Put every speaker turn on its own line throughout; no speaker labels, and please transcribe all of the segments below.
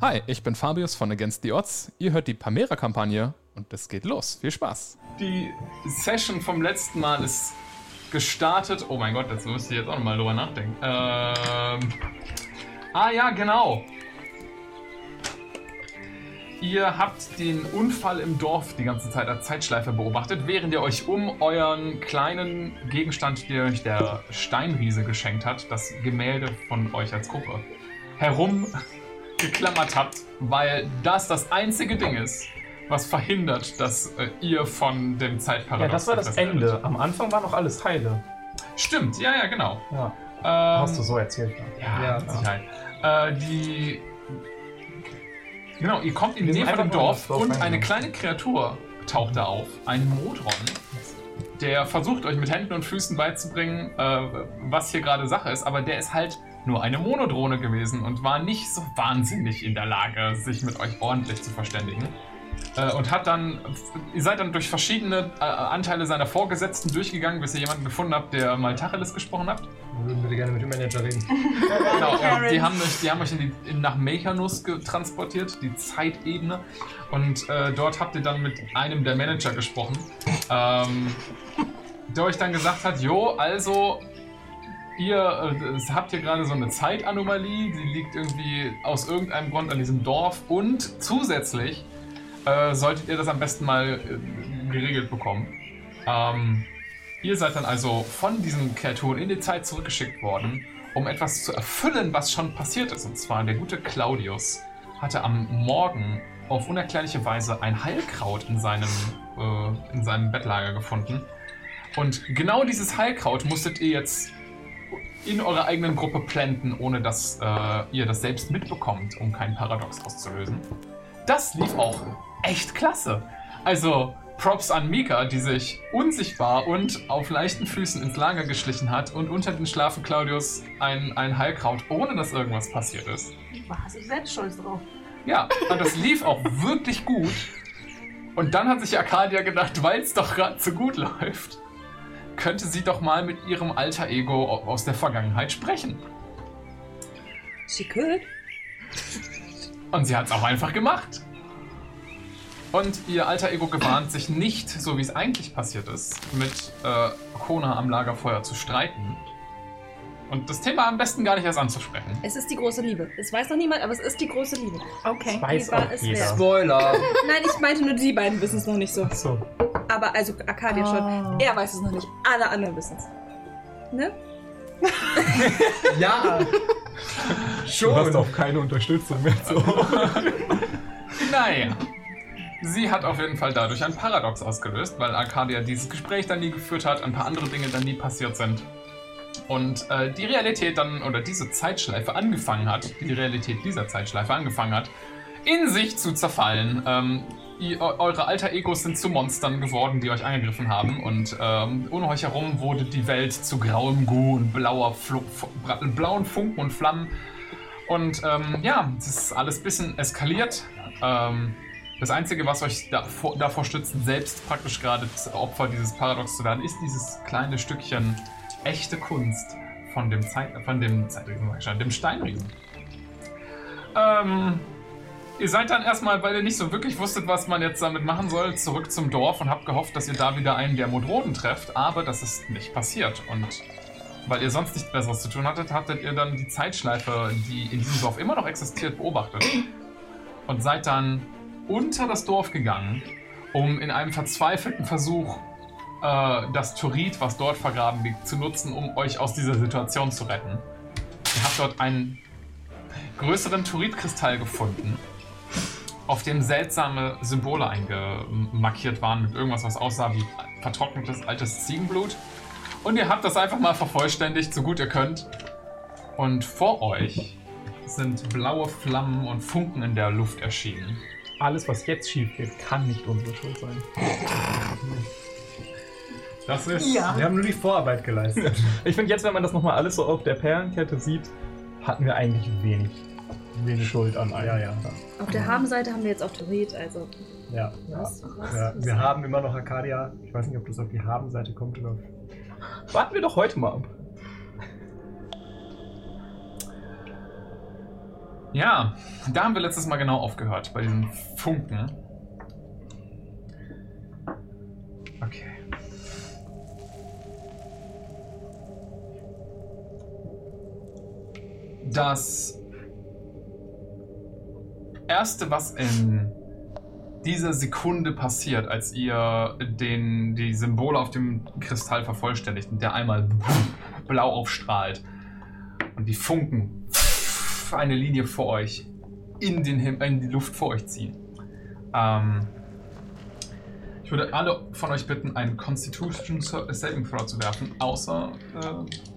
Hi, ich bin Fabius von Against the Odds. Ihr hört die Pamera-Kampagne und es geht los. Viel Spaß.
Die Session vom letzten Mal ist gestartet. Oh mein Gott, dazu müsste ich jetzt auch nochmal drüber nachdenken. Ähm. Ah ja, genau. Ihr habt den Unfall im Dorf die ganze Zeit als Zeitschleife beobachtet, während ihr euch um euren kleinen Gegenstand, den euch der Steinriese geschenkt hat, das Gemälde von euch als Gruppe, herum geklammert habt, weil das das einzige Ding ist, was verhindert, dass äh, ihr von dem
Ja,
Zeitparadox...
das war das
gefressen werdet.
Ende. Am Anfang waren noch alles Heile.
Stimmt, ja, ja, genau.
Ja,
Ähm,
hast du so erzählt. Ähm, ja.
Ja,
Ja.
mit Sicherheit. Äh, die. Genau, ihr kommt in die
Wir
Nähe
sind
von dem
einfach nur in
Dorf
das Dorf
und
reingegangen.
eine kleine Kreatur taucht da auf. Ein Modron, der versucht euch mit Händen und Füßen beizubringen, äh, was hier gerade Sache ist, aber der ist halt nur eine Monodrohne gewesen und war nicht so wahnsinnig in der Lage, sich mit euch ordentlich zu verständigen. Äh, und hat dann, ihr seid dann durch verschiedene äh, Anteile seiner Vorgesetzten durchgegangen, bis ihr jemanden gefunden habt, der mal Tacheles gesprochen habt.
Würden wir gerne mit dem Manager reden.
Genau,
Karen.
die haben euch, die haben euch in die, in, nach Mechanus ge- transportiert, die Zeitebene. Und äh, dort habt ihr dann mit einem der Manager gesprochen, ähm, der euch dann gesagt hat, jo, also ihr äh, es habt hier gerade so eine Zeitanomalie, die liegt irgendwie aus irgendeinem Grund an diesem Dorf. Und zusätzlich äh, solltet ihr das am besten mal äh, geregelt bekommen. Ähm, Ihr seid dann also von diesen Kreaturen in die Zeit zurückgeschickt worden, um etwas zu erfüllen, was schon passiert ist. Und zwar der gute Claudius hatte am Morgen auf unerklärliche Weise ein Heilkraut in seinem, äh, in seinem Bettlager gefunden. Und genau dieses Heilkraut musstet ihr jetzt in eurer eigenen Gruppe planten, ohne dass äh, ihr das selbst mitbekommt, um keinen Paradox auszulösen. Das lief auch echt klasse. Also Props an Mika, die sich unsichtbar und auf leichten Füßen ins Lager geschlichen hat und unter den Schlafen Claudius ein, ein Heilkraut, ohne dass irgendwas passiert ist.
War sie selbst stolz drauf?
Ja, und das lief auch wirklich gut. Und dann hat sich Arcadia gedacht, weil es doch gerade so gut läuft, könnte sie doch mal mit ihrem alter Ego au- aus der Vergangenheit sprechen.
Sie could.
Und sie hat es auch einfach gemacht. Und ihr alter Ego gewarnt, sich nicht, so wie es eigentlich passiert ist, mit äh, Kona am Lagerfeuer zu streiten. Und das Thema am besten gar nicht erst anzusprechen.
Es ist die große Liebe. Es weiß noch niemand, aber es ist die große Liebe.
Okay.
Das weiß
Wie war
auch
es
jeder.
wert?
Spoiler!
Nein, ich meinte nur, die beiden wissen es noch nicht so.
Ach so.
Aber also Arcadia
Ah.
schon. Er weiß es noch nicht. Alle anderen wissen es. Ne?
ja!
Du
Schon!
hast auch keine Unterstützung mehr zu.
Naja. Sie hat auf jeden Fall dadurch ein Paradox ausgelöst, weil Arcadia dieses Gespräch dann nie geführt hat, ein paar andere Dinge dann nie passiert sind. Und äh, die Realität dann, oder diese Zeitschleife angefangen hat, die Realität dieser Zeitschleife angefangen hat, in sich zu zerfallen. Ähm, i- eu- eure alter Egos sind zu Monstern geworden, die euch angegriffen haben. Und ähm, ohne euch herum wurde die Welt zu grauem Gu und blauer Flu Fu- bra- blauen Funken und Flammen. Und ähm, ja, das ist alles ein bisschen eskaliert. Ähm, das Einzige, was euch davor, davor stützt, selbst praktisch gerade zu Opfer dieses Paradox zu werden, ist dieses kleine Stückchen echte Kunst von dem, Zeit, von dem Zeitriesen, sag ich schon, dem Steinriesen. Ähm, ihr seid dann erstmal, weil ihr nicht so wirklich wusstet, was man jetzt damit machen soll, zurück zum Dorf und habt gehofft, dass ihr da wieder einen der Modroden trefft, aber das ist nicht passiert. Und weil ihr sonst nichts Besseres zu tun hattet, hattet ihr dann die Zeitschleife, die in diesem Dorf immer noch existiert, beobachtet. Und seid dann unter das Dorf gegangen, um in einem verzweifelten Versuch äh, das Turit, was dort vergraben liegt, zu nutzen, um euch aus dieser Situation zu retten. Ihr habt dort einen größeren Turitkristall gefunden, auf dem seltsame Symbole eingemarkiert waren mit irgendwas, was aussah wie vertrocknetes altes Ziegenblut. Und ihr habt das einfach mal vervollständigt, so gut ihr könnt. Und vor euch sind blaue Flammen und Funken in der Luft erschienen.
Alles, was jetzt schief geht, kann nicht unsere Schuld sein.
Das ist.
Ja.
Wir haben nur die Vorarbeit geleistet.
Ich finde jetzt, wenn man das nochmal alles so auf der Perlenkette sieht, hatten wir eigentlich wenig, wenig Schuld an einem.
Ja, ja.
Auf der Habenseite haben wir jetzt auch Dorit, also.
Ja.
Was? Was?
ja.
was?
Wir haben immer noch Arcadia. Ich weiß nicht, ob das auf die Habenseite kommt oder auf.
Warten wir doch heute mal ab.
Ja, da haben wir letztes Mal genau aufgehört, bei diesen Funken. Okay. Das erste, was in dieser Sekunde passiert, als ihr den, die Symbole auf dem Kristall vervollständigt und der einmal blau aufstrahlt und die Funken eine Linie vor euch in, den Him in die Luft vor euch ziehen. Ähm, ich würde alle von euch bitten, einen Constitution Sa- Saving Throw zu werfen, außer äh,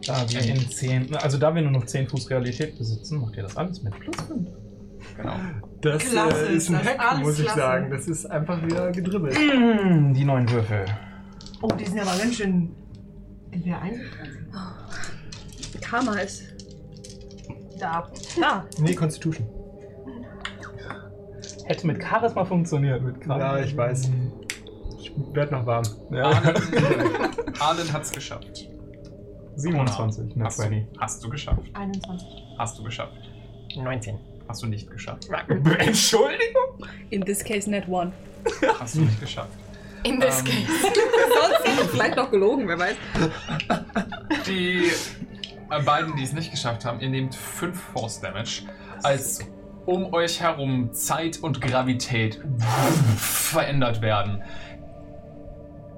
Da wir in 10, also da wir nur noch 10 Fuß Realität besitzen, macht ihr das alles mit plus 5.
genau.
Das
Klasse,
äh, ist ein
das
Hack,
alles
muss ich
klasse. Mm.
sagen. Das ist einfach wieder gedribbelt. Hm,
Die neuen Würfel.
Oh, die sind ja mal ganz schön. Die wäre eingetragen.
Karma ist.
Da.
Da.
Nee, Constitution.
Hätte mit Charisma funktioniert, mit Kraft.
Ja, ich weiß. Ich werd noch warm.
Ah,
Ja.
Arlen, Arlen hat's geschafft.
27, ne,
Hast du,
Svenny.
hast du geschafft.
21.
Hast du geschafft.
19.
Hast du nicht geschafft.
Entschuldigung.
In this case, net one.
Hast du nicht geschafft.
In this
Ähm,
case.
Sonst hätte ich vielleicht noch gelogen, wer weiß.
Die äh, beiden, die es nicht geschafft haben, ihr nehmt 5 Force Damage, als um euch herum Zeit und Gravität verändert werden.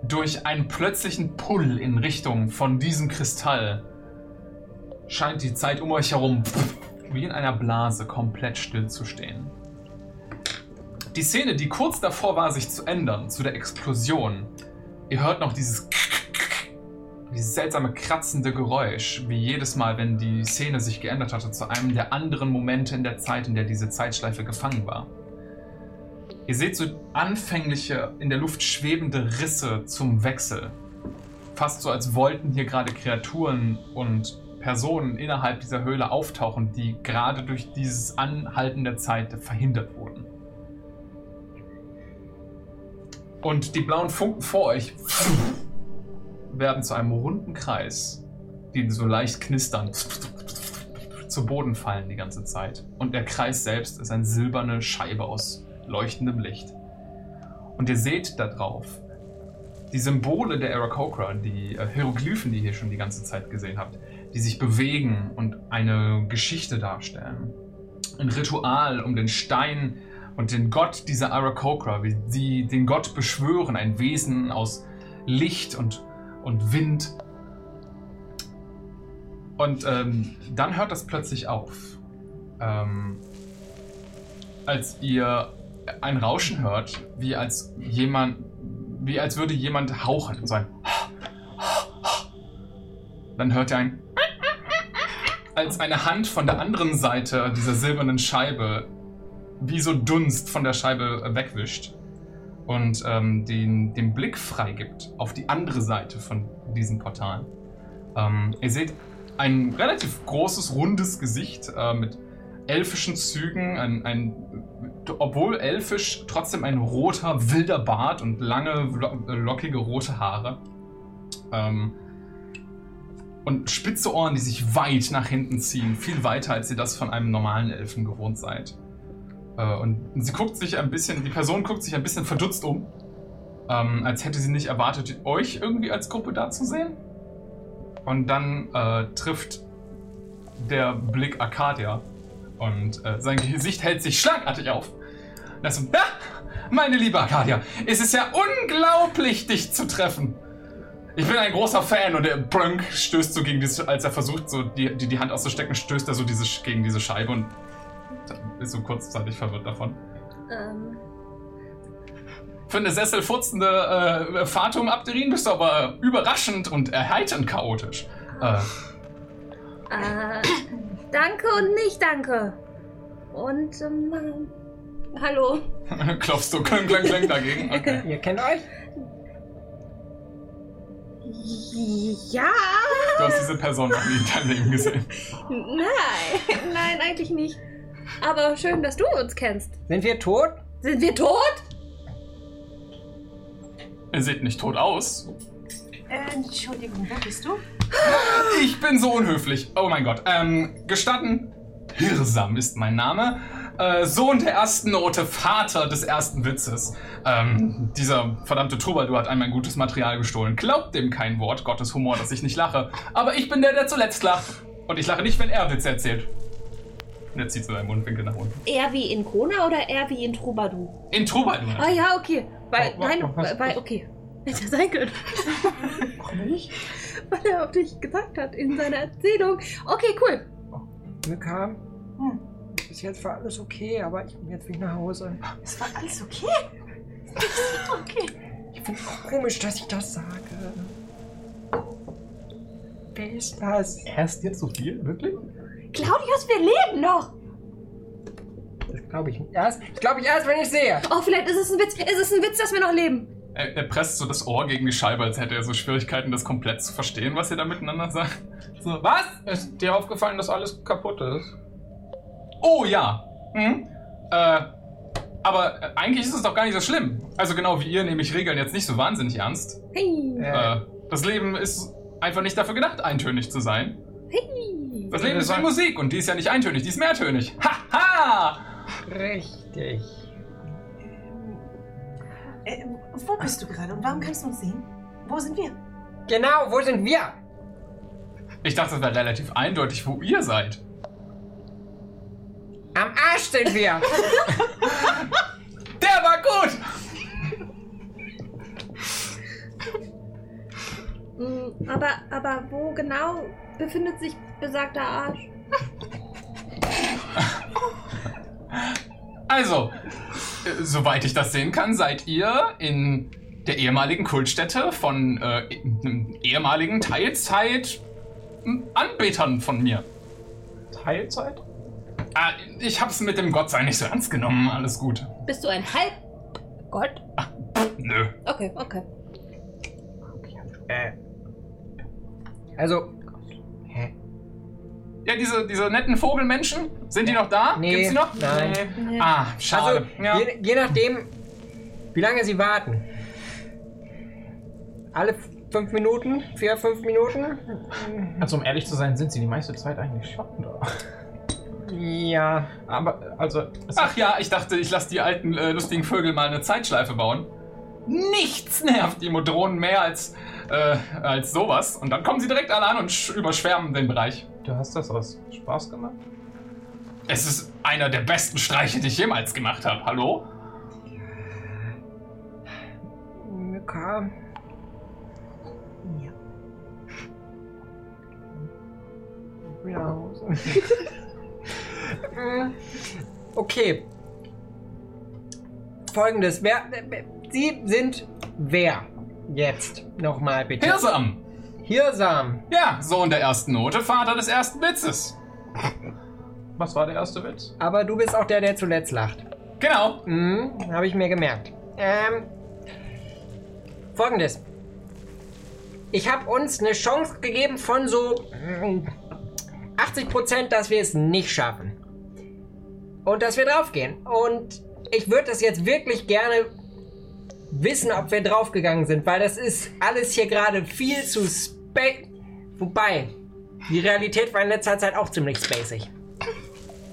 Durch einen plötzlichen Pull in Richtung von diesem Kristall scheint die Zeit um euch herum wie in einer Blase komplett stillzustehen. Die Szene, die kurz davor war, sich zu ändern, zu der Explosion, ihr hört noch dieses dieses seltsame kratzende Geräusch, wie jedes Mal, wenn die Szene sich geändert hatte, zu einem der anderen Momente in der Zeit, in der diese Zeitschleife gefangen war. Ihr seht so anfängliche, in der Luft schwebende Risse zum Wechsel. Fast so, als wollten hier gerade Kreaturen und Personen innerhalb dieser Höhle auftauchen, die gerade durch dieses Anhalten der Zeit verhindert wurden. Und die blauen Funken vor euch werden zu einem runden Kreis, die so leicht knistern, zu Boden fallen die ganze Zeit. Und der Kreis selbst ist eine silberne Scheibe aus leuchtendem Licht. Und ihr seht da drauf die Symbole der Arakokra, die äh, Hieroglyphen, die ihr hier schon die ganze Zeit gesehen habt, die sich bewegen und eine Geschichte darstellen. Ein Ritual um den Stein und den Gott dieser Arakokra, wie sie den Gott beschwören, ein Wesen aus Licht und und Wind. Und ähm, dann hört das plötzlich auf. Ähm, als ihr ein Rauschen hört, wie als jemand, wie als würde jemand hauchen und sein. Dann hört ihr ein. Als eine Hand von der anderen Seite dieser silbernen Scheibe wie so Dunst von der Scheibe wegwischt und ähm, den, den Blick freigibt auf die andere Seite von diesem Portal. Ähm, ihr seht ein relativ großes, rundes Gesicht äh, mit elfischen Zügen, ein, ein, obwohl elfisch, trotzdem ein roter, wilder Bart und lange, lo lockige, rote Haare. Ähm, und spitze Ohren, die sich weit nach hinten ziehen, viel weiter, als ihr das von einem normalen Elfen gewohnt seid. Äh, und sie guckt sich ein bisschen, die Person guckt sich ein bisschen verdutzt um. Ähm, als hätte sie nicht erwartet, euch irgendwie als Gruppe da zu sehen. Und dann äh, trifft der Blick Arcadia. Und äh, sein Gesicht hält sich schlagartig auf. Und er so, "Ah, meine liebe Arcadia, es ist ja unglaublich, dich zu treffen. Ich bin ein großer Fan und der Brunk stößt so gegen dieses, als er versucht, so die, die, die Hand auszustecken, stößt er so diese, Sch- gegen diese Scheibe und ist so kurzzeitig verwirrt davon.
Ähm,
Für eine sesselfutzende äh, Fatum Abderin bist du aber überraschend und erheiternd chaotisch. Äh,
Äh, danke und nicht danke. Und ähm, ähm, hallo.
klopfst du klang, klang, klang dagegen? Okay.
Ihr kennt euch?
Ja,
Du hast diese Person noch nie in deinem Leben gesehen.
nein, nein, eigentlich nicht. Aber schön, dass du uns kennst.
Sind wir tot?
Sind wir tot?
Ihr seht nicht tot aus.
Äh, Entschuldigung, wer bist du?
Ich bin so unhöflich. Oh mein Gott. Ähm, gestatten, Hirsam ist mein Name. Äh, Sohn der ersten Note, Vater des ersten Witzes. Ähm, dieser verdammte Troubadour hat einmal gutes Material gestohlen. Glaubt dem kein Wort, Gottes Humor, dass ich nicht lache. Aber ich bin der, der zuletzt lacht. Und ich lache nicht, wenn er Witze erzählt. Und er zieht so seinen Mundwinkel nach unten.
Eher wie in Kona oder eher wie in Troubadour?
In Troubadour.
Ah ja, okay. Weil,
Wa- wa-
nein,
was-
weil, okay. Hätte sein können.
Warum nicht?
Weil er auf dich gesagt hat in seiner Erzählung. Okay, cool.
Glück haben. Bis jetzt war alles okay, aber ich jetzt will ich nach Hause.
Es war alles okay.
Ich finde auch komisch, dass ich das sage. Wer ist das?
Erst jetzt so viel? Wirklich?
Claudius, wir leben noch.
Das glaube ich nicht erst. Ich glaube ich erst, wenn ich sehe.
Oh, vielleicht ist es ein Witz. Ist es ein Witz, dass wir noch leben?
Er, er presst so das Ohr gegen die Scheibe, als hätte er so Schwierigkeiten, das komplett zu verstehen, was ihr da miteinander sagt. So, was?
Ist dir aufgefallen, dass alles kaputt ist?
Oh ja. Hm? Äh, aber äh, eigentlich ist es doch gar nicht so schlimm. Also genau wie ihr nehme ich Regeln jetzt nicht so wahnsinnig ernst.
Hey.
Äh,
Äh, das Leben ist einfach nicht dafür gedacht, eintönig zu sein.
Äh.
Das Leben
Wir
ist wie
sagen-
Musik und die ist ja nicht eintönig, die ist mehrtönig. Haha!
richtig.
Äh, wo bist du gerade und warum kannst du uns sehen? Wo sind wir?
Genau, wo sind wir?
Ich dachte, das wäre relativ eindeutig, wo ihr seid.
Am Arsch sind wir.
Der war gut!
Mm, Aber, aber wo genau befindet sich besagter Arsch?
Also, äh, soweit ich das sehen kann, seid ihr in der ehemaligen Kultstätte von äh, einem ehemaligen Teilzeit-Anbetern von mir.
Teilzeit?
Ah, ich hab's mit dem Gottsein nicht so ernst genommen, alles gut.
Bist du ein Halb? Gott?
Nö.
Okay, okay.
äh. Also. Hä?
Ja, diese, diese netten Vogelmenschen, sind die noch da?
Nee.
Gibt's die noch?
Nein.
Ah,
Also,
schade. ja.
je, je nachdem, wie lange sie warten. Alle f- fünf Minuten? Vier, fünf Minuten?
Also um ehrlich zu sein, sind sie die meiste Zeit eigentlich schon da.
Ja.
Aber also es
Ach ja, ich dachte, ich lasse die alten äh, lustigen Vögel mal eine Zeitschleife bauen. Nichts nervt die Modronen mehr als, äh, als sowas. Und dann kommen sie direkt alle an und sch- überschwärmen den Bereich.
du hast das aus Spaß gemacht.
Es ist einer der besten Streiche, die ich jemals gemacht habe. Hallo?
Mika.
Ja.
Ich will nach Hause. Mm, okay. Folgendes. Wer, wer- wer, sie sind wer? Jetzt. Nochmal bitte.
Hirsam!
Hirsam.
Ja, Sohn der ersten Note, Vater des ersten Witzes.
Was war der erste Witz?
Aber du bist auch der, der zuletzt lacht.
Genau.
Mhm, habe ich mir gemerkt. Ähm, Folgendes. Ich habe uns eine Chance gegeben von so mm, 80 Prozent, dass wir es nicht schaffen. Und dass wir draufgehen. Und ich würde das jetzt wirklich gerne wissen, ob wir draufgegangen sind, weil das ist alles hier gerade viel zu spa- Wobei, die Realität war in letzter Zeit auch ziemlich spacig.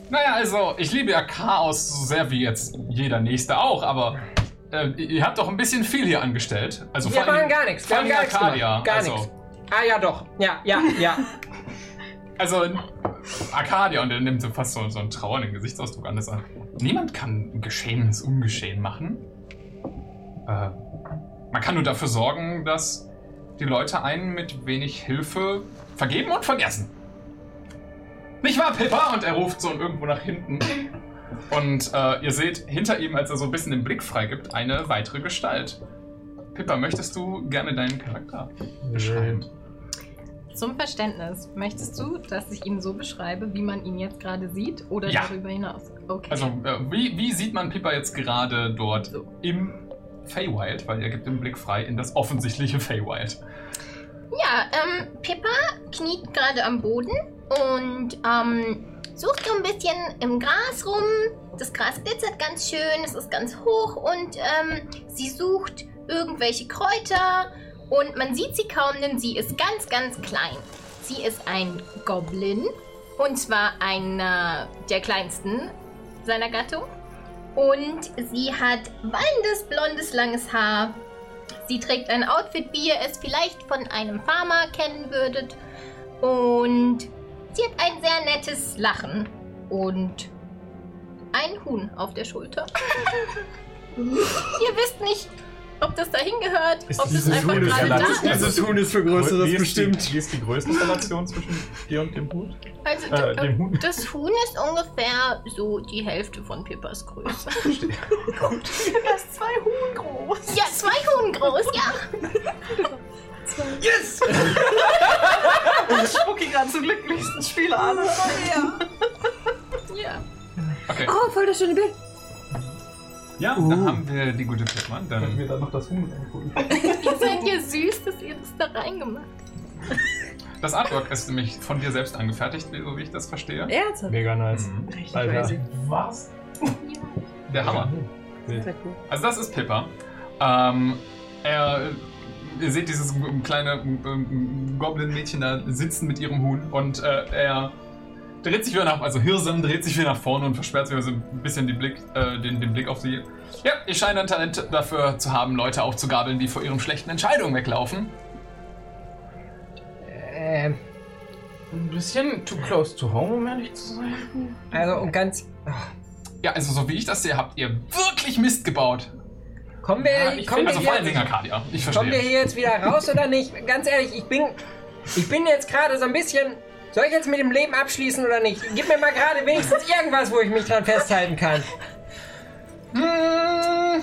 Naja, also, ich liebe ja Chaos so sehr wie jetzt jeder Nächste auch, aber äh, ihr habt doch ein bisschen viel hier angestellt. Also,
Wir
vor allem-
waren gar nichts.
vor allem
Wir haben gar nichts
Arcadia.
gemacht. Gar
also,
nichts. Ah ja, doch. Ja, ja, ja.
Also, Arcadia, und er nimmt so fast so, so einen traurigen Gesichtsausdruck an. Das an. Niemand kann Geschehenes ungeschehen machen. Äh, man kann nur dafür sorgen, dass die Leute einen mit wenig Hilfe vergeben und vergessen. Nicht wahr, Pippa? Und er ruft so irgendwo nach hinten. Und äh, ihr seht hinter ihm, als er so ein bisschen den Blick freigibt, eine weitere Gestalt. Pippa, möchtest du gerne deinen Charakter beschreiben?
Zum Verständnis, möchtest du, dass ich ihn so beschreibe, wie man ihn jetzt gerade sieht oder
Ja.
darüber hinaus? Okay.
Also, äh, wie, wie sieht man Pippa jetzt gerade dort im Feywild? Weil er gibt den Blick frei in das offensichtliche Feywild.
Ja, ähm, Pippa kniet gerade am Boden und ähm, sucht so ein bisschen im Gras rum. Das Gras glitzert ganz schön, es ist ganz hoch und ähm, sie sucht irgendwelche Kräuter und man sieht sie kaum, denn sie ist ganz, ganz klein. Sie ist ein Goblin Und zwar einer der kleinsten seiner Gattung. Und sie hat wallendes, blondes, langes Haar. Sie trägt ein Outfit, wie ihr es vielleicht von einem Farmer kennen würdet. Und sie hat ein sehr nettes Lachen. Und ein Huhn auf der Schulter. ihr wisst nicht, ob das dahin gehört,
Ist
ob das
dieses
einfach
Huhn ist
gerade
ja
da
lang-
ist.
Dieses Huhn ist für Größeres
Wie ist
bestimmt.
Die, wie ist die Größenrelation zwischen dir und dem Hut?
Also,
Äh,
d-
dem Huhn.
Das Huhn ist ungefähr so die Hälfte von Pippas Größe.
Er ist zwei Huhn groß.
ja, zwei Huhn groß, ja.
Yes! Spucki gerade zum glücklichsten Spieler an.
ja.
Okay.
Oh, voll das schöne Bild.
Ja, dann haben wir die gute Pipman.
Können
Dann
wir dann noch das Huhn angucken?
Ihr seid ja süß, dass ihr das da reingemacht habt.
das Artwork ist nämlich von dir selbst angefertigt, so wie ich das verstehe.
Ernsthaft?
Mega nice.
Mhm.
Richtig
Alter.
crazy.
Was?
Der Hammer.
Das war cool.
Also das ist Pippa. Ähm, er, ihr seht dieses g- kleine ähm, Goblin-Mädchen da sitzen mit ihrem Huhn und äh, er dreht sich wieder nach, also Hirsam dreht sich wieder nach vorne und versperrt sich wieder so ein bisschen die Blick, äh, den, den Blick auf sie. Ja, ihr scheint ein Talent dafür zu haben, Leute aufzugabeln, die vor ihren schlechten Entscheidungen weglaufen.
Ähm,
Ein bisschen too close to home, um ehrlich zu sein.
also und ganz.
Ja, also so wie ich das sehe, habt ihr wirklich Mist gebaut.
Kommen wir,
Ja, ich
kommen
Also vor
wir
allen Dingen
hier,
Arcadia, ich
kommen wir
verstehe.
hier jetzt wieder raus oder nicht? Ganz ehrlich, ich bin, ich bin jetzt gerade so ein bisschen. Soll ich jetzt mit dem Leben abschließen oder nicht? Gib mir mal gerade wenigstens irgendwas, wo ich mich dran festhalten kann.
Hm,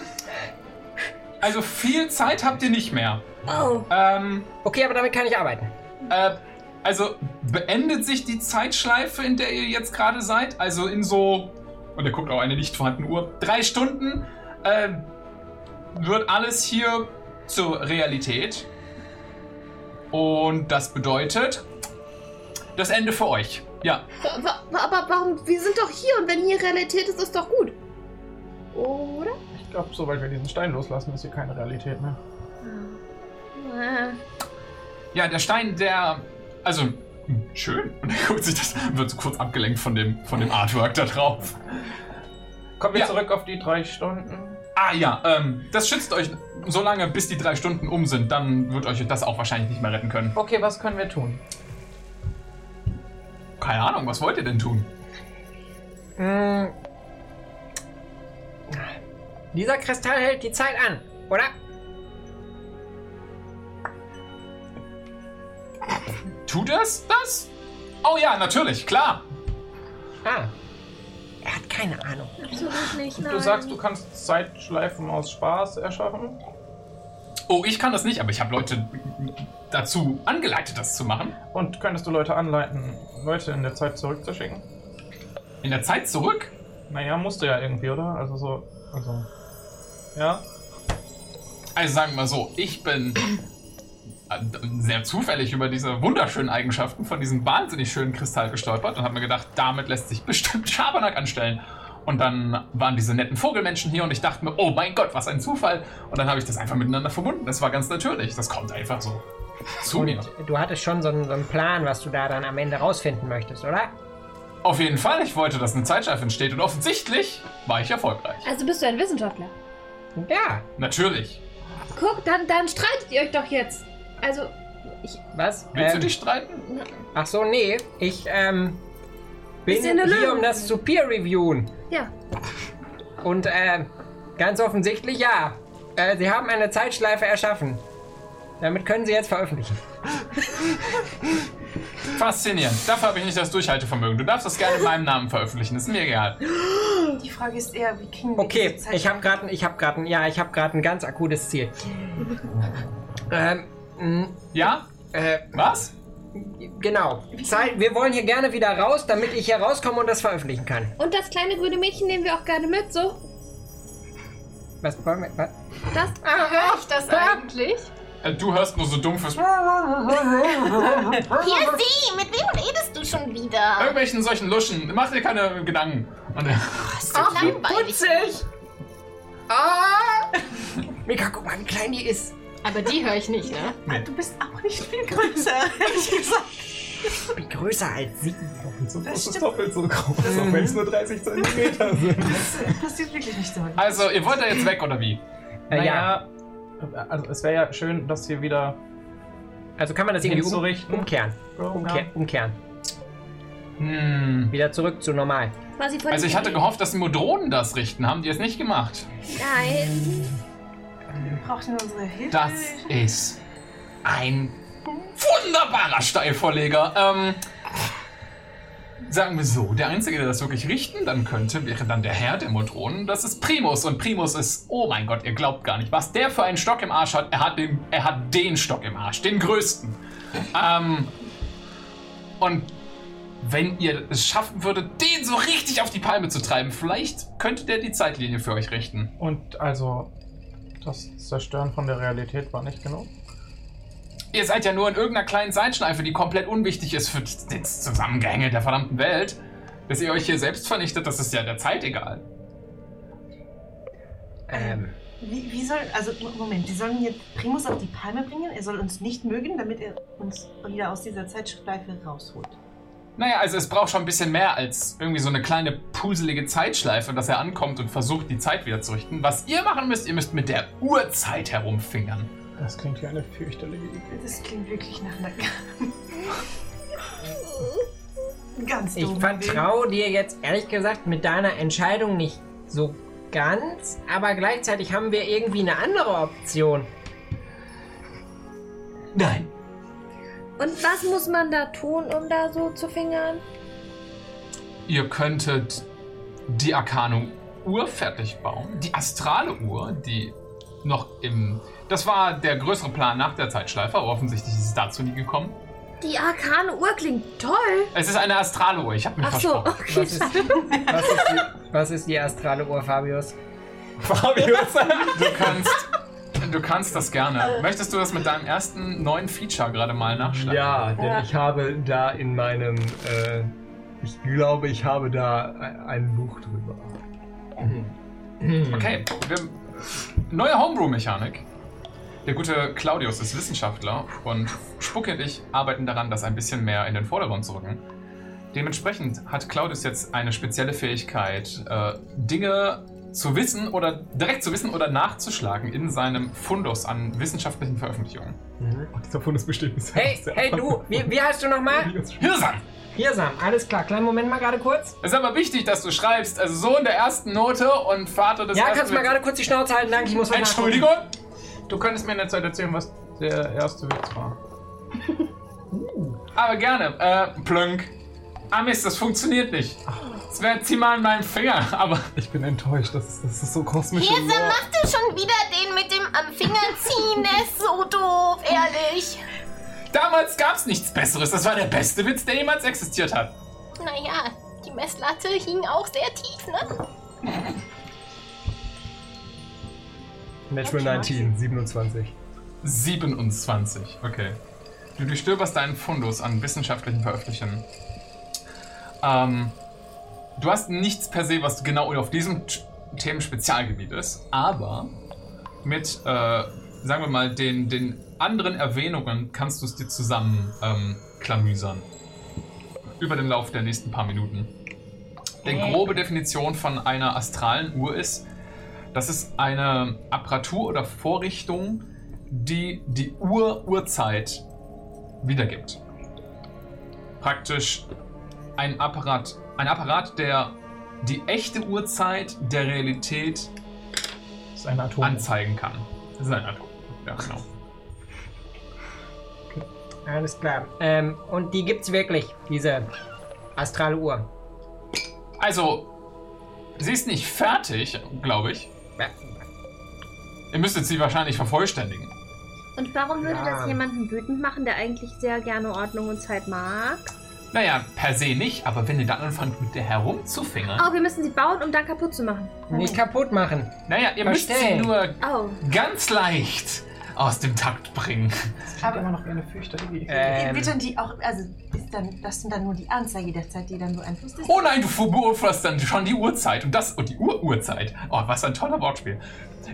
Also viel Zeit habt ihr nicht mehr.
Oh.
Ähm,
Okay, aber damit kann ich arbeiten.
Äh, also beendet sich die Zeitschleife, in der ihr jetzt gerade seid? Also in so, und er guckt auch eine nicht vorhandene Uhr, drei Stunden äh, wird alles hier zur Realität. Und das bedeutet das Ende für euch. Ja,
Wa- wa- Aber warum? Wir sind doch hier und wenn hier Realität ist, ist doch gut. Oder?
Ich glaube, sobald wir diesen Stein loslassen, ist hier keine Realität mehr.
Ah.
ja, der Stein, der, also hm, schön. Und er guckt sich das, wird so kurz abgelenkt von dem, von dem Artwork da drauf.
Kommen wir
Ja.
zurück auf die drei Stunden.
Ah ja, ähm, das schützt euch so lange, bis die drei Stunden um sind. Dann wird euch das auch wahrscheinlich nicht mehr retten können.
Okay, was können wir tun?
Keine Ahnung, was wollt ihr denn tun?
Hm. Dieser Kristall hält die Zeit an, oder?
Tut es das? Oh ja, natürlich, klar.
Ah. Er hat keine Ahnung.
Absolut nicht, nein.
Du sagst, du kannst Zeitschleifen aus Spaß erschaffen.
Oh, ich kann das nicht, aber ich habe Leute dazu angeleitet, das zu machen.
Und könntest du Leute anleiten, Leute in der Zeit zurückzuschicken?
In der Zeit zurück?
Naja, musst du ja irgendwie, oder? Also so. Also. Ja?
Also sagen wir mal so, ich bin äh, sehr zufällig über diese wunderschönen Eigenschaften von diesem wahnsinnig schönen Kristall gestolpert und habe mir gedacht, damit lässt sich bestimmt Schabernack anstellen. Und dann waren diese netten Vogelmenschen hier und ich dachte mir, oh mein Gott, was ein Zufall. Und dann habe ich das einfach miteinander verbunden. Das war ganz natürlich. Das kommt einfach so zu mir.
Und du hattest schon so einen, so einen Plan, was du da dann am Ende rausfinden möchtest, oder?
Auf jeden Fall, ich wollte, dass eine Zeitschleife entsteht und offensichtlich war ich erfolgreich.
also bist du ein Wissenschaftler.
Ja.
Natürlich.
Guck, dann, dann streitet ihr euch doch jetzt. Also, ich,
Was?
Willst
Ähm,
du dich streiten?
Ach so, nee. Ich ähm, bin
Ist ja eine
hier,
Lösung.
um das zu peer reviewen.
ja.
Und ähm, ganz offensichtlich ja. Äh, sie haben eine Zeitschleife erschaffen. Damit können sie jetzt veröffentlichen.
Faszinierend. Dafür habe ich nicht das Durchhaltevermögen. Du darfst das gerne in meinem Namen veröffentlichen. Ist mir egal.
Die Frage ist eher, wie kriegen wir
Okay,
diese Zeit-
ich habe gerade, ich habe gerade, ja, ich habe gerade ein ganz akutes Ziel. ähm, mh,
Ja?
äh,
Was?
genau. Zeit, wir wollen hier gerne wieder raus, damit ich hier rauskomme und das veröffentlichen kann.
Und das kleine grüne Mädchen nehmen wir auch gerne mit, so.
Was wollen wir? Was?
Das
Reicht das eigentlich?
Äh, Du hörst nur so dumpfes
Hier, sie! Mit wem redest du schon wieder?
irgendwelchen solchen Luschen. Mach dir keine Gedanken. Und er,
So langweilig.
Ah! Mika, guck mal, wie klein die ist.
Ah,
Aber die höre ich nicht, ne?
Du bist auch nicht viel größer, ehrlich gesagt.
Ich bin größer als sie.
Doppelt so groß ist doppelt so groß, auch wenn es nur 30 Zentimeter sind.
Das äh, passiert wirklich nicht so häufig.
Also, ihr wollt da jetzt weg, oder wie?
Äh,
Naja, also es wäre ja schön, das hier wieder
Also kann man das irgendwie um,
hinzurichten.
umkehren. Umkehren, umkehren.
Hm.
Wieder zurück zu normal.
Quasi vor
Also,
die
ich hatte
Tür.
gehofft, dass die Modronen das richten. Haben die es nicht gemacht?
Nein.
Braucht ihr unsere Hilfe?
Das ist ein wunderbarer Steilvorleger. Ähm, sagen wir so, der Einzige, der das wirklich richten dann könnte, wäre dann der Herr der Motronen. Das ist Primus. Und Primus ist, oh mein Gott, ihr glaubt gar nicht, was der für einen Stock im Arsch hat. Er hat den, er hat den Stock im Arsch, den größten. Ähm, und wenn ihr es schaffen würdet, den so richtig auf die Palme zu treiben, vielleicht könnte der die Zeitlinie für euch richten.
Und also, das Zerstören von der Realität war nicht genug.
Ihr seid ja nur in irgendeiner kleinen Seitschleife, die komplett unwichtig ist für die Zusammengänge der verdammten Welt. Dass ihr euch hier selbst vernichtet, das ist ja der Zeit egal.
Ähm,
Wie, wie soll, also Moment, wir sollen jetzt Primus auf die Palme bringen, er soll uns nicht mögen, damit er uns wieder aus dieser Zeitschleife rausholt.
Naja, also es braucht schon ein bisschen mehr als irgendwie so eine kleine puselige Zeitschleife, dass er ankommt und versucht, die Zeit wieder zu richten. Was ihr machen müsst, ihr müsst mit der Uhrzeit herumfingern.
Das klingt wie eine fürchterliche Idee.
Das klingt wirklich nach einer ganz
ich
doofen Idee.
vertraue dir jetzt ehrlich gesagt mit deiner Entscheidung nicht so ganz, aber gleichzeitig haben wir irgendwie eine andere Option.
Nein.
Und was muss man da tun, um da so zu fingern?
Ihr könntet die Arcanum-Uhr fertig bauen. Die astrale Uhr, die noch im... Das war der größere Plan nach der Zeitschleife, aber offensichtlich ist es dazu nie gekommen.
Die arkane Uhr klingt toll.
Es ist eine astrale Uhr, ich habe mich
Ach so,
versprochen.
okay.
Was ist, was ist, die, was ist die astrale Uhr, Fabius?
Fabius, du kannst, du kannst das gerne. Möchtest du das mit deinem ersten neuen Feature gerade mal nachschlagen?
Ja, denn ich habe da in meinem, äh, ich glaube, ich habe da ein,
äh,
ein Buch drüber.
Mhm.
Okay, wir, neue Homebrew-Mechanik. Der gute Claudius ist Wissenschaftler und Spucke und ich arbeiten daran, das ein bisschen mehr in den Vordergrund zu rücken. Dementsprechend hat Claudius jetzt eine spezielle Fähigkeit, äh, Dinge zu wissen oder direkt zu wissen oder nachzuschlagen in seinem Fundus an wissenschaftlichen Veröffentlichungen.
Oh, dieser Fundus besteht bisher
Hey,
aus der
hey du, wie, wie heißt du nochmal?
Hirsam!
Hirsam, alles klar, kleinen Moment mal gerade kurz.
Es ist aber wichtig, dass du schreibst, also so in der ersten Note und Vater des
Ja,
ersten
kannst du mal gerade kurz die Schnauze halten, danke, ich muss was
Entschuldigung!
Du könntest mir in der Zeit erzählen, was der erste Witz war.
Aber gerne. Äh, plönk. Ah Mist, das funktioniert nicht. Es wäre zieh mal an meinem Finger, aber
Ich bin enttäuscht, das ist, das ist so kosmisch.
Hirse, mach du schon wieder den mit dem am Finger ziehen? Der ist so doof, ehrlich.
damals gab's nichts Besseres. Das war der beste Witz, der jemals existiert hat.
Naja, die Messlatte hing auch sehr tief, ne?
Natural 19, 27.
27, okay. Du durchstöberst deinen Fundus an wissenschaftlichen Veröffentlichungen. Ähm, du hast nichts per se, was genau auf diesem Themen-Spezialgebiet ist, aber mit, äh, sagen wir mal, den, den anderen Erwähnungen kannst du es dir zusammen ähm, klamüsern. Über den Lauf der nächsten paar Minuten. Die grobe Definition von einer astralen Uhr ist, das ist eine Apparatur oder Vorrichtung, die die Ur-Uhrzeit wiedergibt. Praktisch ein Apparat, ein Apparat, der die echte Uhrzeit der Realität
Das ist ein Atom.
anzeigen kann. Das ist ein Atom. Ja, genau.
Alles klar. Ähm, und die gibt's wirklich, diese astrale Uhr.
Also, sie ist nicht fertig, glaube ich. Ihr müsstet sie wahrscheinlich vervollständigen.
Und warum würde
Ja.
das jemanden wütend machen, der eigentlich sehr gerne Ordnung und Zeit mag?
Naja, per se nicht, aber wenn ihr dann anfangt, mit der herumzufingern.
Oh, wir müssen sie bauen, um dann kaputt zu machen.
Nicht kaputt machen.
Naja, ihr müsst sie
Verstehe.
nur
Oh.
ganz leicht aus dem Takt bringen.
Das klingt immer noch wie eine fürchterliche Idee.
Äh.
Ähm,
Wird dann die auch, also ist dann, das sind dann nur die Anzeige der Zeit, die dann beeinflusst ist?
Oh nein, du beurfasst dann schon die Uhrzeit und das und die Uhr-Uhrzeit. Oh, was ein toller Wortspiel.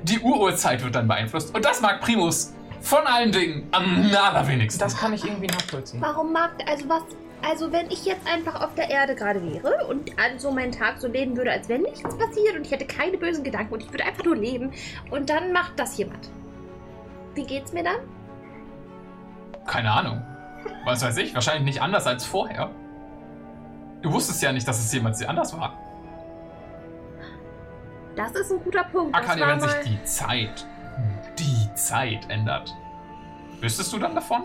Die Uhr-Uhrzeit wird dann beeinflusst und das mag Primus von allen Dingen am allerwenigsten.
das kann ich irgendwie nachvollziehen.
Warum mag, also was Also wenn ich jetzt einfach auf der Erde gerade wäre und also meinen Tag so leben würde, als wenn nichts passiert und ich hätte keine bösen Gedanken und ich würde einfach nur leben und dann macht das jemand. Wie geht's mir dann?
Keine Ahnung. Was weiß ich, wahrscheinlich nicht anders als vorher. Du wusstest ja nicht, dass es jemals anders war.
Das ist ein guter Punkt. Das
Akane,
war
wenn sich
mal-
die Zeit, die Zeit ändert, wüsstest du dann davon?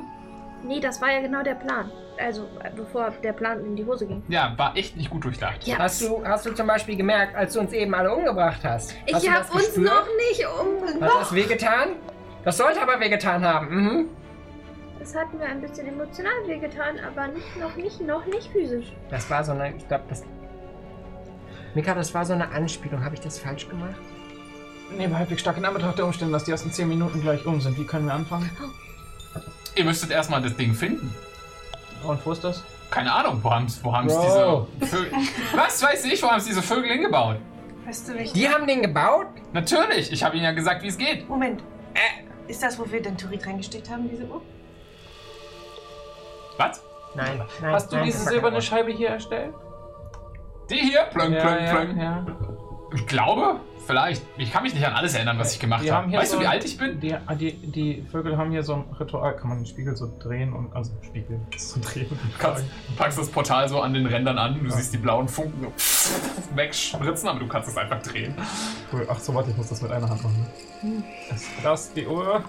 Nee, das war ja genau der Plan. Also äh, bevor der Plan in die Hose ging.
Ja, war echt nicht gut durchdacht.
Ja.
Hast du, hast du zum Beispiel gemerkt, als du uns eben alle umgebracht hast? hast
Ich
du
habe
das
uns
gespürt?
noch nicht umgebracht.
Hat das wehgetan? Das sollte aber wehgetan haben. Mhm.
Das hat mir ein bisschen emotional wehgetan, aber nicht noch nicht, noch nicht physisch.
Das war so eine, ich glaube, das. Mika, das war so eine Anspielung. Habe ich das falsch gemacht?
Nehmen halbwegs stark in Anbetracht der Umstände, dass die ersten 10 Minuten gleich um sind. Wie können wir anfangen?
Ihr müsstet erstmal das Ding finden.
Und wo ist das?
Keine Ahnung, wo haben wo haben's
Bro.
diese Vögel. Was weiß ich, wo haben diese Vögel hingebaut?
Weißt du nicht?
Die haben den gebaut?
Natürlich, ich habe ihnen ja gesagt, wie es geht.
Moment.
Äh.
Ist das, wo wir den Turit reingesteckt haben, diese Uhr?
Was?
Nein. nein
Hast du
nein,
diese
das war
silberne
kein
Scheibe hier erstellt?
Die hier? Plöng, plöng,
ja,
plöng.
ja.
Ich glaube, vielleicht. Ich kann mich nicht an alles erinnern, was ich gemacht
Die haben
habe.
hier
Weißt
so
du, wie
ein-
alt ich bin?
Die, ah, die, die Vögel haben hier so ein Ritual. Kann man den Spiegel so drehen und. Also, Spiegel so drehen.
Du kannst, du packst das Portal so an den Rändern an, du siehst die blauen Funken so wegspritzen, aber du kannst es einfach drehen.
Cool. Ach so, warte, ich muss das mit einer Hand machen. Ist das die Uhr?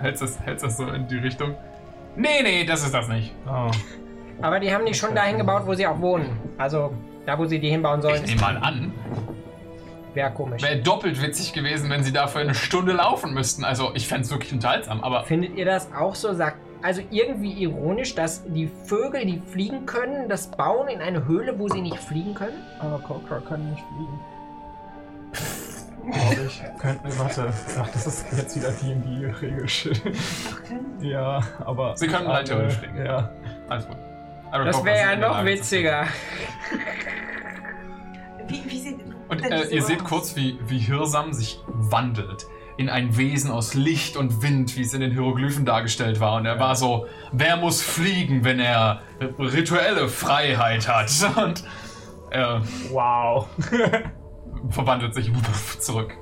Hältst das, hältst das so in die Richtung. Nee, nee, das ist das nicht.
Oh.
Problem. Aber die haben die schon dahin gebaut, wo sie auch wohnen. Also, da, wo sie die hinbauen
Ich
sollen,
nehme mal an,
wäre komisch.
wäre doppelt witzig gewesen, wenn sie dafür eine Stunde laufen müssten. Also, ich fände es wirklich unterhaltsam, aber
Findet ihr das auch so? Sagt, also irgendwie ironisch, dass die Vögel, die fliegen können, das bauen in eine Höhle, wo sie nicht fliegen können?
Aber Kokra kann nicht fliegen. Glaube ich. Könnten wir, warte. Ach, das ist jetzt wieder DD-Regel-Shit. Ja, aber.
Sie können rein theoretisch fliegen.
Ja.
alles gut. Aber
Das
guck,
wäre
was
ja
in der
noch
Lage ist.
witziger.
Wie, wie sieht
Und
denn
äh,
diese
ihr
Uhr
seht
aus?
kurz, wie, wie Hirsam sich wandelt in ein Wesen aus Licht und Wind, wie es in den Hieroglyphen dargestellt war. Und er war so, wer muss fliegen, wenn er rituelle Freiheit hat? Und er
Wow.
verwandelt sich zurück.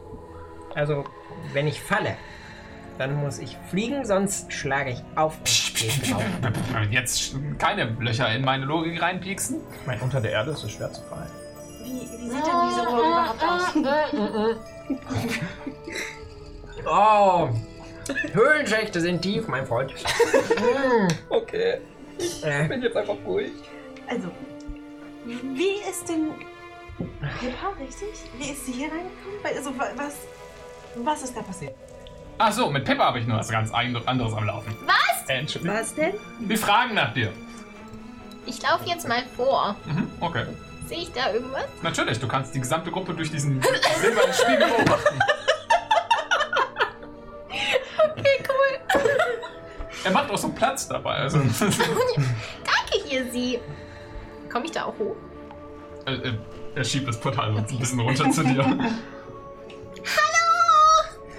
Also, wenn ich falle, dann muss ich fliegen, sonst schlage ich auf. und stehe auf.
Jetzt keine Löcher in meine Logik reinpieksen.
Ich meine, unter der Erde ist es schwer zu fallen.
Wie, wie sieht denn diese Uhr überhaupt aus?
Oh! Höhlenschächte sind tief, mein Freund. Hm.
Okay,
Äh,
bin jetzt einfach ruhig.
Also, wie ist denn Pippa, richtig? Wie ist sie hier reingekommen? Weil, Also, wa- was, was ist da passiert?
Ach so, mit Pepper habe ich nur was ganz ein- anderes am Laufen. Was? Entschuldigung.
Was denn?
Wir fragen nach dir.
Ich laufe jetzt mal vor.
Mhm, okay.
Sehe ich da irgendwas?
Natürlich, du kannst die gesamte Gruppe durch diesen silbernen Spiegel beobachten.
Okay, cool.
Er macht auch so Platz dabei. Also,
Danke hier, sie. Komme ich da auch hoch?
Äh, äh, er schiebt das Portal so ein bisschen runter zu dir.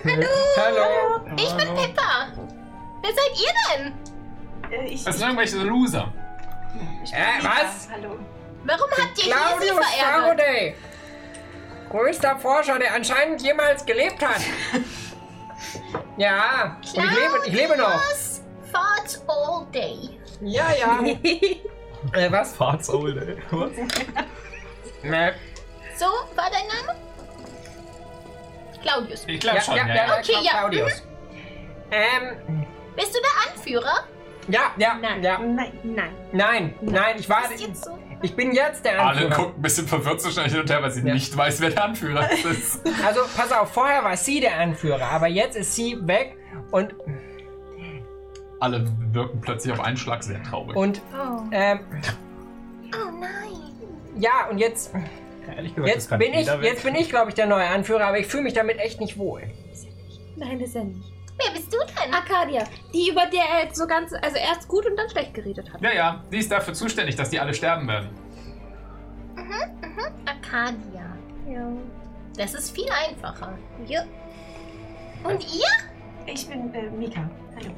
hallo!
Ich bin Pippa. Wer seid ihr denn?
Äh, ich,
Das sind irgendwelche Loser.
ich
Äh,
Lisa.
was?
Hallo.
Warum habt ihr hier sie
Claudius
verärgert?
Faraday! Größter Forscher, der anscheinend jemals gelebt hat. Ja, und ich lebe, ich lebe noch.
Claudius fought all day.
Ja, ja. äh, was?
Farts old, ey. Was?
Äh,
So, war dein Name? Claudius.
Ich glaube schon, ja. ja,
Okay, ja,
Claudius. Ähm,
Bist du der Anführer?
ja, ja,
Nein.
ja.
Nein, nein.
Nein, nein, ich war,
Ist jetzt so.
ich bin jetzt der
Alle
Anführer.
guckt ein bisschen verwirrt zwischen euch hin und her, weil sie
Ja.
nicht weiß, wer der Anführer ist.
Also pass auf, vorher war sie der Anführer, aber jetzt ist sie weg und
Alle wirken plötzlich auf einen Schlag sehr traurig.
und ähm,
Oh nein.
ja und jetzt
Ehrlich gesagt, das
jetzt
kann
bin ich
jeder
jetzt bin ich glaube ich der neue Anführer, aber ich fühle mich damit echt nicht wohl.
Nein, ist er nicht.
Wer bist du denn?
Arcadia, die über der er jetzt so ganz, also erst gut und dann schlecht geredet hat.
ja, ja, die ist dafür zuständig, dass die alle sterben werden.
Arcadia.
Ja.
Das ist viel einfacher.
Ja.
Und ihr?
Ich bin äh, Mika. Hallo.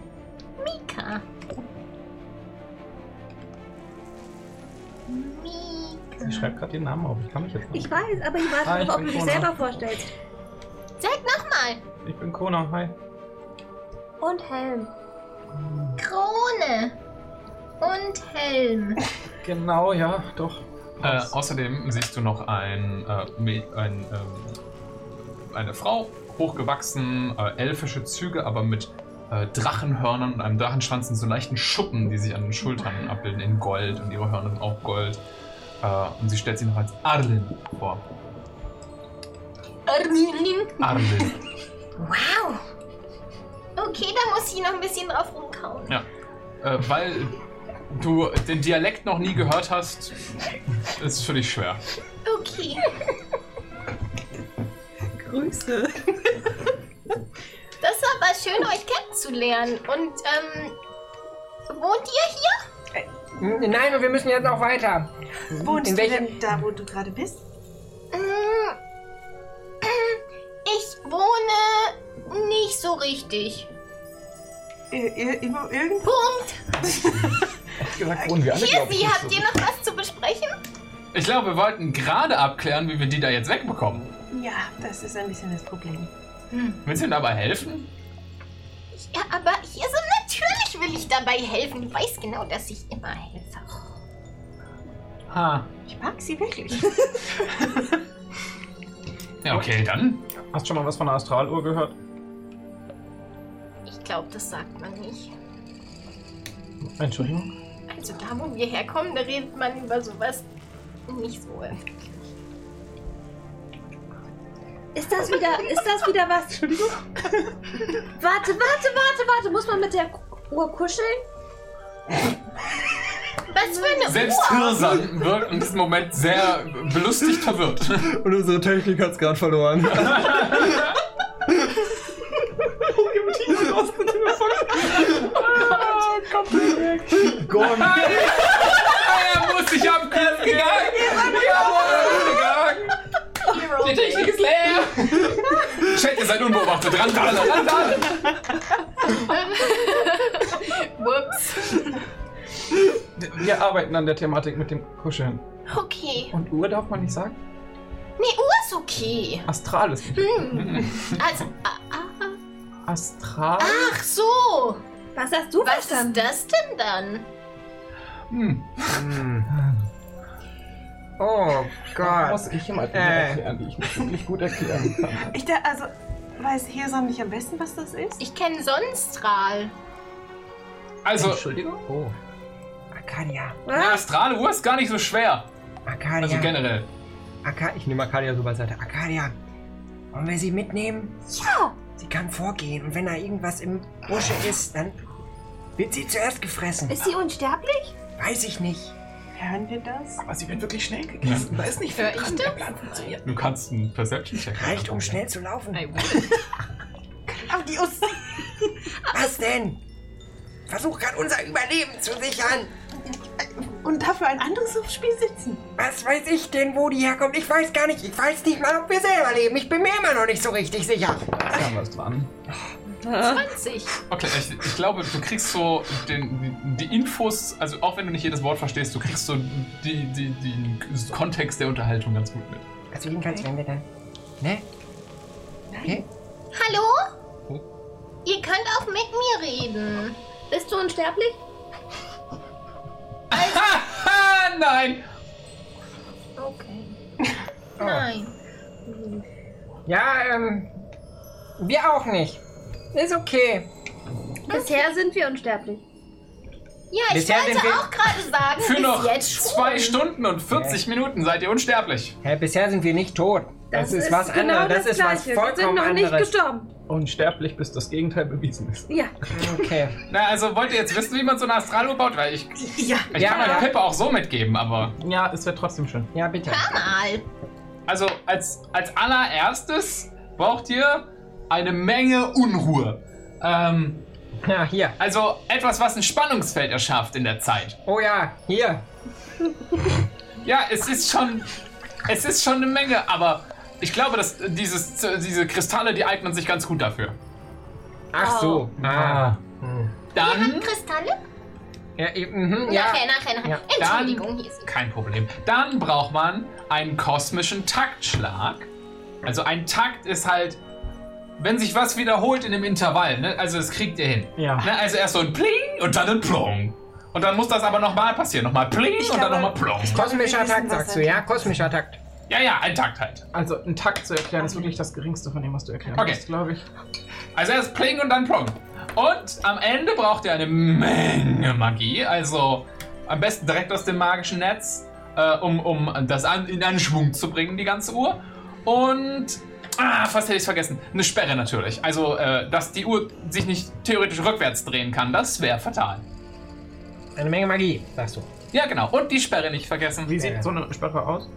Mika.
Ich schreibe gerade den Namen auf, ich kann mich jetzt nicht.
Ich weiß, aber ich
Ah,
warte
ich
darauf, ob
bin
du dich
Kona.
selber vorstellst.
Sag nochmal.
Ich bin Kona, hi.
Und Helm.
Krone und Helm.
Genau, ja, doch.
Äh, außerdem siehst du noch ein, äh, Me- ein, ähm, eine Frau, hochgewachsen, äh, elfische Züge, aber mit äh, Drachenhörnern und einem Drachenschwanz und so leichten Schuppen, die sich an den Schultern abbilden in Gold und ihre Hörner sind auch Gold. Äh, und sie stellt sich noch als Arlin vor.
Erlin.
Arlin.
Wow. Okay, da muss ich noch ein bisschen drauf rumkauen.
ja. Äh, weil du den Dialekt noch nie gehört hast, ist es für dich schwer.
Okay.
Grüße.
Das war aber schön, euch kennenzulernen. Und ähm, wohnt ihr hier?
Nein, und wir müssen jetzt auch weiter.
Wohnst
In
du
welchem-
denn da, wo du gerade bist?
Mm, Ich wohne nicht so richtig.
Ir ir ir irgendwo?
Punkt.
gesagt, wohnen wir alle,
Hier,
glaub ich,
sie,
nicht
habt
so.
ihr noch was zu besprechen?
Ich glaube, wir wollten gerade abklären, wie wir die da jetzt wegbekommen.
Ja, das ist ein bisschen das Problem.
Willst du mir dabei helfen?
Ja, aber hier so natürlich will ich dabei helfen. Du weißt genau, dass ich immer helfe.
Ha.
Ich mag sie wirklich.
Ja, okay, dann.
Hast schon mal was von der Astraluhr gehört?
Ich glaube, das sagt man nicht.
Entschuldigung.
Also da, wo wir herkommen, da redet man über sowas nicht so.
Ist das wieder, ist das wieder was? Entschuldigung. Warte, warte, warte, warte. Muss man mit der Ku- Uhr kuscheln?
Was für eine
Selbst
Uhr!
Hirsan wirkt in diesem Moment sehr belustigt verwirrt.
Und unsere Technik hat's gerade verloren.
er muss sich abkürzen gegangen! Jawohl, gegangen! Die Technik ist leer! Chat, ihr seid unbeobachtet. Ran, ran, ran, ran!
Whoops.
Wir arbeiten an der Thematik mit dem Kuscheln.
Okay.
Und Uhr darf man nicht sagen?
Nee, Uhr ist okay.
Astral ist nicht.
Hm. Also, ah, ah.
Astral?
ach so.
Was hast du
Was
verstanden?
ist das denn dann?
Hm.
Oh
Das
Gott.
muss ich immer Dinge
Äh.
erklären, die ich nicht wirklich gut erklären kann.
Ich da, also, weiß Hirsan nicht am besten, was das ist?
Ich kenne Sonnenstrahl.
Also,
Entschuldigung? Oh. Arcadia.
eine astrale Uhr ist gar nicht so schwer. Also
Arcadia.
generell.
Arca ich nehme Arcadia so beiseite. Arcadia, wollen wir sie mitnehmen? Ja. Sie kann vorgehen und wenn da irgendwas im Busche ist, dann wird sie zuerst gefressen.
Ist sie unsterblich?
Weiß ich nicht.
Hören wir das?
Aber sie wird wirklich schnell gegessen. Da ist nicht viel
Hör ich
dran.
das?
Der Plan funktioniert.
Du kannst einen Perception-Check machen.
Reicht, um schnell zu laufen.
Ach, die Us.
Was denn? Versuch gerade unser Überleben zu sichern.
Und dafür ein anderes Spiel sitzen.
Was weiß ich denn, wo die herkommt? Ich weiß gar nicht. Ich weiß nicht mal, ob wir selber leben. Ich bin mir immer noch nicht so richtig sicher.
Da haben wir es dran.
20.
Okay, ich, ich glaube, du kriegst so den, die Infos, also auch wenn du nicht jedes Wort verstehst, du kriegst so die, die, den Kontext der Unterhaltung ganz gut mit.
Also jedenfalls, wenn wir dann... Ne? Okay.
Hallo? Ihr könnt auch mit mir reden.
Bist du unsterblich?
Ah, nein!
Okay. Nein.
Ja, ähm... Wir auch nicht. Ist okay.
Bisher sind wir unsterblich.
Ja, ich
Bisher
wollte
sind wir-
auch gerade sagen,
Für
bis
noch
jetzt schon.
zwei Stunden und 40 Minuten seid ihr unsterblich.
Hä, bisher sind wir nicht tot. Das, ist, was
genau
anderes. Das, ist was
Gleiche. Wir sind
vollkommen
noch nicht
anderes.
gestorben.
Unsterblich, bis das Gegenteil bewiesen ist.
Ja.
Okay.
Na, also wollt ihr jetzt wissen, wie man so eine Astraluhr baut? Weil ich,
Ja.
ich
Ja.
kann euch Pippa auch so mitgeben, aber.
Ja, es wäre trotzdem schön.
Ja, bitte.
Hör mal.
Also, als, als allererstes braucht ihr eine Menge Unruhe. Ähm,
Ja, hier.
also etwas, was ein Spannungsfeld erschafft in der Zeit.
Oh ja, hier.
Ja, es ist schon. Es ist schon eine Menge, aber ich glaube, dass dieses, diese Kristalle, die eignen sich ganz gut dafür.
Ach so. Ah.
Dann.
Kristalle?
Ja, eben, mhm, ja.
Nachher, nachher, nachher.
Ja.
Entschuldigung, hier ist
Kein Problem. Dann braucht man einen kosmischen Taktschlag. Also ein Takt ist halt, wenn sich was wiederholt in einem Intervall, ne? also das kriegt ihr hin.
Ja.
Ne? Also erst so ein Pling und dann ein Plong. Und dann muss das aber nochmal passieren. Nochmal Pling
Ich
und dann
glaube-
nochmal Plong.
Kosmischer
Wir wissen,
Takt,
was
sagst
er
du, ja? Kosmischer Takt.
Ja, ja, ein Takt halt.
Also, einen Takt zu erklären, ist wirklich das Geringste von dem, was du erklären
Okay.
musst, glaube ich.
Also erst Pling und dann Plong. Und am Ende braucht ihr eine Menge Magie. Also am besten direkt aus dem magischen Netz, äh, um, um das an, in einen Schwung zu bringen, die ganze Uhr. Und. Ah, fast hätte ich es vergessen. Eine Sperre natürlich. Also, äh, dass die Uhr sich nicht theoretisch rückwärts drehen kann, das wäre fatal.
Eine Menge Magie, sagst du.
Ja, genau. Und die Sperre nicht vergessen.
Wie sieht so eine Sperre aus?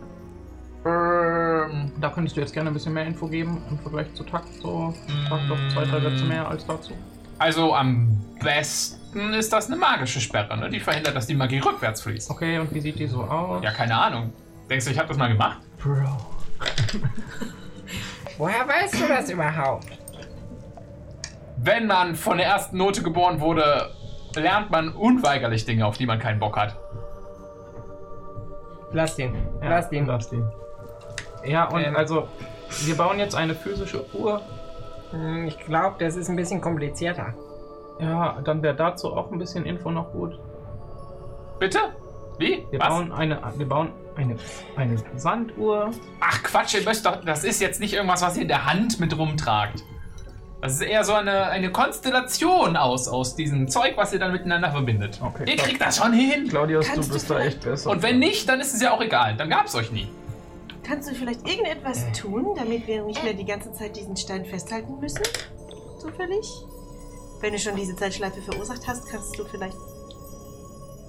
Ähm,
Da könntest du jetzt gerne ein bisschen mehr Info geben im Vergleich zu Takt. So, Takt doch zwei, drei Sätze mehr als dazu.
Also am besten ist das eine magische Sperre, ne? Die verhindert, dass die Magie rückwärts fließt.
Okay, und wie sieht die so aus?
Ja, keine Ahnung. Denkst du, ich habe das mal gemacht?
Bro.
Woher weißt du das überhaupt?
Wenn man von der ersten Note geboren wurde, lernt man unweigerlich Dinge, auf die man keinen Bock hat.
Lass den. Lass den.
Lass den. Ja, und
Ähm.
also, wir bauen jetzt eine physische Uhr.
Hm, Ich glaube, das ist ein bisschen komplizierter.
Ja, dann wäre dazu auch ein bisschen Info noch gut.
Bitte? Wie?
Wir
Was?
bauen eine, wir bauen eine, eine Sanduhr.
Ach Quatsch, ihr müsst doch. Das ist jetzt nicht irgendwas, was ihr in der Hand mit rumtragt. Das ist eher so eine, eine Konstellation aus, aus diesem Zeug, was ihr dann miteinander verbindet.
Okay,
ihr
klar.
kriegt das schon hin.
Claudius,
Kannst
du
du
bist da echt besser.
Und wenn nicht, dann ist es ja auch egal. Dann gab's euch nie.
Kannst du vielleicht irgendetwas tun, damit wir nicht mehr die ganze Zeit diesen Stein festhalten müssen? Zufällig? Wenn du schon diese Zeitschleife verursacht hast, kannst du vielleicht.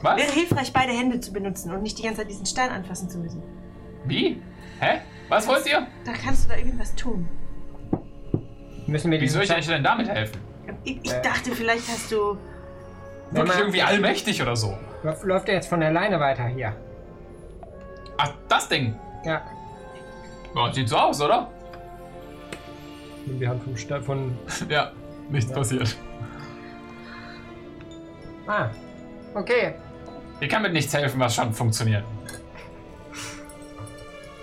Was?
Wäre hilfreich, beide Hände zu benutzen und nicht die ganze Zeit diesen Stein anfassen zu müssen.
Wie? Hä? Was wollt ihr?
Da kannst du da irgendwas tun.
Müssen wir
Wie soll
diesen
ich euch
Stein,
denn damit helfen?
Ich, ich dachte, vielleicht hast du.
Wenn
Wirklich
man-
irgendwie allmächtig oder so.
Läuft- Läuft er jetzt von alleine weiter hier?
Ach, das Ding.
Ja.
Ja, sieht so aus, oder?
Nimm die Hand vom Stein von.
Ja, nichts passiert.
Ah. Okay.
Ihr kann mit nichts helfen, was schon funktioniert.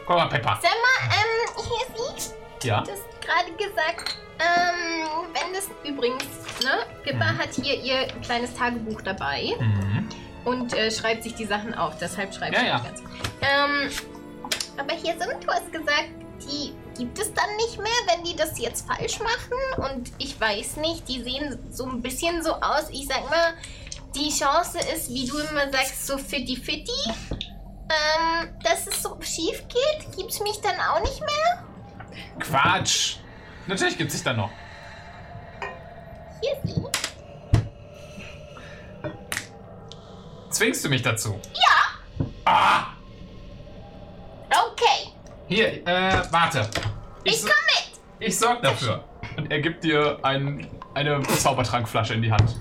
Guck mal, Peppa.
Sag mal, ähm, hier ist
Ja?
ich. Du hast gerade gesagt, ähm, wenn das übrigens, ne? Pippa hat hier ihr kleines Tagebuch dabei
Mhm.
und äh, schreibt sich die Sachen auf. Deshalb schreibt
Ja,
sie
ja.
die ganz. Ähm, aber hier sind, du hast gesagt, die gibt es dann nicht mehr, wenn die das jetzt falsch machen. Und ich weiß nicht, die sehen so ein bisschen so aus. Ich sag mal, die Chance ist, wie du immer sagst, so fitti-fitti. Ähm, dass es so schief geht, gibt's mich dann auch nicht mehr.
Quatsch. Natürlich gibt es sich dann noch.
Hier ist sie.
Zwingst du mich dazu? Ja. Ah,
Okay.
hier, äh, warte.
Ich
so-
komm mit.
Ich sorg dafür. Und er gibt dir ein, eine Zaubertrankflasche in die Hand.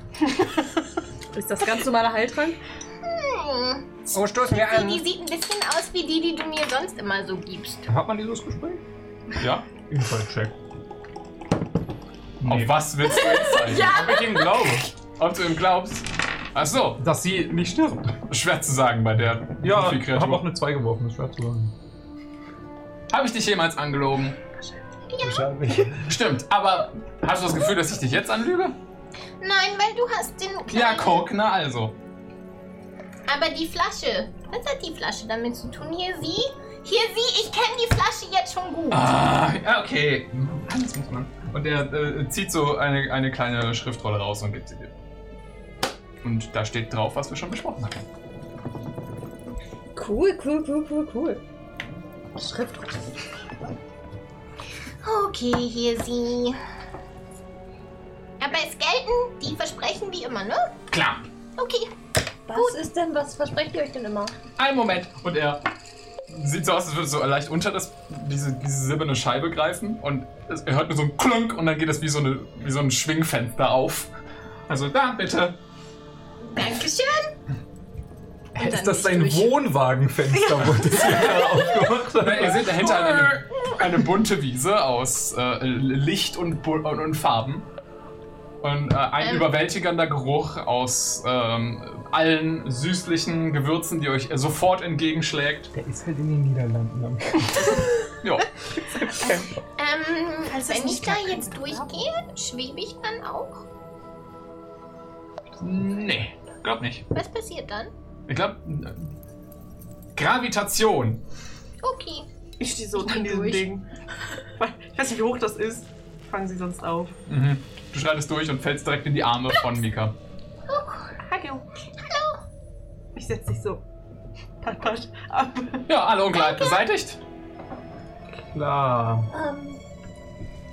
Ist das ganz normaler Heiltrank?
Hm.
Oh, stoßen wir
Die,
an.
die sieht ein bisschen aus wie die, die du mir sonst immer so gibst.
Hat man dieses Gespräch?
Ja?
Info-Check.
Auf was willst du jetzt zeigen?
Ob ich ihm glaube.
Ob du ihm glaubst? Ach so,
Dass sie nicht stirbt.
schwer zu sagen bei der
Ja, ich
Profi-Kreatur.
habe auch eine 2 geworfen, das ist schwer zu sagen.
Hab ich dich jemals angelogen?
Wahrscheinlich.
Stimmt, aber hast du das Gefühl, dass ich dich jetzt anlüge?
Nein, weil du hast den
Ja,
kleinen-
guck, na also.
Aber die Flasche. Was hat die Flasche damit zu tun? Hier sie? Hier sie? Ich kenne die Flasche jetzt schon gut.
Ah, ja, okay. Mann, das muss man. Und er äh, zieht so eine, eine kleine Schriftrolle raus und gibt sie dir. Und da steht drauf, was wir schon besprochen haben.
Cool, cool, cool, cool, cool. Schrift.
Okay, hier sie. Aber es gelten die Versprechen wie immer, ne?
Klar.
Okay.
Was ist denn, was versprecht ihr euch denn immer?
Einen Moment. Und er sieht so aus, als würde so leicht unter das, diese, diese silberne Scheibe greifen. Und es, er hört nur so ein Klunk und dann geht das wie so, eine, wie so ein Schwingfenster auf. Also da bitte.
Dankeschön. Und dann
Ist das
nicht
sein
durch.
Wohnwagenfenster, wo das hier gerade aufgemacht hat?
Ihr seht dahinter eine, eine bunte Wiese aus äh, Licht und, Bu- und, und Farben. Und äh, ein
Ähm.
überwältigender Geruch aus ähm, allen süßlichen Gewürzen, die euch äh, sofort entgegenschlägt.
Der ist halt in den Niederlanden. am-
Ja.
Ähm,
Falls es
wenn ich
nicht
da
klappen
jetzt
kann,
durchgehe, schwebe ich dann auch?
Nee, glaub nicht.
Was passiert dann?
Ich glaub. äh, Gravitation.
Okay.
Ich stehe so unter diesem
durch.
Ding. Ich weiß nicht, wie hoch das ist. Fangen sie sonst auf.
Mhm. Du schreitest durch und fällst direkt in die Arme von Mika.
Hallo. Hallo. Ich setze dich so. Pat, pat, ab.
Ja, alle Unklarheit beseitigt.
Klar.
Ähm,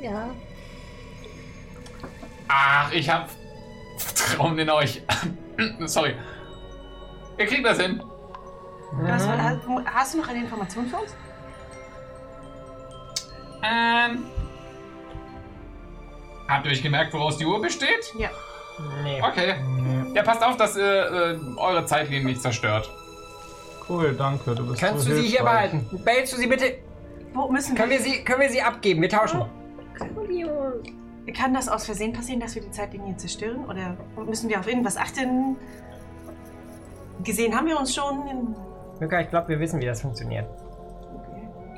ja.
Ach, ich hab Vertrauen in euch. Sorry. Ihr kriegt das hin.
Was, hast, hast du noch eine Information für uns?
Ähm. Habt ihr euch gemerkt, woraus die Uhr besteht?
Ja.
Nee.
Okay. Ja, passt auf, dass ihr äh, eure Zeitlinie nicht zerstört.
Cool, danke. Du bist
Kannst
so
du sie hier
hilfreich.
behalten? Behältst du sie bitte?
Wo müssen
Können wir sie, können wir sie abgeben? Wir tauschen.
Julius.
Kann das aus Versehen passieren, dass wir die Zeitlinie zerstören? Oder müssen wir auf irgendwas achten? Gesehen haben wir uns schon. In
Luca, ich glaube, wir wissen, wie das funktioniert.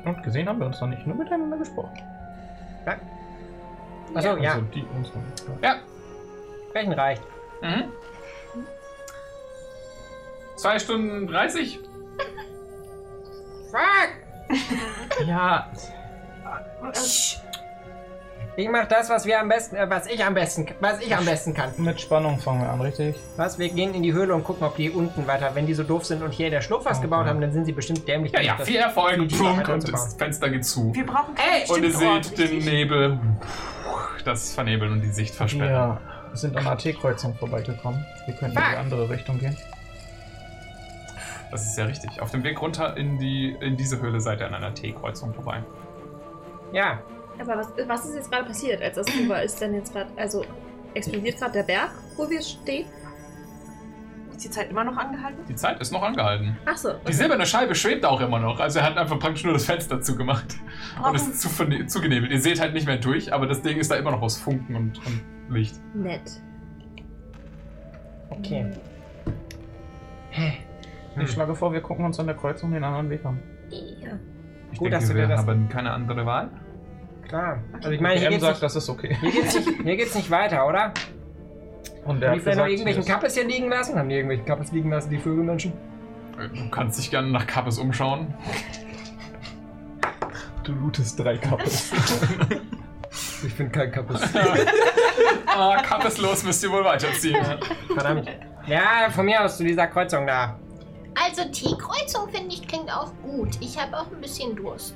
Und gesehen haben wir uns noch nicht, nur miteinander gesprochen.
Achso, Oh, ja.
Also die uns noch nicht.
Welchen reicht?
Mhm. Zwei Stunden 30?
Fuck!
Ja,
Ich mach das, was wir am besten, äh, was ich am besten, was ich am besten kann.
mit Spannung fangen wir an, richtig?
Was? Wir gehen in die Höhle und gucken, ob die unten weiter. Wenn die so doof sind und hier in der Schlucht was
Okay.
gebaut haben, dann sind sie bestimmt dämlich.
Ja, ja,
das-
viel Erfolg und
die
Plunk
Sache
und
zu bauen.
das Fenster geht zu.
wir brauchen keine
Und ihr
bestimmten
seht den
richtig?
Nebel. Das Vernebeln und die Sicht versperren.
Ja. Wir sind an der T-Kreuzung vorbeigekommen. Wir können in die andere Richtung gehen.
Das ist ja richtig. Auf dem Weg runter in, die, in diese Höhle seid ihr an einer T-Kreuzung vorbei.
Ja.
Aber was, was ist jetzt gerade passiert, als das so war? Ist dann jetzt gerade, also explodiert gerade der Berg, wo wir stehen?
Ist die Zeit immer noch angehalten?
Die Zeit ist noch angehalten.
Achso.
Die silberne Scheibe schwebt auch immer noch. Also er hat einfach praktisch nur das Fenster zugemacht. Und es
Brauchen,
ist zu verne- zugenebelt. Ihr seht halt nicht mehr durch, aber das Ding ist da immer noch aus Funken und, und Licht.
Nett.
Okay.
Hm.
Ich schlage vor, wir gucken uns an der Kreuzung den anderen Weg an.
Ja.
Ich
Gut,
denke,
dass du
wir
dir das-
haben keine andere Wahl.
Klar. Also ich meine, hier
M
geht's,
sagt,
nicht,
das ist okay.
hier, geht's nicht, hier geht's nicht weiter, oder?
Und der
Haben die
hat
vielleicht noch
gesagt,
irgendwelchen
hier
Kappes hier liegen lassen? Haben die irgendwelchen Kappes liegen lassen, die Vögelmenschen?
Äh, Du kannst dich gerne nach Kappes umschauen.
ist- Du lootest drei Kappes.
Ich bin kein Kappes.
ah, Kappes los, müsst ihr wohl weiterziehen.
Verdammt. Ja, von mir aus zu dieser Kreuzung da.
Also T-Kreuzung finde ich klingt auch gut. Ich habe auch ein bisschen Durst.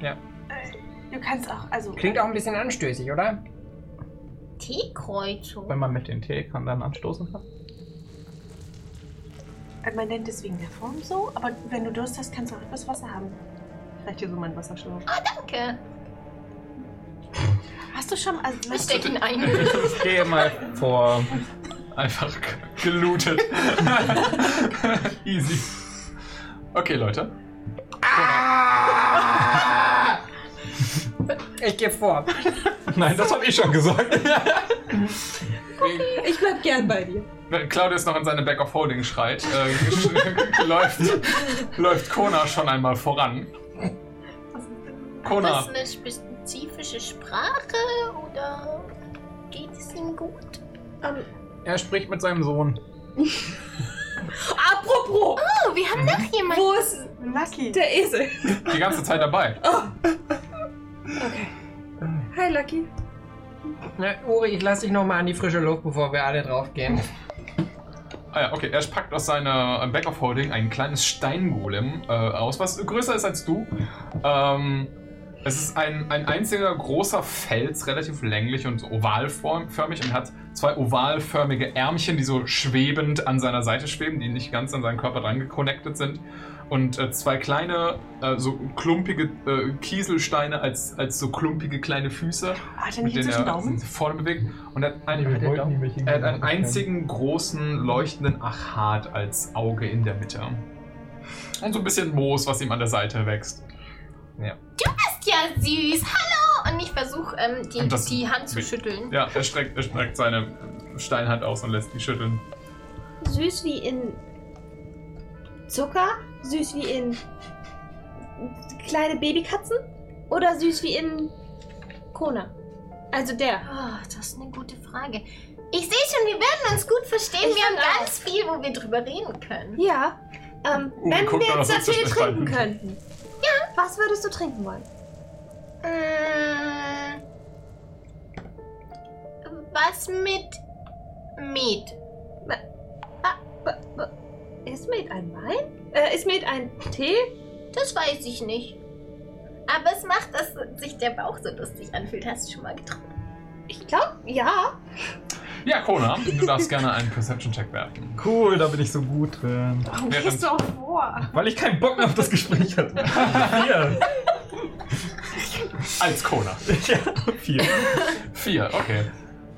du kannst auch, also
Klingt auch ein bisschen anstößig, oder?
T-Kreuzung.
Wenn man mit den T-Kann dann anstoßen kann.
äh, man nennt es wegen der Form so, aber wenn du Durst hast, kannst du auch etwas Wasser haben. Vielleicht hier so mein Wasserschlauch.
Danke.
Hast du schon, also
Wir
hast du,
stecken ein.
Ich gehe mal vor.
Einfach g- gelootet. Easy. Okay, Leute.
Ich gebe vor.
Nein, das habe ich schon gesagt.
Ich bleib gern bei dir.
Wenn Claudius noch in seine Back of Holding schreit, äh, läuft, läuft Kona schon einmal voran.
Das
Kona,
ist eine spezifische Sprache oder geht es ihm gut?
Er spricht mit seinem Sohn.
Apropos,
Oh, wir haben noch jemanden.
wo ist
Lucky.
der Esel?
die ganze Zeit dabei.
Hi, Lucky.
Na, Uri, ich lass dich nochmal an die frische Luft, bevor wir alle draufgehen.
Ah ja, okay. Er packt aus seiner Back of Holding ein kleines Steingolem äh, aus, was größer ist als du. Ähm, es ist ein, ein einziger großer Fels, relativ länglich und ovalförmig und hat zwei ovalförmige Ärmchen, die so schwebend an seiner Seite schweben, die nicht ganz an seinen Körper dran geconnected sind. Und äh, zwei kleine, äh, so klumpige äh, Kieselsteine als, als so klumpige kleine Füße,
Hat er
mit
nicht
denen
inzwischen
er
Daumen?
sich vorne bewegt. Und er hat einen,
Wir wollten die welche
er hat einen
geben.
einzigen großen leuchtenden Achat als Auge in der Mitte. Und so ein bisschen Moos, was ihm an der Seite wächst.
Ist ja süß. Hallo an, ich versuche, ähm, die,
Und das-
die Hand zu schütteln.
Ja, er streckt, er streckt seine Steinhand aus und lässt die schütteln.
Süß wie in Zucker? Süß wie in kleine Babykatzen? Oder süß wie in Kona? Also der.
Ah, das ist eine gute Frage. Ich sehe schon, wir werden uns gut verstehen.
Ich
wir haben
fand auch.
ganz viel, wo wir drüber reden können.
Ja. Ähm,
Uh,
wenn
guck
wir jetzt
mal, was
das
uns
viel
das
trinken
beschreibt.
könnten. Ja. Was würdest du trinken wollen?
Mm, was mit Met?
Ist Med ein Wein? Äh, ist Med ein Tee?
Das weiß ich nicht. Aber es macht, dass sich der Bauch so lustig anfühlt. Hast du schon mal getrunken?
Ich glaube, ja.
Ja, Kona, du darfst gerne einen Perception-Check werfen.
Cool, da bin ich so gut drin.
Warum
Während-
gehst du auch vor?
Weil ich keinen Bock mehr auf das Gespräch hatte. Vier.
Als Kona.
Ja, vier.
Vier, okay.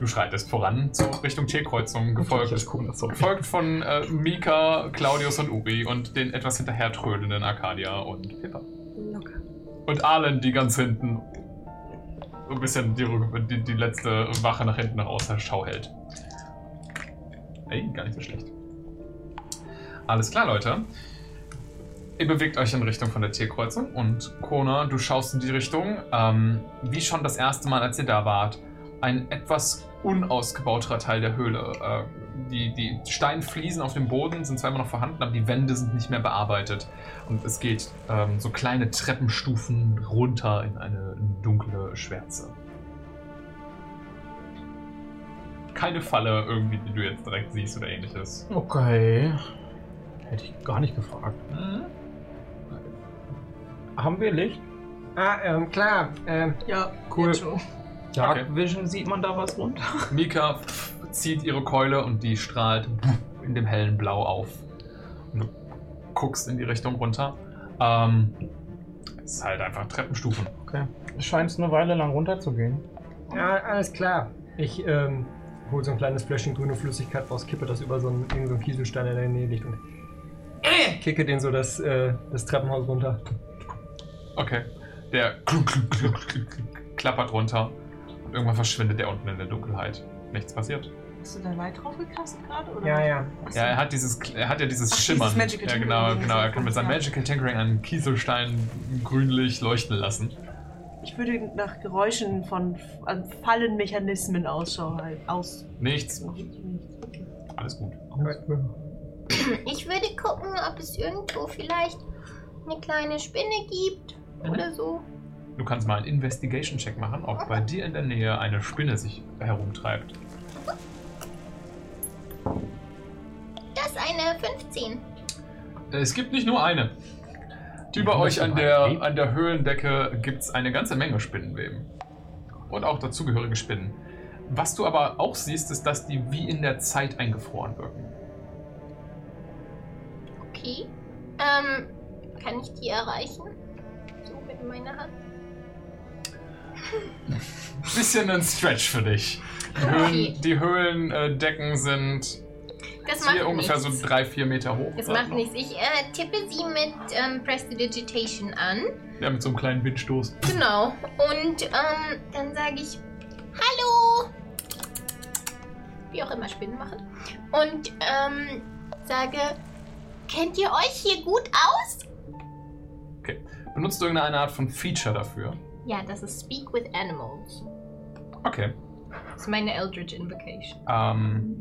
Du schreitest voran zur Richtung T-Kreuzung, gefolgt,
Natürlich ist Cola, sorry.
gefolgt von äh, Mika, Claudius und Uri und den etwas hinterher trödelnden Arcadia und Pippa.
Locker.
Und Arlen, die ganz hinten so ein bisschen die, Rück- die, die letzte Wache nach hinten nach außer Schau hält. Ey, gar nicht so schlecht. Alles klar, Leute. Ihr bewegt euch in Richtung von der Tierkreuzung und Kona, du schaust in die Richtung. Ähm, wie schon das erste Mal, als ihr da wart, ein etwas unausgebauterer Teil der Höhle. Äh, die, die Steinfliesen auf dem Boden sind zwar immer noch vorhanden, aber die Wände sind nicht mehr bearbeitet. Und es geht ähm, so kleine Treppenstufen runter in eine dunkle Schwärze. Keine Falle irgendwie, die du jetzt direkt siehst oder ähnliches.
Okay. Hätte ich gar nicht gefragt.
Mhm.
Haben wir Licht?
Ah, ähm, klar. Ähm,
Ja,
Cool.
jetzt schon.
Dark
Okay.
Vision sieht man da was runter?
Mika zieht ihre Keule und die strahlt in dem hellen Blau auf. Und du guckst in die Richtung runter. Ähm, es ist halt einfach Treppenstufen.
Okay. Scheint es eine Weile lang runterzugehen.
ja, alles klar.
Ich ähm, hole so ein kleines Fläschchen grüne Flüssigkeit raus, kippe das über so einen, irgend so einen Kieselstein, der in der Nähe liegt und kicke den so das, äh, das Treppenhaus runter.
Okay. Der klunk, klunk, klunk, klunk, klunk, klappert runter. Und irgendwann verschwindet er unten in der Dunkelheit. Nichts passiert.
Hast du da Light drauf gekastet gerade? oder?
Ja, ja.
Achso.
Ja, er hat dieses, er hat ja dieses
Ach, dieses
Schimmern.
Magical
ja,
Tinkering.
genau, genau. Er kann mit seinem
Ja.
Magical Tinkering einen Kieselstein grünlich leuchten lassen.
Ich würde nach Geräuschen von an Fallenmechanismen Ausschau halten. Aus.
Nichts. Alles gut.
Ich würde gucken, ob es irgendwo vielleicht eine kleine Spinne gibt
Mhm.
oder so.
Du kannst mal einen Investigation-Check machen, ob bei dir in der Nähe eine Spinne sich herumtreibt.
Das ist eine 15.
Es gibt nicht nur eine. Über
Wunderbar.
euch an der, an der Höhlendecke gibt es eine ganze Menge Spinnenweben. Und auch dazugehörige Spinnen. Was du aber auch siehst, ist, dass die wie in der Zeit eingefroren wirken.
Okay. Ähm, kann ich die erreichen? So mit meiner Hand.
Bisschen ein Stretch für dich. Die,
Okay.
Höhlen, die Höhlendecken sind
Das macht
hier ungefähr
nichts.
so drei, vier Meter hoch.
Das
Ja,
macht
noch.
nichts. Ich äh, tippe sie mit ähm, Prestidigitation an.
Ja, mit so einem kleinen Windstoß.
Genau. Und ähm, dann sage ich Hallo. Wie auch immer Spinnen machen. Und ähm, sage, kennt ihr euch hier gut aus?
Benutzt du irgendeine Art von Feature dafür?
Ja, das ist Speak with Animals.
Okay.
Das ist meine Eldritch Invocation.
Ähm.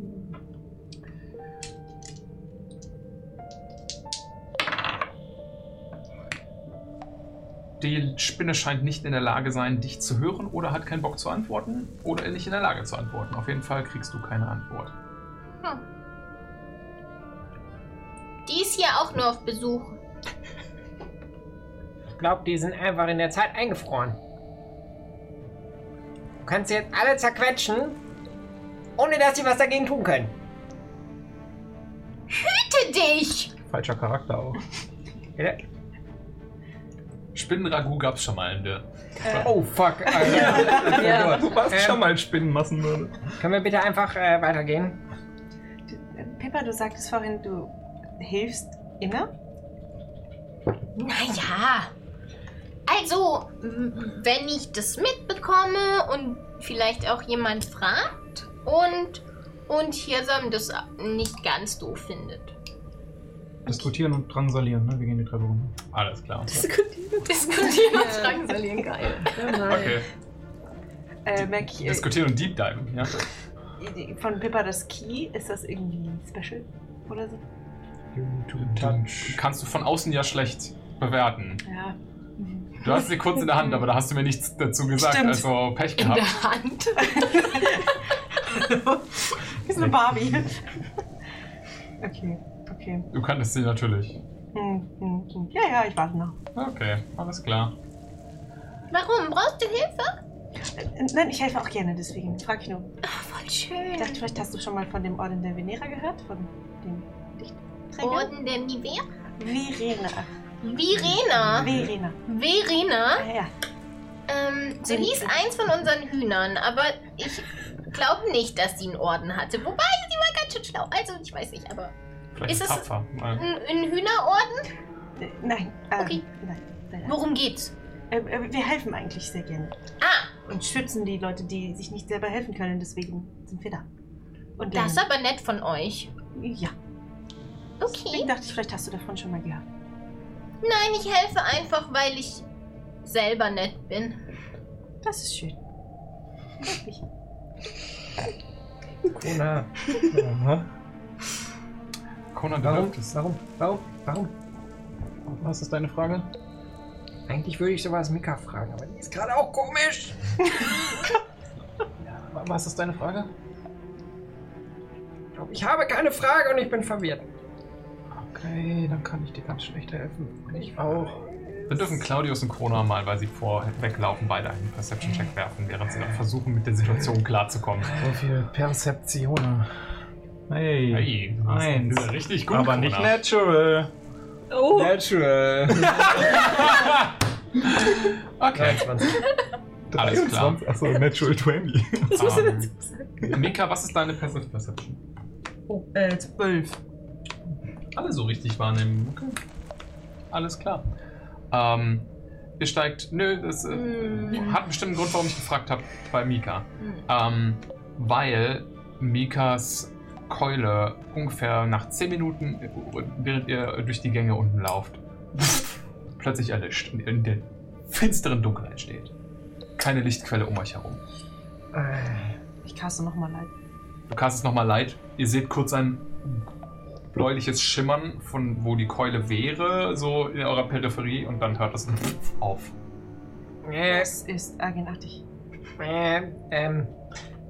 Die Spinne scheint nicht in der Lage sein, dich zu hören oder hat keinen Bock zu antworten oder nicht in der Lage zu antworten. Auf jeden Fall kriegst du keine Antwort.
Die ist hier auch nur auf Besuch.
Ich glaube, die sind einfach in der Zeit eingefroren. Du kannst sie jetzt alle zerquetschen, ohne dass sie was dagegen tun können.
Bitte dich!
Falscher Charakter auch.
Spinnenragout gab's schon mal in der.
Oh, fuck. Alter.
Ja.
Äh. Du warst
Ähm.
schon mal in Spinnenmassen, würde.
Können wir bitte einfach äh, weitergehen?
Peppa, du sagtest vorhin, du hilfst immer.
Naja. Also, m- wenn ich das mitbekomme und vielleicht auch jemand fragt und, und Hirsam das nicht ganz doof findet.
Diskutieren und drangsalieren, ne? Wir gehen die Treppe runter.
Alles klar.
Diskutieren und drangsalieren, geil.
Okay.
Äh, merke ich, äh,
Diskutieren und Deep Diven, ja.
von Pippa das Key, ist das irgendwie special oder so?
Kannst du von außen ja schlecht bewerten.
Ja.
Du hast sie kurz in der Hand, aber da hast du mir nichts dazu gesagt,
Stimmt.
also Pech
In
gehabt.
der Hand.
Wie so eine Barbie. okay, okay.
Du kanntest sie natürlich.
Hm, hm, hm. Ja, ja, ich warte noch.
Okay, alles klar.
Warum? Brauchst du Hilfe?
Äh, Nein, ich helfe auch gerne, deswegen frage ich nur.
Voll
Ich
schön.
dachte, vielleicht hast du schon mal von dem Orden der Venera gehört, von dem Dichtträger.
Orden der Nivea?
Verena.
Virena.
Verena.
Verena?
Ja, ja.
Ähm, so hieß eins von unseren Hühnern, aber ich glaube nicht, dass sie einen Orden hatte. Wobei, sie war ganz schön schlau. Also, ich weiß nicht, aber.
Vielleicht
Ist es-
tapfer.
Ein,
Mal.
ein Hühnerorden?
Äh, Nein. äh,
Okay.
Nein. nein, nein.
Worum geht's?
Äh, äh, Wir helfen eigentlich sehr gerne.
Ah,
und schützen die Leute, die sich nicht selber helfen können. Deswegen sind wir da. Und
das ist
dann-
aber nett von euch.
Ja.
Okay.
Deswegen dachte ich, vielleicht hast du davon schon mal gehört.
Nein, ich helfe einfach, weil ich selber nett bin.
Das ist schön. Wirklich.
Corona.
Conan, du
Warum?
dürftest.
Warum? Warum? Warum?
Was ist deine Frage?
Eigentlich würde ich sowas Mika fragen, aber die ist gerade auch komisch.
Wa- Was ist deine Frage?
Ich glaub, Ich habe keine Frage und ich bin verwirrt.
Okay, dann kann ich dir ganz schlecht helfen. Ich auch.
Wir dürfen Claudius und Krona mal, weil sie vorweglaufen, beide einen Perception-Check werfen, während sie noch versuchen, mit der Situation klarzukommen.
So viel Perzeption. Hey.
Hey, du hast-
Eins.
bist ja richtig gut.
Aber nicht
Krona.
natural.
Oh,
Natural.
Okay,
20.
alles klar.
Achso, natural 20.
Ähm, Mika, was ist deine Passive Perception?
Oh, äh, zwölf.
Alle so richtig wahrnehmen. Okay. Alles klar. Ähm, ihr steigt. Nö, das äh, hat bestimmt einen Grund, warum ich gefragt habe bei Mika. Ähm, weil Mikas Keule ungefähr nach 10 Minuten, äh, während ihr durch die Gänge unten lauft, plötzlich erlischt und ihr in der finsteren Dunkelheit steht. Keine Lichtquelle um euch herum.
Äh,
Ich caste nochmal leid.
Du kannst es nochmal leid. Ihr seht kurz ein bläuliches Schimmern, von wo die Keule wäre, so in eurer Peripherie, und dann hört es auf.
Äh,
Das ist eigenartig.
äh, ähm,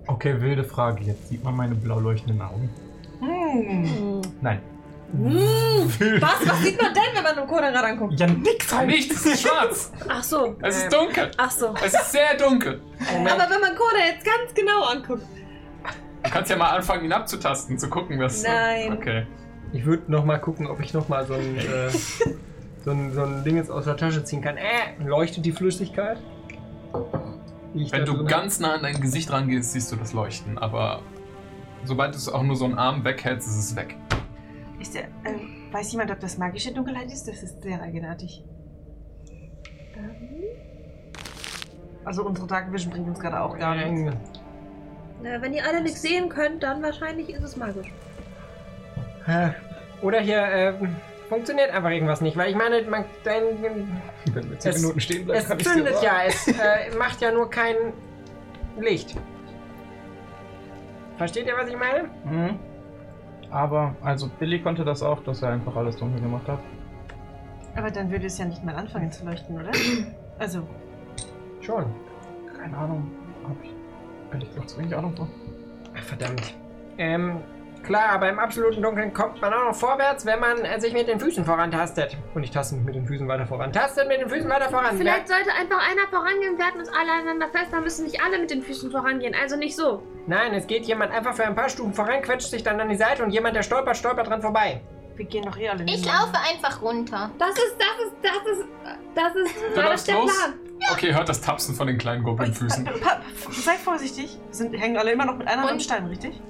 Okay, wilde Frage. Jetzt sieht man meine blau leuchtenden Augen.
Hm.
Nein.
Hm.
was? Was sieht man denn, wenn man nur Kodanrad anguckt?
Ja, nix halt.
Nichts, es ist schwarz.
Ach so.
Es ist dunkel.
Ach so.
Es ist sehr dunkel.
Aber wenn man Koda jetzt ganz genau anguckt.
Du kannst ja mal anfangen, ihn abzutasten, zu gucken, was.
Nein.
Okay.
Ich würde nochmal gucken, ob ich nochmal so ein, äh, so, ein, so ein Ding jetzt aus der Tasche ziehen kann. Äh, leuchtet die Flüssigkeit? Die ich
Wenn
da
du
drin
ganz nah an dein Gesicht rangehst, siehst du das Leuchten, aber sobald du es auch nur so einen Arm weghältst, ist es weg.
Ist der, ähm, weiß jemand, ob das magische Dunkelheit ist? Das ist sehr eigenartig. Also unsere Dark Vision bringt uns gerade auch gar nichts.
Nein.
Na, wenn ihr alle nichts sehen könnt, dann wahrscheinlich ist es magisch.
äh, oder hier, äh,
ähm,
funktioniert einfach irgendwas nicht, weil ich meine, man, dein,
Wenn wir 10
Es-
Minuten stehen bleiben,
es
kann ich
zündet ja, es äh, macht ja nur kein Licht. Versteht ihr, was ich meine?
Mhm. Aber, also Billy konnte das auch, dass er einfach alles dunkel gemacht hat.
Aber dann würde es ja nicht mal anfangen zu leuchten, oder? Also,
Schon.
Keine Ahnung. Hab ich ehrlich gesagt zu wenig Ahnung von.
Ach, verdammt. Ähm, klar, aber im absoluten Dunkeln kommt man auch noch vorwärts, wenn man äh, sich mit den Füßen vorantastet.
Und ich taste mich mit den Füßen weiter voran.
Tastet mit den Füßen weiter voran.
Vielleicht sollte einfach einer vorangehen. Wir hatten uns alle aneinander fest. Da müssen nicht alle mit den Füßen vorangehen. Also nicht so.
Nein, es geht jemand einfach für ein paar Stufen voran, quetscht sich dann an die Seite und jemand, der stolpert, stolpert dran vorbei.
wir gehen doch eh alle
Ich
nebeneinander.
laufe einfach runter.
Das ist, das ist, das ist, das ist, war
Du
das
läufst
der
los?
Plan.
Okay, hört das Tapsen von den kleinen Goblin-Füßen.
Pa- pa- Sei vorsichtig. Wir sind, hängen alle immer noch mit einer Hand am
Und-
Stein, richtig?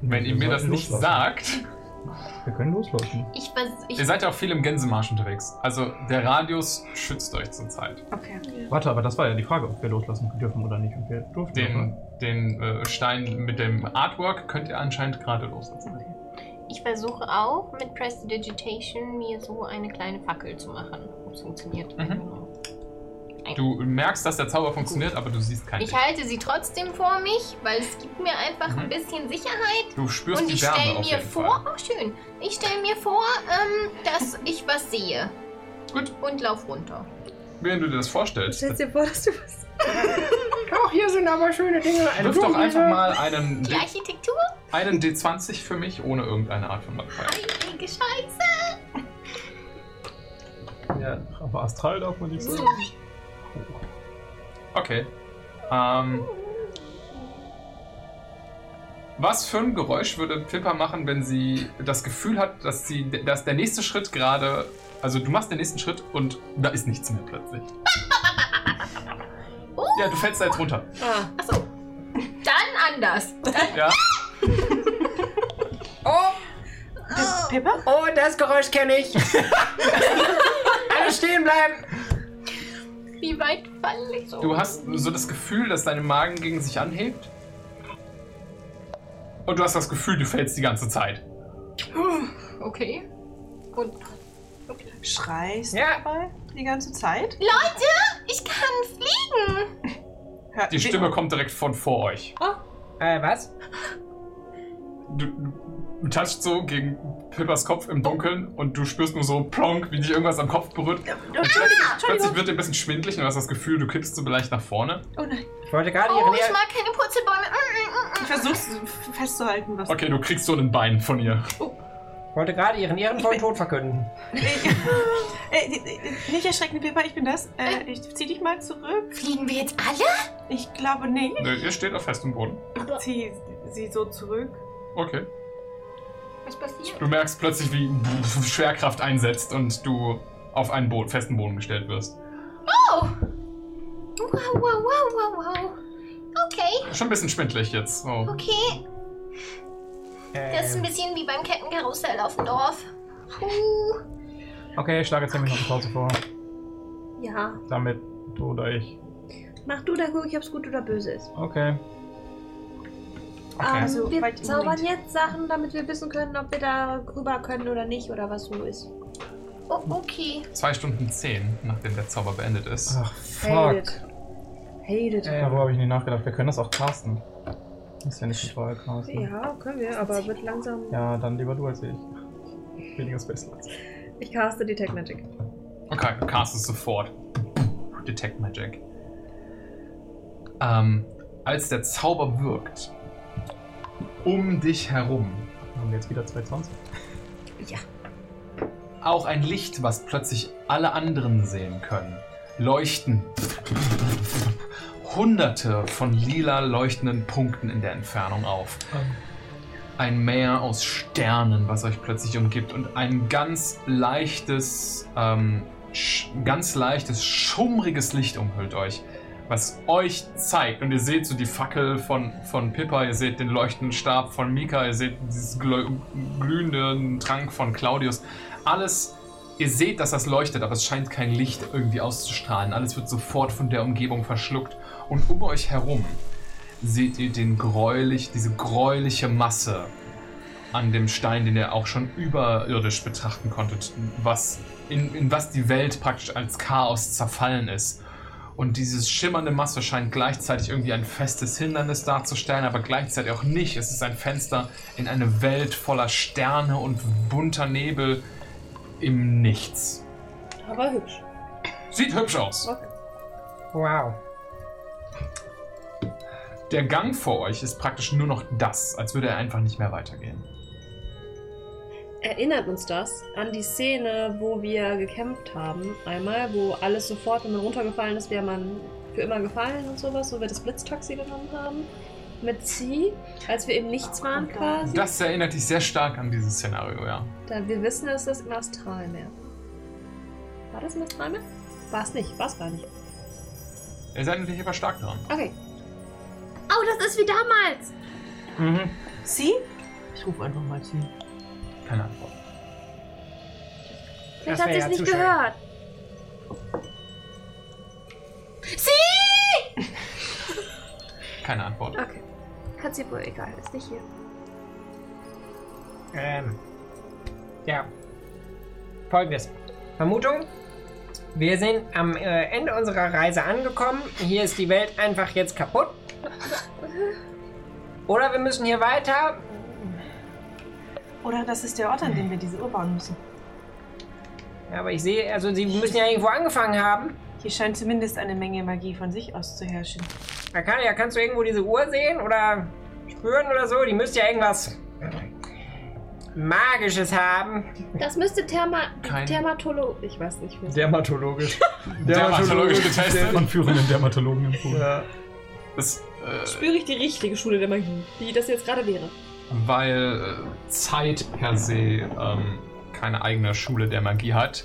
Wenn ihr mir das nicht sagt,
Wir können loslaufen.
Ich, vers- ich
Ihr seid ja auch viel im Gänsemarsch unterwegs. Also der Radius schützt euch zurzeit.
Okay.
Warte, aber das war ja die Frage, ob wir loslassen dürfen oder nicht. Und wir durften.
Den, den äh, Stein mit dem Artwork könnt ihr anscheinend gerade loslassen.
Ich versuche auch mit Prestidigitation mir so eine kleine Fackel zu machen. Es funktioniert.
Mhm. Du merkst, dass der Zauber funktioniert, aber du siehst keinen.
Ich halte sie trotzdem vor mich, weil es gibt mir einfach
Mhm.
ein bisschen Sicherheit.
Du spürst
halt- Und
die
ich
Wärme
stelle
auf
mir
jeden
vor, oh schön, ich stelle mir vor, ähm, dass ich was sehe.
Gut.
Und lauf runter.
Während du dir das vorstellst,
Stell dir vor, dass du was.
Doch, hier sind aber schöne Dinge.
wirf doch einfach mal einen,
Die
D
Architektur?
einen D20 für mich ohne irgendeine Art von Modifier.
Heilige Scheiße!
Ja, aber astral darf man nicht so.
Okay. Ähm, was für ein Geräusch würde Pippa machen, wenn sie das Gefühl hat, dass, sie, dass der nächste Schritt gerade. Also, du machst den nächsten Schritt und da ist nichts mehr plötzlich. Ja, du fällst da jetzt runter.
Ah,
Achso. Dann anders.
Ja.
Oh,
Pippa?
oh, das Geräusch kenne ich. Alle stehen bleiben.
Wie weit falle ich so?
Du hast so das Gefühl, dass deine Magen gegen sich anhebt. Und du hast das Gefühl, du fällst die ganze Zeit.
Okay. Und
Schreist
Ja.
dabei die ganze Zeit?
Leute, ich kann fliegen.
Hör-
Die Stimme kommt direkt von vor euch.
Äh, was?
Du, du touchst so gegen Pippas Kopf im Dunkeln und du spürst nur so plonk, wie dich irgendwas am Kopf berührt. Und
Oh,
plötzlich, plötzlich wird dir ein bisschen schwindelig und du hast das Gefühl, du kippst so leicht nach vorne.
Oh nein.
Ich wollte gerade
Oh,
ihre
ich
Nähe.
mag keine Purzelbäume. Mm, mm, mm,
Ich
mm.
versuch's festzuhalten, was.
Okay, du kriegst so ein Bein von ihr.
Ich wollte gerade ihren ehrenvollen Tod verkünden.
Ich, äh, äh, nicht erschrecken, Pippa, ich bin das. Äh, ich zieh dich mal zurück.
Fliegen wir jetzt alle?
Ich glaube nicht.
Nö, ihr steht auf festem Boden.
Ich zieh sie so zurück.
Okay.
Was passiert?
Du merkst plötzlich, wie Schwerkraft einsetzt und du auf einen Boden, festen Boden gestellt wirst.
Oh! Wow, wow, wow, wow, wow. Okay,
Schon ein bisschen schwindelig jetzt. So.
okay. Das ist ein
Ähm,
bisschen wie beim Kettenkarussell auf dem Dorf. Puh.
okay, ich schlage jetzt nämlich noch eine Pause vor.
Ja.
Damit du oder ich.
Mach du dann guck ich, ob's gut oder böse ist.
Okay.
Okay.
also, wir
weit im
zaubern
Moment.
jetzt Sachen, damit wir wissen können, ob wir da rüber können oder nicht oder was so ist.
Oh, okay.
Zwei Stunden zehn, nachdem der Zauber beendet ist.
Ach, fuck.
Hate it.
Äh.
Darüber
Ähm,
habe ich nicht nachgedacht. Wir können das auch casten. Ist ja nicht so teuer, casten.
Ja, können wir, aber wird langsam.
Ja, dann lieber du als ich. Weniger Spacelights.
ich caste Detect Magic.
Okay, du castest sofort. Detect Magic. Ähm, als der Zauber wirkt, um dich herum,
Haben wir jetzt wieder 220?
auch ein Licht, was plötzlich alle anderen sehen können, leuchten hunderte von lila leuchtenden Punkten in der Entfernung auf. Ein Meer aus Sternen, was euch plötzlich umgibt und ein ganz leichtes, ähm, sch ganz leichtes, schummriges Licht umhüllt euch, was euch zeigt. Und ihr seht so die Fackel von, von Pippa, ihr seht den leuchtenden Stab von Mika, ihr seht dieses glö- glühenden Trank von Claudius. Alles, ihr seht, dass das leuchtet, aber es scheint kein Licht irgendwie auszustrahlen. Alles wird sofort von der Umgebung verschluckt. Und um euch herum seht ihr den gräulich, diese gräuliche Masse an dem Stein, den ihr auch schon überirdisch betrachten konntet, was, in, in was die Welt praktisch als Chaos zerfallen ist. Und dieses schimmernde Masse scheint gleichzeitig irgendwie ein festes Hindernis darzustellen, aber gleichzeitig auch nicht. Es ist ein Fenster in eine Welt voller Sterne und bunter Nebel im Nichts.
Aber hübsch.
Sieht hübsch aus.
Wow.
Der Gang vor euch ist praktisch nur noch das, als würde er einfach nicht mehr weitergehen.
Erinnert uns das an die Szene, wo wir gekämpft haben, einmal, wo alles sofort, wenn man runtergefallen ist, wäre man für immer gefallen und sowas, wo wir das Blitztaxi genommen haben mit Sie, als wir im Nichts
Oh
waren quasi.
Das erinnert dich sehr stark an dieses Szenario, ja.
Da wir wissen, es ist im Astralmeer. War das im Astralmeer? War es nicht, war es gar nicht.
Ihr seid natürlich aber stark dran.
Okay.
Oh, das ist wie damals!
Sie? Ich rufe einfach mal zu.
keine Antwort.
Vielleicht
Das
hat
wär
sie es
ja zu
nicht
schön.
gehört.
Sie!
Keine Antwort.
Okay. Hat sie wohl egal, ist nicht hier.
Ähm. Ja. Folgendes. Vermutung. Wir sind am äh, Ende unserer Reise angekommen. Hier ist die Welt einfach jetzt kaputt. Oder wir müssen hier weiter.
Oder das ist der Ort, an dem wir diese Uhr bauen müssen.
Aber ich sehe, also sie müssen ja irgendwo angefangen haben.
Hier scheint zumindest eine Menge Magie von sich aus zu herrschen.
Arcadia, kannst du irgendwo diese Uhr sehen oder spüren oder so? Die müsste ja irgendwas Magisches haben.
Das müsste Therma
Kein-
Thermatolo. Ich weiß nicht, wie
Dermatologisch.
also Dermatologisch getestet.
Von führenden Dermatologen im Pool.
Ja.
Das, äh,
Spüre ich die richtige Schule der Magie, die das jetzt gerade wäre.
weil äh, Zeit per se ähm, keine eigene Schule der Magie hat.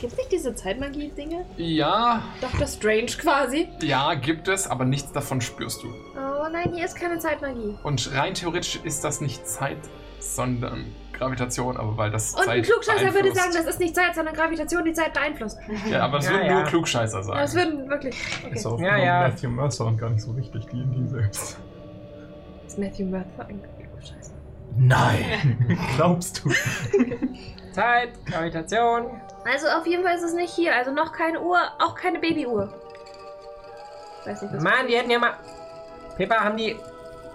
Gibt's nicht diese Zeitmagie-Dinge?
Ja,
Dr. Strange quasi.
ja, gibt es, aber nichts davon spürst du.
Oh nein, hier ist keine Zeitmagie.
Und rein theoretisch ist das nicht Zeit, sondern Gravitation, aber weil das
Und
Zeit
ein Klugscheißer würde
beeinflusst.
sagen, das ist nicht Zeit, sondern Gravitation die Zeit beeinflusst.
Ja, aber es
Ja,
würden
ja.
nur Klugscheißer sagen.
Das würden wirklich. Okay.
Ist auch
Ja,
ja,
ja.
Matthew Mercer und gar nicht so wichtig, die in die selbst.
Ist Matthew Murphy ein Scheiße.
Nein! Glaubst du?
Zeit, Gravitation.
Also auf jeden Fall ist es nicht hier. Also noch keine Uhr, auch keine Babyuhr. Weiß nicht, was.
Mann, die hätten ja mal. Pippa, haben die.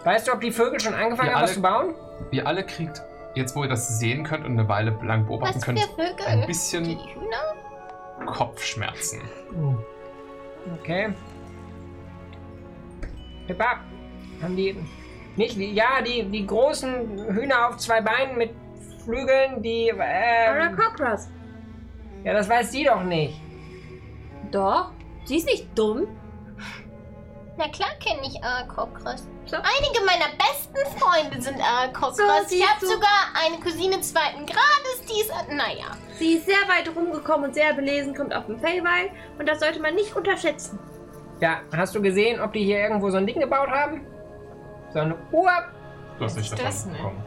Weißt du, ob die Vögel schon angefangen
Wir
haben, was
alle-
zu bauen?
Ihr alle kriegt, jetzt wo ihr das sehen könnt und eine Weile lang beobachten
Was für
könnt,
Vögel?
ein bisschen
Die Hühner?
Kopfschmerzen.
Okay. Pippa, haben die. Nicht die. Ja, die, die großen Hühner auf zwei Beinen mit Flügeln, die.
Ara
Ähm,
Cockroach.
ja, das weiß die doch nicht.
Doch. Sie ist nicht dumm.
Na klar kenne ich Arakokras. Einige meiner besten Freunde sind Arakokras.
So,
ich
siehst
habe
du.
sogar eine Cousine zweiten Grades, die ist, naja.
Sie ist sehr weit rumgekommen und sehr belesen, kommt auf dem Feywild und das sollte man nicht unterschätzen.
Ja, hast du gesehen, ob die hier irgendwo so ein Ding gebaut haben? So eine Uhr?
Du hast nicht
ist das
davon
denn?
bekommen.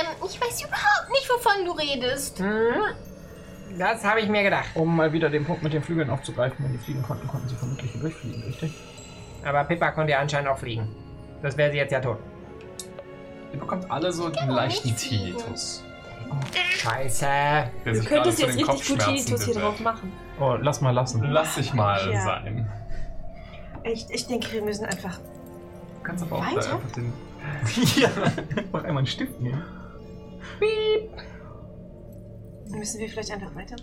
Ähm, ich weiß überhaupt nicht, wovon du redest.
Hm? Das habe ich mir gedacht.
Um mal wieder den Punkt mit den Flügeln aufzugreifen, wenn die fliegen konnten, konnten sie vermutlich hier durchfliegen, richtig?
Aber Pippa konnte ja anscheinend auch fliegen. Das wäre sie jetzt ja tot.
Ihr bekommt alle so einen leichten Tinnitus.
Scheiße.
Der
Du
sich
könntest
gerade
jetzt
zu den
richtig gut
Kopfschmerzen
Tinnitus hier
bewegt.
drauf machen.
Oh, lass mal lassen.
Lass ich mal
Ja.
sein.
Ich, ich denke, wir müssen einfach.
Du kannst aber auch da
Weiter?
einfach den.
ja, mach einmal einen Stift nehmen.
Müssen wir vielleicht einfach weiter?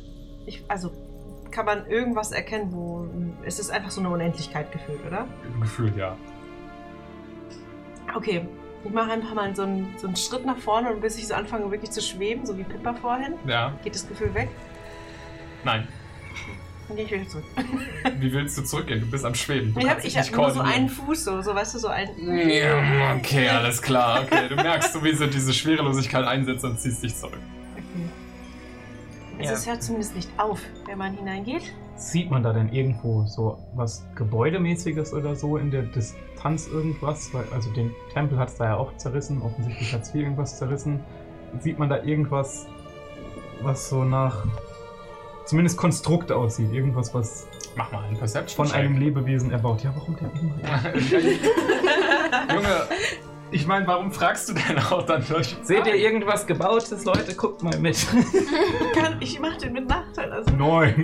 Ich, also, kann man irgendwas erkennen, wo. Es ist einfach so eine Unendlichkeit gefühlt, oder?
Gefühl, ja.
Okay. Ich mache einfach mal so einen, so einen Schritt nach vorne und bis ich so anfange, wirklich zu schweben, so wie Pippa vorhin,
Ja,
geht das Gefühl weg.
nein.
Dann gehe ich wieder zurück.
Wie willst du zurückgehen? Du bist am Schweben. Du
Ich habe
kannst dich
ich hab
nicht
nur so einen
koordinieren.
Fuß, so, so weißt du, so einen.
Ja, Okay, alles klar. Okay, du merkst sowieso diese Schwerelosigkeit einsetzt und ziehst dich zurück.
Also,
Ja.
es hört zumindest nicht auf, wenn man hineingeht.
Sieht man da denn irgendwo so was Gebäudemäßiges oder so in der Distanz irgendwas? Weil, also den Tempel hat es da ja auch zerrissen, offensichtlich hat es hier irgendwas zerrissen. Sieht man da irgendwas, was so nach zumindest Konstrukt aussieht? Irgendwas, was
Mach mal einen Perception.
von einem Lebewesen erbaut. Ja, warum denn immer?
Junge, ich meine, warum fragst du denn auch dann durch?
Seht ihr irgendwas Gebautes, Leute? Guckt mal mit.
Kann, ich mache den mit Nachteil. Also,
Neun.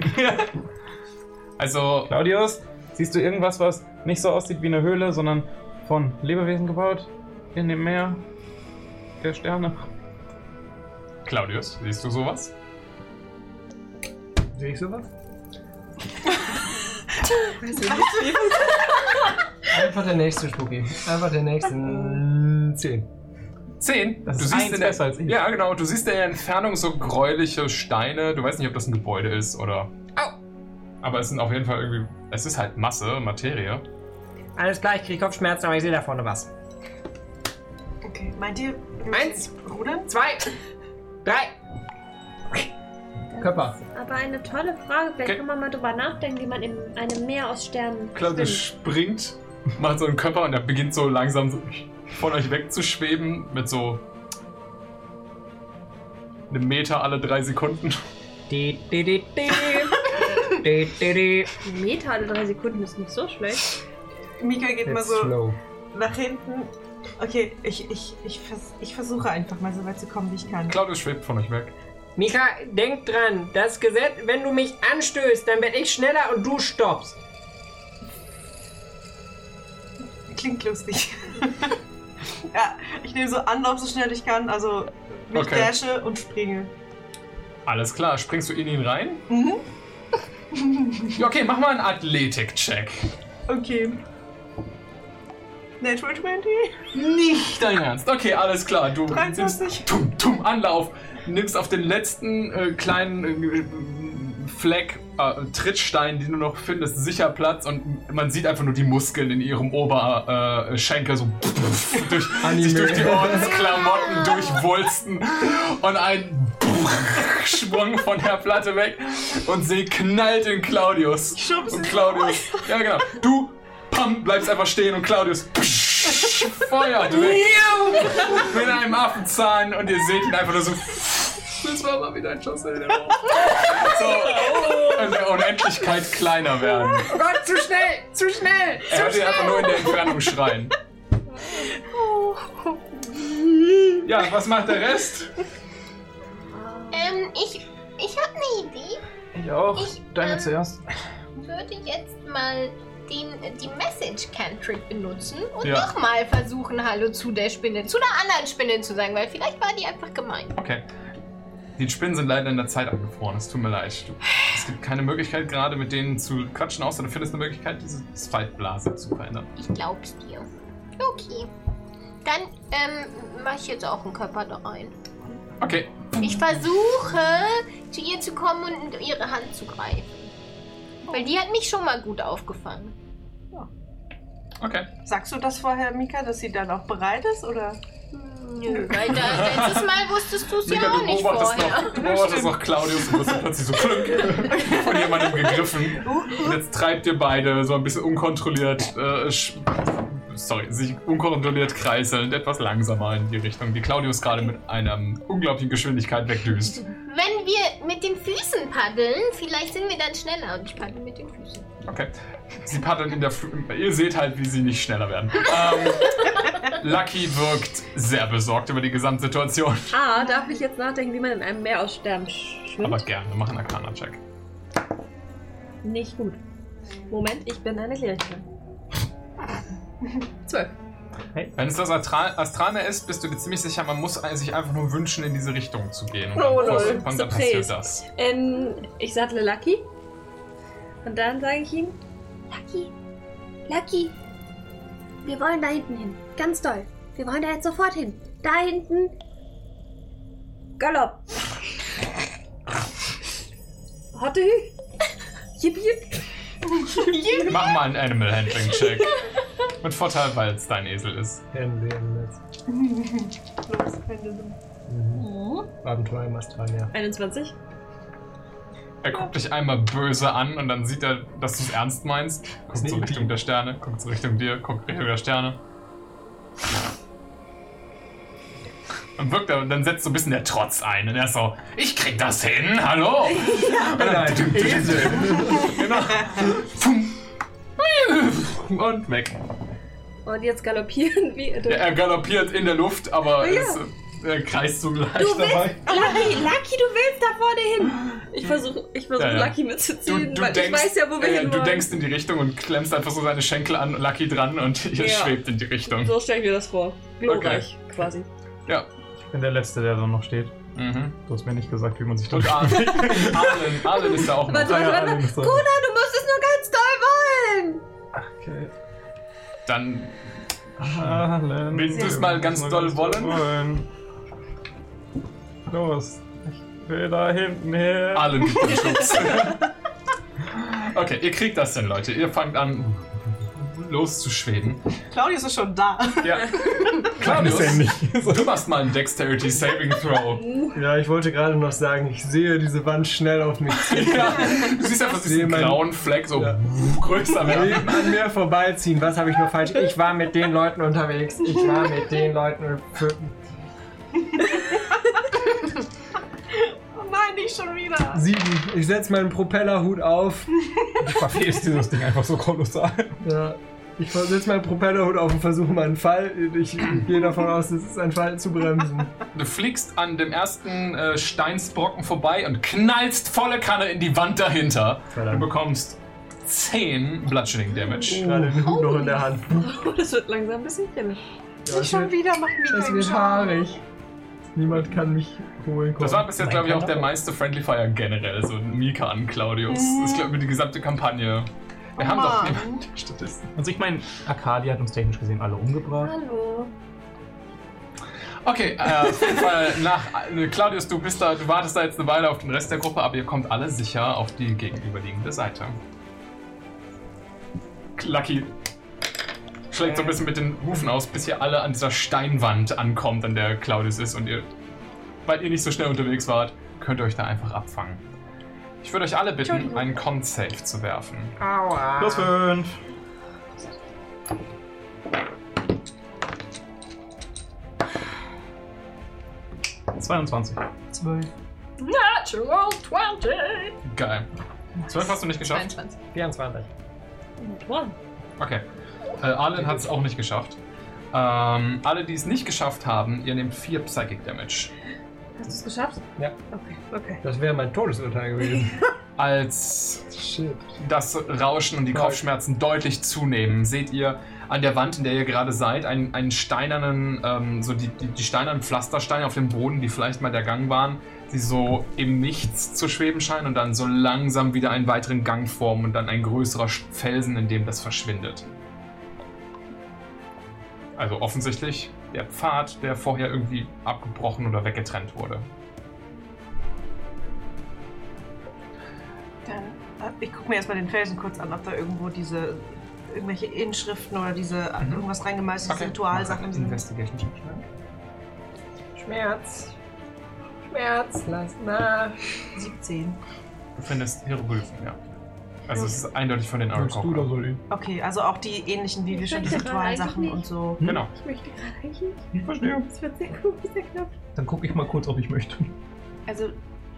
Also,
Claudius, siehst du irgendwas, was nicht so aussieht wie eine Höhle, sondern von Lebewesen gebaut? In dem Meer? Der Sterne?
Claudius, siehst du sowas?
Sehe ich sowas?
Einfach der nächste Spooky. Einfach der nächste. Zehn.
Zehn.
Das
du
ist
siehst
eins
in der,
besser als ich.
Ja, genau. Du siehst in der Entfernung so gräuliche Steine. Du weißt nicht, ob das ein Gebäude ist oder.
Au.
Aber es sind auf jeden Fall irgendwie. Es ist halt Masse, Materie.
Alles klar, ich kriege Kopfschmerzen, aber ich sehe da vorne was.
okay. Meint ihr. wir müssen
Eins.
Rudern?
Zwei, drei.
Körper.
Aber eine tolle Frage, vielleicht
Okay.
kann man mal drüber nachdenken, wie man in einem Meer aus Sternen.
Claudius springt, macht so einen Körper und er beginnt so langsam so von euch wegzuschweben mit so einem Meter alle drei Sekunden.
Die, die, die, die. die, die, die.
Ein Meter alle drei Sekunden ist nicht so schlecht.
Mika geht mal
It's
so
slow.
nach hinten. Okay, ich, ich, ich, vers ich versuche einfach mal so weit zu kommen, wie ich kann.
Claudius schwebt von euch weg.
Mika, denk dran, das Gesetz, wenn du mich anstößt, dann werde ich schneller und du stoppst.
Klingt lustig. ja, ich nehme so Anlauf, so schnell ich kann. Also mich
Okay.
dashe und springe.
Alles klar, springst du in ihn rein? Ja, okay, mach mal einen Athletik-Check.
Okay. Natural 20?
Nicht dein Ernst. Okay, alles klar. Du
23.
nimmst tum, tum, Anlauf, nimmst auf den letzten äh, kleinen äh, Fleck, äh, Trittstein, den du noch findest, sicher Platz und man sieht einfach nur die Muskeln in ihrem Oberschenkel äh, Schenkel so durch, sich durch die Ordensklamotten durchwulsten und ein Sprung von der Platte weg und sie knallt in Claudius. und Claudius, ja genau, du pam, bleibst einfach stehen und Claudius feuert weg mit einem Affenzahn und ihr seht ihn einfach nur so. Das war mal wieder ein Schuss in den Raum. So, in der Unendlichkeit kleiner werden.
Oh Gott, zu schnell, zu schnell, zu
Er hört ihn
schnell.
einfach nur in der Entfernung schreien. Ja, was macht der Rest?
Ähm, ich, ich habe eine Idee.
Ich auch.
Ich,
Deine
ähm,
zuerst.
Würde jetzt mal den, die Message Cantrip benutzen und
Ja.
nochmal versuchen, Hallo zu der Spinne, zu der anderen Spinne zu sagen, weil vielleicht war die einfach gemein.
Okay. Die Spinnen sind leider in der Zeit abgefroren, es tut mir leid. Du, es gibt keine Möglichkeit, gerade mit denen zu quatschen, außer du findest eine Möglichkeit, diese Spaltblase zu verändern.
Ich glaub's dir. Okay. Dann ähm, mach ich jetzt auch einen Körper da rein.
Okay.
Ich versuche, zu ihr zu kommen und in ihre Hand zu greifen. Weil die hat mich schon mal gut aufgefangen.
Okay.
Sagst du das vorher, Mika, dass sie dann auch bereit ist? Oder?
Nö, weil da, letztes Mal wusstest du es ja
Mika,
auch
du
nicht
beobachtest
vorher.
noch, du beobachtest noch Claudius und wirst dann plötzlich so klunk von jemandem gegriffen. Und jetzt treibt ihr beide so ein bisschen unkontrolliert, äh, sch- sorry, sich unkontrolliert kreiselnd etwas langsamer in die Richtung, die Claudius gerade mit einer unglaublichen Geschwindigkeit wegdüst.
Wenn wir mit den Füßen paddeln, vielleicht sind wir dann schneller und ich paddel mit den Füßen.
Okay. Sie paddeln in der Fl Ihr seht halt, wie sie nicht schneller werden. Ähm, Lucky wirkt sehr besorgt über die Gesamtsituation.
Ah, darf ich jetzt nachdenken, wie man in einem Meer aus Sternen schwimmt?
Aber gerne, mach einen Arcana-Check.
Nicht gut. Moment, ich bin eine Lehrerin. Zwölf.
Wenn es das Astral Astrane ist, bist du dir ziemlich sicher, man muss sich einfach nur wünschen, in diese Richtung zu gehen. Und
Oh,
dann,
lol.
und dann passiert
Surprise.
das.
Ähm, ich sattle Lucky. Und dann sage ich ihm,
Lucky, Lucky, wir wollen da hinten hin. Ganz doll. Wir wollen da jetzt sofort hin. Da hinten. Galopp.
Hotte, yippie,
Mach mal einen Animal Handling Check. Mit Vorteil, weil es dein Esel ist.
Los, Pendulum.
Hm,
Abenteuer im Astralmeer.
21.
Er guckt dich einmal böse an und dann sieht er, dass du es ernst meinst. Guckt so Richtung der Sterne, guckt so Richtung dir, guckt Richtung der Sterne. Und wirkt er, und dann setzt so ein bisschen der Trotz ein. Und er ist so, ich krieg das hin, hallo? Und dann- Genau. Pum. Und weg.
Und jetzt galoppieren wir.
Ja, er galoppiert in der Luft, aber
Ja.
es, äh, er kreist so leicht
Du
dabei.
Oh, Lucky, Lucky, du willst da vorne hin. Ich versuche ich versuch,
Ja, ja.
Lucky mitzuziehen,
Du
weil ich weiß ja, wo wir
äh,
hin
Du
wollen.
denkst in die Richtung und klemmst einfach so seine Schenkel an, Lucky dran und ihr
Ja.
schwebt in die Richtung.
so stelle ich mir das vor. Glorreich, quasi.
Ja.
Ich bin der Letzte, der da noch steht.
Mhm.
Du hast mir nicht gesagt, wie man sich
Und Arlen, Arlen, Arlen ist da auch
Aber
noch.
du, warte, warte, warte. Kuna, du musst es nur ganz doll wollen.
Okay.
Dann
Allen.
Willst du's mal ganz doll wollen?
Los. Ich will da hinten her.
Arlen gibt den Schubs. okay, ihr kriegt das denn, Leute. Ihr fangt an loszuschweben.
Claudius ist schon da.
Ja. Claudius, du machst mal einen Dexterity Saving Throw.
Ja, ich wollte gerade noch sagen, ich sehe diese Wand schnell auf mich zu.
Ja, du siehst einfach diesen
mein-
grauen Fleck so größer
Leben
werden.
an mir vorbeiziehen, was habe ich noch falsch? Ich war mit den Leuten unterwegs, ich war mit den Leuten. Für,
Oh nicht schon wieder.
Sieben. Ich setze meinen Propellerhut auf.
Du verfehlst dieses Ding einfach so kolossal.
Ja. Ich setze meinen Propellerhut auf und versuche meinen Fall. Ich gehe davon aus, es ist ein Fall zu bremsen.
Du fliegst an dem ersten äh, Steinsbrocken vorbei und knallst volle Kanne in die Wand dahinter. Du bekommst 10 Bludgeoning Damage.
Gerade den Hut noch in der Hand.
Oh, das wird langsam ein bisschen chillig.
Ja, es wird,
wieder macht mir
es wird haarig. Niemand kann mich holen. Komm.
Das war bis jetzt, glaube ich, auch der meiste Friendly Fire generell. So Mika an Claudius. Das ist, glaube ich, die gesamte Kampagne. Wir haben doch
Mann.
niemanden Statisten.
Also ich meine, Arcadia hat uns technisch gesehen alle umgebracht.
Hallo.
Okay, äh, auf jeden Fall nach äh, Claudius, du bist da, du wartest da jetzt eine Weile auf den Rest der Gruppe, aber ihr kommt alle sicher auf die gegenüberliegende Seite. Lucky schlägt so ein bisschen mit den Hufen aus, bis ihr alle an dieser Steinwand ankommt, an der Claudius ist und ihr, weil ihr nicht so schnell unterwegs wart, könnt ihr euch da einfach abfangen. Ich würde euch alle bitten,
Entschuldigung.
einen Con-Save zu werfen.
Aua.
Plus 5. Zweiundzwanzig.
Zwölf.
Natural 20!
Geil. Zwölf hast du nicht geschafft?
22.
24.
Okay. Äh, Arlen hat es auch nicht geschafft. Ähm, alle, die es nicht geschafft haben, ihr nehmt 4 Psychic Damage.
Hast du es geschafft?
Ja.
Okay, okay.
Das wäre mein Todesurteil gewesen.
Als
Shit.
das Rauschen und die Kopfschmerzen deutlich zunehmen, seht ihr an der Wand, in der ihr gerade seid, einen, einen steinernen, ähm, so die, die, die steinernen Pflastersteine auf dem Boden, die vielleicht mal der Gang waren, die so im Nichts zu schweben scheinen und dann so langsam wieder einen weiteren Gang formen und dann ein größerer Sch- Felsen, in dem das verschwindet. Also offensichtlich der Pfad, der vorher irgendwie abgebrochen oder weggetrennt wurde.
Dann, äh, ich gucke mir erstmal den Felsen kurz an, ob da irgendwo diese irgendwelche Inschriften oder diese
Mhm.
irgendwas reingemeißelte Ritualsachen sind.
Investigation Check.
Schmerz. Schmerz, lass nach.
17.
Du findest Hieroglyphen, ja. Also es ist eindeutig von den
Willst du oder
Arakoka.
soll ich?
Okay, also auch die ähnlichen, wie wir schon diese
möchte gerade
Ritualsachen
eigentlich
und so.
Hm?
Genau.
Ich möchte gerade eigentlich.
Ich verstehe.
Das wird sehr cool, sehr knapp.
Dann gucke ich mal kurz, ob ich möchte.
Also,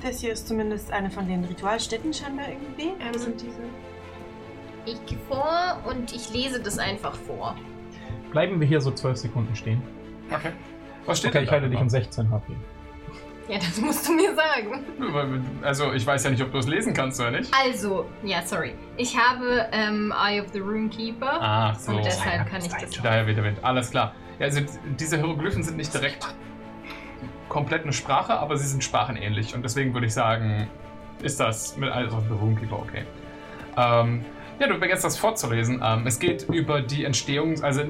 das hier ist zumindest eine von den Ritualstätten scheinbar irgendwie.
Ähm,
sind diese?
Ich gehe vor und ich lese das einfach vor.
Bleiben wir hier so 12 Sekunden stehen.
Okay. Was steht
Okay,
denn
ich
da
halte dich
drauf?
um 16 HP.
Ja, das musst du mir sagen.
Weil- Also ich weiß ja nicht, ob du es lesen kannst oder nicht.
Also, ja, sorry. Ich habe ähm, Eye of the Roomkeeper.
Ah, so.
Und deshalb kann ich das.
Daher wieder Wind. Alles klar. Ja, also diese Hieroglyphen sind nicht direkt komplett eine Sprache, aber sie sind sprachenähnlich. Und deswegen würde ich sagen, ist das mit also Roomkeeper okay. Ähm, ja, du beginnst das vorzulesen. Ähm, es geht über die Entstehung, also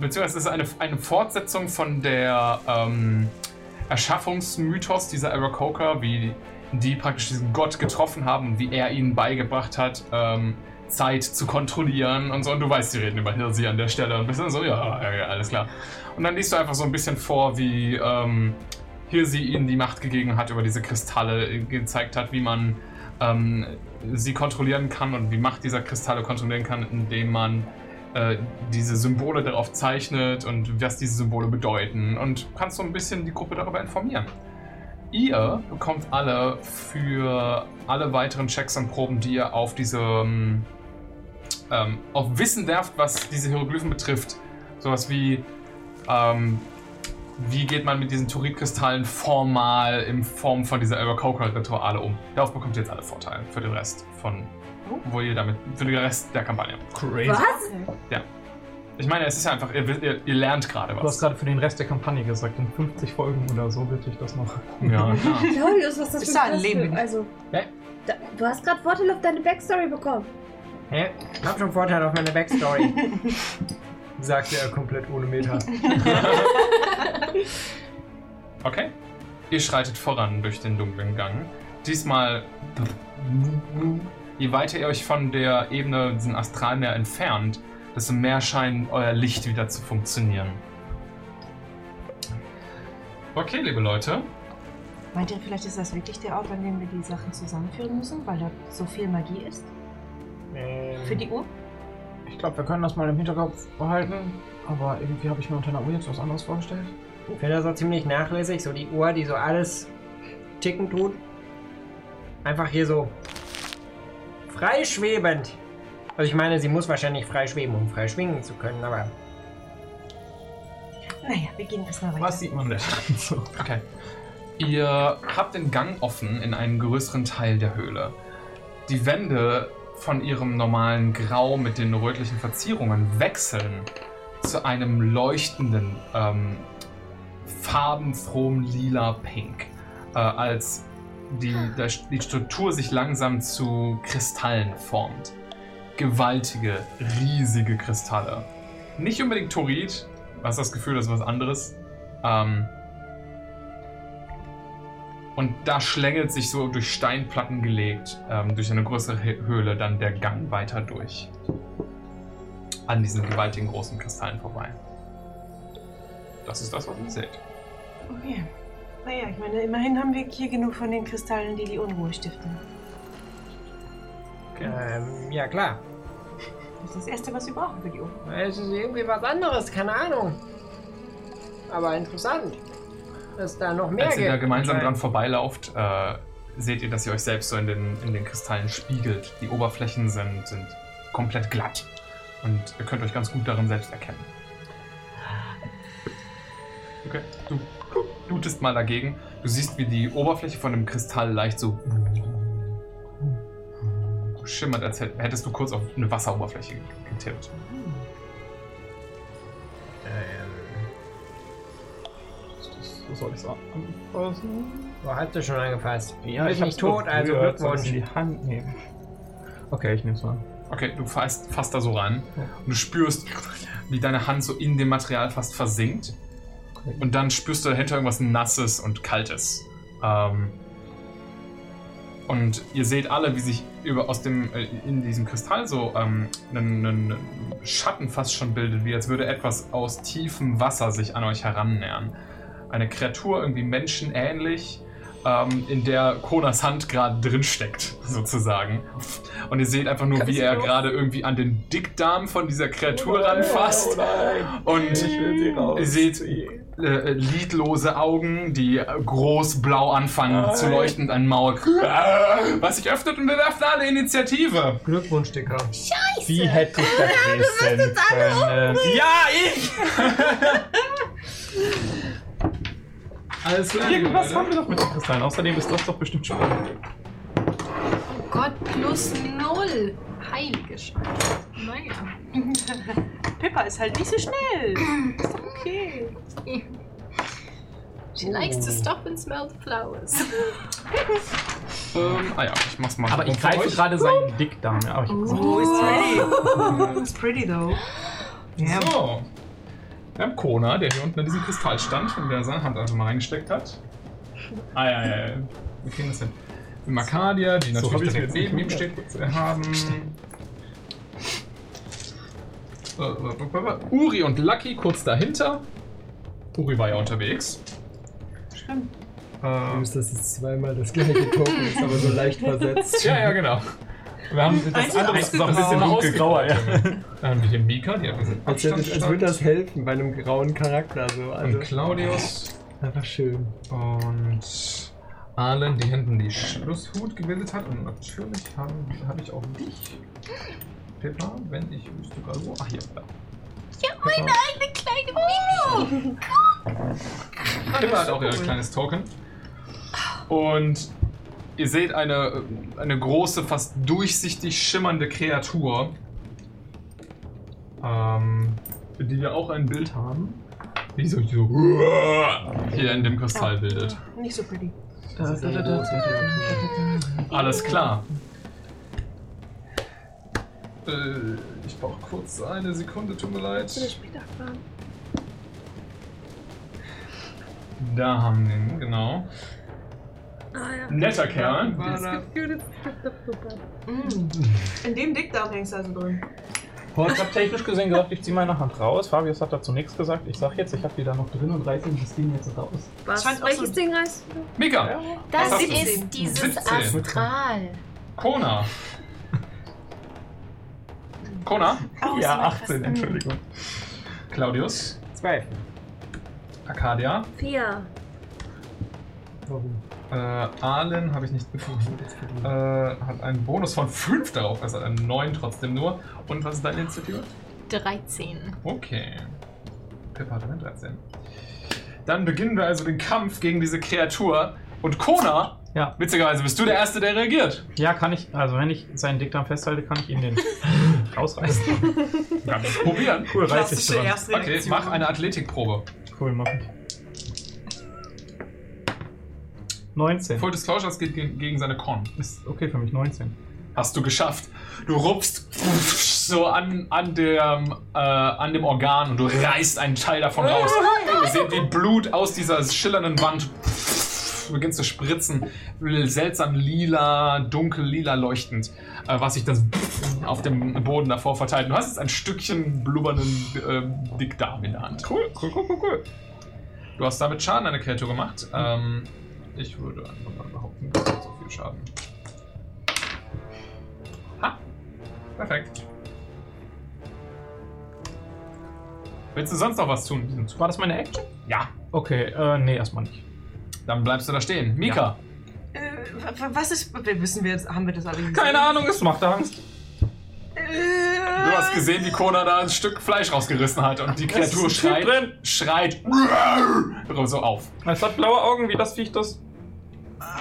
beziehungsweise es ist eine, eine Fortsetzung von der ähm, Erschaffungsmythos dieser Arakoka, wie die praktisch diesen Gott getroffen haben und wie er ihnen beigebracht hat, ähm, Zeit zu kontrollieren und so. Und du weißt, die reden über Hirsi an der Stelle und bist dann so, ja, ja, ja, alles klar. Und dann liest du einfach so ein bisschen vor, wie ähm, Hirsi ihnen die Macht gegeben hat, über diese Kristalle äh, gezeigt hat, wie man ähm, sie kontrollieren kann und die Macht dieser Kristalle kontrollieren kann, indem man äh, diese Symbole darauf zeichnet und was diese Symbole bedeuten. Und kannst so ein bisschen die Gruppe darüber informieren. Ihr bekommt alle für alle weiteren Checks und Proben, die ihr auf diese ähm, ähm, auf Wissen werft, was diese Hieroglyphen betrifft. Sowas wie ähm, wie geht man mit diesen Turit-Kristallen formal in Form von dieser Elbercoker-Rituale um. Darauf bekommt ihr jetzt alle Vorteile für den Rest von wo ihr damit für den Rest der Kampagne.
Crazy.
Was?
Ich meine, es ist ja einfach ihr, wisst- ihr, ihr lernt gerade
Du hast
was.
gerade für den Rest der Kampagne gesagt, in 50 Folgen oder so wird ich das noch.
Ja, klar.
Claudius, was das
Ist da ein
Platz
Leben in-
Also,
Da, du hast gerade Vorteil auf deine Backstory bekommen.
Hä? Hab schon Vorteil auf meine Backstory.
Sagte er komplett ohne Meter.
Okay. Ihr schreitet voran durch den dunklen Gang. Diesmal, je weiter ihr euch von der Ebene, diesem Astralmeer entfernt, desto mehr scheint euer Licht wieder zu funktionieren. Okay, liebe Leute.
Meint ihr, vielleicht ist das wirklich der Ort, an dem wir die Sachen zusammenführen müssen, weil da so viel Magie ist? Für die Uhr?
Ich glaube, wir können das mal im Hinterkopf behalten, aber irgendwie habe ich mir unter einer Uhr jetzt was anderes vorgestellt.
Ich finde das auch ziemlich nachlässig, so die Uhr, die so alles ticken tut. Einfach hier so freischwebend. Also ich meine, sie muss wahrscheinlich frei schweben, um frei schwingen zu können, aber
Naja, wir gehen erstmal weiter.
Was sieht man denn? so? Okay. Ihr habt den Gang offen in einem größeren Teil der Höhle. Die Wände von ihrem normalen Grau mit den rötlichen Verzierungen wechseln zu einem leuchtenden, ähm, farbenfrohen lila Pink, äh, als die, der, die Struktur sich langsam zu Kristallen formt. Gewaltige, riesige Kristalle. Nicht unbedingt Torit, hast das Gefühl, das ist was anderes. Ähm, und da schlängelt sich so durch Steinplatten gelegt, ähm, durch eine größere Hö- Höhle, dann der Gang weiter durch. An diesen gewaltigen großen Kristallen vorbei. Das ist das, was ihr seht.
Okay. Naja, ich meine, immerhin haben wir hier genug von den Kristallen, die die Unruhe stiften.
ähm, ja klar.
Das ist das Erste, was wir brauchen für die Unruhe.
Es ist irgendwie was anderes, keine Ahnung. Aber interessant, dass da noch mehr
Als ihr
gibt.
da gemeinsam dran
anscheinend.
vorbeilauft, äh, seht ihr, dass ihr euch selbst so in den, in den Kristallen spiegelt. Die Oberflächen sind, sind komplett glatt. Und ihr könnt euch ganz gut darin selbst erkennen. Okay, du blutest mal dagegen. Du siehst, wie die Oberfläche von dem Kristall leicht so schimmert, als hätt- hättest du kurz auf eine Wasseroberfläche getippt.
So Ähm, soll ich sagen.
Wo hast du schon angefasst?
Ja,
Bist
ich hab's
nicht tot,
doch
also
früher, als soll's
Glückwunsch.
in die Hand nehmen. Okay, ich nehm's mal.
Okay, du fasst, fasst da so rein und du spürst, wie deine Hand so in dem Material fast versinkt. Und dann spürst du dahinter irgendwas Nasses und Kaltes. Ähm, und ihr seht alle, wie sich über, aus dem, äh, in diesem Kristall so ähm, ein, ein Schatten fast schon bildet, wie als würde etwas aus tiefem Wasser sich an euch herannähern. Eine Kreatur, irgendwie menschenähnlich, ähm, in der Konas Hand gerade drin steckt, sozusagen. Und ihr seht einfach nur, wie er gerade irgendwie an den Dickdarm von dieser Kreatur ranfasst.
Oh,
Und Oh, ihr seht äh, äh, lidlose Augen, die äh, groß blau anfangen
Nein.
zu leuchten und ein Maul, was sich öffnet und wir werfen alle Initiative.
Glückwunsch, Dicker.
Scheiße!
Wie hätte ich das wissen können?
Ja, ich! Alles klar.
Irgendwas haben wir doch mit den Kristallen. Außerdem ist das doch bestimmt spannend.
Gott plus null. Heilige Scheiße. Naja.
Pippa ist halt nicht so schnell. Ist doch okay.
She likes to stop and smell the flowers.
Ähm, ah ja, ich mach's mal.
Aber ich greife gerade seinen Dickdarm. Ja, aber ich
Oh, it's pretty. it's pretty though. Ja.
So. Wir haben Kona, der hier unten an diesem Kristall stand und der seine Hand einfach mal reingesteckt hat. Ah, ja, ja, ja. Wir kriegen das hin. Die Makadia, die
So hab
natürlich
ich's
direkt
mir jetzt
neben ihm
nicht
steht, haben. Äh, äh, äh, Uri und Lucky kurz dahinter. Uri war ja unterwegs.
Stimmt.
Äh,
Übrigens, dass es zweimal das gleiche Token ist, aber so leicht versetzt.
ja, ja, genau. Wir haben das
Eins ist
andere ist noch ein bisschen
ausgegrau.
dunkelgrauer, ja. Dann haben wir hier Mika, die hat ein bisschen
Als, hätte,
Abstand.
als würde das helfen bei einem grauen Charakter. So. Also,
Und Claudius.
einfach schön.
Und Arlen, die hinten die Schlusshut gebildet hat. Und natürlich habe hab ich auch dich, Pippa, wenn ich wüsste gerade wo. Ach, hier. Da.
Ich hab meine eigene kleine Mimi!
Pippa hat auch ihr kleines Token. Und ihr seht eine, eine große, fast durchsichtig schimmernde Kreatur, ähm, für die wir auch ein Bild haben. Die so, die so hier in dem Kristall bildet.
Nicht so pretty.
Alles klar. Äh, ich brauche kurz eine Sekunde, tut mir leid. Da haben wir ihn, genau. Netter Kerl.
Mm. In dem Dickdarm hängst du also drin.
Und ich habe technisch gesehen gesagt, ich ziehe meine Hand raus. Fabius hat dazu nichts gesagt. Ich sag jetzt, ich habe die da noch drin und reiße das Ding jetzt raus.
Was?
Scheint auch
Welches
so-
Ding reißt du?
Mika, Was
Das
hast du?
ist dieses
17.
Astral.
Kona. Kona,
Oh,
ja,
so krass.
18, Entschuldigung.
Claudius,
Zwölf.
Arcadia,
Vier.
Warum?
Äh, Arlen habe ich nicht gefunden. Äh, hat einen Bonus von 5 darauf, also einen 9 trotzdem nur. Und was ist deine Initiative?
13.
Okay. Pippa hat eine 13. Dann beginnen wir also den Kampf gegen diese Kreatur. Und Kona,
Ja.
witzigerweise, bist du der Erste, der reagiert.
Ja, kann ich, also wenn ich seinen Dickdarm festhalte, kann ich ihn den ausreißen.
Ja, das probieren.
Cool, reiß ich dran.
Okay, mach eine Athletikprobe.
Cool, mach ich. 19.
Full Disclosure, es geht ge- gegen seine Con.
Ist okay für mich, 19.
Hast du geschafft. Du rupfst so an, an, dem, äh, an dem Organ und du reißt einen Teil davon raus. Ihr seht, wie Blut aus dieser schillernden Wand beginnt zu spritzen. Seltsam lila, dunkel lila leuchtend, äh, was sich das auf dem Boden davor verteilt. Du hast jetzt ein Stückchen blubbernden äh, Dickdarm in der Hand. Cool, cool, cool, cool, cool. Du hast damit Schaden an der Kreatur gemacht. Ähm, ich würde einfach mal behaupten, das ist so viel Schaden. Perfekt. Willst du sonst noch was tun? War das meine Action? Ja.
Okay, äh, nee, erstmal nicht.
Dann bleibst du da stehen. Mika.
Äh, w- w- was ist. w- Wissen wir jetzt, haben wir das alle gesehen?
Keine Ahnung, es macht Angst.
Äh,
Du hast gesehen, wie Kona da ein Stück Fleisch rausgerissen hat und die
Es ist
Kreatur
ein Typ
schreit. Schreit. So auf.
Es hat blaue Augen, wie das Viech das.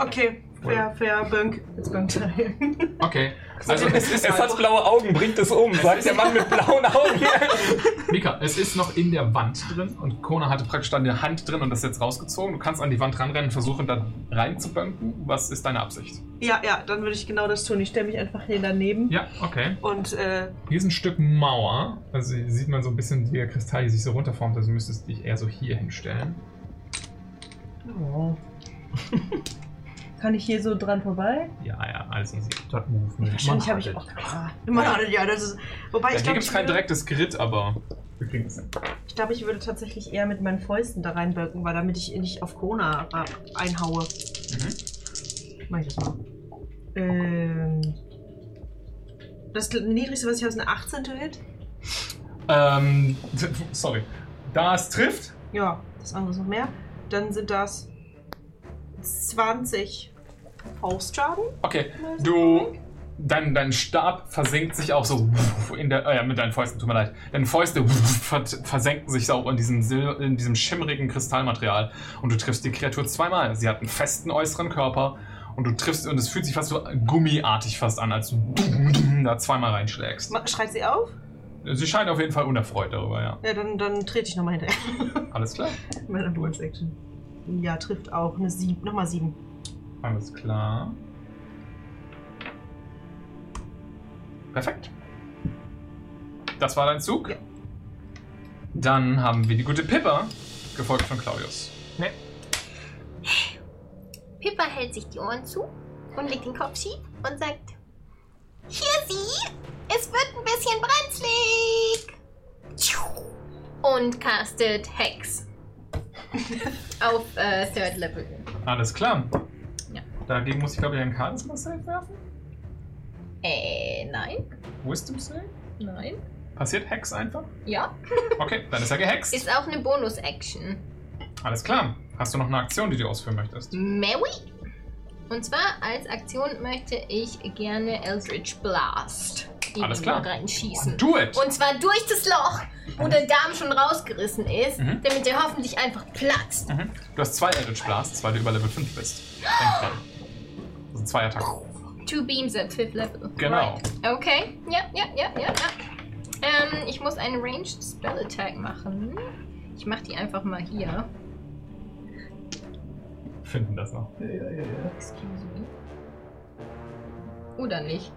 Okay, fair, fair, Bunk. Jetzt kommt er.
Okay. Also, es ist
es
halt
hat blaue Augen, bringt es um, sagt der Mann mit blauen Augen.
Mika, es ist noch in der Wand drin und Kona hatte praktisch dann eine Hand drin und das ist jetzt rausgezogen. Du kannst an die Wand ranrennen und versuchen, da reinzubumpen. Was ist deine Absicht?
Ja, ja, dann würde ich genau das tun. Ich stelle mich einfach hier daneben.
Ja, okay.
Und äh,
Hier ist ein Stück Mauer. Also hier sieht man so ein bisschen, wie der Kristall hier sich so runterformt. Also müsstest du dich eher so hier hinstellen.
kann ich hier so dran vorbei?
Ja, ja, alles easy.
Das Movement.
Wahrscheinlich habe ich
halt.
auch. Man hat, halt, ja, das ist. Wobei
halt. Ja,
ich
hier
glaube,
gibt es
ich,
kein
würde-
direktes Grid, aber wir kriegen es hin.
ich, glaub, ich würde tatsächlich eher mit meinen Fäusten da reinböcken, weil damit ich nicht auf Kona äh, einhaue.
Mhm.
Mach ich das mal. Ähm, das niedrigste, was ich habe, ist eine 18. Hit.
Ähm, sorry. Da es trifft,
Ja, das andere ist noch mehr. Dann sind das 20 Faustschaden.
Okay, du. Dein, dein Stab versenkt sich auch so in der. Äh, mit deinen Fäusten, tut mir leid. Deine Fäuste ver- versenken sich auch in diesem, Sil in diesem schimmrigen Kristallmaterial. Und du triffst die Kreatur zweimal. Sie hat einen festen äußeren Körper. Und du triffst. Und es fühlt sich fast so gummiartig fast an, als du da zweimal reinschlägst.
Ma- Schreit sie auf?
Sie scheint auf jeden Fall unerfreut darüber, ja.
Ja, dann, dann trete ich nochmal hinterher.
Alles klar?
Mit einer Bonus-Action. Ja, trifft auch. Eine 7. Nochmal 7.
Alles klar. Perfekt. Das war dein Zug. Dann haben wir die gute Pippa, gefolgt von Claudius.
Nee.
Pippa hält sich die Ohren zu und legt den Kopf schief und sagt: Hier sie, es wird ein bisschen brenzlig. Und castet Hex. Auf äh, Third Level.
Alles klar.
Ja.
Dagegen muss ich, glaube ich, einen Charisma-Save werfen.
Äh, nein.
Wisdom Save?
Nein.
Passiert Hex einfach?
Ja.
Okay, dann ist er gehext.
Ist auch eine Bonus-Action.
Alles klar. Hast du noch eine Aktion, die du ausführen möchtest?
Mary. Und zwar als Aktion möchte ich gerne Eldritch Blast in
Alles
die
klar.
Mauer reinschießen.
Do it.
Und zwar durch das Loch, wo der Darm schon rausgerissen ist,
Mhm.
damit der hoffentlich einfach platzt.
Mhm. Du hast zwei Eldritch Blasts, weil du über Level 5 bist. Denk dran. Das sind zwei
Oh.
Attacken.
Two beams at fifth level.
Genau.
Okay. Ja, ja, ja, ja, ja. Ähm, ich muss einen Ranged Spell Attack machen. Ich mach die einfach mal hier.
Finden das noch.
Excuse me. Oder nicht?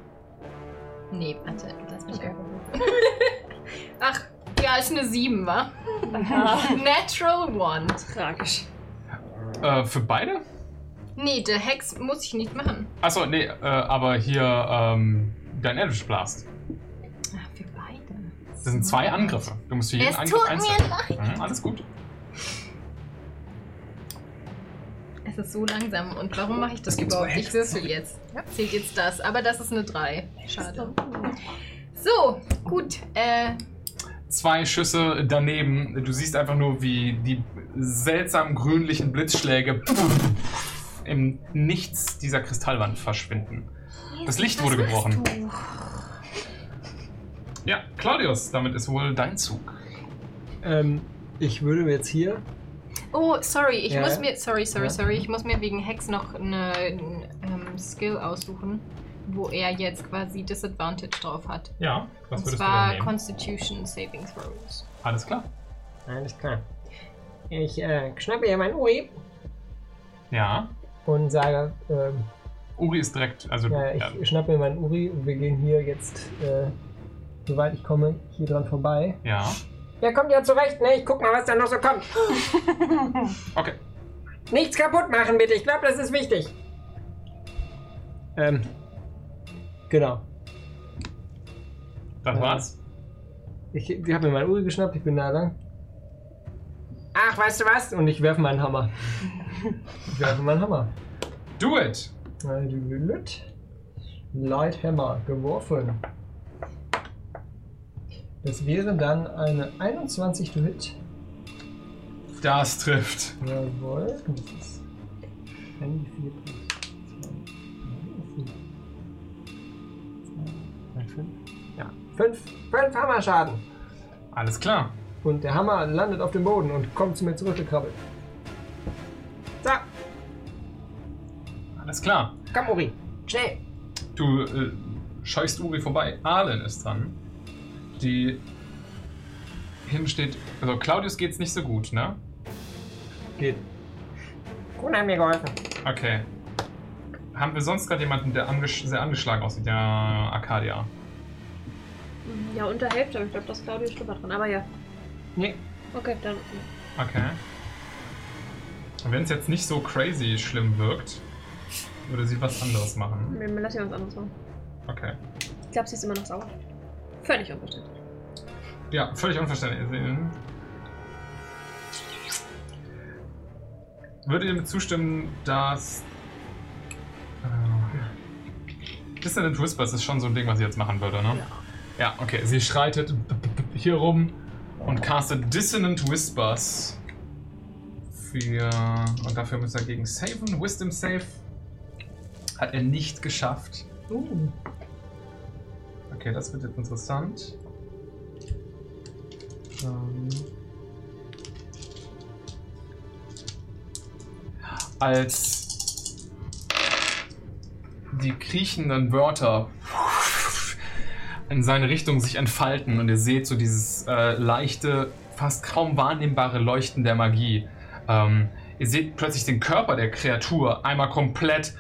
Nee, warte, lass mich einfach. Ach, ja, ist eine 7, wa? Natural One. Tragisch.
Äh, für beide?
Nee, der Hex muss ich nicht machen.
Achso, nee, äh, aber hier ähm, dein Eldritch Blast.
Ach, Ah, für beide.
Das sind zwei Angriffe. Du musst für jeden
Es
Angriff
tut
einzeln.
mir leid.
Mhm, alles gut.
Es ist so langsam. Und warum mache ich das überhaupt? Ich würfel jetzt. Zählt jetzt das. Aber das ist eine 3. Schade. So, gut. Äh,
Zwei Schüsse daneben. Du siehst einfach nur, wie die seltsam grünlichen Blitzschläge im Nichts dieser Kristallwand verschwinden. Das Licht
was
wurde
machst
gebrochen.
du?
Ja, Claudius, damit ist wohl dein Zug.
Ähm, ich würde mir jetzt hier.
Oh, sorry, ich
Ja.
muss mir. Sorry, sorry,
Ja.
sorry. Ich muss mir wegen Hex noch eine, n- ähm, Skill aussuchen, wo er jetzt quasi Disadvantage drauf hat.
Ja, was
Und
würdest du
zwar
denn nehmen?
Constitution Saving Throws.
Alles klar.
Alles klar. Ich äh, schnappe ja meinen Ui
Ja.
und sage, ähm,
Uri ist direkt, also
ja, ich
ja.
schnappe mir meinen Uri und wir gehen hier jetzt, äh, soweit ich komme, hier dran vorbei.
ja.
Ja, kommt ja zurecht, ne? Ich guck mal, was da noch so kommt.
okay.
Nichts kaputt machen, bitte. Ich glaube, das ist wichtig.
Ähm. Genau.
Das war's.
Ich, ich habe mir meinen Uri geschnappt, ich bin da lang.
Ach, weißt du was?
Und ich werfe meinen Hammer. ich werfe meinen Hammer.
Do it!
Light Hammer geworfen. Das wäre dann eine 21 to Hit.
Das trifft.
Jawohl. Das ist ein D4 plus 2. Ja, 5. 5 Hammerschaden.
Alles klar.
Und der Hammer landet auf dem Boden und kommt zu mir zurückgekrabbelt.
Alles klar.
Komm, Uri. Schnell.
Du äh, scheuchst Uri vorbei. Arlen ist dran. Die hinsteht. Also Claudius geht's nicht so gut, ne?
Geht.
Kuna hat mir geholfen.
Okay. Haben wir sonst gerade jemanden, der angesch sehr angeschlagen aussieht? Der Arcadia.
Ja, unter Hälfte, aber ich glaube, das Claudio ist dran. Aber ja.
Nee.
Okay, dann.
Okay. Wenn es jetzt nicht so crazy schlimm wirkt, würde sie was anderes machen.
Wir lassen ja uns anderes machen.
Okay.
Ich glaube, sie ist immer noch sauer. Völlig unverständlich.
Ja, völlig unverständlich. Also, Würdet ihr mir zustimmen, dass. Äh, Dissonant Whispers ist schon so ein Ding, was sie jetzt machen würde, ne? Ja, okay. Sie schreitet hier rum und castet Dissonant Whispers. Für. Und dafür muss er gegen Saven, Wisdom Save. Hat er nicht geschafft. Okay, das wird jetzt interessant. Ähm. Als die kriechenden Wörter in seine Richtung sich entfalten und ihr seht so dieses äh, leichte, fast kaum wahrnehmbare Leuchten der Magie. Ähm, ihr seht plötzlich den Körper der Kreatur einmal komplett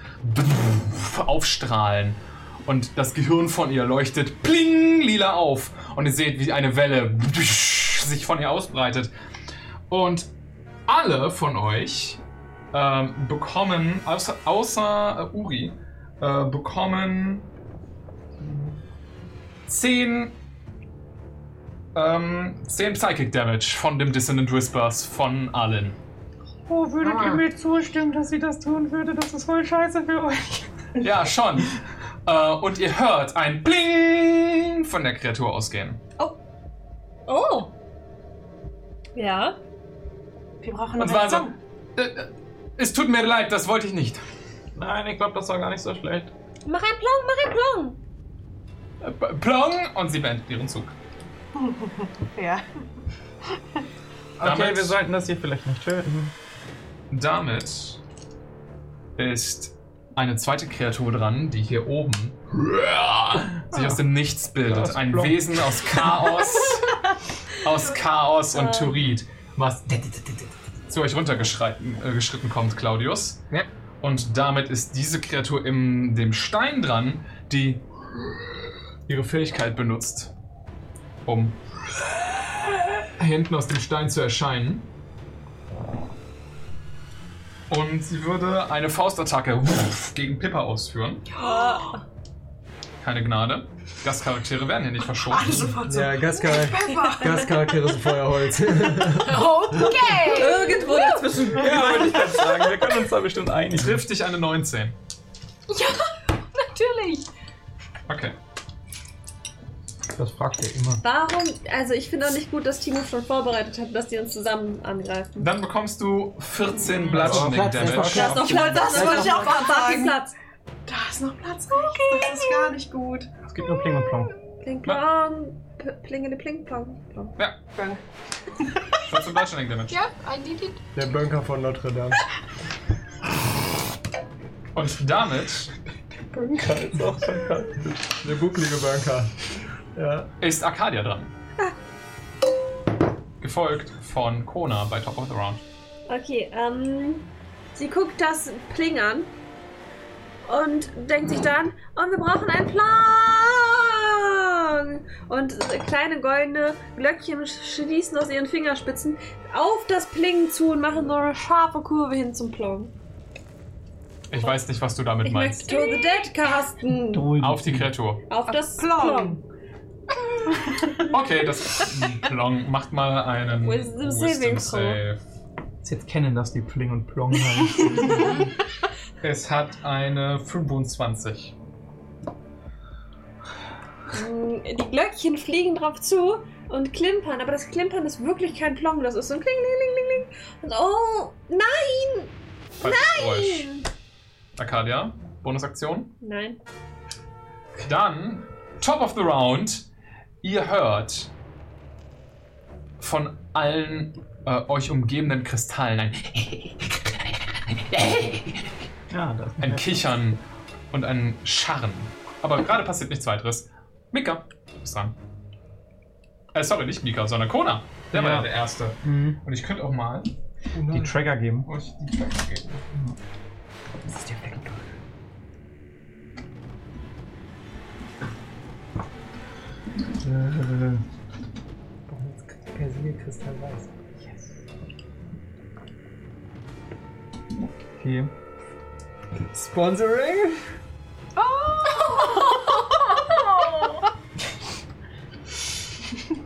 aufstrahlen und das Gehirn von ihr leuchtet pling lila auf und ihr seht, wie eine Welle sich von ihr ausbreitet. Und alle von euch ähm, bekommen, außer, außer äh, Uri, äh, bekommen 10, ähm, 10 Psychic Damage von dem Dissonant Whispers von allen.
Oh, würdet
Ah.
ihr mir zustimmen, dass sie das tun würde? Das ist voll scheiße für euch.
Ja, schon. äh, und ihr hört ein Bling von der Kreatur ausgehen.
Oh! Ja. Wir brauchen
Und
noch
war
einen
so,
Song.
äh, äh, es tut mir leid, das wollte ich nicht. Nein, ich glaube, das war gar nicht so schlecht.
Mach ein Plong, mach ein Plong!
Äh, Plong! Und sie beendet ihren Zug.
ja.
Okay, wir sollten das hier vielleicht nicht töten.
Damit ist eine zweite Kreatur dran, die hier oben sich aus dem Nichts bildet. Ein Wesen aus Chaos, aus Chaos und Turid, was zu euch runtergeschritten äh, geschritten kommt, Claudius. Und damit ist diese Kreatur in dem Stein dran, die ihre Fähigkeit benutzt, um hinten aus dem Stein zu erscheinen. Und sie würde eine Faustattacke gegen Pippa ausführen. Keine Gnade. Gastcharaktere werden hier nicht verschont.
Alle
Also,
sofort so, Ja, Gastchar- nicht Pippa. Gastcharaktere sind
Feuerholz.
Okay.
Irgendwo dazwischen.
Ja, wollte ich
gerade sagen. Wir können uns da bestimmt einig. Trifft dich eine 19.
Ja, natürlich.
Okay.
Das fragt er immer.
Warum? Also ich finde auch nicht gut, dass Timo schon vorbereitet hat, dass die uns zusammen angreifen.
Dann bekommst du 14 Bludgeoning
Platz,
Damage.
das war Platz, das war Platz.
Das wollte ich auch gerade sagen.
Platz.
Da ist noch Platz rechts. Das ist gar nicht gut.
Es gibt nur Pling und Plong.
Pling plong, P- plingeli pling plong. plong.
Ja. 14 Bludgeoning Damage.
Ja, I need it.
Der Bunker von Notre Dame.
Und damit
Bunker ist auch schon kalt. Der bucklige Bunker. Ja.
ist Arcadia dran. Gefolgt von Kona bei Top of the Round.
Okay, ähm, sie guckt das Pling an und denkt sich dann, und wir brauchen einen Plan! Und kleine goldene Glöckchen schließen aus ihren Fingerspitzen auf das Pling zu und machen so eine scharfe Kurve hin zum Plong.
Ich weiß nicht, was du damit
Ich
meinst.
möchte To the Dead casten.
Auf die Kreatur.
Auf das Plong.
Okay, das Plong macht mal einen
Wisdom
Wisdom
Saving
Save.
Jetzt kennen das die Pling und Plong halt.
Es hat eine 25.
Mm, Die Glöckchen fliegen drauf zu und klimpern, aber das Klimpern ist wirklich kein Plong, das ist so ein Kling, Kling, Kling, Kling. Und oh, nein!
Falsches Geräusch.
Nein!
Arcadia, Bonusaktion.
Nein.
Dann, Top of the Round, ihr hört von allen äh, euch umgebenden Kristallen ein,
ja, das
ein Kichern und ein Scharren. Aber gerade passiert nichts weiteres. Mika, du bist dran. Äh, sorry, nicht Mika, sondern Kona. Der war
Ja.
ja der Erste.
Mhm.
Und ich könnte auch mal
Die Tracker geben.
euch die Tracker geben.
Das ist der Vektor.
Persilkristall weiß.
Okay.
Sponsoring?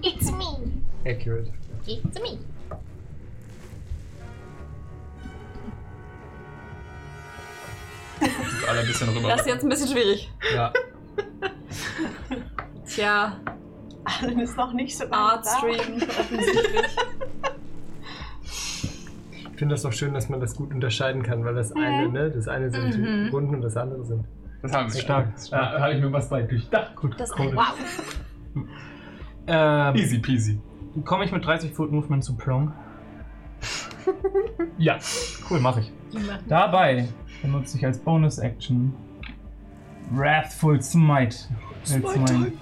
It's me.
Accurate.
It's me.
Alle ein bisschen rüber.
Das ist jetzt ein bisschen schwierig.
Ja.
Tja.
Allen ist noch nicht so lange da.
Artstream, offensichtlich.
Ich finde das doch schön, dass man das gut unterscheiden kann, weil das eine, ne, das eine sind
Mhm.
Runden und das andere sind.
Das haben wir Äh,
Stark, stark.
Da habe ich mir was bei durchdacht.
Gut,
Das
cool.
wow.
Ähm,
Easy peasy.
Komme ich mit 30 Foot Movement zu Plong?
ja.
Cool, mache ich. Dabei benutze ich als Bonus Action Wrathful Smite. Als
Smite
mein
time.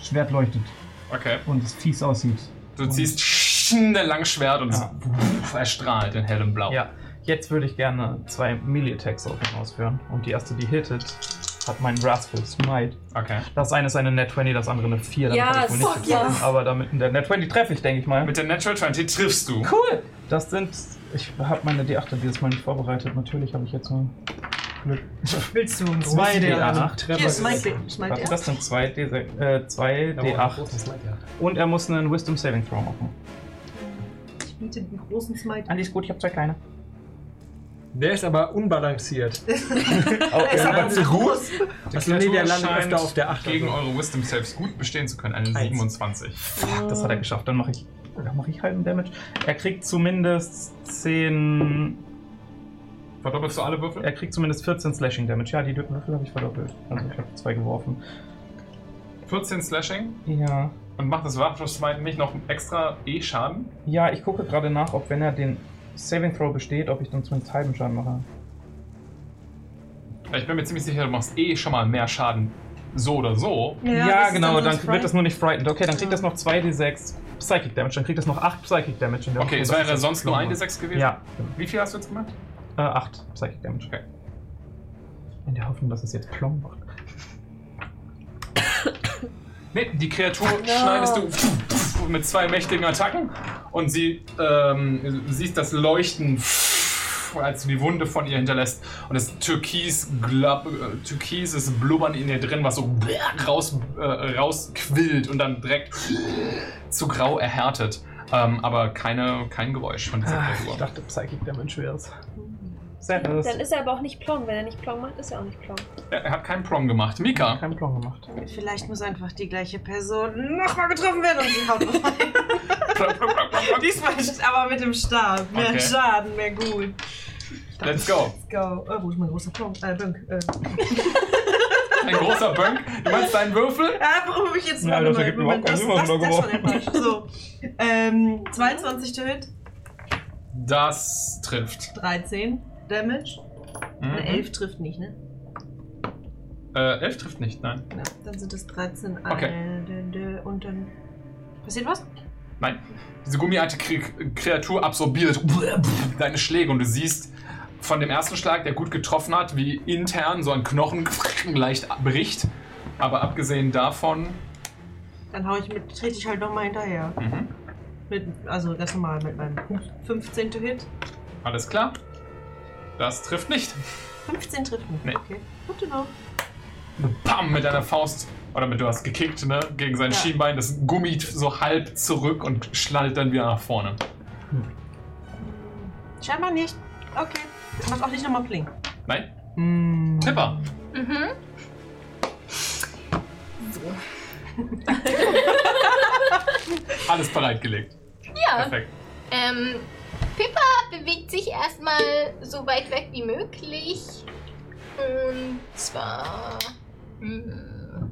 Schwert leuchtet
Okay.
und es fies aussieht.
Du ziehst schnell lang Schwert und es wuff, erstrahlt in hellem Blau.
Ja, jetzt würde ich gerne zwei Melee Attacks auf ihn ausführen. Und die erste, die hittet, hat meinen Wrathful Smite.
Okay.
Das eine ist eine Net 20, das andere eine 4. damit
Ja,
habe ich wohl
fuck
nicht getroffen.
yes.
Aber damit in der Net 20 treffe ich, denke ich mal.
Mit der Natural 20 triffst du.
Cool! Das sind. Ich habe meine D8 dieses Mal nicht vorbereitet. Natürlich habe ich jetzt mal Glück.
Willst du uns
Zwei
wissen,
D8.
wer einen Treffer Hier ist mein
Warte,
D- ist mein D8.
Das sind zwei, D, äh, zwei
Aber auch ein
D8.
großes Smite, ja.
Und er muss einen Wisdom Saving Throw machen.
Ich biete den großen Smite.
Alles gut, ich habe zwei kleine.
Der ist aber unbalanciert.
Der ist aber zu
groß.
Achso, nee, der landet
scheint
öfter auf der Also 8.
Gegen eure Wisdom Saves gut bestehen zu können. Also, Eine 27.
Fuck, das hat er geschafft. Dann mache ich. Oder mache ich halben Damage? Er kriegt zumindest 10.
Verdoppelst du alle Würfel?
Er kriegt zumindest 14 Slashing Damage. Ja, die Würfel habe ich verdoppelt. Also ich habe zwei geworfen.
14 Slashing.
Ja.
Und macht das Warpschuss Smite nicht noch extra eh E-Schaden?
Ja, ich gucke gerade nach, ob wenn er den Saving Throw besteht, ob ich dann zumindest halben Schaden mache.
Ich bin mir ziemlich sicher, du machst eh schon mal mehr Schaden. So oder so.
Ja, genau, dann wird das nur nicht frightened. Okay, dann kriegt das noch 2d6 Psychic Damage, dann kriegt das noch 8 Psychic Damage. in der
Okay,
Runde.
es
Das
wäre
ist
sonst nur
Klon.
1d6 gewesen?
Ja, genau.
Wie viel hast du jetzt gemacht?
äh, 8 Psychic Damage. Okay. In der Hoffnung, dass es jetzt Plong macht.
Nee, die Kreatur schneidest du mit zwei mächtigen Attacken und sie ähm, siehst das Leuchten, als du die Wunde von ihr hinterlässt und das türkis, glaub, äh, türkises Blubbern in ihr drin, was so raus, äh, rausquillt und dann direkt zu grau erhärtet. Ähm, aber keine, kein Geräusch von dieser
Ah,
Kreatur.
ich dachte, Psychic Damage wäre es.
Servus.
Dann ist er aber auch nicht Plong. Wenn er nicht Plong macht, ist er auch nicht Plong.
Er, er hat keinen Prom gemacht. Mika.
Kein Plan gemacht.
Vielleicht muss einfach die gleiche Person nochmal getroffen werden und sie haut rein. Diesmal st- aber mit dem Stab. Mehr
Okay.
Schaden, mehr gut.
Let's go.
Let's go. Oh, wo ist mein großer Plong? Äh, Bönk. Äh.
Ein großer Bönk. Du meinst deinen Würfel?
Ja, warum Ah, ich jetzt
Ja,
warte
das
mal,
ergibt
Moment,
überhaupt keinen Sinn, was du da
das schon So. Ähm, 22 to hit,
Das trifft.
13 Damage.
Mhm.
Eine 11 trifft nicht, ne?
Äh, elf trifft nicht, nein.
Ja, dann sind es 13
Okay.
äh, dö, dö, und dann. Passiert was?
Nein. Diese gummiarte Kri- Kreatur absorbiert deine Schläge und du siehst von dem ersten Schlag, der gut getroffen hat, wie intern so ein Knochen leicht bricht. Aber abgesehen davon,
Dann hau ich mit, trete ich halt nochmal hinterher.
mhm.
Mit, also ganz normal mit meinem 15. Hit.
alles klar. Das trifft nicht.
15 trifft nicht.
Nee.
Okay. Gut genau.
Bam, mit deiner Faust, oder mit du hast gekickt, ne, gegen sein
Ja.
Schienbein, das Gummi so halb zurück und schnallt dann wieder nach vorne.
Hm, Scheinbar nicht. Okay. Das macht auch nicht nochmal Pling.
Nein? Tipper.
Mhm.
Alles bereitgelegt.
Ja.
Perfekt.
Ähm, Pippa bewegt sich erstmal so weit weg wie möglich. Und zwar. hm,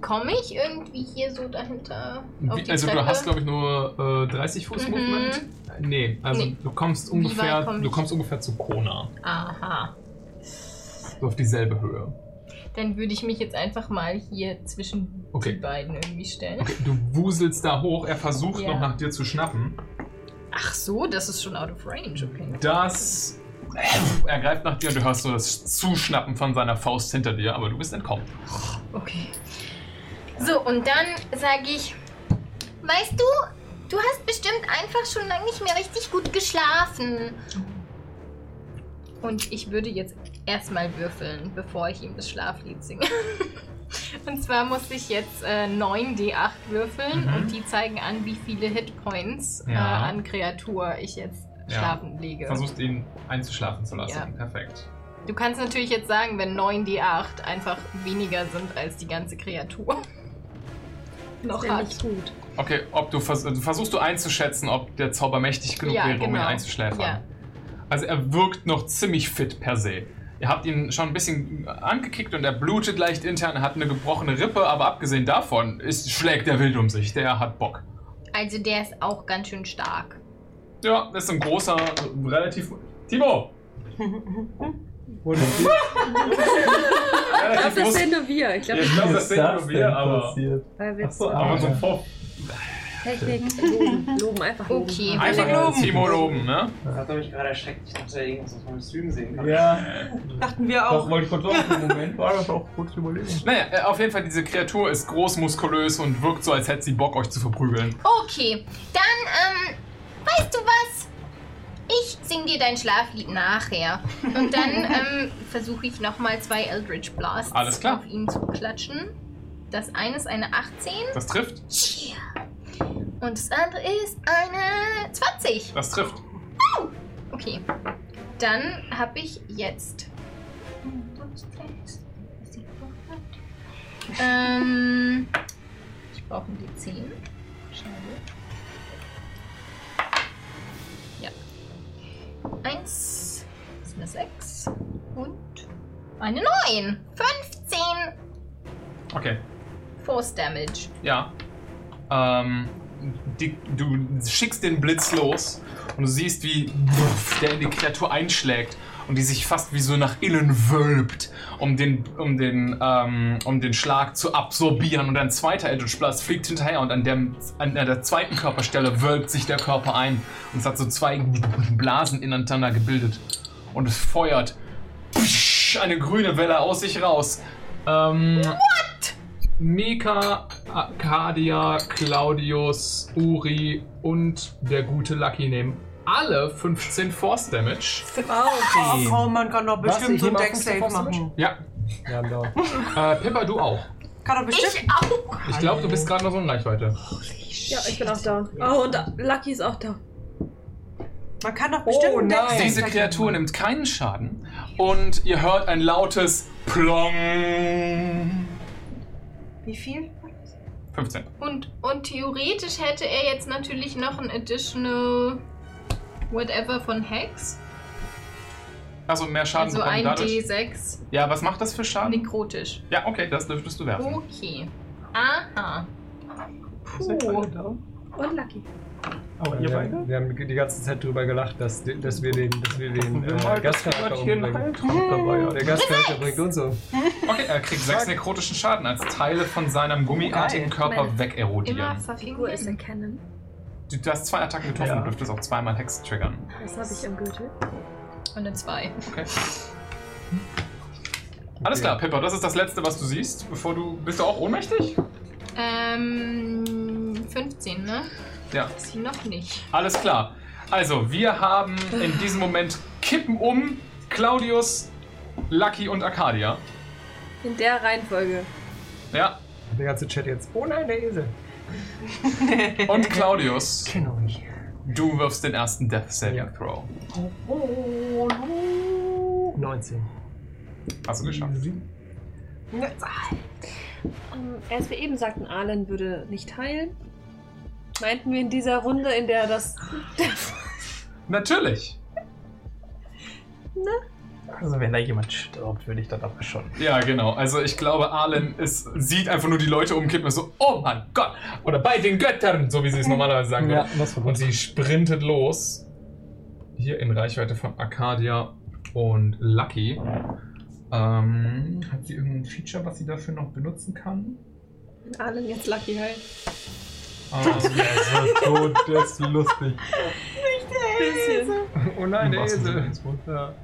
Komme ich irgendwie hier so dahinter? Auf
Wie,
die
also
Treppe?
du hast glaube ich nur äh, 30 Fuß
Mhm.
Movement. Äh, Nee, also
Nee.
du kommst
Wie
ungefähr,
weit komm
du
ich?
kommst ungefähr zu Kona,
Aha.
so auf dieselbe Höhe.
Dann würde ich mich jetzt einfach mal hier zwischen
Okay.
die beiden irgendwie stellen.
Okay, du wuselst da hoch, er versucht
Ja.
noch nach dir zu schnappen.
Ach so, das ist schon out of range, okay.
Das er greift nach dir und du hörst so das Zuschnappen von seiner Faust hinter dir, aber du bist entkommen.
Okay. So, und dann sage ich, weißt du, du hast bestimmt einfach schon lange nicht mehr richtig gut geschlafen. Und ich würde jetzt erstmal würfeln, bevor ich ihm das Schlaflied singe. und zwar muss ich jetzt äh, 9d8 würfeln
Mhm.
und die zeigen an, wie viele Hitpoints äh,
Ja.
an Kreatur ich jetzt
Ja.
schlafen lege.
Versuchst ihn einzuschlafen zu lassen.
Ja.
Perfekt.
Du kannst natürlich jetzt sagen, wenn 9d8 einfach weniger sind als die ganze Kreatur. Noch
ja
hat.
nicht gut.
Okay, ob du vers also versuchst du einzuschätzen, ob der Zauber mächtig genug
Ja,
wäre, um ihn
genau.
einzuschläfern.
Ja.
Also er wirkt noch ziemlich fit per se. Ihr habt ihn schon ein bisschen angekickt und er blutet leicht intern, er hat eine gebrochene Rippe, aber abgesehen davon ist, schlägt er wild um sich. Der hat Bock.
Also der ist auch ganz schön stark.
Ja, das ist ein großer, äh, relativ. Timo!
Ich glaube, das
muss-
sehen nur wir. Ich glaube,
Ich glaube, das sehen nur wir, aber.
Weil wir
So, aber so vor.
Technik loben, loben, einfach loben.
Okay.
Einfach Timo loben, ne?
Das hat er mich gerade erschreckt. Ich dachte, irgendwas aus meinem Stream sehen kann.
Ja.
Dachten wir
Das wollte ich kurz auch im Moment. War das auch kurz überlegen.
Naja, äh, auf jeden Fall, diese Kreatur ist groß, muskulös und wirkt so, als hätte sie Bock, euch zu verprügeln.
Okay, dann, ähm, weißt du was? Ich sing dir dein Schlaflied nachher. Und dann ähm, versuche ich nochmal zwei Eldritch Blasts
Alles klar.
auf ihn zu klatschen. Das eine ist eine 18
Das trifft?
und das andere ist eine 20.
Das trifft.
Okay, dann habe ich jetzt Ähm, ich brauche ein D10. Schade. Ja. Eins, das ist eine sechs und eine neun. 15
Okay.
Force Damage.
Ja. Ähm, die, du schickst den Blitz los und du siehst, wie der in die Kreatur einschlägt und die sich fast wie so nach innen wölbt, um den, um den, ähm, um den Schlag zu absorbieren. Und ein zweiter Eldritch Blast fliegt hinterher und an, dem, an der zweiten Körperstelle wölbt sich der Körper ein. Und es hat so zwei Blasen ineinander gebildet. Und es feuert eine grüne Welle aus sich raus. Ähm, What? Mika, Arcadia, Claudius, Uri und der gute Lucky nehmen alle 15 Force Damage.
Oh, oh, man kann doch
Was,
bestimmt
ich
so einen
nehme auch
Deck-Save
15
machen.
Ja. Ja, äh, Pippa, du auch.
Kann doch bestimmt.
Ich auch.
Ich glaube, du bist gerade noch so in Reichweite.
Oh, Ja, ich bin auch da. Oh, und Lucky ist auch da.
Man kann doch bestimmt oh,
Diese Kreatur nimmt keinen Schaden und ihr hört ein lautes Plong.
Wie viel?
15.
Und, und theoretisch hätte er jetzt natürlich noch ein additional whatever von Hex.
Also mehr Schaden
Also
bekommen
ein
dadurch.
D6
Ja, was macht das für Schaden?
nekrotisch.
Ja, okay, das dürftest du werfen.
Okay. Aha. Puh.
Unlucky.
Aber wir, haben, wir haben die ganze Zeit drüber gelacht, dass, dass wir den, dass wir den
wir mal
äh,
das
Gastcharakter
Wörtchen
umbringen.
halt
Dabei, Der Gastcharakter bringt uns um.
Okay, er kriegt 6 nekrotischen Schaden, als Teile von seinem gummiartigen Körper wegerodieren.
Wie gut ist der Cannon?
Du du hast zwei Attacken getroffen, du dürftest auch zweimal Hex triggern.
Das habe ich am Gürtel.
Und eine 2.
Okay. Alles klar, Pippa, das ist das Letzte, was du siehst, bevor du... Bist du auch ohnmächtig?
Ähm, 15, ne?
Ja.
Sie noch nicht.
Alles klar. Also, wir haben in diesem Moment Kippen um Claudius, Lucky und Arcadia.
In der Reihenfolge.
Ja.
Der ganze Chat jetzt. Oh nein, der Esel.
Und Claudius. Du wirfst den ersten Death Saving Throw.
Oh,
oh.
no. 19.
Hast du geschafft.
Ähm, als wir eben sagten, Arlen würde nicht heilen, meinten wir in dieser Runde, in der das.
Natürlich.
Ne?
Also wenn da jemand stirbt, würde ich dann aber schon.
Ja, genau. Also ich glaube, Arlen ist, sieht einfach nur die Leute umkippen und ist so, oh mein Gott! Oder bei den Göttern, so wie sie es normalerweise sagen
Ja,
würden. und sie sprintet los. Hier in Reichweite von Arcadia und Lucky. Ähm, hat sie irgendein Feature, was sie dafür noch benutzen kann?
Arlen jetzt Lucky halt. heilen.
Ähm,
so, das ist lustig.
Oh nein, der
Was ist
Esel. Ja.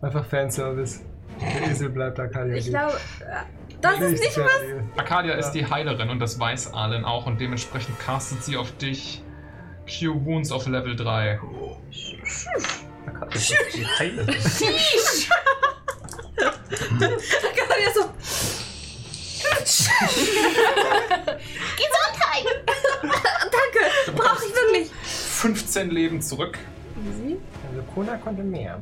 Einfach Fanservice. Der Esel bleibt Arcadia.
Ich
lieb.
glaube, äh, das ist nicht was.
Arcadia ist die Heilerin und das weiß Arlen auch und dementsprechend castet sie auf dich Q Wounds auf Level 3.
Das ist die Heilerin.
Sheesh!
Arcadia so.
Gesundheit!
Danke! Brauche ich wirklich!
15 Leben zurück.
Easy.
Also Kona konnte mehr.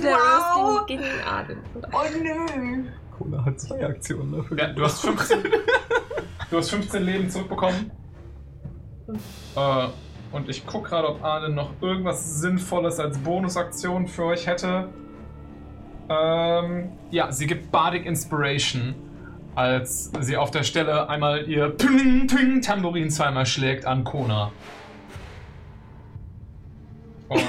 Der wow. Roasting gegen Arlen.
Oh nö!
Cola hat zwei Aktionen dafür.
Ja, du hast 15. du hast 15 Leben zurückbekommen. Äh, und ich guck gerade, ob Arne noch irgendwas Sinnvolles als Bonusaktion für euch hätte. Ähm, ja, sie gibt Bardic Inspiration, als sie auf der Stelle einmal ihr Ping, Ping Tambourin zweimal schlägt an Kona. Und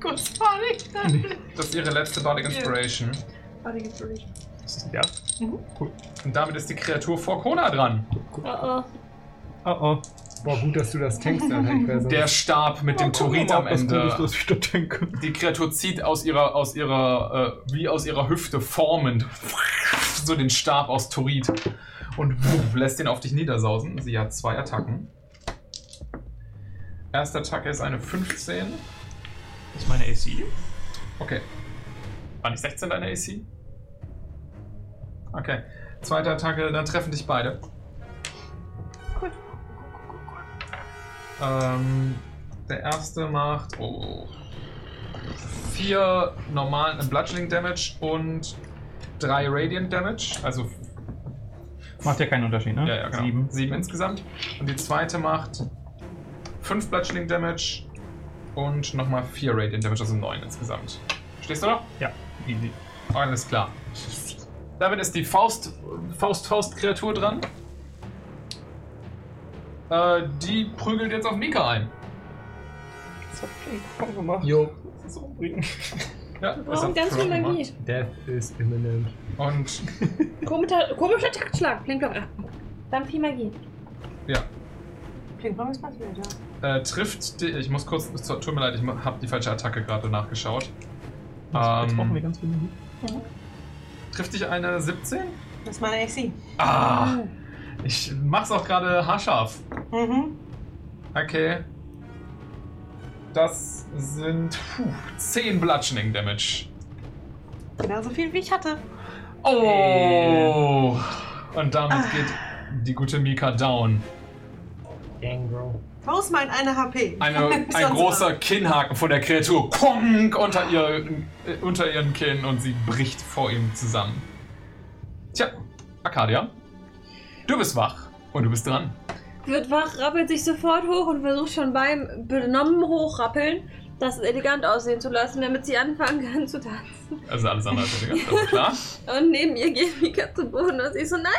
Gut, Panik.
das ist ihre letzte Bardic Inspiration. Ja. Cool. Und damit ist die Kreatur vor Kona dran.
Oh oh.
Oh oh.
Boah, gut, dass du das tankst, Henk. weil sonst-
Der Stab mit dem Turit am Ende. Die Kreatur zieht aus ihrer, aus ihrer, äh, wie aus ihrer Hüfte formend so den Stab aus Turit und wuff, lässt den auf dich niedersausen. Sie hat zwei Attacken. Erste Attacke ist eine 15.
Ist meine AC?
Okay. War nicht 16 deine AC? Okay. Zweite Attacke, dann treffen dich beide. Ähm, der erste macht oh, vier normalen äh, Bludgeoning Damage und drei Radiant Damage, also
Macht ja keinen Unterschied, ne?
ja, ja, genau.
Sieben.
sieben. insgesamt. Und die zweite macht fünf Bludgeoning Damage und nochmal vier Radiant Damage, also neun insgesamt. Stehst du noch?
Ja, easy.
Alles klar. Damit ist die Faust, Faust, Faust Kreatur dran. Äh, die prügelt jetzt auf Mika ein.
Das hat Ping-Pong gemacht.
Jo.
Das ist umbringen.
Ja, das
Warum
hat
ganz
Frog
viel
gemacht.
Magie?
Death is imminent.
Und
Komischer, komischer Taktschlag. Blink, blink. ah. Dann viel Magie.
ja,
Klingt mal was passiert, ja.
äh, trifft die, Ich muss kurz. es Tut mir leid, ich habe die falsche Attacke gerade nachgeschaut. Ähm,
ganz viel Magie.
trifft dich eine 17?
Das ist meine AC.
Ah!
Oh.
Ich mach's auch gerade haarscharf.
Mhm.
Okay. Das sind puh, 10 Bludgeoning Damage.
Genauso viel wie ich hatte.
Oh! Und damit geht die gute Mika down.
Gang, Bro.
Postman, eine HP.
Eine, ein großer Kinnhaken von der Kreatur Konk, unter, ihr, äh, unter ihren Kinn und sie bricht vor ihm zusammen. Tja, Arcadia, du bist wach und du bist dran.
Wird wach, rappelt sich sofort hoch und versucht schon beim benommen Hochrappeln das elegant aussehen zu lassen, damit sie anfangen kann zu tanzen.
Also alles andere als elegant, aber klar.
Und neben ihr geht Mika zu Boden und sie so, nein!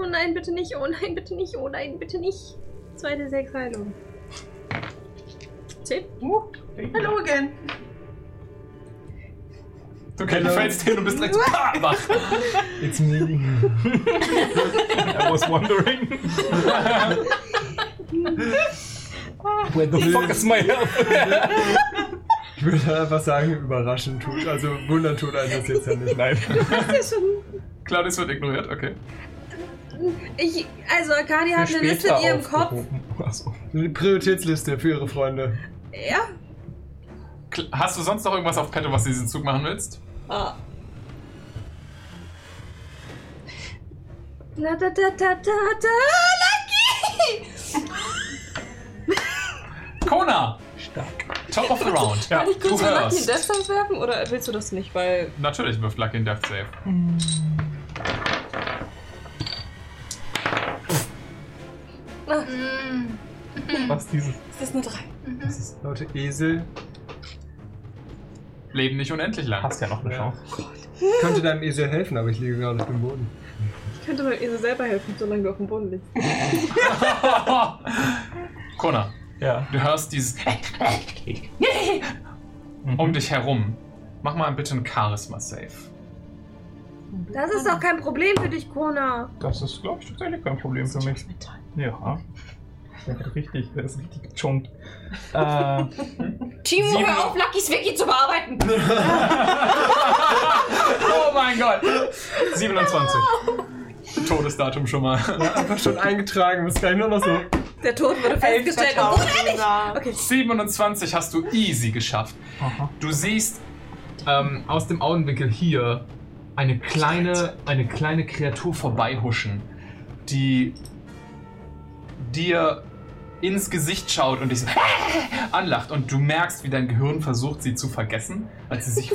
Oh nein, bitte nicht, oh nein, bitte nicht, oh nein, bitte nicht. Zweite sechs Heilung. Zehn.
Uh, hello again.
Du kennst du fällst hin und bist direkt so, "Pah", wach.
It's me. I was wondering.
Where the fuck is my
help?
Ich würde einfach sagen, überraschend tut. Also wundern tut einen das jetzt ja nicht. Nein.
Das ist ja schon.
Claudius wird ignoriert, okay.
Ich, also Arcadia hat
Für
eine Liste
später
in ihrem Kopf.
aufgehoben.
Also,
Achso. Eine Prioritätsliste für ihre Freunde.
Ja.
Kl- Hast du sonst noch irgendwas auf Petto, was du diesen Zug machen willst?
Ah. Da, da, da, da, da, da, Lucky!
Kona! Stark. Top of the round.
Kann ich kurz
du
mal ne? Lucky in
hörst.
Death Save werfen oder willst du das nicht? Weil.
Natürlich wirft Lucky in Death Save.
Ah,
Was dieses?
das ist eine 3.
Das ist, Leute, Esel
Leben nicht unendlich lang.
Hast ja noch eine Chance.
Ich könnte deinem Esel helfen, aber ich liege gerade auf dem Boden.
Ich könnte mir so selber helfen, solange du auf dem Boden liegst.
Kona.
Ja.
Du hörst dieses
Mhm.
um dich herum. Mach mal bitte ein Charisma-Save.
Das ist doch kein Problem für dich, Kona.
Das ist, glaube ich, tatsächlich kein Problem für mich. Ja. Der hat richtig, der ist richtig gechunkt. Äh,
Timo,
Sieben.
hör auf, Luckys Wiki zu bearbeiten.
oh mein Gott! 27. Todesdatum schon mal.
Einfach schon eingetragen, muss gleich nur noch so.
Der Tod wurde festgestellt.
Elf
obwohl er nicht-
27 hast du easy geschafft. Du siehst ähm, aus dem Augenwinkel hier eine kleine, eine kleine Kreatur vorbeihuschen, die dir ins Gesicht schaut und dich so anlacht und du merkst, wie dein Gehirn versucht, sie zu vergessen, als sie sich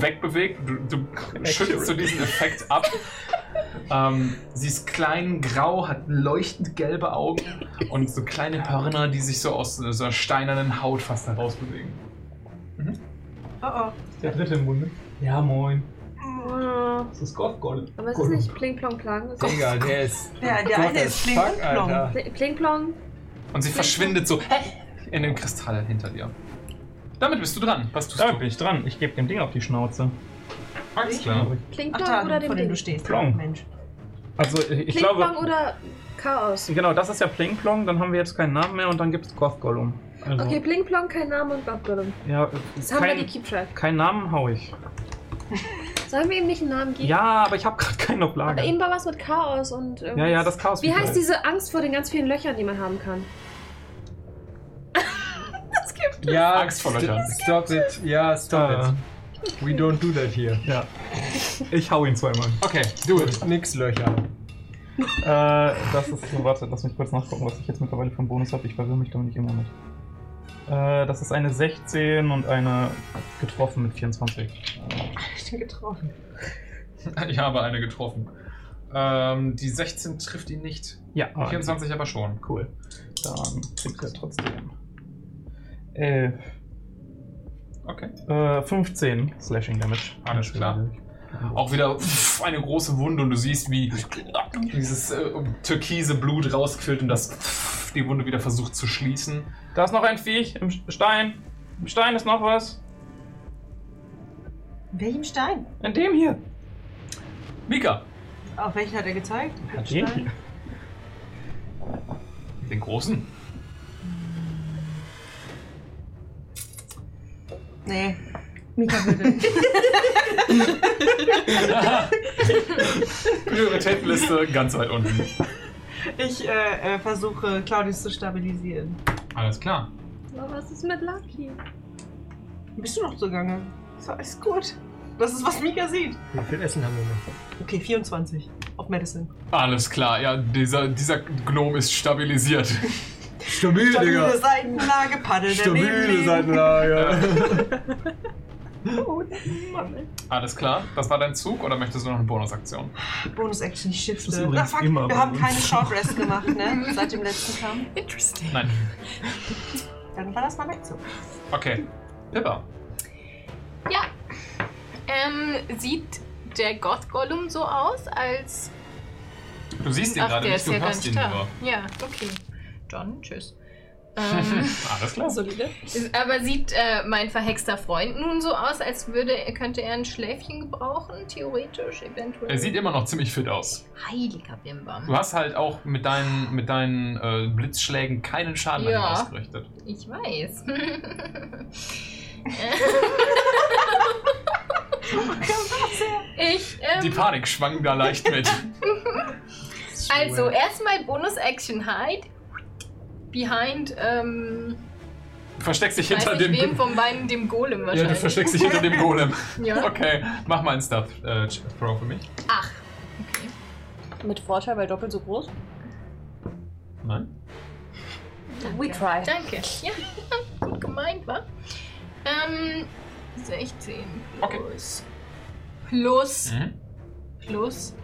wegbewegt. Du, du schüttelst so diesen Effekt ab. Ähm, sie ist klein, grau, hat leuchtend gelbe Augen und so kleine Hörner, die sich so aus so einer steinernen Haut fast herausbewegen.
Oh oh.
der dritte im Bunde. Ja, moin.
Ah.
Das ist Golf Gold.
Aber es ist nicht Pling Plong Klang. es ist-
Digga, der ist.
Ja, der
Gott,
eine ist Pling
fuck,
und
Alter.
Plong. Pling Plong.
Und sie verschwindet so in dem Kristall hinter dir. Damit bist du dran. Was tust
Da bin ich dran. Ich gebe dem Ding auf die Schnauze.
Alles klar.
Pling
Ach,
Plong
da,
oder dem
vor dem
Ding?
du stehst.
Plong.
Mensch.
Also, ich ich
Pling
glaube.
Plong oder Chaos.
Genau, das ist ja Pling Plong, dann haben wir jetzt keinen Namen mehr und dann gibt es Goth Gollum. Also,
Okay, Pling Plong, kein Name und Babgollum.
Ja, äh,
Das haben wir
kein,
die Keep Track.
keinen Namen hau ich.
Sollen wir ihm nicht einen Namen geben?
Ja, aber ich habe gerade keinen auf
Aber
Lager.
eben war was mit Chaos und. irgendwas.
Ja, ja, das Chaos-
Wie heißt diese Angst vor den ganz vielen Löchern, die man haben kann? das gibt es.
Ja,
Angst vor Löchern.
st- Stop it. Ja, stop
Ah.
it. We don't do that here.
Ja. Ich hau ihn zweimal.
Okay,
do it. Nix Löcher.
Äh, das ist. Warte, lass mich kurz nachgucken, was ich jetzt mittlerweile für einen Bonus habe. Ich verwirre mich damit immer mit. Äh, das ist eine 16 und eine getroffen mit 24.
Ich bin getroffen.
Ich habe eine getroffen. Ähm, die 16 trifft ihn nicht.
Ja, aber-
24 aber schon.
Cool. Dann kriegt er trotzdem. 11.
Okay.
Äh, 15 Slashing Damage.
Alles klar. Auch wieder pff, eine große Wunde und du siehst, wie dieses äh, türkise Blut rausquillt und das pff, die Wunde wieder versucht zu schließen.
Da ist noch ein Viech im Stein. Im Stein ist noch was.
In welchem Stein?
In dem hier.
Mika,
Auf welchen hat er gezeigt?
Hat den
Stein?
hier.
den großen.
Nee. Mika würde.
Prioritätenliste ganz weit unten.
ich äh, äh, versuche, Claudius zu stabilisieren.
Alles klar.
Aber was ist mit Lucky?
Bist du noch zugange? Ist doch alles gut. Das ist, was Mika sieht.
Wie viel Essen haben wir noch?
Okay, 24. Auf Medicine.
Alles klar, ja, dieser, dieser Gnom ist stabilisiert.
Stabil, Digga.
Stabile Seitenlage, Paddel daneben
Stabile
liegen.
Seitenlage.
Oh, Mann, ey.
Alles klar, das war dein Zug oder möchtest du noch eine Bonusaktion?
Bonus-Action, ich
Das ist
shifte.
übrigens
Na fuck,
immer
wir haben
bei uns.
keine Short Rest gemacht, ne? Seit dem letzten Kampf.
Interesting.
Nein.
Dann war das mal weg so.
Okay. Pippa.
Ja. Ähm, sieht der Goth-Gollum so aus, als.
Du siehst ihn
Ach,
gerade
der
nicht,
ist
du
ja gar
hörst
nicht
ihn
da.
nur.
Ja, okay. Dann, tschüss. Ähm,
Alles klar.
Solide. Ist- Aber sieht äh, mein verhexter Freund nun so aus, als würde, könnte er ein Schläfchen gebrauchen, theoretisch, eventuell?
Er sieht immer noch ziemlich fit aus.
Heiliger Bimbam.
Du hast halt auch mit deinen, mit deinen äh, Blitzschlägen keinen Schaden an ihm
Ja.
ausgerichtet.
Ich weiß. ich, ähm,
Die Panik schwang da leicht mit.
Also, erstmal Bonus-Action Hide. Behind, ähm,
Du versteckst dich
ich weiß
hinter
nicht,
dem.
wem von beiden, dem Golem
ja,
wahrscheinlich.
du versteckst dich hinter dem Golem.
Ja.
Okay, mach mal einen Stuff-Throw für mich.
Ach.
Mit Vorteil, weil doppelt so groß.
Nein.
We try.
Danke. Ja, gut gemeint, wa? Ähm, 16 plus. Plus.
Mhm.
Plus.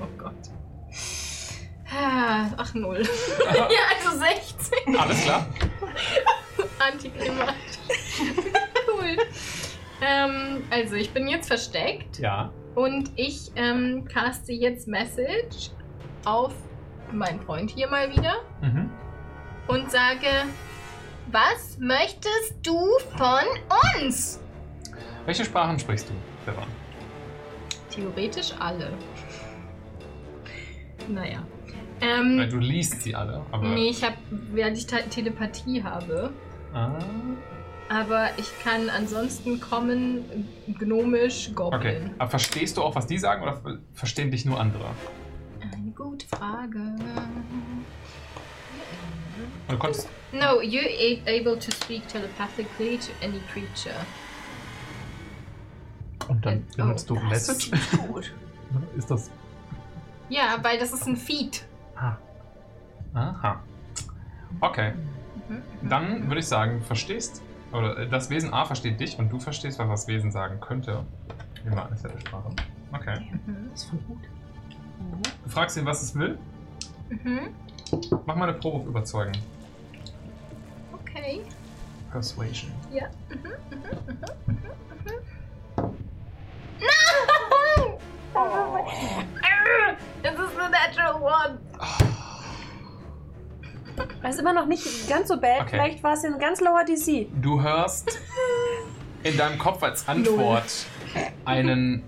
Oh Gott. Ah, Ach, null. ja, also 16.
Mhm. Alles klar.
Antiklimatisch. cool. Ähm, also, ich bin jetzt versteckt.
Ja.
Und ich ähm, caste jetzt Message auf meinen Freund hier mal wieder
Mhm.
und sage, was möchtest du von uns?
Welche Sprachen sprichst du, Stefan?
Theoretisch alle. Naja.
Weil
Ähm,
du liest sie alle, aber.
nee, ich habe, während ich Te- Telepathie habe,
Ah.
aber ich kann ansonsten kommen, gnomisch, goblin.
Okay. Aber verstehst du auch, was die sagen oder ver- verstehen dich nur andere?
Eine gute Frage.
Du konntest.
No, you're a- able to speak telepathically to any creature.
Und dann benutzt du Message? Ist das.
Ja, weil das ist ein Feed.
Aha. Okay. Mhm. Dann würde ich sagen, verstehst. Oder äh, das Wesen A versteht dich und du verstehst, was das Wesen sagen könnte. Immer eine der Sprache. Okay.
Mhm. Das ist voll gut.
Du fragst ihn, was es will.
Mhm.
Mach mal eine Probe auf Überzeugen.
Okay.
Persuasion.
Ja. Mhm. Mhm. Mhm. Mhm. Nein! Das ist eine Natural One.
Das ist immer noch nicht ganz so bad.
Okay.
Vielleicht war es ein ganz lower DC.
Du hörst in deinem Kopf als Antwort einen,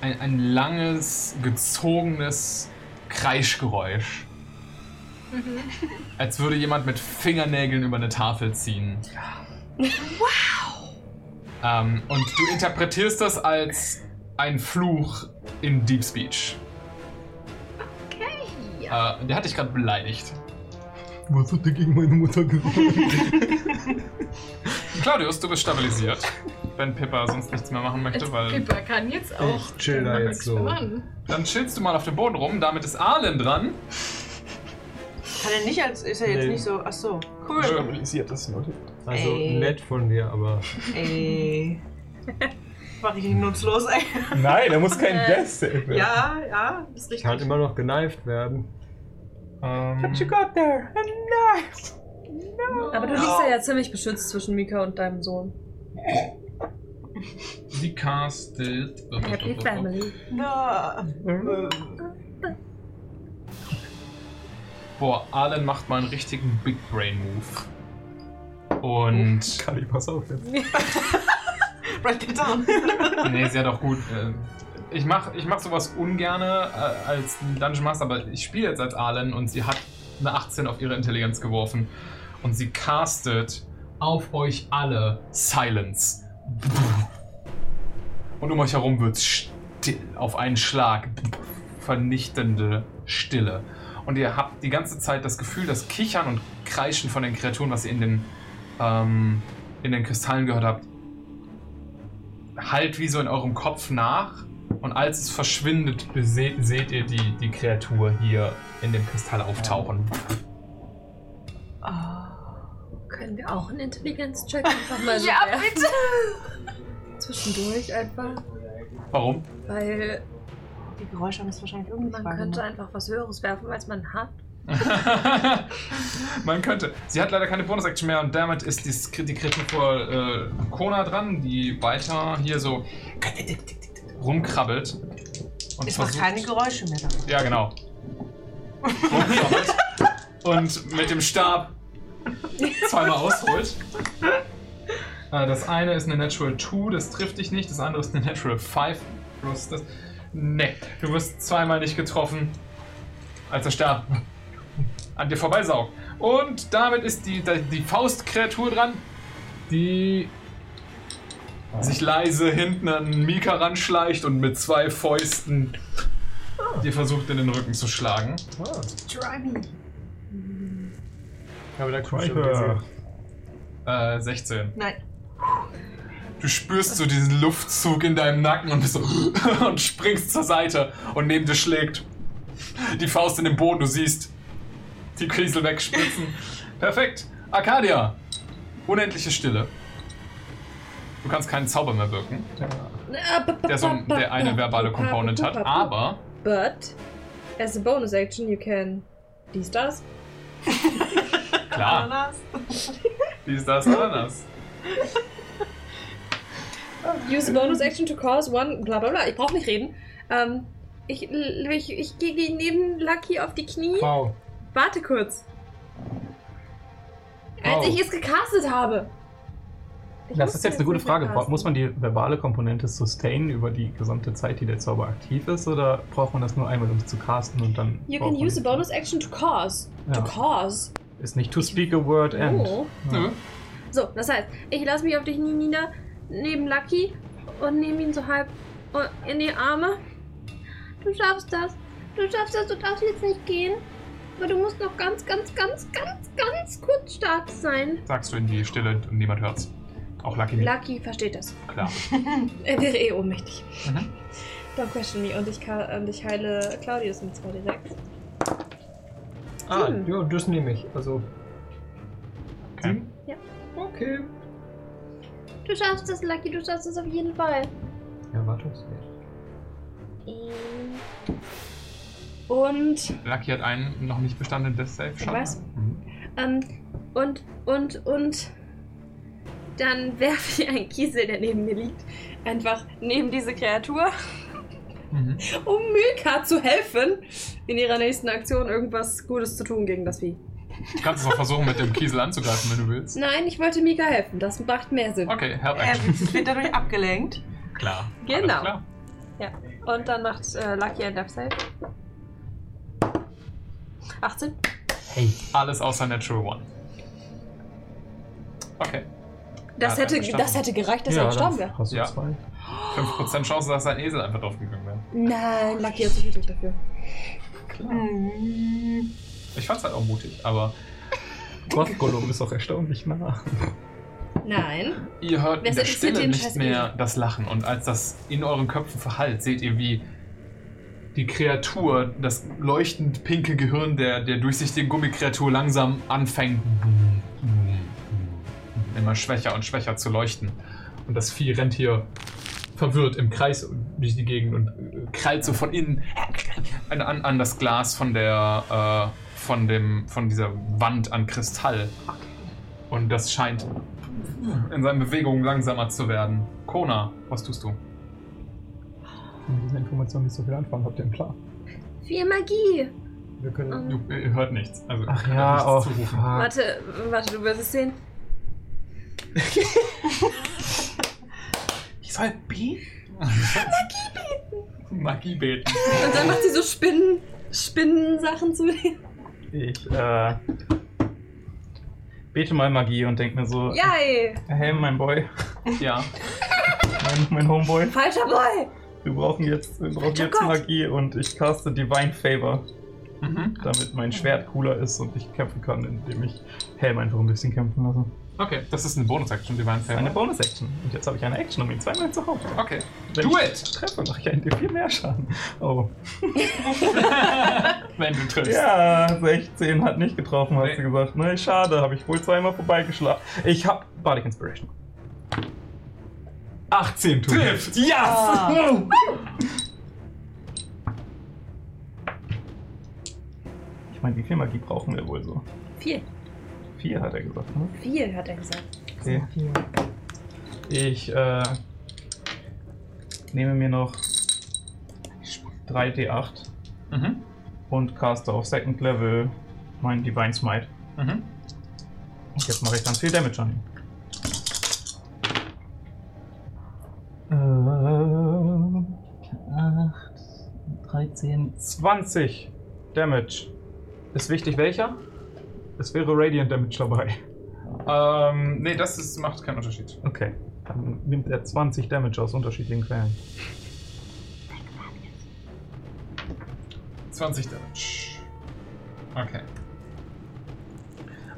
ein, ein langes, gezogenes Kreischgeräusch. Als würde jemand mit Fingernägeln über eine Tafel ziehen. Ähm, und du interpretierst das als ein Fluch in Deep Speech.
Okay.
Äh, der hat dich gerade beleidigt.
Was hat der gegen meine Mutter gesagt?
Claudius, du bist stabilisiert. Wenn Pippa sonst nichts mehr machen möchte, weil.
Pippa kann jetzt auch.
Ich chill da
dann
jetzt
nichts
so.
machen.
Dann chillst du mal auf dem Boden rum, damit ist Arlen dran.
Kann er nicht als. Ist er jetzt
Nee.
nicht so. Ach so. Cool.
Ähm,
Stabilisiert das, Leute.
Also
Ey.
nett von dir, aber.
Ey. War richtig nutzlos, ey.
Nein, da muss kein
Äh,
Death Save werden.
Ja, ja, ist richtig.
Kann immer noch geneift werden.
Ähm,
got there? Nice.
Aber du liegst ja, ja ziemlich beschützt zwischen Mika und deinem Sohn.
Sie castet.
Happy Family.
Boah, Arlen macht mal einen richtigen Big Brain Move. Und.
Kali, pass auf jetzt.
Write that down.
nee, sie hat auch gut. Äh, ich mach, ich mach sowas ungerne äh, als Dungeon Master, aber ich spiele jetzt als Arlen und sie hat eine 18 auf ihre Intelligenz geworfen. Und sie castet auf euch alle Silence. Und um euch herum wird's still. Auf einen Schlag. Vernichtende Stille. Und ihr habt die ganze Zeit das Gefühl, das Kichern und Kreischen von den Kreaturen, was ihr in den, ähm, in den Kristallen gehört habt, halt wie so in eurem Kopf nach. Und als es verschwindet, bese- seht ihr die, die Kreatur hier in dem Kristall auftauchen.
Ah,
wir auch einen Intelligenzcheck einfach mal so
Ja,
werfen?
bitte.
Zwischendurch einfach,
Warum?
weil die Geräusche haben es wahrscheinlich irgendwie Man
ne?
könnte einfach was Höheres werfen, als man hat.
Man könnte. Sie hat leider keine Bonus-Action mehr und damit ist dies, die Kritik vor äh, Kona dran, die weiter hier so rumkrabbelt. Und
Ich mache
versucht-
keine Geräusche mehr. Damit.
Ja, genau. Rumkrabbelt und mit dem Stab zweimal ausholt. Äh, das eine ist eine Natural 2, das trifft dich nicht. Das andere ist eine Natural 5. Plus das. Nee, du wirst zweimal nicht getroffen, als der Stab an dir vorbeisaugt. Und damit ist die, die, die Faustkreatur dran, die sich leise hinten an Mika ranschleicht und mit zwei Fäusten dir versucht, in den Rücken zu schlagen.
Try me.
Aber da kommt schon
Striker.
gesehen.
Äh, 16.
Nein.
Du spürst so diesen Luftzug in deinem Nacken und bist so und springst zur Seite und neben dir schlägt die Faust in den Boden. Du siehst die Kiesel wegspritzen. Perfekt. Arcadia. Unendliche Stille. Du kannst keinen Zauber mehr wirken, der, so, der eine verbale Component hat, aber
But, as a bonus action, you can. Dies, das.
klar, wie ist das anders?
Use a bonus action to cause one. Bla bla bla. Ich brauche nicht reden. Ähm, ich ich, ich gehe neben Lucky auf die Knie.
Wow.
Warte kurz. Als
Wow.
ich es gecastet habe.
Oh. Das ist jetzt eine gute
nicht mehr
Frage.
casten.
Muss man die verbale Komponente sustainen über die gesamte Zeit, die der Zauber aktiv ist, oder braucht man das nur einmal, um es zu casten und dann.
You
braucht
can
man
use a
die-
bonus action to cause.
Ja.
To cause.
Ist nicht to speak a word end.
Oh.
Ja.
So, das heißt, ich lasse mich auf dich nie nieder, neben Lucky und nehme ihn so halb äh, in die Arme.
Du schaffst das. Du schaffst das. Du darfst jetzt nicht gehen. Aber du musst noch ganz, ganz, ganz, ganz, ganz kurz stark sein.
Sagst du in die Stille und niemand hört's. Auch Lucky nicht.
Lucky versteht das.
Klar.
er wäre eh ohnmächtig.
Mhm.
Don't question me. Und ich, ka- und ich heile Claudius mit 2 direkt.
Ah, ja, das nehme ich. Also.
Okay.
Ja.
Okay.
Du schaffst das, Lucky. Du schaffst das auf jeden Fall.
Erwartungswert.
Und.
Lucky hat einen noch nicht bestandenen Death Save. Mhm.
Ich
Schaden.
weiß. Ähm, und, und, und. Dann werfe ich einen Kiesel, der neben mir liegt, einfach neben diese Kreatur,
Mhm.
um Milka zu helfen, in ihrer nächsten Aktion irgendwas Gutes zu tun gegen das Vieh.
Du kannst es auch versuchen, mit dem Kiesel anzugreifen, wenn du willst.
Nein, ich wollte Mika helfen. Das macht mehr Sinn.
Okay, Help Action.
Er wird dadurch abgelenkt.
Klar.
Äh, Genau.
Alles klar.
Ja. Und dann macht äh, Lucky ein Death Save. 18.
Hey. Alles außer Natural One. Okay.
Das,
Ja,
hätte,
dann
das hätte gereicht, dass er gestorben wäre.
Hast du
ja.
zwei?
5% Chance, dass ein Esel einfach draufgegangen wäre.
Nein, Lucky hat sich wirklich dafür.
Hm.
Ich fand's halt auch mutig, aber. Gothgolum ist auch erstaunlich nah.
Nein.
Ihr hört
Wer
in der
interessiert
Stille
den
nicht
scheiß
mehr
Esel?
das Lachen. Und als das in euren Köpfen verhallt, seht ihr, wie die Kreatur, das leuchtend pinke Gehirn der, der durchsichtigen Gummikreatur langsam anfängt, immer schwächer und schwächer zu leuchten. Und das Vieh rennt hier verwirrt im Kreis durch die Gegend und äh, krallt so von innen an, an, an das Glas von der äh, von dem von dieser Wand an Kristall. Und das scheint in seinen Bewegungen langsamer zu werden. Kona, was tust du?
Mit dieser Information nicht so viel anfangen, habt ihr einen Plan.
Viel Magie.
Wir können.
Du ihr hört nichts. Also
Ach
kann
ja,
nichts
oh,
zurufen.
fuck.
Warte, warte, du wirst es sehen.
Ich soll bieten? Magie beten.
Und dann macht sie so Spinnen, Spinnensachen zu dir.
Ich, äh. Bete mal Magie und denk mir so.
Yay!
Hey, mein Boy.
Ja.
Mein, mein Homeboy.
Falscher Boy!
Wir brauchen jetzt, wir brauchen
Falscher
jetzt
Gott!
Magie und ich caste Divine Favor.
Mhm.
Damit mein Schwert cooler ist und ich kämpfen kann, indem ich Helm einfach ein bisschen kämpfen lasse.
Okay, das ist eine Bonus-Action, die waren fair.
Eine Bonus-Action. Und jetzt habe ich eine Action, um ihn zweimal zu hauen.
Okay.
Wenn
Do
ich
it!
Treffe, mache ich einen dir viel mehr Schaden. Oh.
Wenn du triffst.
Ja, 16 hat nicht getroffen, hast du gesagt. Ne, schade, habe ich wohl zweimal vorbeigeschlagen. Ich habe Bardic Inspiration. 18 trifft. Yes!
Ah.
Ich meine, wie viel Magie brauchen wir wohl so?
Viel.
Vier hat er gesagt, ne?
Viel, hat er gesagt.
Okay. Ich äh, nehme mir noch 3d8
Mhm.
und caste auf Second Level meinen Divine Smite.
Mhm.
Und jetzt mache ich ganz viel Damage an ihn. Ähm, 8, 13, 20 Damage. Ist wichtig welcher? Es wäre Radiant Damage dabei.
Ähm, nee, das ist, macht keinen Unterschied.
Okay. Dann nimmt er 20 Damage aus unterschiedlichen Quellen.
20 Damage. Okay.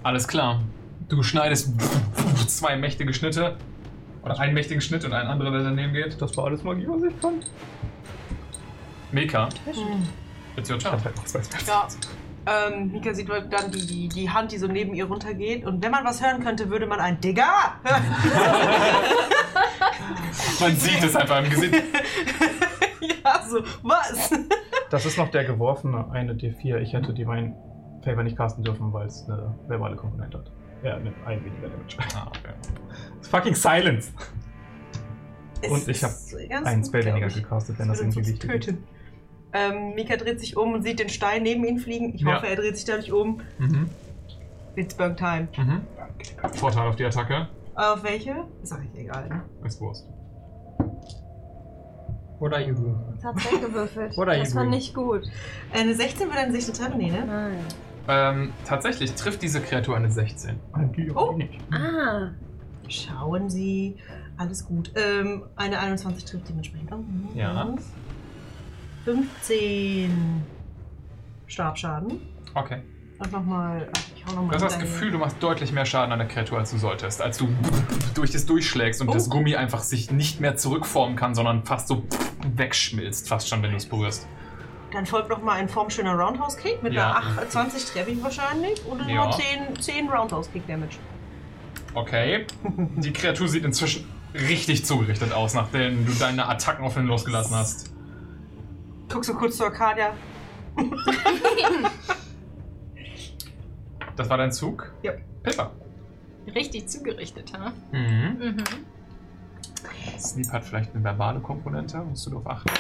Alles klar. Du schneidest zwei mächtige Schnitte. Oder einen mächtigen Schnitt und einen anderen, der daneben geht.
Das war alles Magie, was ich fand.
Meka,
Mhm.
it's your turn.
Ja. Ähm, Mika sieht dann die, die, die Hand, die so neben ihr runtergeht. Und wenn man was hören könnte, würde man ein Digger hören.
Man sieht es einfach im Gesicht.
ja, so, was?
Das ist noch der geworfene eine D4. Ich hätte die meinen Favor nicht casten dürfen, weil es eine verbale Komponente hat. Ja, mit ein weniger Damage.
Ah, okay.
Fucking Silence!
Es
Und ich habe
ist ganz
einen
gut,
Spell
glaub
weniger
ich.
gecastet, wenn
Das
das
würde
irgendwie
uns
wichtig ist.
töten. Ähm, Mika dreht sich um und sieht den Stein neben ihn fliegen. Ich
Ja.
hoffe, er dreht sich dadurch um.
Mhm.
It's Burn Time.
Mhm. Vorteil auf die Attacke.
Auf welche? Ist eigentlich egal. Ne?
Ist Wurst.
What are you doing?
Das hat's gewürfelt.
What are you Das war doing?
nicht gut. Äh, Eine 16 wird eine 16 treffen, nee, ne? Nein.
Ähm, tatsächlich trifft diese Kreatur eine 16.
Oh. Ah. Schauen Sie. Alles gut. Ähm, eine 21 trifft dementsprechend. Oh, mhm.
Ja.
15 Stabschaden.
Okay.
Und nochmal. Ich hau nochmal.
Du hast das Gefühl, du machst deutlich mehr Schaden an der Kreatur, als du solltest. Als du durch das durchschlägst und das Gummi einfach sich nicht mehr zurückformen kann, sondern fast so wegschmilzt, fast schon, wenn du es berührst.
Dann folgt nochmal ein formschöner Roundhouse Kick mit
Ja.
einer 8, 20 Treffing wahrscheinlich. Oder
Ja.
nur 10, 10 Roundhouse Kick Damage.
Okay. Die Kreatur sieht inzwischen richtig zugerichtet aus, nachdem du deine Attacken auf ihn losgelassen hast.
Guck so kurz zur Arcadia.
Das war dein Zug?
Ja.
Pippa.
Richtig zugerichtet, ha?
Mhm.
Mhm.
Sleep hat vielleicht eine verbale Komponente, musst du darauf achten.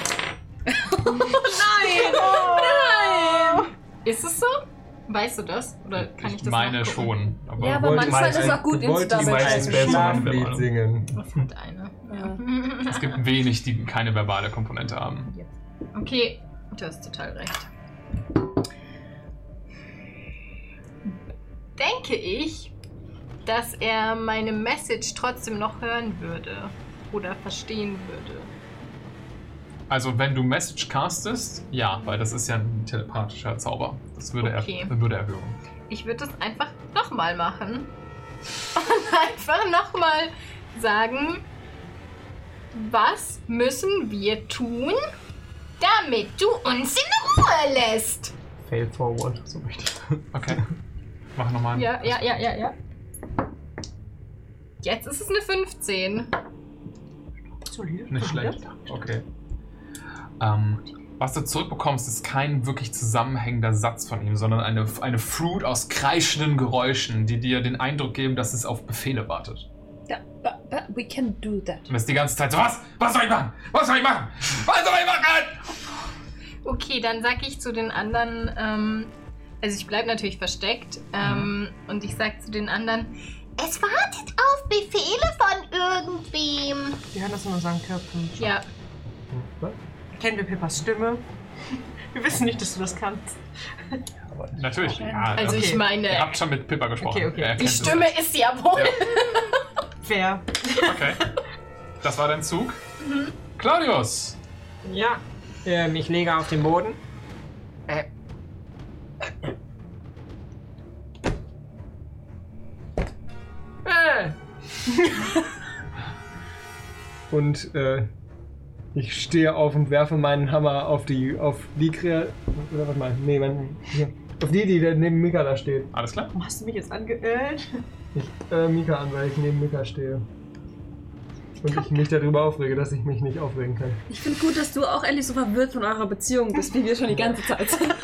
Nein! Nein! Ist es so? Weißt du das? Oder kann ich,
Ich
das
meine
nachgucken?
schon. Aber
Ja, aber
Wollte
manchmal
meinen-
ist auch gut ins
wollte die meisten Spells haben eine verbale.
singen.
Eine.
Es gibt wenig, die keine verbale Komponente haben.
Okay, du hast total recht. Denke ich, dass er meine Message trotzdem noch hören würde oder verstehen würde.
Also wenn du Message castest, ja, weil das ist ja ein telepathischer Zauber. Das würde,
Okay.
er, würde er hören.
Ich würde das einfach nochmal machen. Und einfach nochmal sagen, was müssen wir tun, damit du uns in Ruhe lässt?
Fail forward, so möchte ich.
Okay. Mach nochmal.
Ja, ja, ja, ja, ja. Jetzt ist es eine 15.
Nicht schlecht. Okay. Ähm, was du zurückbekommst, ist kein wirklich zusammenhängender Satz von ihm, sondern eine, eine Fruit aus kreischenden Geräuschen, die dir den Eindruck geben, dass es auf Befehle wartet.
Da, but, but we can do that.
Und es die ganze Zeit so, was? Was soll ich machen? Was soll ich machen? Was soll ich machen?
Okay, dann sag ich zu den anderen, ähm, also ich bleibe natürlich versteckt ähm, und ich sag zu den anderen,
Es wartet auf Befehle von irgendwem.
Wir hören das in unseren Köpfen.
ja,
Kennen wir Pippas Stimme? Wir wissen nicht, dass du das kannst.
Natürlich.
Okay.
Ja,
Also
das-
ich meine-
Ihr habt schon mit Pippa gesprochen.
Okay, okay.
Er
die
kennt es.
Stimme ist ja wohl.
Fair.
Okay. Das war dein Zug.
Mhm.
Claudius!
Ja. Ähm, ich lege auf den Boden. Äh. Äh.
und äh, ich stehe auf und werfe meinen Hammer auf die, auf die Krea oder was mal, nee, mein, hier. auf die, die da neben Mika da steht.
Alles klar.
Warum hast du mich jetzt angeölt?
Ich äh, Mika an, weil ich neben Mika stehe. Und ich mich darüber aufrege, dass ich mich nicht aufregen kann.
Ich finde gut, dass du auch endlich so verwirrt von eurer Beziehung bist, wie wir schon die ganze Zeit sind.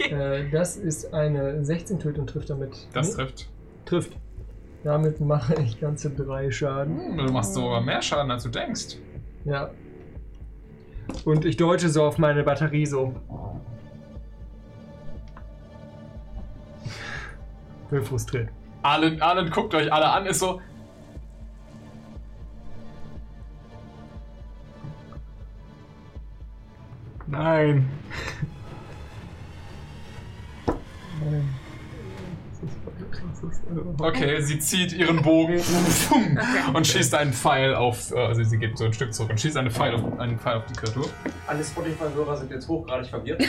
Äh, das ist eine 16 tötet und trifft damit.
Das
Nee?
Mhm.
trifft.
Trifft. Damit mache ich ganze drei Schaden.
Hm, Du machst sogar mehr Schaden, als du denkst.
Ja. Und ich deute so auf meine Batterie so. Bin frustriert.
Arlen, Arlen guckt euch alle an, ist so.
Nein. Nein. Das ist- das ist-
Okay, sie zieht ihren Bogen und schießt einen Pfeil auf. äh, Also sie geht so ein Stück zurück und schießt einen Pfeil auf, einen Pfeil auf die Kreatur.
Alle Spotify-Hörer sind jetzt hochgradig verwirrt.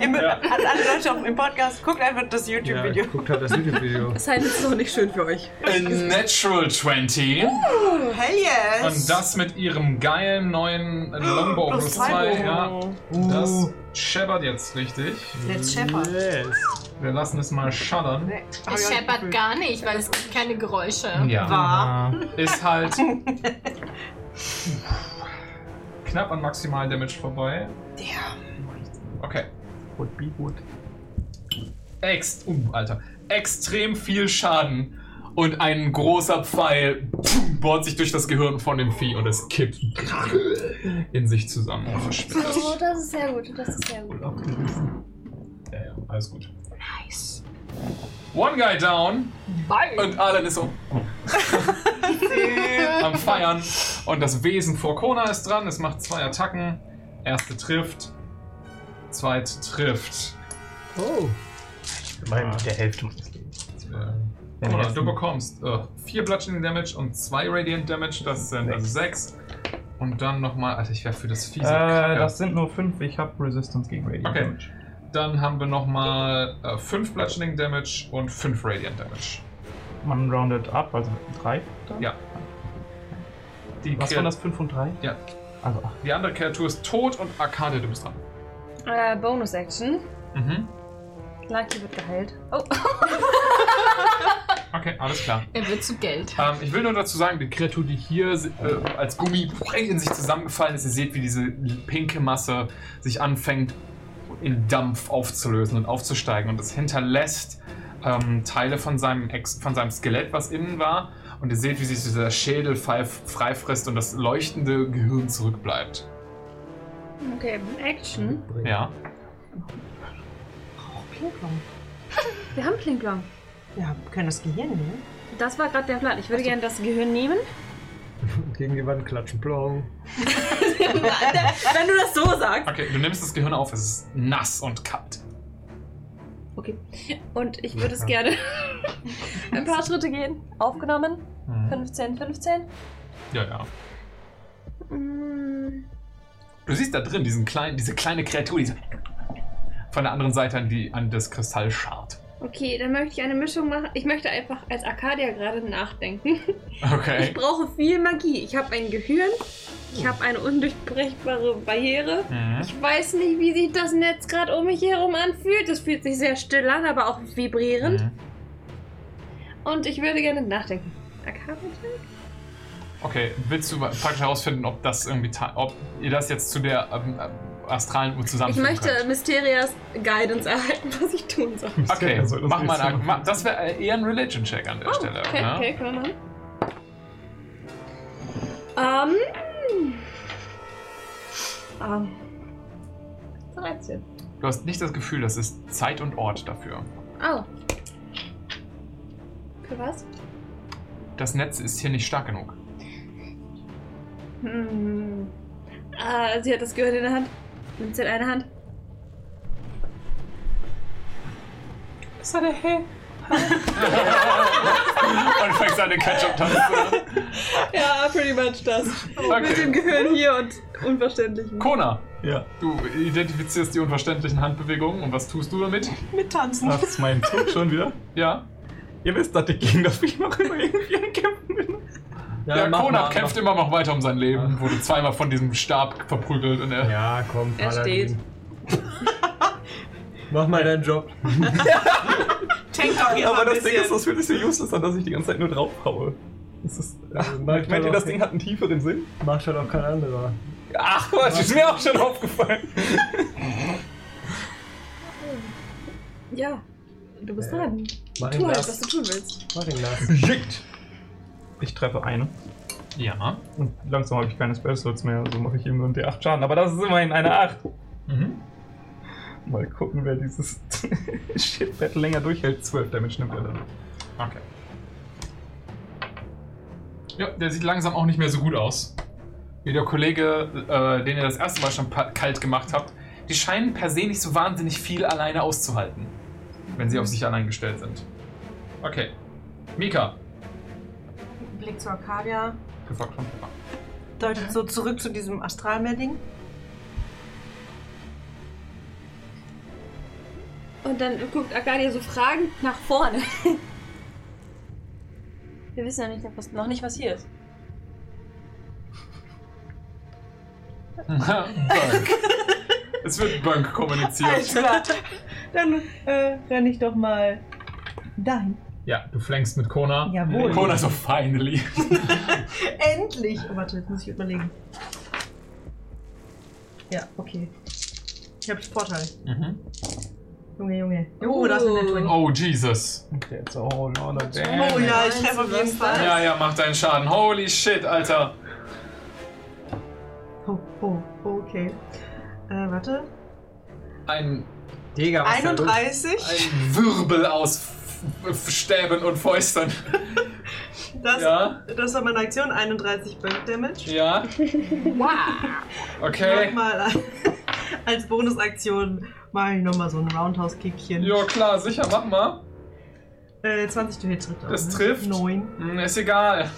Im, An alle Leute auf, im Podcast, guckt einfach das YouTube-Video.
guckt halt das YouTube-Video.
Das heißt, es ist noch nicht schön für euch.
A natural 20.
Uh, hell yes!
Und das mit ihrem geilen neuen äh, Longbow
Plus
plus
zwei
2. Ja,
Bogen.
das scheppert jetzt richtig.
Let's shepherd.
Yes. Wir lassen es mal schallern.
Es scheppert gar nicht, weil es gibt keine Geräusche.
Ja. Ist halt knapp an maximalen Damage vorbei. Okay.
Would be would.
Ext uh, Alter. Extrem viel Schaden. Und ein großer Pfeil pff, bohrt sich durch das Gehirn von dem Vieh und es kippt in sich zusammen und verschwindet.
Oh, das ist sehr gut, das ist sehr gut.
Ja, ja, alles gut. Nice. One guy down. Und Alan ist so. am Feiern. Und das Wesen vor Kona ist dran. Es macht zwei Attacken. Erste trifft. Zweite trifft.
Oh.
Immerhin
mit der Hälfte des
Äh, Kona, du bekommst äh, vier Bludgeoning Damage und zwei Radiant Damage. Das sind also sechs. Und dann nochmal. Alter, ich wäre für das fiese.
Äh, das sind nur fünf. Ich habe Resistance gegen Radiant
Okay.
Damage.
Dann haben wir nochmal 5 Bludgeoning Damage und 5 Radiant Damage.
Man rounded up, also drei. dann?
Ja. Die
Was
Kreat-
waren das? Fünf und drei?
Ja.
Also acht.
Die andere Kreatur ist tot und Arcadia, du bist dran.
Äh, Bonus-Action.
Mhm.
Lucky wird geheilt. Oh.
Okay, alles klar.
Er wird zu Geld.
Ähm, ich will nur dazu sagen, die Kreatur, die hier äh, als Gummi in sich zusammengefallen ist, ihr seht, wie diese pinke Masse sich anfängt, in Dampf aufzulösen und aufzusteigen. Und das hinterlässt ähm, Teile von seinem, Ex von seinem Skelett, was innen war. Und ihr seht, wie sich dieser Schädel frei- freifrisst und das leuchtende Gehirn zurückbleibt.
Okay, Action.
Ja.
Klinklong. Wir haben Klinklong.
Ja, wir können das Gehirn nehmen.
Das war gerade der Plan. Ich würde gerne das Gehirn nehmen.
Gegen die Wand klatschen. Plong.
Wenn du das so sagst.
Okay, du nimmst das Gehirn auf, es ist nass und kalt.
Okay. Und ich würde es gerne ein paar Schritte gehen. Aufgenommen.
Mhm.
15, 15.
Ja, ja.
Mm,
Du siehst da drin diesen kleinen, diese kleine Kreatur, die so von der anderen Seite an, die, an das Kristall schart.
Okay, dann möchte ich eine Mischung machen. Ich möchte einfach als Arcadia gerade nachdenken. Ich
Okay.
brauche viel Magie. Ich habe ein Gehirn. Ich habe eine undurchbrechbare Barriere.
Mhm.
Ich weiß nicht, wie sich das Netz gerade um mich herum anfühlt. Es fühlt sich sehr still an, aber auch vibrierend.
Mhm.
Und ich würde gerne nachdenken. Arcadia?
Okay, willst du praktisch herausfinden, ob das irgendwie, ta- ob ihr das jetzt zu der ähm, ähm, astralen Uhr
Ich
zusammenführen
möchte
könnt?
Mysterias Guidance erhalten, was ich tun soll.
Okay,
Das soll das
mach mal
nächste
einen, ma- das wäre äh, eher ein Religion-Check an der
Oh,
Stelle.
okay,
ne?
okay, können wir machen. Ähm. Ähm. 13.
Du hast nicht das Gefühl, das ist Zeit und Ort dafür.
Oh. Für was?
Das Netz ist hier nicht stark genug.
Hm. Ah, sie hat das Gehirn in der Hand. Nimmt sie in eine Hand.
Was war der Hell?
und fängst an, den Ketchup tanzen.
Ja, pretty much das.
Okay.
Mit dem Gehirn hier und unverständlichen.
Kona,
Ja.
du identifizierst die unverständlichen Handbewegungen und was tust du damit?
Mit Tanzen.
Das ist mein Zug schon wieder.
Ja.
Ihr wisst, dass ich gegen das Viech noch immer irgendwie am Kämpfen bin.
Äh,
Ja,
mach
Konab
mal,
kämpft immer noch weiter um sein Leben, wurde zweimal von diesem Stab verprügelt und er.
Ja, komm,
Er Paladin. steht.
Mach mal deinen Job.
Tank doch hier
Aber
mal ein
das Ding
bisschen.
ist, das fühlt sich so useless an, dass ich die ganze Zeit nur draufhaue. Das ist, äh, meint ihr, das Ding hat einen tieferen Sinn?
Macht halt auch kein anderer.
Ach Quatsch, ist mir auch schon aufgefallen.
Ja, du bist
Äh,
dran.
mach
Tu
ihn
halt,
das.
was du tun willst.
Mach ihn das. Schickt! Ich treffe eine.
Ja.
Und langsam habe ich keine Spell Slots mehr, also mache ich ihm nur einen D8 Schaden. Aber das ist immerhin eine 8.
Mhm.
Mal gucken, wer dieses Shit-Battle länger durchhält. 12 Damage nimmt er dann.
Okay. Ja, der sieht langsam auch nicht mehr so gut aus. Wie der Kollege, äh, den ihr das erste Mal schon pa- kalt gemacht habt, die scheinen per se nicht so wahnsinnig viel alleine auszuhalten, wenn sie auf sich allein gestellt sind. Okay. Mika,
Blick zu Arcadia.
gefragt von Pepper.
Deutet so zurück zu diesem Astralmeer-Ding.
Und dann guckt Arcadia so fragend nach vorne. Wir wissen ja nicht, was, noch nicht, was hier ist.
Bunk. es wird Bunk kommuniziert.
Dann äh, renne ich doch mal dahin.
Ja, du flankst mit Kona.
Jawohl.
Kona so finally.
Endlich! Oh, warte, jetzt muss ich überlegen. Ja, okay. Ich habe Vorteil.
Mhm.
Junge, Junge. Oh, das ist eine 20.
Oh, Jesus.
That's a whole lot of
Oh ja, ich treffe auf jeden Fall.
Ja, ja, mach deinen Schaden. Holy shit, Alter.
Oh, oh, okay. Äh, warte.
Ein
Digga,
31.
Ein Wirbel aus F F Stäben und Fäusten.
Das,
Ja.
das war meine Aktion. 31 Bulk Damage.
Ja,
Wow.
okay.
Nochmal ein- als Bonusaktion mache ich nochmal so ein Roundhouse-Kickchen.
Ja, klar, sicher, mach mal.
Äh, 20 to hit trifft auch,
Das
ne?
trifft.
Neun.
Hm, Ist egal.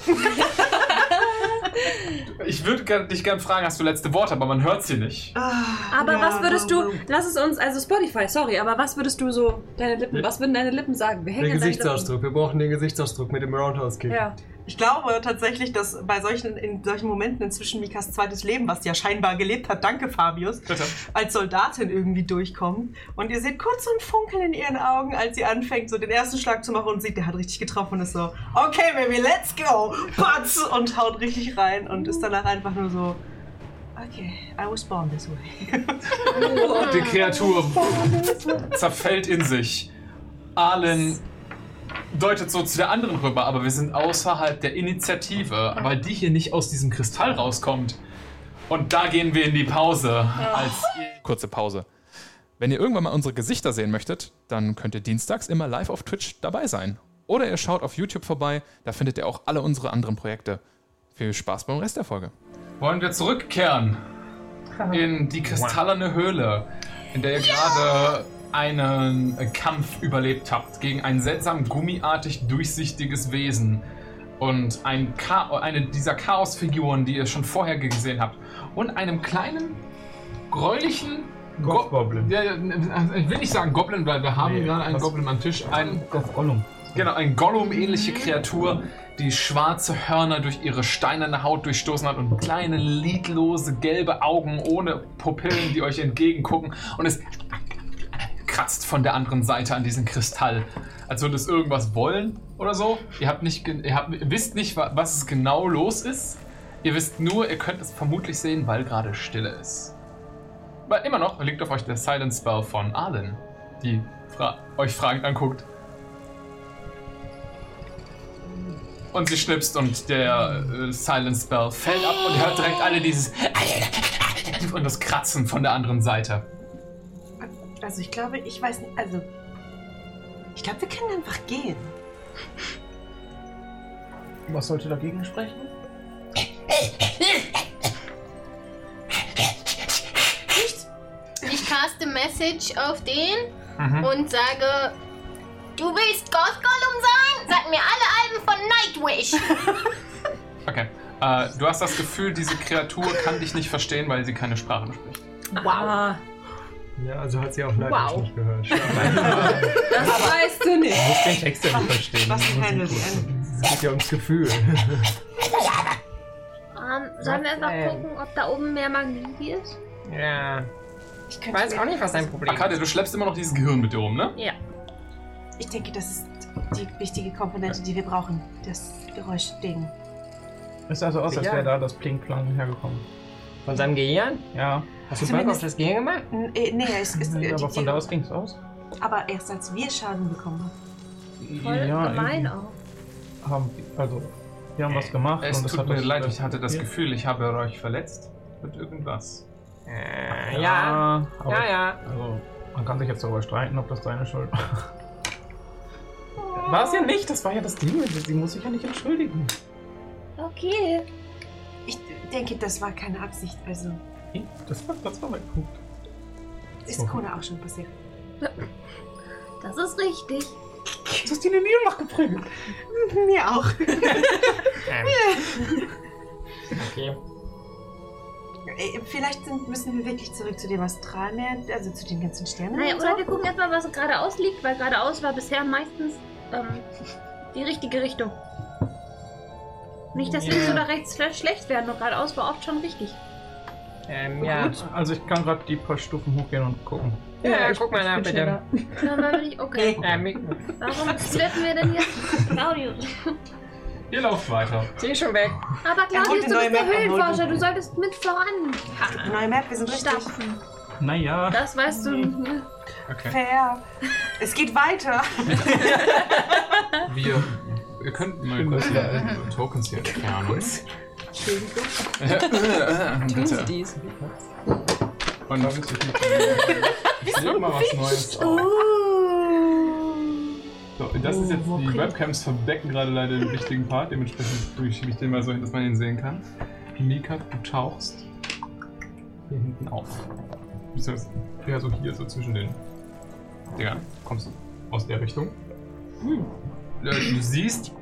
ich würde dich gern fragen, hast du letzte Worte, aber man hört sie nicht.
Aber
ja,
was würdest du, lass es uns, also Spotify, sorry, aber was würdest du so, deine Lippen, was würden deine Lippen sagen? Wir
Den
hängen an deinen Lippen.
Gesichtsausdruck. Wir brauchen den Gesichtsausdruck mit dem Roundhouse-Kick.
Ja.
Ich glaube tatsächlich, dass bei solchen, in solchen Momenten inzwischen Mikas zweites Leben, was sie ja scheinbar gelebt hat, danke Fabius, als Soldatin irgendwie durchkommt. Und ihr seht kurz so ein Funkeln in ihren Augen, als sie anfängt, so den ersten Schlag zu machen und sieht, der hat richtig getroffen und ist so, okay, baby, let's go! Patz! Und haut richtig rein und ist danach einfach nur so, okay, I was born this way.
Die Kreatur zerfällt in sich. Allen deutet so zu der anderen rüber, aber wir sind außerhalb der Initiative, weil die hier nicht aus diesem Kristall rauskommt. Und da gehen wir in die Pause. Als
Kurze Pause. Wenn ihr irgendwann mal unsere Gesichter sehen möchtet, dann könnt ihr dienstags immer live auf Twitch dabei sein. Oder ihr schaut auf YouTube vorbei, da findet ihr auch alle unsere anderen Projekte. Viel Spaß beim Rest der Folge.
wollen wir zurückkehren in die kristallene Höhle, in der ihr gerade einen äh, Kampf überlebt habt gegen ein seltsam gummiartig durchsichtiges Wesen und ein Cha eine dieser Chaosfiguren, die ihr schon vorher gesehen habt und einem kleinen gräulichen Go- Ja, ja, äh, Ich will nicht sagen Goblin, weil wir haben gerade einen Goblin am Tisch. Ein Gollum. Genau, ein Gollum-ähnliche Kreatur, die schwarze Hörner durch ihre steinerne Haut durchstoßen hat und kleine, lidlose, gelbe Augen ohne Pupillen, die euch entgegengucken. Und es kratzt von der anderen Seite an diesen Kristall. Als würde es irgendwas wollen oder so. Ihr, habt nicht, ge- ihr habt, wisst nicht, wa- was es genau los ist. Ihr wisst nur, ihr könnt es vermutlich sehen, weil gerade Stille ist. Aber immer noch liegt auf euch der Silent Spell von Arlen, die fra euch fragend anguckt. Und sie schnipst und der äh, Silent Spell fällt ab und ihr hört direkt alle dieses und das Kratzen von der anderen Seite.
Also ich glaube, ich weiß nicht, also ich glaube, wir können einfach gehen.
Was sollte dagegen sprechen?
Ich caste Message auf den
Mhm.
und sage, du willst Goth Gollum sein? Sag mir alle Alben von Nightwish.
Okay. Äh, du hast das Gefühl, diese Kreatur kann dich nicht verstehen, weil sie keine Sprachen spricht.
Wow.
Ja, also hat sie auch leider
Wow.
nicht gehört.
Das weißt du
Ich
Äh,
nicht.
muss den Text ja nicht verstehen.
Was für eine
Es geht ja ums Gefühl.
Ähm, sollen wir
äh,
einfach gucken, ob da oben mehr Magie ist?
Ja.
Ich weiß auch nicht, was dein Problem
Arcadia, du schleppst immer noch dieses Gehirn mit dir rum, ne?
Ja.
Ich denke, das ist die wichtige Komponente, die wir brauchen. Das Geräuschding.
Ist also aus, als
Ja.
wäre da das Pling-Plang hergekommen.
Von seinem Gehirn?
Ja.
Hast du Bock auf das Gehirn gemacht?
N- äh, Nee, es ist.
Nee,
äh,
aber
die-
von da aus ging's aus.
Aber erst als wir Schaden bekommen haben.
Voll Ja, gemein irgendwie.
auch.
Haben, also, wir haben was gemacht
Äh, Es
und das
tut
hat
mir
uns
leid, ich hatte das
Ja.
Gefühl, ich habe euch verletzt mit irgendwas.
Ja, ja,
aber-
ja, ja.
Also, man kann sich jetzt darüber streiten, ob das deine Schuld war. War es ja nicht, das war ja das Ding. Sie muss sich ja nicht entschuldigen.
Okay.
Ich denke, das war keine Absicht. Also
Hm, Das war, das war mein Punkt.
ist
So.
Kona auch schon passiert.
Das ist richtig.
Du hast ihn in Nilo noch geprügelt. Ähm.
Mir auch.
Okay.
Äh, Vielleicht sind, müssen wir wirklich zurück zu dem Astralmeer, also zu den ganzen Sternen.
Naja,
und
oder
so.
wir gucken erstmal, was geradeaus liegt, weil geradeaus war bisher meistens ähm, die richtige Richtung. Nicht, dass
Ja.
links oder rechts vielleicht schlecht werden, nur geradeaus war oft schon richtig.
Ähm, ja.
Gut, also ich kann gerade die paar Stufen hochgehen und gucken.
Ja, guck mal nach, bitte. Ähm,
Dann war wirklich okay.
Ja, Mikro.
Warum treffen wir denn jetzt Claudius?
Ihr lauft weiter.
Sie ist schon weg.
Aber Claudius,
holt
du bist der
eine neue Map, er holt
Höhlenforscher,
eine.
du solltest mit voran
Neue Map, wir sind richtig.
stapfen.
Naja.
Das weißt du.
Mhm.
ne?
Fair. Es geht weiter.
Wir, wir könnten mal kurz die alten Tokens hier entfernen.
Entschuldigung.
Bitte. Und ich sehe mal was Neues. So, das ist jetzt, die Webcams verdecken gerade leider den wichtigen Part, dementsprechend durchschiebe ich den mal so hin, dass man ihn sehen kann. Mika, du tauchst hier hinten auf. Beziehungsweise, Ja, so hier, so zwischen den Dingern kommst du aus der Richtung. Äh, Du siehst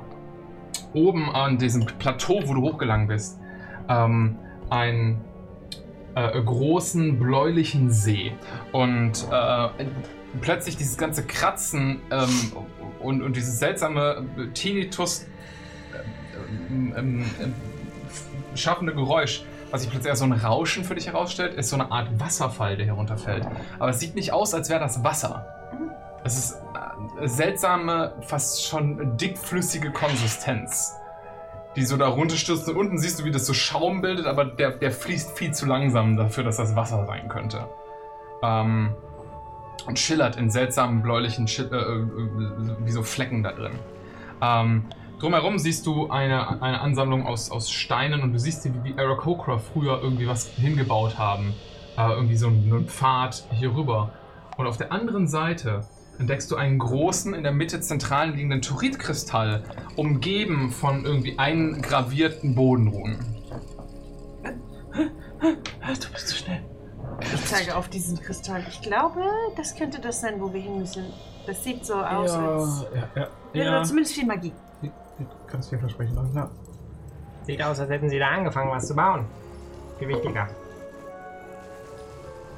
oben an diesem Plateau, wo du hochgelangt bist, ähm, einen äh, großen bläulichen See. Und äh, plötzlich dieses ganze Kratzen ähm, und, und dieses seltsame äh, Tinnitus ähm, ähm, ähm, schaffende Geräusch, was sich plötzlich als so ein Rauschen für dich herausstellt, ist so eine Art Wasserfall, der herunterfällt. Aber es sieht nicht aus, als wäre das Wasser. Es ist äh, seltsame, fast schon dickflüssige Konsistenz, die so da runterstürzt. Und unten siehst du, wie das so Schaum bildet, aber der, der fließt viel zu langsam dafür, dass das Wasser sein könnte. Ähm, und schillert in seltsamen bläulichen, Schi- äh, äh, wie so Flecken da drin. Ähm, drumherum siehst du eine, eine Ansammlung aus, aus Steinen und du siehst, hier, wie die Arakokra früher irgendwie was hingebaut haben. Äh, irgendwie so einen, einen Pfad hier rüber. Und auf der anderen Seite entdeckst du einen großen, in der Mitte zentral liegenden Turitkristall, umgeben von irgendwie eingravierten Bodenruhen.
Du bist zu schnell.
Ich zeige auf diesen Kristall. Ich glaube, das könnte das sein, wo wir hin müssen. Das sieht so aus, als
ja, ja,
wäre da zumindest viel Magie.
Kannst dir versprechen, dann, ja.
Sieht aus, als hätten sie da angefangen, was zu bauen. Viel wichtiger.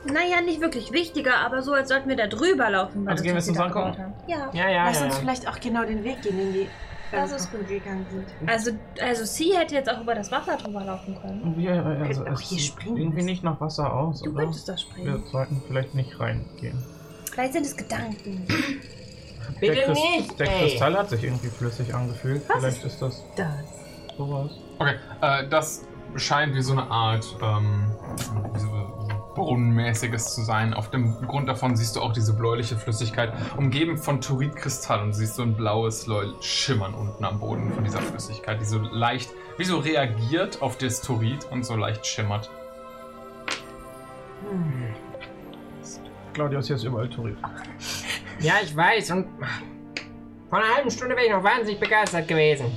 Naja, nicht wirklich wichtiger, aber so, als sollten wir da drüber laufen. weil das
Also gehen wir
was da
zusammen
gebaut
gucken.
haben. Ja.
Ja, ja,
Lass
ja,
uns
ja.
vielleicht auch genau den Weg gehen, den wir
Das
ähm,
ist
gut gegangen sind.
Also, also sie hätte jetzt auch über das Wasser drüber laufen können.
Und wir, äh, also,
auch
es
hier
sieht
springen.
irgendwie nicht nach Wasser aus,
Du
oder?
könntest da springen.
Wir sollten vielleicht nicht reingehen.
Vielleicht sind es Gedanken.
der
Bitte
Krist-
nicht,
Der
ey.
Kristall hat sich irgendwie flüssig angefühlt.
Was
vielleicht ist das
Das.
sowas.
Okay, äh, das scheint wie so eine Art ähm, wie so Brunnenmäßiges zu sein. Auf dem Grund davon siehst du auch diese bläuliche Flüssigkeit, umgeben von Turritkristall und siehst so ein blaues Leu- Schimmern unten am Boden von dieser Flüssigkeit, die so leicht, wie so reagiert auf das Turrit und so leicht schimmert.
Claudius, hier ist überall Turin.
Ja, ich weiß. Und vor einer halben Stunde wäre ich noch wahnsinnig begeistert gewesen.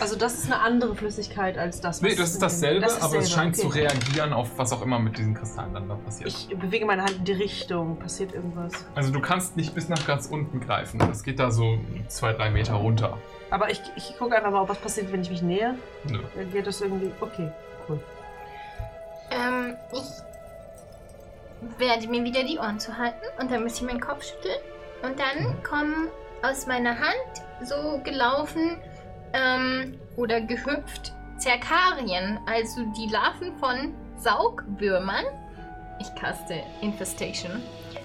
Also das ist eine andere Flüssigkeit als das,
Nee, das ist dasselbe,
Das ist
aber es
selber,
scheint zu
okay.
reagieren auf was auch immer mit diesen Kristallen dann da passiert.
Ich bewege meine Hand in die Richtung. Passiert irgendwas.
also du kannst nicht bis nach ganz unten greifen. Es geht da so zwei, drei Meter runter.
Aber ich, ich gucke einfach mal, ob was passiert, wenn ich mich nähe.
Nö.
Dann Geht das irgendwie. Okay, cool.
Ähm, ich werde mir wieder die Ohren zu halten und dann muss ich meinen Kopf schütteln. Und dann kommen aus meiner Hand so gelaufen ähm, oder gehüpft Zerkarien, also die Larven von Saugwürmern. Ich caste Infestation.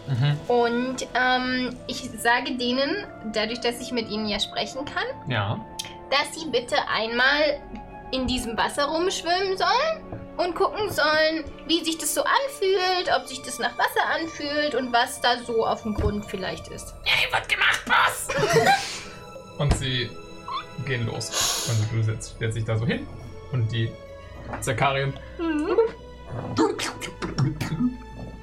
Mhm.
Und ähm, ich sage denen, dadurch, dass ich mit ihnen ja sprechen kann,
Ja.
dass sie bitte einmal in diesem Wasser rumschwimmen sollen und gucken sollen, wie sich das so anfühlt, ob sich das nach Wasser anfühlt und was da so auf dem Grund vielleicht ist. Hey, wird gemacht, Boss!
Und sie gehen los. Und du setzt, stellst dich da so hin. Und die Zakarien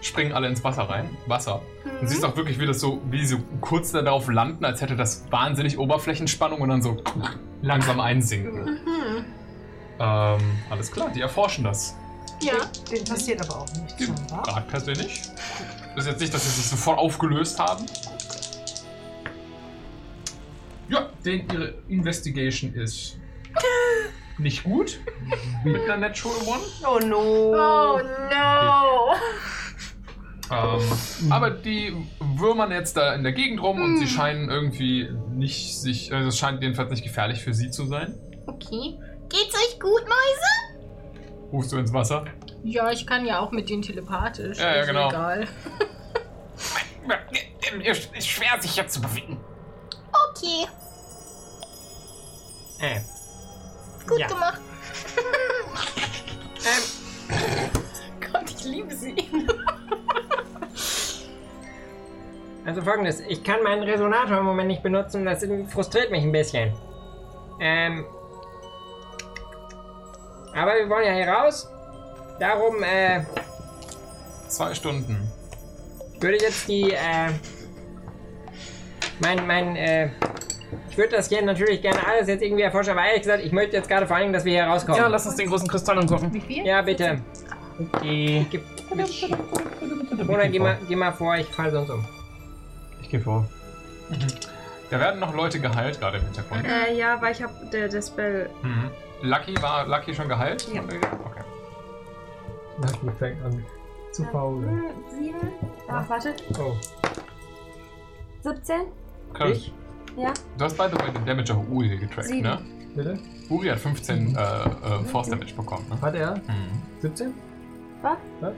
springen alle ins Wasser rein. Wasser. Und
Mhm.
siehst auch wirklich, wie das so, wie sie so kurz darauf landen, als hätte das wahnsinnig Oberflächenspannung und dann so langsam einsinken.
Mhm.
Ähm, alles klar, die erforschen das.
Ja.
Den passiert aber auch nichts.
Fragt persönlich. Ist jetzt nicht, dass sie sich sofort aufgelöst haben. Ja, den ihre Investigation ist nicht gut. Mit einer Natural One.
Oh no.
Oh no.
Ähm, aber die würmern jetzt da in der Gegend rum und
Mm.
sie scheinen irgendwie nicht sich, also es scheint jedenfalls nicht gefährlich für sie zu sein.
Okay. Geht's euch gut, Mäuse?
Rufst du ins Wasser?
Ja, ich kann ja auch mit denen telepathisch.
Ja, ja,
also
genau.
Egal.
Ist schwer, sich jetzt zu bewegen.
Okay,
Äh.
gut
Ja.
gemacht.
Ähm.
Gott, ich liebe sie.
Also folgendes, ich kann meinen Resonator im Moment nicht benutzen, das frustriert mich ein bisschen. Ähm. Aber wir wollen ja hier raus. Darum, äh,
Zwei Stunden.
würde ich jetzt die, äh, mein, mein, äh, ich würde das hier natürlich gerne alles jetzt irgendwie erforschen, aber ehrlich gesagt, ich möchte jetzt gerade vor allem, dass wir hier rauskommen.
Ja, lass uns den großen Kristall angucken. Wie
viel?
Ja, bitte.
Okay.
Gib, Mona, geh mal, geh mal vor, ich falle sonst um.
Ich geh vor.
Da werden noch Leute geheilt gerade im Hintergrund.
Äh, ja, weil ich hab der, der Spell.
Mhm. Lucky war Lucky schon geheilt?
Ja.
Okay.
Lucky fängt an zu faulen.
Sieben. Äh, Ach, warte.
Oh.
17?
Klar.
Ja.
Du hast by the way den Damage auch Uri getrackt,
Sieben.
ne?
Bitte?
Uri hat 15 äh, äh, Force Damage bekommen, ne?
Hat er?
Mhm.
17?
Was?
Ja?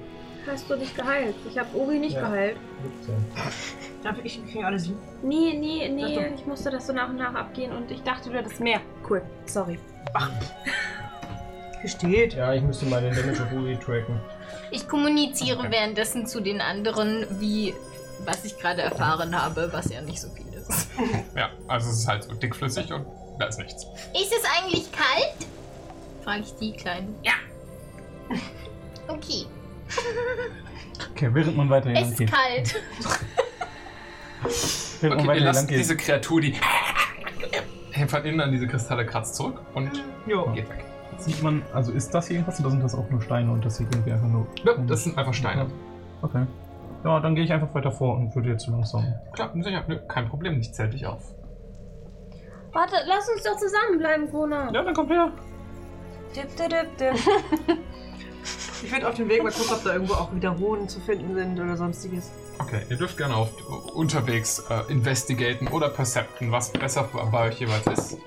Hast du dich geheilt? Ich habe Uri nicht
Ja.
geheilt.
17.
Darf ich kriege alles hin?
Nee, nee, nee.
Ach
Ich musste das so nach und nach abgehen und ich dachte, du hättest mehr. Cool. Sorry.
Gesteht. Ja, ich müsste mal den Damage of Uri tracken.
Ich kommuniziere währenddessen zu den anderen, wie was ich gerade erfahren habe, was ja nicht so viel ist.
Ja, also es ist halt so dickflüssig und da ist nichts.
Ist es eigentlich kalt? Frage ich die Kleinen. Ja. Okay.
Okay, während man weiter hier
es
lang
ist
geht.
kalt.
Okay,
Während man
wir
weiter hier
lassen
lang geht.
diese Kreatur, die von innen an diese Kristalle kratzt, zurück und geht weg.
Sieht man, also ist das hier irgendwas oder sind das auch nur Steine und das hier irgendwie einfach nur.
Ja, das
Mhm.
sind einfach Steine.
Okay. Ja, dann gehe ich einfach weiter vor und würde jetzt so langsam.
Klar, sicher, nö, kein Problem, ich zähl dich auf.
Warte, lass uns doch zusammenbleiben, Bruna.
Ja, dann kommt her.
Dip, dip, dip, dip. ich würde auf dem Weg mal gucken, ob da irgendwo auch wieder Ruhen zu finden sind oder sonstiges.
Okay, ihr dürft gerne auf unterwegs äh, investigaten oder percepten, was besser bei euch jeweils ist.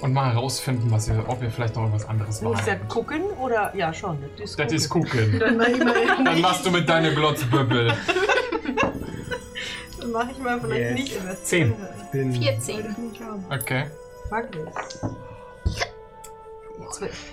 Und mal herausfinden, was ihr, ob ihr vielleicht noch irgendwas anderes
Muss
macht.
ich da gucken oder? Ja, schon. Das ist
Das ist gucken.
Dann mach ich mal-
Dann machst du mit deiner Glotzbübbel.
Dann mache ich mal vielleicht
Yes.
nicht investieren.
Zehn.
Bin
14.
Okay.
Fuck this. Zwölf.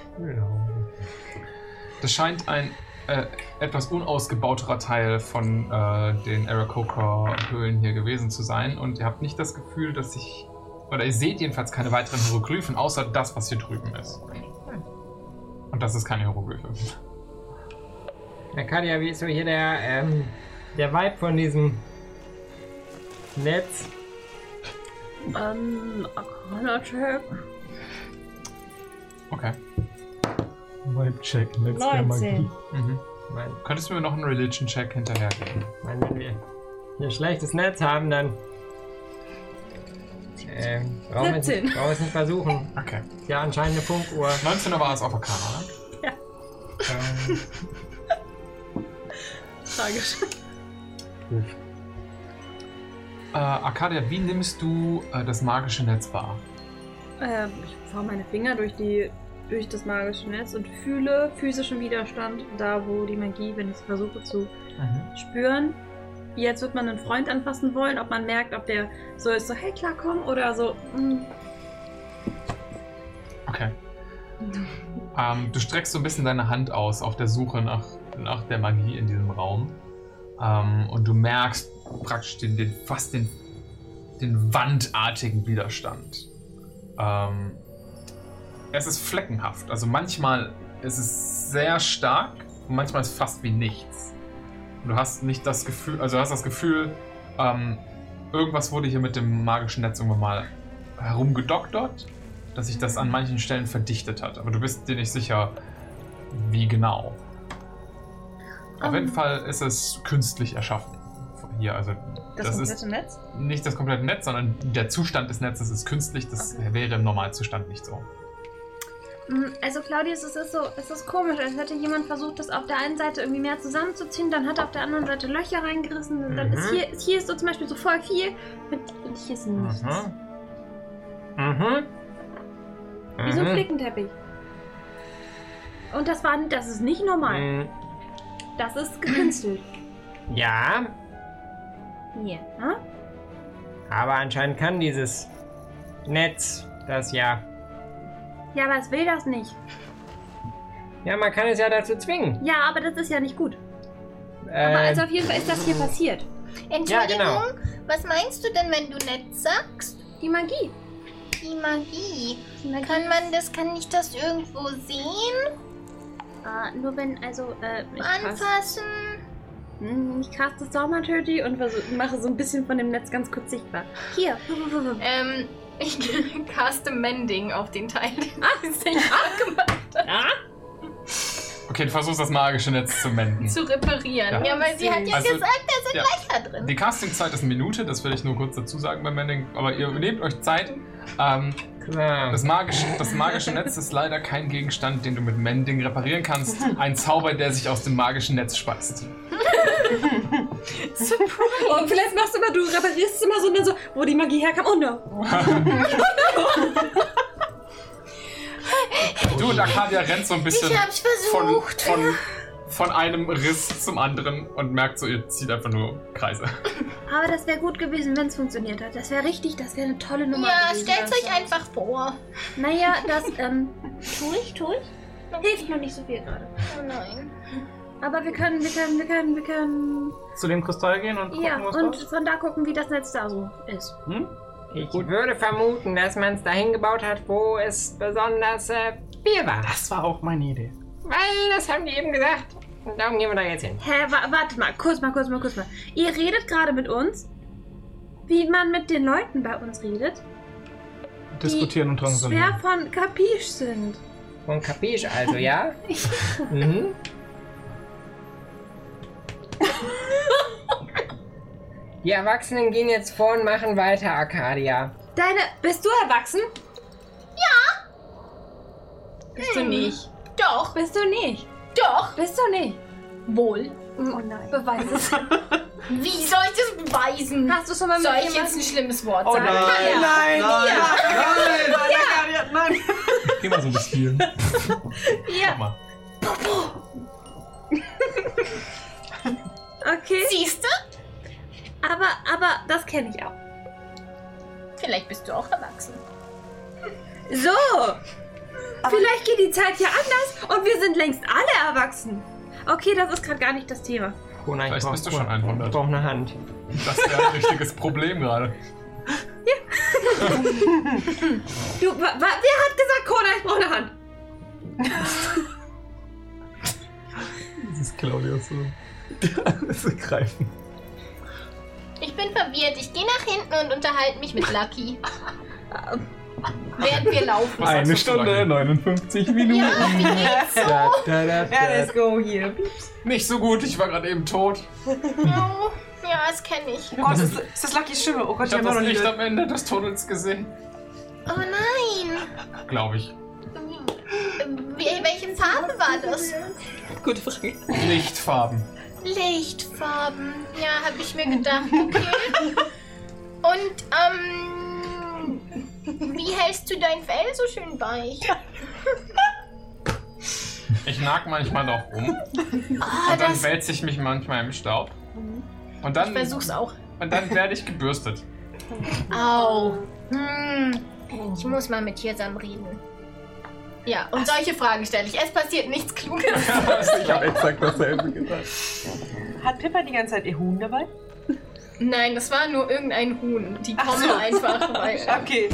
Das scheint ein äh, etwas unausgebauterer Teil von äh, den Arakocra-Höhlen hier gewesen zu sein. Und ihr habt nicht das Gefühl, dass ich. Oder ihr seht jedenfalls keine weiteren Hieroglyphen, außer das, was hier drüben ist. Und das ist keine Hieroglyphe.
Herr Kadia, wie ist so hier der, ähm, der Vibe von diesem Netz?
Ähm, Arcana-Check.
Okay.
Vibe-Check, Netz der
19.
Magie.
Mhm. Könntest du mir noch einen Religion-Check hinterhergeben?
Nein, wenn wir hier ein schlechtes Netz haben, dann. Ähm, brauchen wir es nicht,
17.
brauchen wir es nicht versuchen.
Okay.
Ist ja anscheinend eine Funkuhr.
Ähm. 19er war es auf der Kamera, ne?
tragisch.
Äh, Arcadia, wie nimmst du äh, das magische Netz wahr?
Ähm, ich fahre meine Finger durch, die, durch das magische Netz und fühle physischen Widerstand da, wo die Magie, wenn ich es versuche zu
Mhm.
spüren. Jetzt wird man einen Freund anfassen wollen, ob man merkt, ob der so ist, so hey, klar, komm, oder so. mm.
Okay. Ähm, du streckst so ein bisschen deine Hand aus auf der Suche nach, nach der Magie in diesem Raum. Ähm, und du merkst praktisch den, den fast den, den wandartigen Widerstand. Ähm, es ist fleckenhaft. Also manchmal ist es sehr stark und manchmal ist es fast wie nichts. Und du hast nicht das Gefühl, also du hast das Gefühl, ähm, irgendwas wurde hier mit dem magischen Netz irgendwann mal herumgedoktert, dass sich das an manchen Stellen verdichtet hat. Aber du bist dir nicht sicher, wie genau. Auf
Ähm.
jeden Fall ist es künstlich erschaffen. Hier, also
Das,
das
komplette
ist
Netz?
nicht das komplette Netz, sondern der Zustand des Netzes ist künstlich. Das wäre im Normalzustand nicht so.
Mm, Also Claudius, es ist so, es ist komisch, als hätte jemand versucht, das auf der einen Seite irgendwie mehr zusammenzuziehen, dann hat er auf der anderen Seite Löcher reingerissen. und Dann
Mhm.
ist hier, ist hier ist so zum Beispiel so voll viel und und hier ist nichts.
Mhm.
Wie so ein Flickenteppich. Und das war, das ist nicht normal.
Mhm.
Das ist gekünstelt.
Ja,
Ja.
aber anscheinend kann dieses Netz das ja.
Ja, aber es will das nicht.
Ja, man kann es ja dazu zwingen.
Ja, aber das ist ja nicht gut.
Äh,
Aber also auf jeden Fall ist das hier passiert.
Entschuldigung, was meinst du denn, wenn du nett sagst?
Die Magie.
Die Magie. Kann man das, kann ich das irgendwo sehen?
Ah, nur wenn, also, äh, ich
Anfassen?
Mm, Ich caste Stormaturgy und versuch- mache so ein bisschen von dem Netz ganz kurz sichtbar. Hier.
Ähm, ich caste Mending auf den Teil, den
Ah,
ich abgemacht
Okay, du versuchst das magische Netz zu menden.
zu
Ja.
reparieren. Ja, weil sie hat ja
Also,
gesagt, da sind
ja.
Löcher drin.
Die Castingzeit ist eine Minute, das will ich nur kurz dazu sagen beim Mending, aber ihr nehmt euch Zeit. Ähm, das, magische, das magische Netz ist leider kein Gegenstand, den du mit Mending reparieren kannst. Ein Zauber, der sich aus dem magischen Netz speist.
Und Oh, vielleicht machst du immer, du reparierst es immer so und dann so, wo die Magie herkam. Oh no.
Du und Arcadia rennt so ein bisschen
Ich hab's
von,
versucht.
von, von einem Riss zum anderen und merkt so, ihr zieht einfach nur Kreise.
Aber das wäre gut gewesen, wenn es funktioniert hat. Das wäre richtig, das wäre eine tolle Nummer.
Ja,
gewesen,
stellt's
das-
euch einfach vor.
Naja, das, ähm, tue ich, tue ich. Hilft noch nicht so viel gerade.
Oh nein.
Aber wir können, wir können, wir können, wir können.
Zu dem Kristall gehen und gucken,
Ja,
was
und
da
von da gucken, wie das Netz da so ist.
Hm? Ich würde vermuten, dass man es dahin gebaut hat, wo es besonders äh, viel war.
Das war auch meine Idee.
Weil das haben die eben gesagt. Und darum gehen wir da jetzt hin.
Hä, wa warte mal, kurz mal, kurz mal, kurz mal. Ihr redet gerade mit uns, wie man mit den Leuten bei uns redet,
Diskutieren und
schwer
transformieren.
von Kapisch sind.
Von Kapisch also, ja? mhm. Die Erwachsenen gehen jetzt vor und machen weiter, Arcadia.
Deine, bist du erwachsen?
Ja,
Bist du nicht.
doch,
Bist du nicht.
doch.
Bist du nicht.
Wohl.
Oh nein. Beweis es.
Wie soll ich das beweisen?
Hast du schon mal mit
Soll ich
jemandem-
jetzt ein schlimmes Wort
Oh
sagen?
nein, nein,
ja.
nein, nein,
ja.
Geh mal so ein bisschen.
Ja.
mal.
Okay.
Siehst du?
Aber, aber, das kenne ich auch.
Oh. Vielleicht bist du auch erwachsen.
So. Vielleicht geht die Zeit ja anders und wir sind längst alle erwachsen. Okay, das ist gerade gar nicht das Thema.
Oh nein,
Vielleicht bist du schon 100. Ich
brauche eine Hand.
Das wäre ein richtiges Problem gerade.
Du, wa, wa, wer hat gesagt, Kona, ich brauche eine Hand?
Das ist Claudius so. Alles greifen.
Ich bin verwirrt. Ich gehe nach hinten und unterhalte mich mit Lucky. Während wir laufen.
Eine Stunde, 59 Minuten.
Ja, wie geht's so? Da,
da. Ja, let's
go hier.
Nicht so gut, ich war gerade eben tot.
Oh, ja, das kenne ich.
Oh Gott, ist- ist
das Lucky Stimme? Oh
ich habe das Licht am Ende des Tunnels gesehen.
Oh nein.
Glaube ich.
Wel- Welche Farbe war das?
Lichtfarben.
Lichtfarben. Ja, habe ich mir gedacht. Okay. Und, ähm, wie hältst du dein Fell so schön weich?
Ich nag manchmal drauf rum.
Ah,
und dann
das, Mhm.
wälze ich mich manchmal im Staub. Und dann,
ich versuch's auch.
Und dann werde ich gebürstet.
Au.
Oh.
Hm. Ich muss mal mit Hirsam reden. Ja, und solche Fragen stelle ich. Es passiert nichts Kluges.
ich habe exakt dasselbe gesagt.
Hat Pippa die ganze Zeit ihr Huhn dabei?
Nein, das war nur irgendein Huhn. Die
Ach
kommen
so.
einfach, weil...
Okay.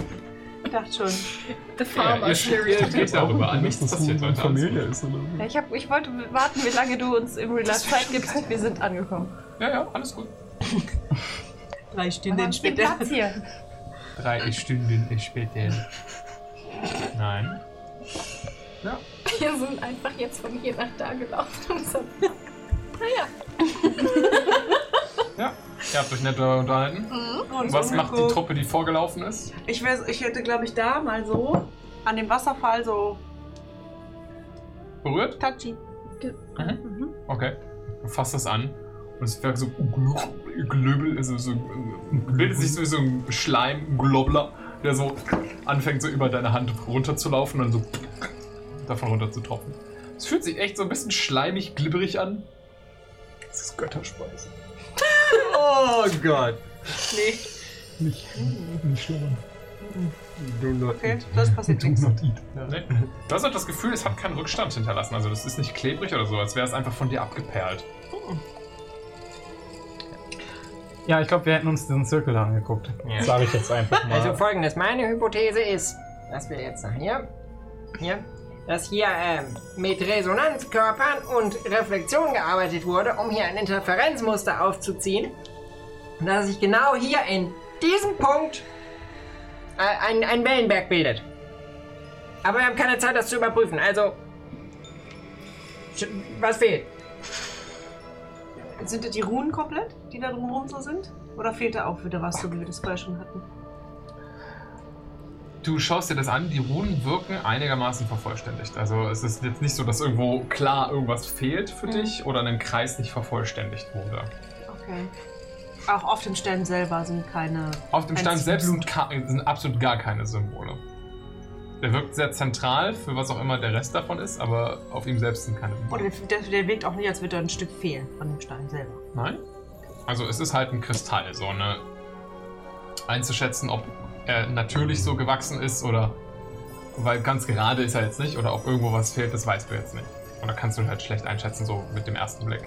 Ich dachte schon.
The
Ja,
Farmer.
ihr Serial geht darüber an. Nichts passiert heute. Familie
ist, oder?
Ja, ich, hab, ich wollte warten, wie lange du uns im Real Life Zeit gibst. Wir sind angekommen.
Ja, ja, alles gut.
Drei Stunden später. Platz hier.
Drei Stunden später. Nein. Ja.
Wir sind einfach jetzt von hier nach da gelaufen. Und so. Naja.
Ihr habt euch nett darüber unterhalten.
Mhm.
Und
Was macht die
umgeguckt.
Truppe, die vorgelaufen ist?
Ich, wär, ich hätte, glaube ich, da mal so an dem Wasserfall so
Berührt?
touchy.
Okay. Du fasst das an. Und es wird so Glöbel, also so, bildet sich sowieso ein Schleimglobler, der so anfängt, so über deine Hand runterzulaufen und so davon runterzutropfen. Es fühlt sich echt so ein bisschen schleimig, glibberig an. Das ist Götterspeise.
Oh Gott.
Nee.
Nicht, nicht schlummern.
Do not
Okay, das passiert
Do
nichts.
not eat.
Nee. Du hast auch das Gefühl, es hat keinen Rückstand hinterlassen. Also, das ist nicht klebrig oder so, als wäre es einfach von dir abgeperlt.
Ja, ich glaube, wir hätten uns diesen Zirkel angeguckt.
Ja.
Sage ich jetzt einfach mal.
Also folgendes, meine Hypothese ist, dass wir jetzt nach hier, hier, dass hier ähm, mit Resonanzkörpern und Reflexion gearbeitet wurde, um hier ein Interferenzmuster aufzuziehen. Und dass sich genau hier in diesem Punkt äh, ein, ein Wellenberg bildet. Aber wir haben keine Zeit, das zu überprüfen. Also, sch- was fehlt?
Sind das die Runen komplett, die da drumherum so sind? Oder fehlt da auch wieder was, so wie wir das vorher schon hatten?
Du schaust dir das an, die Runen wirken einigermaßen vervollständigt. Also es ist jetzt nicht so, dass irgendwo klar irgendwas fehlt für
Mhm.
dich oder ein Kreis nicht vervollständigt wurde.
Okay. Auch auf dem Stern selber sind keine.
Auf dem Stein
einzigen
selbst sind, ka- sind absolut gar keine Symbole. Der wirkt sehr zentral für was auch immer der Rest davon ist, aber auf ihm selbst sind keine Symbole.
Oder der, der wirkt auch nicht, als würde da ein Stück fehlen von dem Stein selber.
Nein? Also es ist halt ein Kristall, so eine einzuschätzen, ob er natürlich so gewachsen ist oder weil ganz gerade ist er jetzt nicht oder ob irgendwo was fehlt, das weißt du jetzt nicht. Oder kannst du halt schlecht einschätzen, so mit dem ersten Blick.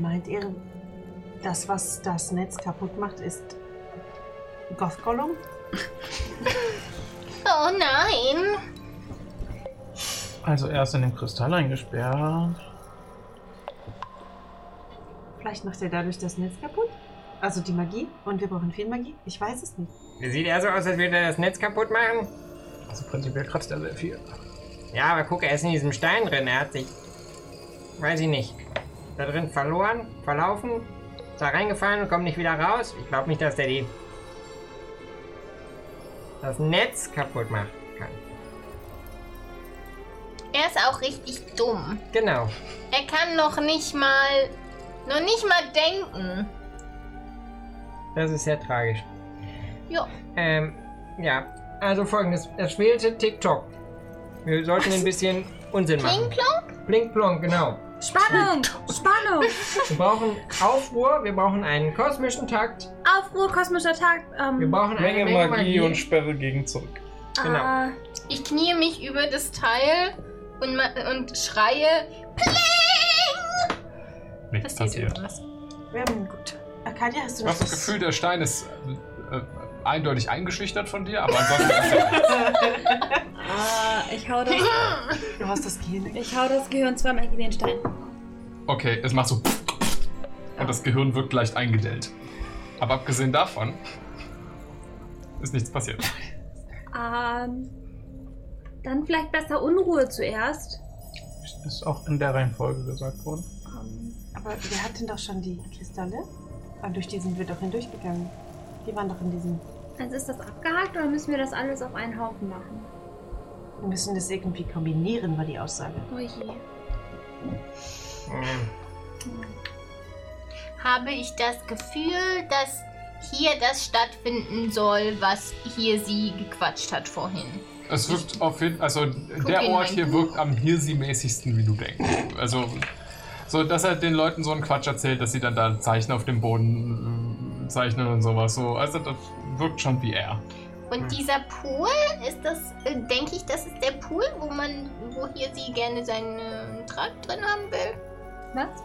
Meint ihr, das, was das Netz kaputt macht, ist Gothgollum?
Oh nein.
Also erst in dem Kristall eingesperrt.
Vielleicht macht er dadurch das Netz kaputt? Also die Magie? Und wir brauchen viel Magie? Ich weiß es nicht.
Sieht eher so aus, als würde er das Netz kaputt machen.
Also prinzipiell kratzt er sehr viel.
Ja, aber guck, er ist in diesem Stein drin. Er hat sich, weiß ich nicht, da drin verloren, verlaufen, ist da reingefallen und kommt nicht wieder raus. Ich glaube nicht, dass der die das Netz kaputt machen kann.
Er ist auch richtig dumm.
Genau.
Er kann noch nicht mal... Noch nicht mal denken.
Das ist sehr tragisch.
Ja.
Ähm, ja. Also folgendes. Das schwelte TikTok. Wir sollten ein bisschen Unsinn machen.
Klonk?
Blink plonk, genau.
Spannung! Spannung!
Wir brauchen Aufruhr, wir brauchen einen kosmischen Takt.
Aufruhr, kosmischer Tag. Ähm,
Wir brauchen eine Menge Magie.
Sperre gegen zurück.
Genau.
Ah, Ich knie mich über das Teil und, ma- und schreie... Pling!
Nichts passiert.
irgendwas.
Wir haben gut. Arcadia, hast du
Du hast das Gefühl, der Stein ist äh, äh, eindeutig eingeschüchtert von dir, aber ansonsten ist er
Ah, ich hau das.
Du hast das Gehirn.
Ich hau das Gehirn zweimal gegen den Stein.
Okay, es macht so. Und das Gehirn wirkt leicht eingedellt. Aber abgesehen davon ist nichts passiert.
ähm, dann vielleicht besser Unruhe zuerst.
Ist auch in der Reihenfolge gesagt worden.
Aber wir hatten doch schon die Kristalle. Und durch die sind wir doch hindurchgegangen. Die waren doch in diesem.
Also ist das abgehakt oder müssen wir das alles auf einen Haufen machen?
Wir müssen das irgendwie kombinieren, war die Aussage.
Oh je.
habe ich das Gefühl, dass hier das stattfinden soll, was hier sie gequatscht hat vorhin.
Es wirkt auf jeden Fall, also der
in
Ort
mein
hier wirkt am hirsi-mäßigsten, wie du denkst. Also, so, dass er den Leuten so einen Quatsch erzählt, dass sie dann da Zeichen auf dem Boden äh, zeichnen und sowas. So, also, das wirkt schon wie er.
Und dieser Pool, ist das, äh, denke ich, das ist der Pool, wo man, wo hier sie gerne seinen Trag drin haben will. Was?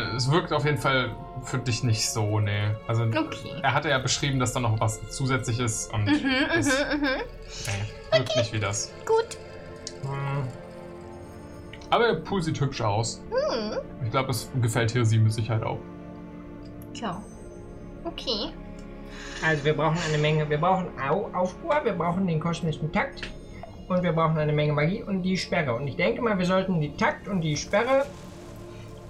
Äh, Es wirkt auf jeden Fall für dich nicht so, nee. Also,
Okay.
er hatte ja beschrieben, dass da noch was zusätzlich ist und
Mhm,
das
mhm, mhm.
nee, wirkt nicht wie das.
Gut.
Hm. Aber der Pool sieht hübsch aus.
Hm.
Ich glaube, es gefällt Hirsi mit Sicherheit auch.
Tja. Okay.
Also wir brauchen eine Menge, wir brauchen Au Aufruhr, wir brauchen den kosmischen Takt und wir brauchen eine Menge Magie und die Sperre. Und ich denke mal, wir sollten die Takt und die Sperre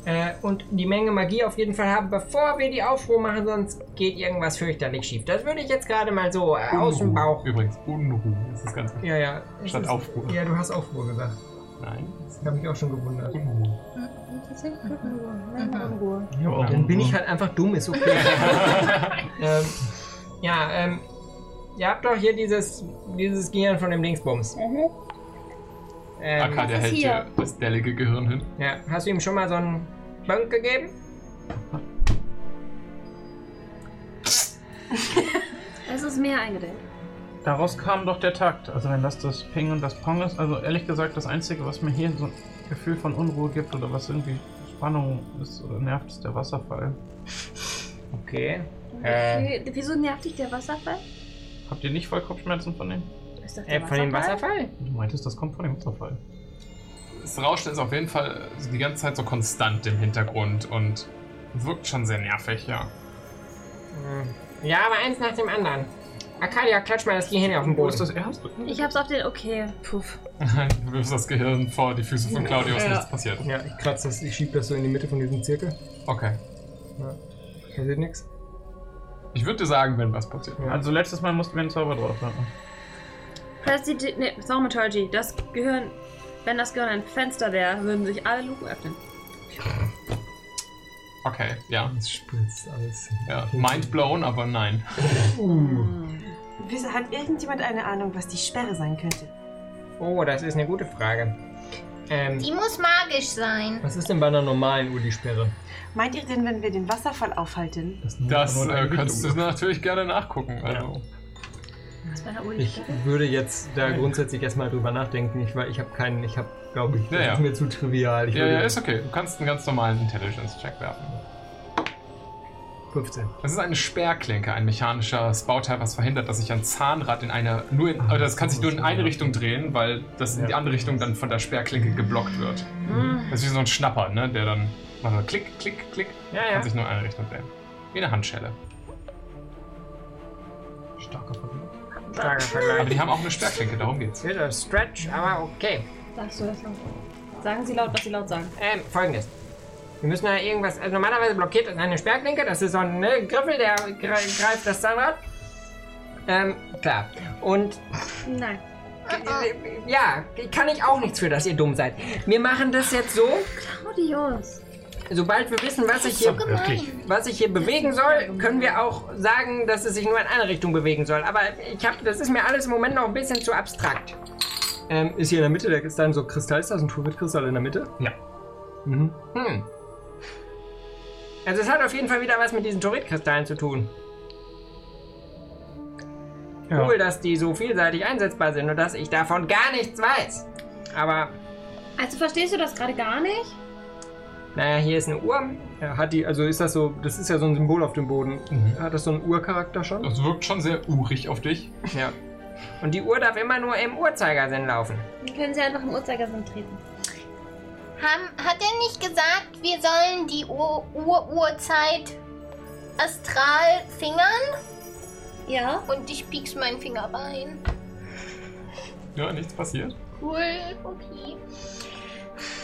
äh, und die Menge Magie auf jeden Fall haben, bevor wir die Aufruhr machen, sonst geht irgendwas fürchterlich schief. Das würde ich jetzt gerade mal so äh, aus dem Bauch.
Übrigens, Unruhe ist das Ganze.
Ja, ja. es
Uh. Statt
ist-
Aufruhr.
Ja, du hast Aufruhr gesagt.
Nein.
Das habe ich auch schon gewundert.
Ja, auch
Dann bin ich halt einfach dumm, ist okay. ähm, ja, ähm, ihr habt doch hier dieses, dieses Gehirn von dem Dingsbums. Ähm,
Arcadia hält dir das dellige Gehirn hin.
Ja, hast du ihm schon mal so einen Bunk gegeben?
Es ist mehr eingedämmt.
Daraus kam doch der Takt. Also wenn das das Ping und das Pong ist, also ehrlich gesagt das Einzige, was mir hier so ein Gefühl von Unruhe gibt oder was irgendwie Spannung ist oder nervt, ist der Wasserfall.
Okay.
Äh.
Okay, Wieso nervt dich der Wasserfall?
Habt ihr nicht voll Kopfschmerzen von dem?
Ist das der
Äh, von dem
Wasserfall?
Du meintest, das kommt von dem Wasserfall.
Das Rauschen ist auf jeden Fall also die ganze Zeit so konstant im Hintergrund und wirkt schon sehr nervig, ja.
Ja, aber eins nach dem anderen. Arcadia, klatsch mal das Gehirn auf den
Oh,
Boden.
Wo ist das erste?
Ich hab's auf den. Okay, puff.
du wirfst das Gehirn vor die Füße von Claudius,
Ja.
nichts passiert.
Ja, ich kratze das, ich schieb das so in die Mitte von diesem Zirkel.
Okay.
Ja, passiert nichts.
Ich würde dir sagen, wenn was passiert.
Also letztes Mal mussten wir einen Zauber drauf machen.
Prestid nee, Thaumaturgy, das Gehirn, wenn das Gehirn ein Fenster wäre, würden sich alle Luken öffnen.
Okay, ja.
Es spritzt alles.
ja. Mind blown, aber nein.
Wieso hat irgendjemand eine Ahnung, was die Sperre sein könnte?
Oh, das ist eine gute Frage. Ähm,
Die muss magisch sein.
was ist denn bei einer normalen Uli-Sperre?
Meint ihr denn, wenn wir den Wasserfall aufhalten?
Das
aber
äh,
eine
kannst du
Richtung.
natürlich gerne nachgucken. Also.
Ich würde jetzt da grundsätzlich erstmal drüber nachdenken, ich, weil ich habe keinen, ich habe, glaube ich, das
Ja, ja.
ist mir zu trivial. Ich
Ja,
würde
ja, ist okay. Du kannst einen ganz normalen Intelligence-Check werfen.
15.
Das ist eine Sperrklinke, ein mechanischer Bauteil, was verhindert, dass sich ein Zahnrad in eine nur in, oder das kann sich nur in eine Richtung drehen, weil das in die andere Richtung dann von der Sperrklinke geblockt wird.
Ah.
Das ist wie so ein Schnapper, ne? Der dann macht so klick, klick, klick,
Ja,
kann
ja.
sich nur in eine Richtung drehen. Wie eine Handschelle.
Starker Vergleich.
Starker Vergleich.
Aber die haben auch eine Sperrklinke, darum geht's.
Guter Stretch, aber okay.
Sagst du das noch? Sagen Sie laut, was Sie laut sagen.
Ähm, folgendes. Wir müssen da irgendwas. Also normalerweise blockiert das eine Sperrklinke, das ist so ein ne, Griffel, der gre- greift das Zahnrad. Ähm, klar. Und äh,
Nein.
ja, kann ich auch nichts für, dass ihr dumm seid. Wir machen das jetzt so,
Claudius.
sobald wir wissen, was ich hier, was ich hier bewegen soll, können wir auch sagen, dass es sich nur in eine Richtung bewegen soll. Aber ich hab, das ist mir alles im Moment noch ein bisschen zu abstrakt.
Ähm, ist hier in der Mitte, der ist dann so Kristall, ist da so ein Turbit-Kristall in der Mitte?
Ja.
Mhm.
Hm. Also es hat auf jeden Fall wieder was mit diesen Thorit-Kristallen zu tun.
Ja.
Cool, dass die so vielseitig einsetzbar sind und dass ich davon gar nichts weiß. Aber,
Also verstehst du das gerade gar nicht?
naja, hier ist eine Uhr.
Ja, hat die, also ist das so, das ist ja so ein Symbol auf dem Boden. Hat das so einen Urcharakter schon?
Das wirkt schon sehr urig auf dich.
Ja. Und die Uhr darf immer nur im Uhrzeigersinn laufen.
Dann können sie einfach im Uhrzeigersinn treten.
Ham, hat er nicht gesagt, wir sollen die Ur- Ur-Uhrzeit astral fingern?
Ja.
Und ich piek's meinen Finger rein.
Ja, nichts passiert.
Cool, okay.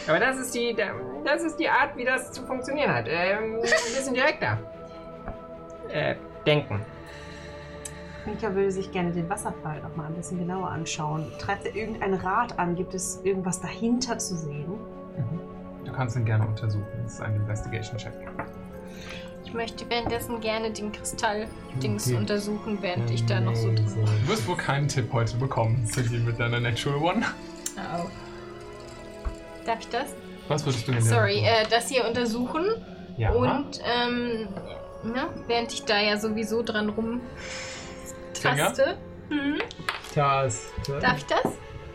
Aber das ist die, das ist die Art, wie das zu funktionieren hat. Ähm, ein bisschen direkter. Äh, denken.
Mika würde sich gerne den Wasserfall noch mal ein bisschen genauer anschauen. Treibt er irgendein Rad an? Gibt es irgendwas dahinter zu sehen?
Du kannst ihn gerne untersuchen. Das ist ein Investigation-Check.
Ich möchte währenddessen gerne den Kristall-Dings
Okay.
untersuchen, während ich da noch so drin
Du wirst wohl keinen Tipp heute bekommen, Cindy, mit deiner Natural One.
Au. Ah, oh. Darf ich das?
Was würdest du denn
Sorry, äh, das hier untersuchen.
Ja.
Und, ähm, ne, während ich da ja sowieso dran rumtaste. Mhm.
Das,
Darf ich das?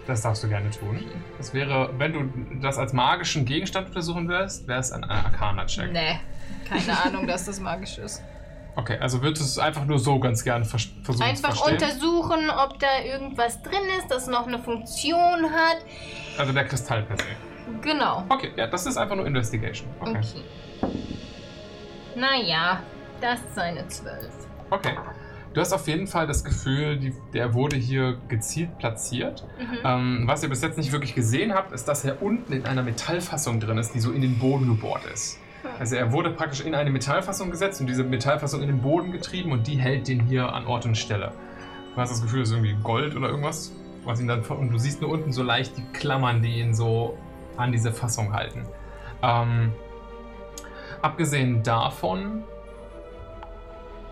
Das darfst du gerne tun. Das wäre, wenn du das als magischen Gegenstand untersuchen wirst, wäre es ein Arcana-Check.
Nee, keine Ahnung, dass das magisch ist.
Okay, also würdest du es einfach nur so ganz gerne vers versuchen zu
Einfach
verstehen.
untersuchen, ob da irgendwas drin ist, das noch eine Funktion hat.
also der Kristall per se.
Genau.
Okay, ja, das ist einfach nur Investigation. Okay.
Okay. Naja, das ist eine 12.
Okay. Du hast auf jeden Fall das Gefühl, die, der wurde hier gezielt platziert.
Mhm.
Ähm, was ihr bis jetzt nicht wirklich gesehen habt, ist, dass er unten in einer Metallfassung drin ist, die so in den Boden gebohrt ist.
Hm.
Also er wurde praktisch in eine Metallfassung gesetzt und diese Metallfassung in den Boden getrieben und die hält den hier an Ort und Stelle. Du hast das Gefühl, das ist irgendwie Gold oder irgendwas. Was ihn dann, und du siehst nur unten so leicht die Klammern, die ihn so an diese Fassung halten. Ähm, abgesehen davon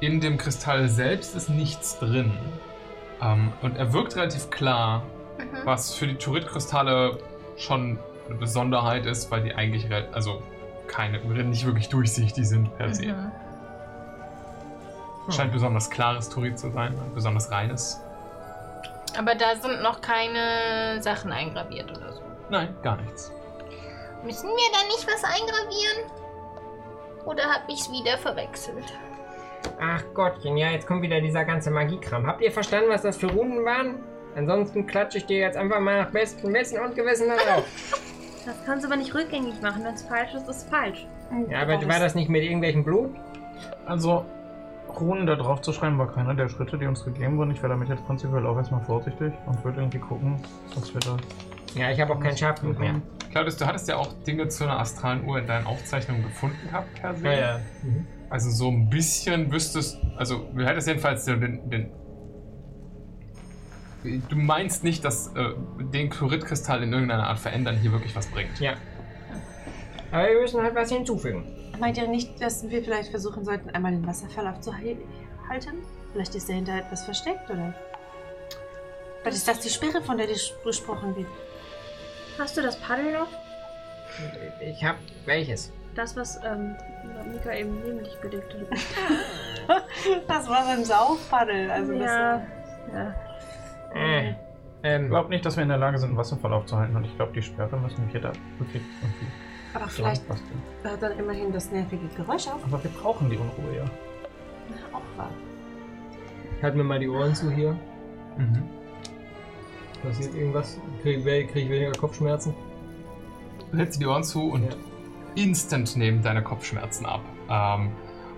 in dem Kristall selbst ist nichts drin. Ähm, und er wirkt relativ klar, was für die Turit-Kristalle schon eine Besonderheit ist, weil die eigentlich re- also keine, nicht wirklich durchsichtig sind per se.
Mhm.
Scheint besonders klares Turit zu sein, besonders reines.
Aber da sind noch keine Sachen eingraviert oder so.
Nein, gar nichts.
Müssen wir da nicht was eingravieren? Oder hab ich's wieder verwechselt?
Ach Gottchen, ja, jetzt kommt wieder dieser ganze Magiekram. Habt ihr verstanden, was das für Runen waren? Ansonsten klatsche ich dir jetzt einfach mal nach bestem Wissen und Gewissen auf.
Das kannst du aber nicht rückgängig machen. Wenn es falsch ist, ist es falsch.
Ja, aber war das nicht mit irgendwelchem Blut?
Also, Runen da drauf zu schreiben, war keiner der Schritte, die uns gegeben wurden. Ich wäre damit jetzt prinzipiell auch erstmal vorsichtig und würde irgendwie gucken, was wir da.
Ja, ich habe auch keinen Scharfpunkt mehr.
Claudius, du hattest ja auch Dinge zu einer astralen Uhr in deinen Aufzeichnungen gefunden gehabt, per se.
Ja, ja.
Also so ein bisschen wüsstest, also du hättest jedenfalls so den, den Du meinst nicht, dass äh, den Chloritkristall in irgendeiner Art verändern hier wirklich was bringt.
Ja. Aber wir müssen halt was hinzufügen.
Meint ihr nicht, dass wir vielleicht versuchen sollten, einmal den Wasserfall aufzuhalten? Vielleicht ist dahinter etwas versteckt, oder? Vielleicht ist das die Sperre, von der dis- gesprochen wird.
Hast du das Paddel noch?
Ich habe welches?
Das, was ähm, Mika eben neben dich gelegt hat.
Das war sein Saufpaddel. Also
Ja,
Das, ja.
Äh,
ähm,
ich glaube nicht, dass wir in der Lage sind, einen Wasserfall aufzuhalten. Und ich glaube, die Sperre müssen wir da wirklich irgendwie.
Aber vielleicht
anpassen.
hört dann immerhin das nervige Geräusch auf.
Aber wir brauchen die Unruhe, ja.
Na, auch wahr.
Halt mir mal die Ohren zu hier.
Mhm.
Passiert irgendwas? Kriege krieg ich weniger Kopfschmerzen?
Du hältst dir die Ohren zu und instant nehmen deine Kopfschmerzen ab. Ähm,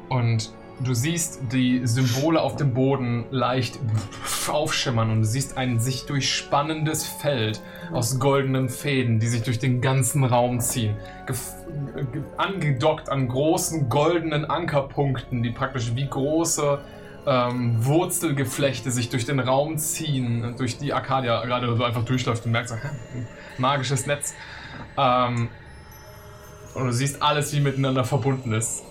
und du siehst die Symbole auf dem Boden leicht aufschimmern und du siehst ein sich durchspannendes Feld aus goldenen Fäden, die sich durch den ganzen Raum ziehen. Gef ge- angedockt an großen goldenen Ankerpunkten, die praktisch wie große ähm, Wurzelgeflechte sich durch den Raum ziehen, und durch die Arcadia gerade so einfach durchläuft und merkst, "Hä, magisches Netz. Ähm, und du siehst alles, wie miteinander verbunden ist.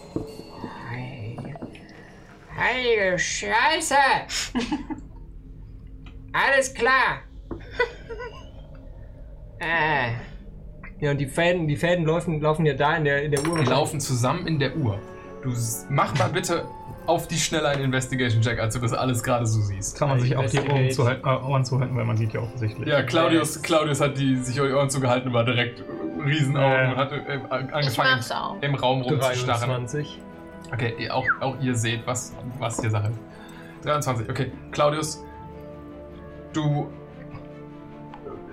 Heilige Scheiße! Alles klar! äh.
Ja, und die Fäden, die Fäden laufen, laufen ja da in der, in der Uhr.
Die laufen zusammen in der Uhr. Du s- mach mal bitte auf die Schnelle einen Investigation-Check, als du das alles gerade so siehst.
Kann man sich auch die Ohren
zu
zuhalten, äh, Ohren zuhalten, weil man sieht ja offensichtlich.
Ja, Claudius, Claudius hat die, sich die Ohren zugehalten, war direkt äh, Riesenaugen
Ja.
und hat äh, äh, angefangen
mach's auch.
im Raum rumzustarren.
23.
Okay, ihr- auch, auch ihr seht, was, was hier Sache ist. 23, okay. Claudius, du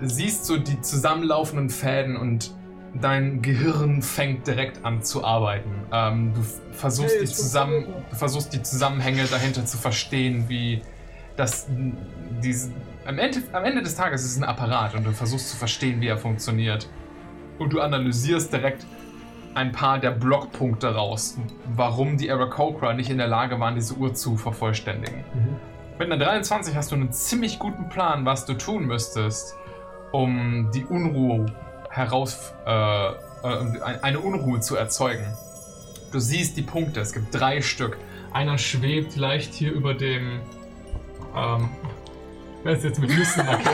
siehst so die zusammenlaufenden Fäden und dein Gehirn fängt direkt an zu arbeiten. Ähm, du f- versuchst,
Hey,
die
es
zusammen,
funktioniert
du versuchst die Zusammenhänge dahinter zu verstehen, wie das n- dies, am, Ende, am Ende des Tages ist es ein Apparat und du versuchst zu verstehen, wie er funktioniert. Und du analysierst direkt ein paar der Blockpunkte raus, warum die Arakokra nicht in der Lage waren, diese Uhr zu vervollständigen. Mit einer 23 hast du einen ziemlich guten Plan, was du tun müsstest, um die Unruhe heraus, äh, äh, ein- eine Unruhe zu erzeugen. Du siehst die Punkte, es gibt drei Stück. Einer schwebt leicht hier über dem. Ähm, wer ist jetzt mit Nüssen markiert?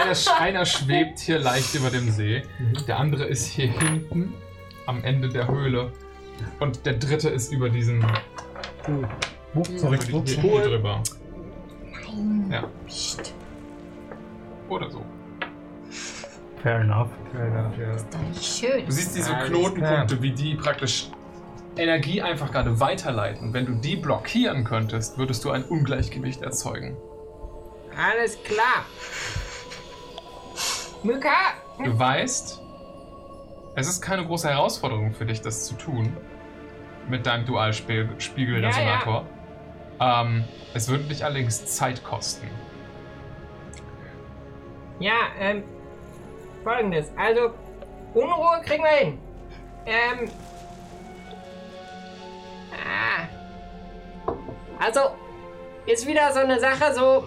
einer, sch- einer schwebt hier leicht über dem See. Der andere ist hier hinten am Ende der Höhle. Und der dritte ist über diesem. über
sorry,
die
ups.
Kirche drüber.
Nein.
Ja. Oder so.
Fair enough.
Schön.
Du siehst diese Knotenpunkte, wie die praktisch Energie einfach gerade weiterleiten. Wenn du die blockieren könntest, würdest du ein Ungleichgewicht erzeugen.
Alles klar. Mika,
Du weißt, es ist keine große Herausforderung für dich, das zu tun. Mit deinem Dualspiegelresonator. Ähm, es würde dich allerdings Zeit kosten.
Ja, ähm, folgendes. Also, Unruhe kriegen wir hin. Ähm. Ah. Also, ist wieder so eine Sache, so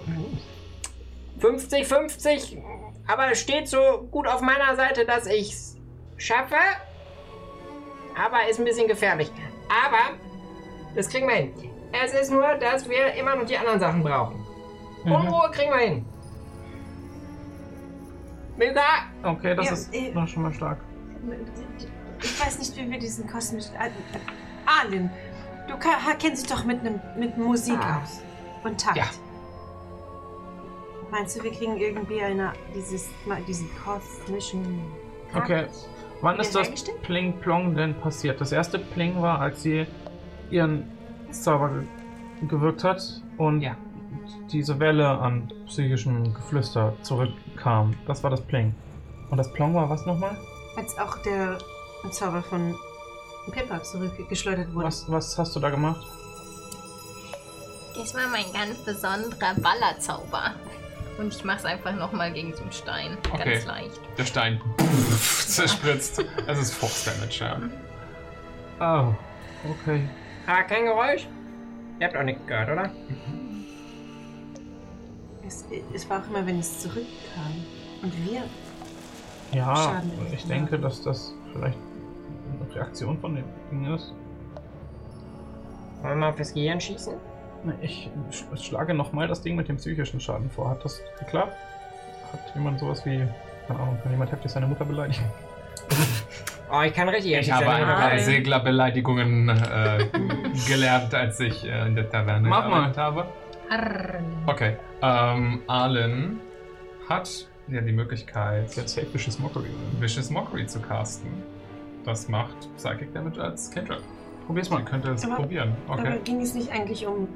50-50, aber es steht so gut auf meiner Seite, dass ich's schaffe. Aber ist ein bisschen gefährlich. Aber, das kriegen wir hin. Es ist nur, dass wir immer noch die anderen Sachen brauchen.
Mhm.
Unruhe kriegen wir hin. Mega!
Okay, das
Ja,
ist
äh,
noch schon mal stark.
Ich weiß nicht, wie wir diesen kosmischen. Al- Alin, du ka- ha- kennst dich doch mit, nem, mit Musik
Ah.
aus. Und Takt. Meinst du, wir kriegen irgendwie eine, dieses, ma- diesen kosmischen. Takt?
Okay. Wann
Wieder
ist das
hergestellt?
Pling Plong denn passiert? Das erste Pling war, als sie ihren Zauber ge gewirkt hat und diese Welle an psychischem Geflüster zurückkam. Das war das Pling. Und das Plong war was nochmal?
Als auch der Zauber von Pippa zurückgeschleudert wurde.
Was, was hast du da gemacht?
Das war mein ganz besonderer Ballerzauber. Und ich mach's einfach nochmal gegen so einen Stein.
Okay.
Ganz leicht.
Der Stein zerspritzt. Es ist Force Damage, ja.
Oh, okay.
Ah, kein Geräusch? Ihr habt auch nichts gehört, oder?
Es, es war auch immer, wenn es zurückkam. Und wir.
Ja,
Schaden
ich denke, dass das vielleicht eine Reaktion von dem Ding ist.
Wollen wir mal fürs Gehirn schießen?
Ich sch- schlage nochmal das Ding mit dem psychischen Schaden vor. Hat das geklappt? Hat jemand sowas wie. Keine Ahnung, kann jemand heftig seine Mutter beleidigen?
Oh, ich kann richtig
Ich
heftig
habe
sein,
ein
oder?
paar Seglerbeleidigungen äh, gelernt, als ich äh, in der Taverne
Mach mal.
gearbeitet habe. Okay. Ähm, Arlen hat ja die Möglichkeit, jetzt
Vicious Mockery.
Vicious Mockery zu casten. Das macht Psychic Damage als Kendra.
Probier's mal.
Ihr könnt es
Aber-
probieren.
Aber
Okay.
ging es nicht eigentlich um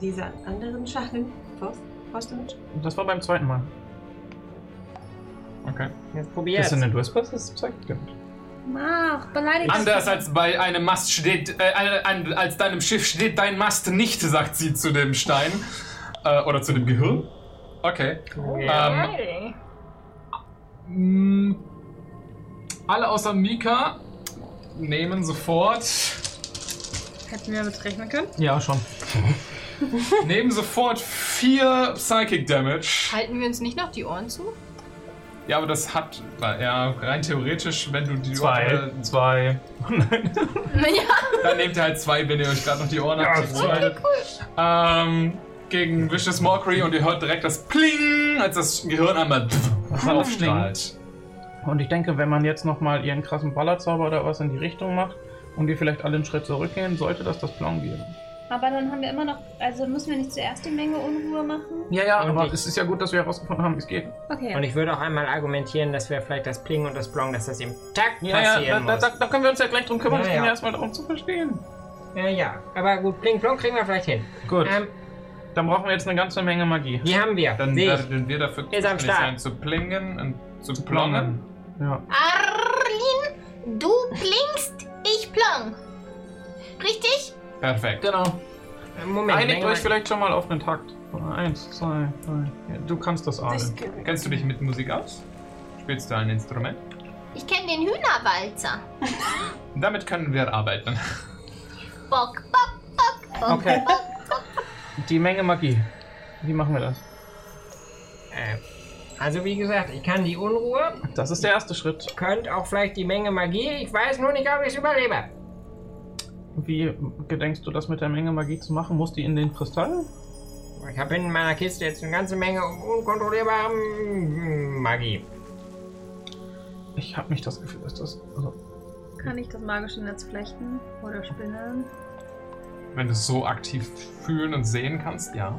diese anderen Schachteln? Faust- Faustdamage?
Das war beim zweiten Mal.
Okay.
Jetzt
Bist du denn Whispers? Das ist Psychic Damage.
Mach, beleidigt
Anders als bei einem Mast steht, äh, ein- ein- als deinem Schiff steht dein Mast nicht, sagt sie zu dem Stein. Äh, oder zu dem Gehirn. Okay. Ähm,
Okay.
Mm, Alle außer Mika nehmen sofort.
Hätten wir damit rechnen können?
Ja, schon.
nehmen sofort 4 Psychic Damage.
Halten wir uns nicht noch die Ohren zu?
Ja, aber das hat. Ja, rein theoretisch, wenn du die
Zwei.
Ohren.
äh, Zwei.
Dann nehmt ihr halt zwei, wenn ihr euch gerade noch die Ohren
Ja,
abzieht.
Ah, zwei.
Ähm, gegen Vicious Mockery und ihr hört direkt das Pling, als das Gehirn einmal aufstrahlt.
Und ich denke, wenn man jetzt nochmal ihren krassen Ballerzauber oder was in die Richtung macht und die vielleicht alle einen Schritt zurückgehen, sollte das das Plan geben.
Aber dann haben wir immer noch, also müssen wir nicht zuerst die Menge Unruhe machen?
Ja, ja, aber es ist ja gut, dass wir herausgefunden haben, wie es geht.
Okay.
Und ich würde auch einmal argumentieren, dass wir vielleicht das Pling und das Blong, dass das im Takt
Ja, ja,
passieren
da,
muss.
da, da können wir uns ja gleich drum kümmern.
Ja,
es ging
ja.
ja erstmal darum zu verstehen.
Ja, ja. Aber gut, Pling Plong kriegen wir vielleicht hin.
Gut.
Ähm,
Dann brauchen wir jetzt eine ganze Menge Magie.
Die haben wir.
Dann
Sehe ich.
werden wir dafür
Ist am
zuständig
Start.
sein, zu plingen und zu plongen.
Ja.
Arlin, du blinkst, ich plong. Richtig?
Perfekt.
Genau.
Moment,
Einigt
Menge
euch
Magie.
vielleicht schon mal auf einen Takt. Eins, zwei, drei. Ja, du kannst das ahnen.
Kennst du dich mit Musik aus? Spielst du ein Instrument?
Ich kenne den Hühnerwalzer.
Damit können wir arbeiten.
Bock, bock, bock, bock.
Okay. Die Menge Magie. Wie machen wir das?
Äh, Also wie gesagt, ich kann die Unruhe.
Das ist der erste Schritt.
Könnt auch vielleicht die Menge Magie. Ich weiß nur nicht, ob ich es überlebe.
Wie gedenkst du das mit der Menge Magie zu machen? Muss die in den Kristall?
Ich habe in meiner Kiste jetzt eine ganze Menge unkontrollierbarer mm, Magie.
Ich habe nicht das Gefühl, dass das. Also,
Kann ich das magische Netz flechten oder spinnen?
Wenn du es so aktiv fühlen und sehen kannst, ja,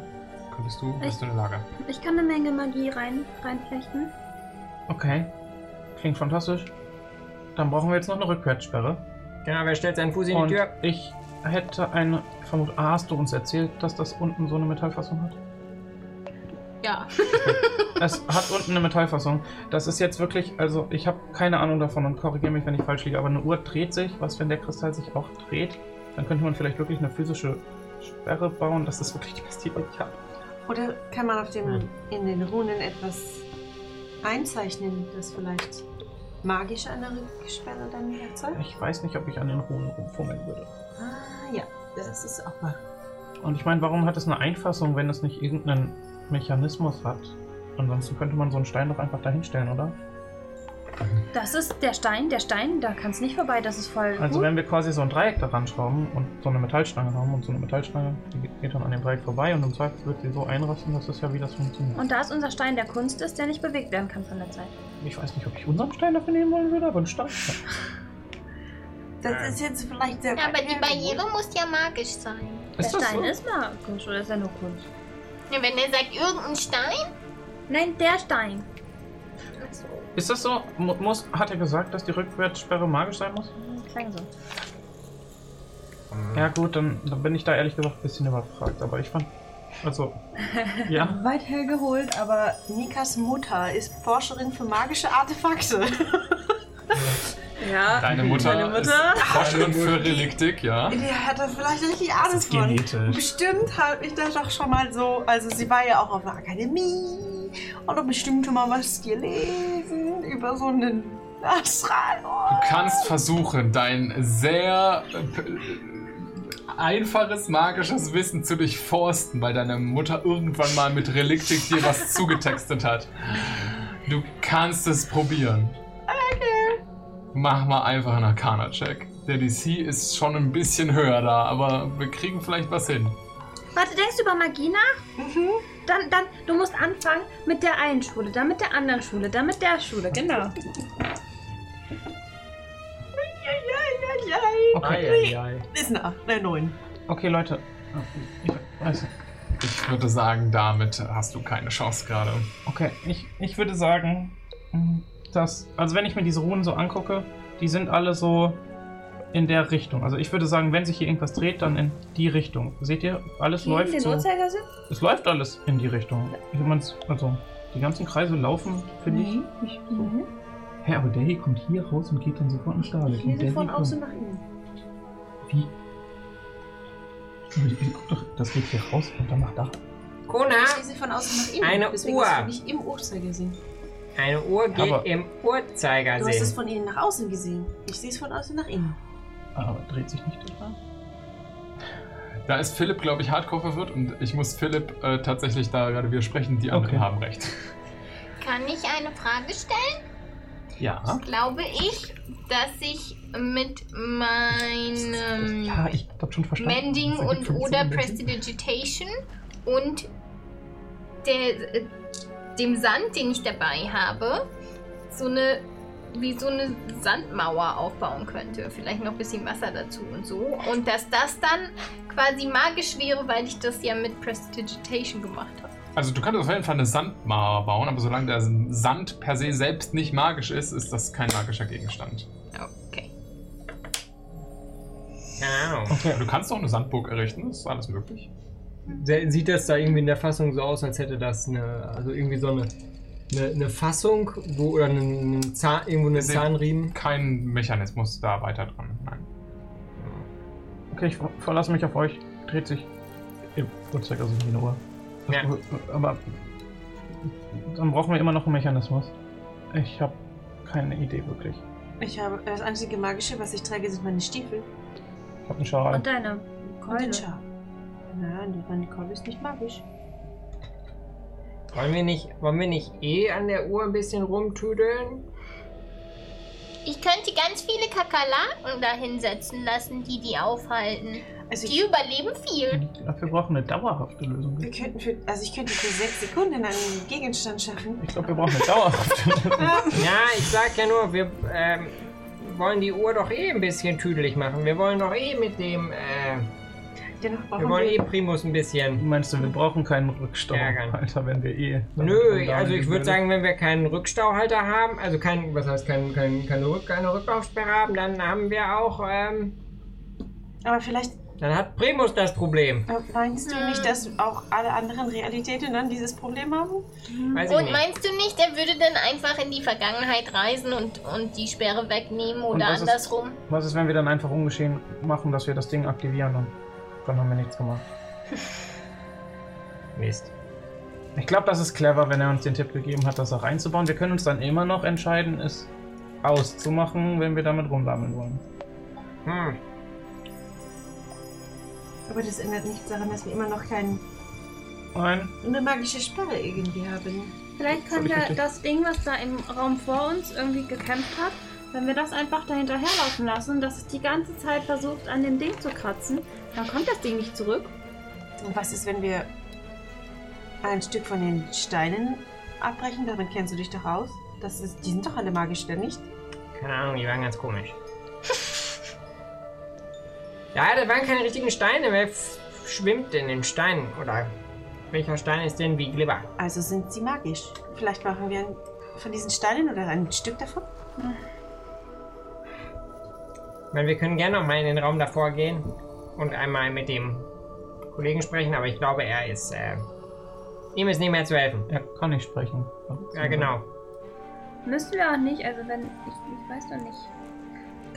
könntest du, bist du in der Lage.
Ich kann eine Menge Magie rein, reinflechten.
okay. Klingt fantastisch. Dann brauchen wir jetzt noch eine Rückwärtssperre.
Genau, wer stellt seinen Fuß
in die Tür? Ich hätte eine. Vermut, ah, hast du uns erzählt, dass das unten so eine Metallfassung hat?
Ja.
Es hat unten eine Metallfassung. Das ist jetzt wirklich, also ich habe keine Ahnung davon und korrigiere mich, wenn ich falsch liege, aber eine Uhr dreht sich. Was, wenn der Kristall sich auch dreht? Dann könnte man vielleicht wirklich eine physische Sperre bauen. Das ist wirklich die beste Idee, die ich habe.
Oder kann man auf dem, in den Runen etwas einzeichnen, das vielleicht magisch eine Rückgesperre dann erzeugt?
Ich weiß nicht, ob ich an den Runen rumfummeln würde.
Ah ja, das ist auch mal.
Und ich meine, warum hat es eine Einfassung, wenn es nicht irgendeinen Mechanismus hat? Ansonsten könnte man so einen Stein doch einfach dahinstellen, oder?
Das ist der Stein, der Stein, da kannst nicht vorbei, das ist voll.
Also
gut.
wenn wir quasi so ein Dreieck daran schrauben und so eine Metallstange haben und so eine Metallstange, die geht dann an dem Dreieck vorbei und im Zweifel wird sie so einrasten, das ist ja wie das funktioniert.
Und da ist unser Stein der Kunst ist, der nicht bewegt werden kann von der Zeit.
Ich weiß nicht, ob ich unseren Stein dafür nehmen wollen würde, aber einen Stein.
Das ist jetzt vielleicht sehr.
Ja, aber die Barriere muss ja magisch sein.
Der Stein ist magisch oder ist er nur Kunst?
Ja, wenn er sagt, irgendein Stein?
Nein, der Stein.
Ist das so? Mu- Muss, hat er gesagt, dass die Rückwärtssperre magisch sein muss?
Klang so.
Ja gut, dann, dann bin ich da ehrlich gesagt ein bisschen überfragt, aber ich fand, also, ja.
Weit hergeholt, aber Nikas Mutter ist Forscherin für magische Artefakte. ja.
Deine Mutter,
Deine Mutter.
ist Forscherin für Reliktik, ja.
Die hat da vielleicht richtig Ahnung
ist
von.
genetisch.
Bestimmt habe ich das doch schon mal so. Also, sie war ja auch auf der Akademie und hat bestimmt schon mal was gelesen über so einen Astralort.
Du kannst versuchen, dein sehr äh, p- einfaches magisches Wissen zu durchforsten, weil deine Mutter irgendwann mal mit Reliktik dir was zugetextet hat. Du kannst es probieren.
Okay.
Mach mal einfach einen Arcana-Check. Der DC ist schon ein bisschen höher da, aber wir kriegen vielleicht was hin.
Warte, denkst du über Magie nach? Mhm. Dann, dann, du musst anfangen mit der einen Schule, dann mit der anderen Schule, dann mit der Schule, genau.
Okay.
Ist eine 8, ne 9.
Okay, Leute. Ich weiß nicht.
Ich würde sagen, damit hast du keine Chance gerade.
Okay, ich, ich würde sagen, dass, also wenn ich mir diese Runen so angucke, die sind alle so in der Richtung. Also ich würde sagen, wenn sich hier irgendwas dreht, dann in die Richtung. Seht ihr, alles
Gegen
läuft
den
so.
Uhrzeigersinn?
Es läuft alles in die Richtung. Ich meine, also die ganzen Kreise laufen, finde ich. Hä, aber der hier kommt hier raus und geht dann sofort in den Stahl.
Hier sind von außen nach innen.
Wie? Aber ich- ich- guck doch, das geht hier raus und dann nach da.
Kona,
Hier Ah, sind von außen nach innen.
Eine
Deswegen
Uhr.
Ist sie nicht im Uhrzeigersinn.
eine Uhr geht
Aber-
im
Du hast es
Uhrzeigersinn.
von innen nach außen gesehen. Ich sehe es von außen nach innen.
Aber Ah, dreht sich nicht durch.
Da ist Philipp, glaube ich, hardcore verwirrt und ich muss Philipp äh, tatsächlich da gerade widersprechen. Die anderen haben recht.
Kann ich eine Frage stellen?
Ja.
Glaube ich, dass ich mit meinem
Ja, ich hab schon verstanden.
Ähm, Mending
Das ergibt
und
15
oder
Sinn.
Prestidigitation und der, äh, dem Sand, den ich dabei habe, so eine wie so eine Sandmauer aufbauen könnte. Vielleicht noch ein bisschen Wasser dazu und so. Und dass das dann quasi magisch wäre, weil ich das ja mit Prestidigitation gemacht habe.
Also du könntest auf jeden Fall eine Sandmauer bauen, aber solange der Sand per se selbst nicht magisch ist, ist das kein magischer Gegenstand.
Okay.
Genau.
Okay. Du kannst auch eine Sandburg errichten, ist alles möglich.
Se- Sieht das da irgendwie in der Fassung so aus, als hätte das eine, also irgendwie so eine, eine, eine Fassung, wo, oder einen Zahn, irgendwo einen
Wir sehen
Zahnriemen?
Kein Mechanismus da weiter dran. Nein.
Okay, ich ver- verlasse mich auf euch. Dreht sich im Uhrzeigersinn wie eine um Uhr. Also,
Ja.
Aber dann brauchen wir immer noch einen Mechanismus. Ich habe keine Idee wirklich.
Ich habe das einzige magische, was ich trage, sind meine Stiefel
Ich habe einen Schal.
Und deine
und den
Keule.
Schal. Na, meine Keule ist nicht magisch.
Wollen wir nicht, wollen wir nicht eh an der Uhr ein bisschen rumtüdeln?
Ich könnte ganz viele Kakerlaken da hinsetzen lassen, die die aufhalten.
Also
die überleben viel.
Dafür brauchen wir eine dauerhafte Lösung.
Wir könnten für, also ich könnte für sechs Sekunden einen Gegenstand schaffen.
Ich glaube, wir brauchen eine dauerhafte Lösung.
Ja, ich sag ja nur, wir ähm, wollen die Uhr doch eh ein bisschen tüdelig machen. Wir wollen doch eh mit dem, äh,
Dennoch brauchen
wir wollen eh Primus ein bisschen.
Meinst du, wir brauchen keinen Rückstau,
Ärgern.
Alter, wenn wir eh.
Nö, also ich würde sagen, wenn wir keinen Rückstauhalter haben, also kein, was heißt, kein, kein, keine, Rück, keine Rücklaufsperre haben, dann haben wir auch, ähm,
Aber vielleicht
dann hat Primus das Problem.
äh, meinst du nicht, dass auch alle anderen Realitäten dann dieses Problem haben?
Weiß ich
Und
nicht.
meinst du nicht, er würde dann einfach in die Vergangenheit reisen und, und die Sperre wegnehmen oder
was ist-
andersrum?
Was ist, wenn wir dann einfach ungeschehen machen, dass wir das Ding aktivieren und dann haben wir nichts gemacht? Mist. Ich glaube, das ist clever, wenn er uns den Tipp gegeben hat, das auch einzubauen. Wir können uns dann immer noch entscheiden, es auszumachen, wenn wir damit rumlammeln wollen.
Hm.
Aber das ändert nichts daran, dass wir immer noch kein,
Nein.
eine magische Sperre irgendwie haben.
Vielleicht können
Völlig
wir
richtig.
das Ding, was da im Raum vor uns irgendwie gekämpft hat, wenn wir das einfach dahinterherlaufen lassen, dass es die ganze Zeit versucht, an dem Ding zu kratzen, dann kommt das Ding nicht zurück.
Und was ist, wenn wir ein Stück von den Steinen abbrechen? Darin kennst du dich doch aus. Das ist, die sind doch alle magisch, oder nicht?
Keine Ahnung, die waren ganz komisch. Ja, da waren keine richtigen Steine. Wer f- schwimmt denn in Steinen? Oder welcher Stein ist denn wie Glibber?
Also sind sie magisch. Vielleicht machen wir ein, von diesen Steinen oder ein Stück davon.
Ich meine, wir können gerne noch mal in den Raum davor gehen und einmal mit dem Kollegen sprechen, aber ich glaube, er ist. Äh, ihm ist nicht mehr zu helfen.
Er kann nicht sprechen.
Ja,
Mhm.
genau.
Müssen wir auch nicht, also wenn. Ich, ich weiß doch nicht.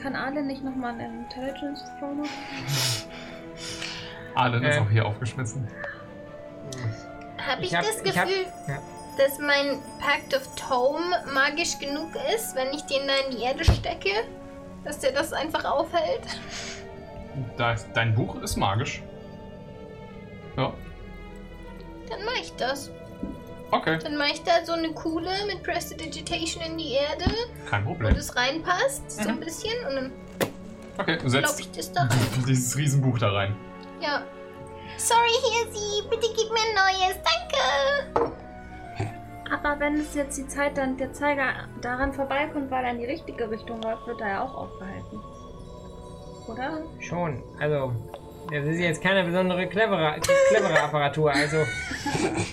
Kann Arlen nicht nochmal einen Intelligence Throw machen?
Alan ist
Äh.
auch hier aufgeschmissen.
Habe ich,
Ich hab-
das
ich hab-
Gefühl,
ja.
dass mein Pact of Tome magisch genug ist, wenn ich den da in die Erde stecke, dass der das einfach aufhält?
Da ist, dein Buch ist magisch. Ja,
Dann mache ich das.
okay,
Dann mache ich da so eine Kuhle mit Prestidigitation in die Erde,
kein
wo
Problem.
das reinpasst, so ein bisschen. Und dann
Okay,
glaube ich
setzt
das da rein.
dieses Riesenbuch da rein.
Ja. Sorry, hier sie. Bitte gib mir ein neues. Danke.
Aber wenn es jetzt die Zeit dann der Zeiger daran vorbeikommt, weil er in die richtige Richtung läuft, wird er ja auch aufgehalten. Oder?
Schon. Also, das ist jetzt keine besondere clevere, clevere Apparatur, also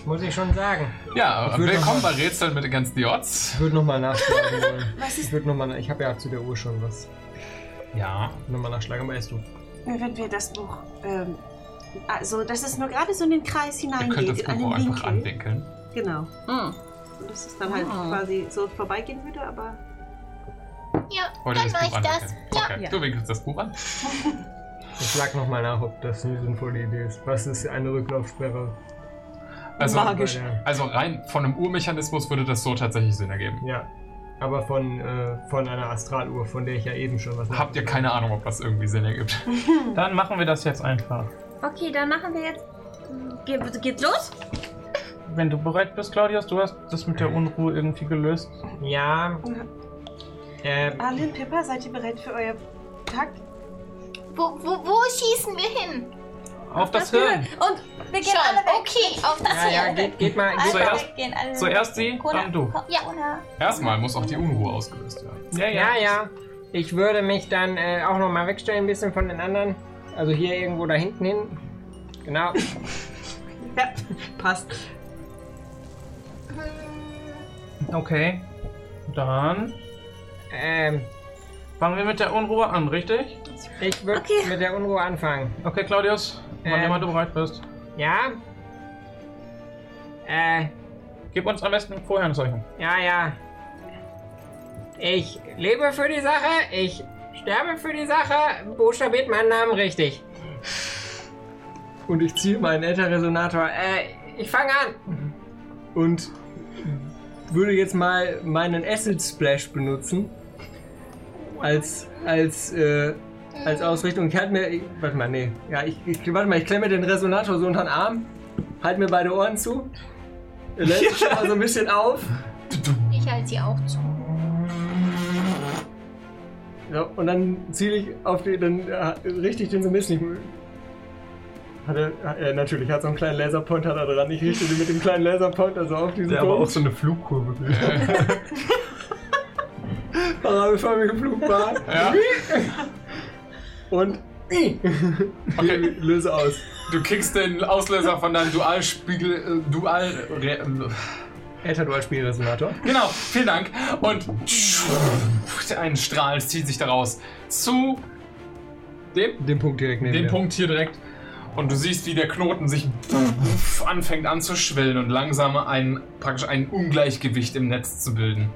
muss ich schon sagen.
Ja,
Ich würd
willkommen
noch
bei Rätseln mit ganz die Odds.
Ich würde nochmal nachschlagen wollen.
Was ist-
Ich würde nochmal, ich habe ja zu der Uhr schon was.
Ja.
Nochmal nachschlagen, aber erst du.
Wenn wir das Buch. Ähm, also, dass es nur gerade so in den Kreis
Ihr könnt
hineingeht,
das
in einen
Buch auch einfach
Winkel.
anwinkeln.
Genau. Und Dass es dann halt
Ah.
quasi so vorbeigehen würde, aber.
Ja,
Wollt ihr Oh, das
dann mache
Buch
ich das.
anwinkeln? Okay,
Ja.
du winkelst das Buch an.
Ich schlag nochmal nach, ob das eine sinnvolle Idee ist. Was ist eine Rücklaufsperre?
Also,
Magisch.
also rein von einem Urmechanismus würde das so tatsächlich Sinn ergeben.
Ja. Aber von, äh, von einer Astraluhr, von der ich ja eben schon was
Habt ihr keine Ahnung, ob das irgendwie Sinn ergibt.
Dann machen wir das jetzt einfach.
Okay, dann machen wir jetzt. Ge geht los?
Wenn du bereit bist, Claudius, du hast das mit der Unruhe irgendwie gelöst.
Ja. Ähm,
Ah,
Arlen, um, Pippa, seid ihr bereit für euer Tag?
Wo, wo, wo schießen wir hin?
Auf das Hirn!
Und wir gehen alle weg. Okay, auf das
Ja, ja,
hier.
geht- geht mal-
Also,
geht mal.
weggehen, alle
Oh, Zuerst sie, dann du.
Ja.
Erstmal muss auch die Unruhe ausgelöst werden.
Ja, ja. Ich würde mich dann äh, auch nochmal wegstellen, ein bisschen von den anderen. Also hier irgendwo da hinten hin. Genau.
ja, passt.
Okay. Dann.
Ähm.
Fangen wir mit der Unruhe an, richtig?
Ich würde mit der Unruhe anfangen.
Okay, Claudius, wann
Ähm.
immer du bereit bist.
Ja? Äh.
Gib uns am besten vorher ein Zeichen.
Ja, ja. Ich lebe für die Sache, ich sterbe für die Sache. Buchstabiert meinen Namen richtig.
Und ich ziehe meinen Ätherresonator
Äh, ich fange an.
und würde jetzt mal meinen Acid Splash benutzen. Als, als, äh, als Ausrichtung. Ich halt mir. ich- Warte mal, nee. Ja, ich, ich, warte mal, ich klemme den Resonator so unter den Arm, halt mir beide Ohren zu,
lädt schon mal so ein bisschen auf.
Ich halte sie auch zu.
Ja, und dann ziele ich auf den, dann äh, richte ich den so ein bisschen. Ich- Hat er, äh, natürlich, hat so einen kleinen Laserpointer da dran. Ich richte den mit dem kleinen Laserpointer so auf diesen
Der aber auch
Punkt.
so eine Flugkurve bildet.
Parabelförmige Flugbahn.
Ja.
Und
Okay.
löse aus.
Du kickst den Auslöser von deinem Dualspiegel. Äh, Dual. Re, äh,
Äther-Dual-Spielresonator.
Genau, vielen Dank. Und ein Strahl zieht sich daraus zu dem,
dem Punkt direkt neben
dem
mir.
Punkt hier direkt. Und du siehst, wie der Knoten sich anfängt anzuschwellen und langsam ein, praktisch ein Ungleichgewicht im Netz zu bilden.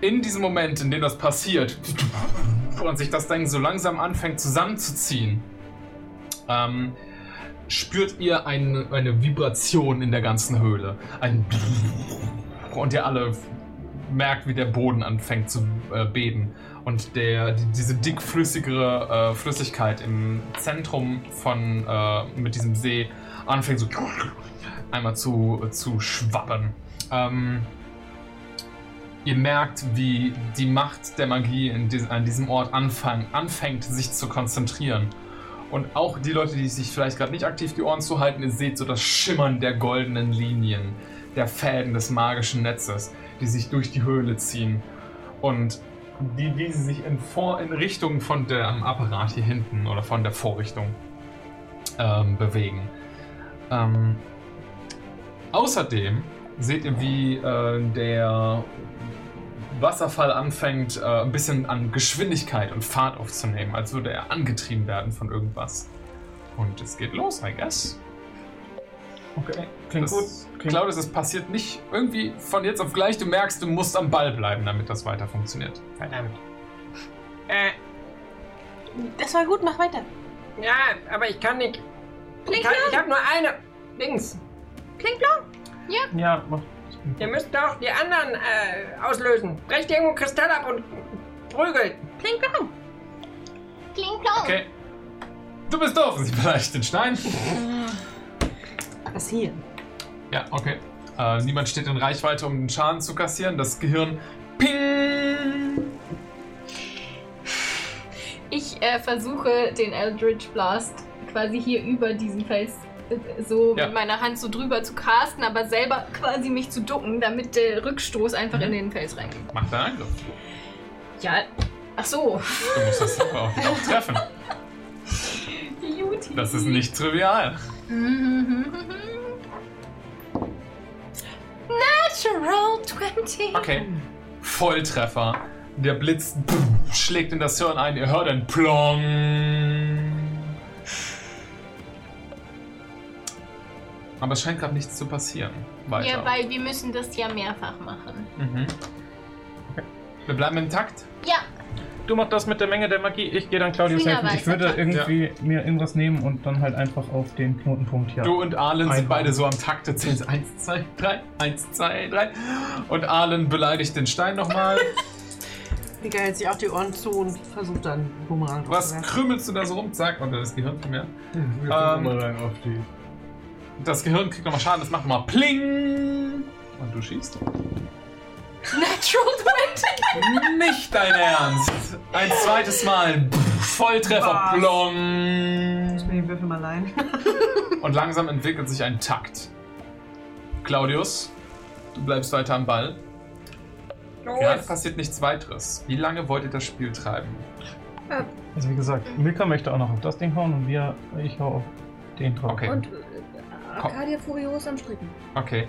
In diesem Moment, in dem das passiert und sich das Ding so langsam anfängt zusammenzuziehen, ähm, spürt ihr ein, eine Vibration in der ganzen Höhle. Ein und ihr alle merkt, wie der Boden anfängt zu äh, beben. Und der, die, diese dickflüssigere äh, Flüssigkeit im Zentrum von äh, mit diesem See anfängt so einmal zu, zu schwappen. Ähm, ihr merkt, wie die Macht der Magie in dies, an diesem Ort anfang, anfängt, sich zu konzentrieren. Und auch die Leute, die sich vielleicht gerade nicht aktiv die Ohren zuhalten, ihr seht so das Schimmern der goldenen Linien, der Fäden des magischen Netzes, die sich durch die Höhle ziehen. Und die wiesen sich in, Vor in Richtung von dem Apparat hier hinten oder von der Vorrichtung ähm, bewegen. Ähm, außerdem seht ihr, wie äh, der Wasserfall anfängt, äh, ein bisschen an Geschwindigkeit und Fahrt aufzunehmen, als würde er angetrieben werden von irgendwas. Und es geht los, I guess.
Okay, klingt
das,
gut. Klingt
Claudius, es passiert nicht irgendwie von jetzt auf gleich. Du merkst, du musst am Ball bleiben, damit das weiter funktioniert.
Verdammt.
Äh,
Das war gut, mach weiter.
Ja, aber ich kann nicht. Ich,
Klingt
kann, ich
lang.
habe nur eine. Dings. Klingt lang.
Ja.
Ja, mach.
Ihr müsst doch die anderen äh, auslösen. Brecht irgendwo Kristall ab und prügelt.
Kling klong. Kling klong.
Okay. Du bist doof. Sie vielleicht den Stein.
Was hier?
Ja, okay. Äh, niemand steht in Reichweite, um den Schaden zu kassieren. Das Gehirn ping,
Ich äh, versuche den Eldritch Blast quasi hier über diesen Fels äh, so
Ja.
mit meiner Hand so drüber zu casten, aber selber quasi mich zu ducken, damit der Rückstoß einfach
Mhm.
in den Fels reingeht.
macht einen Angriff.
Ja. Ach so.
Du musst das aber auch auch treffen.
Juti.
Das ist nicht trivial.
Natural 20.
Okay. Volltreffer. Der Blitz schlägt in das Hirn ein. Ihr hört ein Plong. Aber es scheint gerade nichts zu passieren. Weiter.
Ja, weil wir müssen das ja mehrfach machen.
mhm. Wir bleiben im Takt.
Ja,
Du machst das mit der Menge der Magie, ich gehe dann Claudius helfen. Ich würde irgendwie mir irgendwas nehmen und dann halt einfach auf den Knotenpunkt hier.
Du und Arlen
Einbauen.
sind beide so am Takte. Zählen 1, 2, 3, 1, 2, 3. Und Arlen beleidigt den Stein nochmal.
Mika hält sich auch die Ohren zu und versucht dann Bumerang
Was
draufzuwerfen.
krümelst du da so rum? Zack, und das Gehirn kommt mehr.
ähm,
werfen
auf die. Das Gehirn kriegt nochmal Schaden, das macht nochmal Pling! Und du schießt.
Natural
20. Nicht dein Ernst! Ein zweites Mal. Volltreffer.
Was?
Plong.
Ich bin den Würfel mal allein.
Und langsam entwickelt sich ein Takt. Claudius, du bleibst weiter am Ball. Gerade passiert nichts weiteres. Wie lange wollt ihr das Spiel treiben?
Also wie gesagt, Milka möchte auch noch auf das Ding hauen und wir, ich hau auf den drauf.
Okay.
Und äh, Arcadia furios am Stricken.
Okay.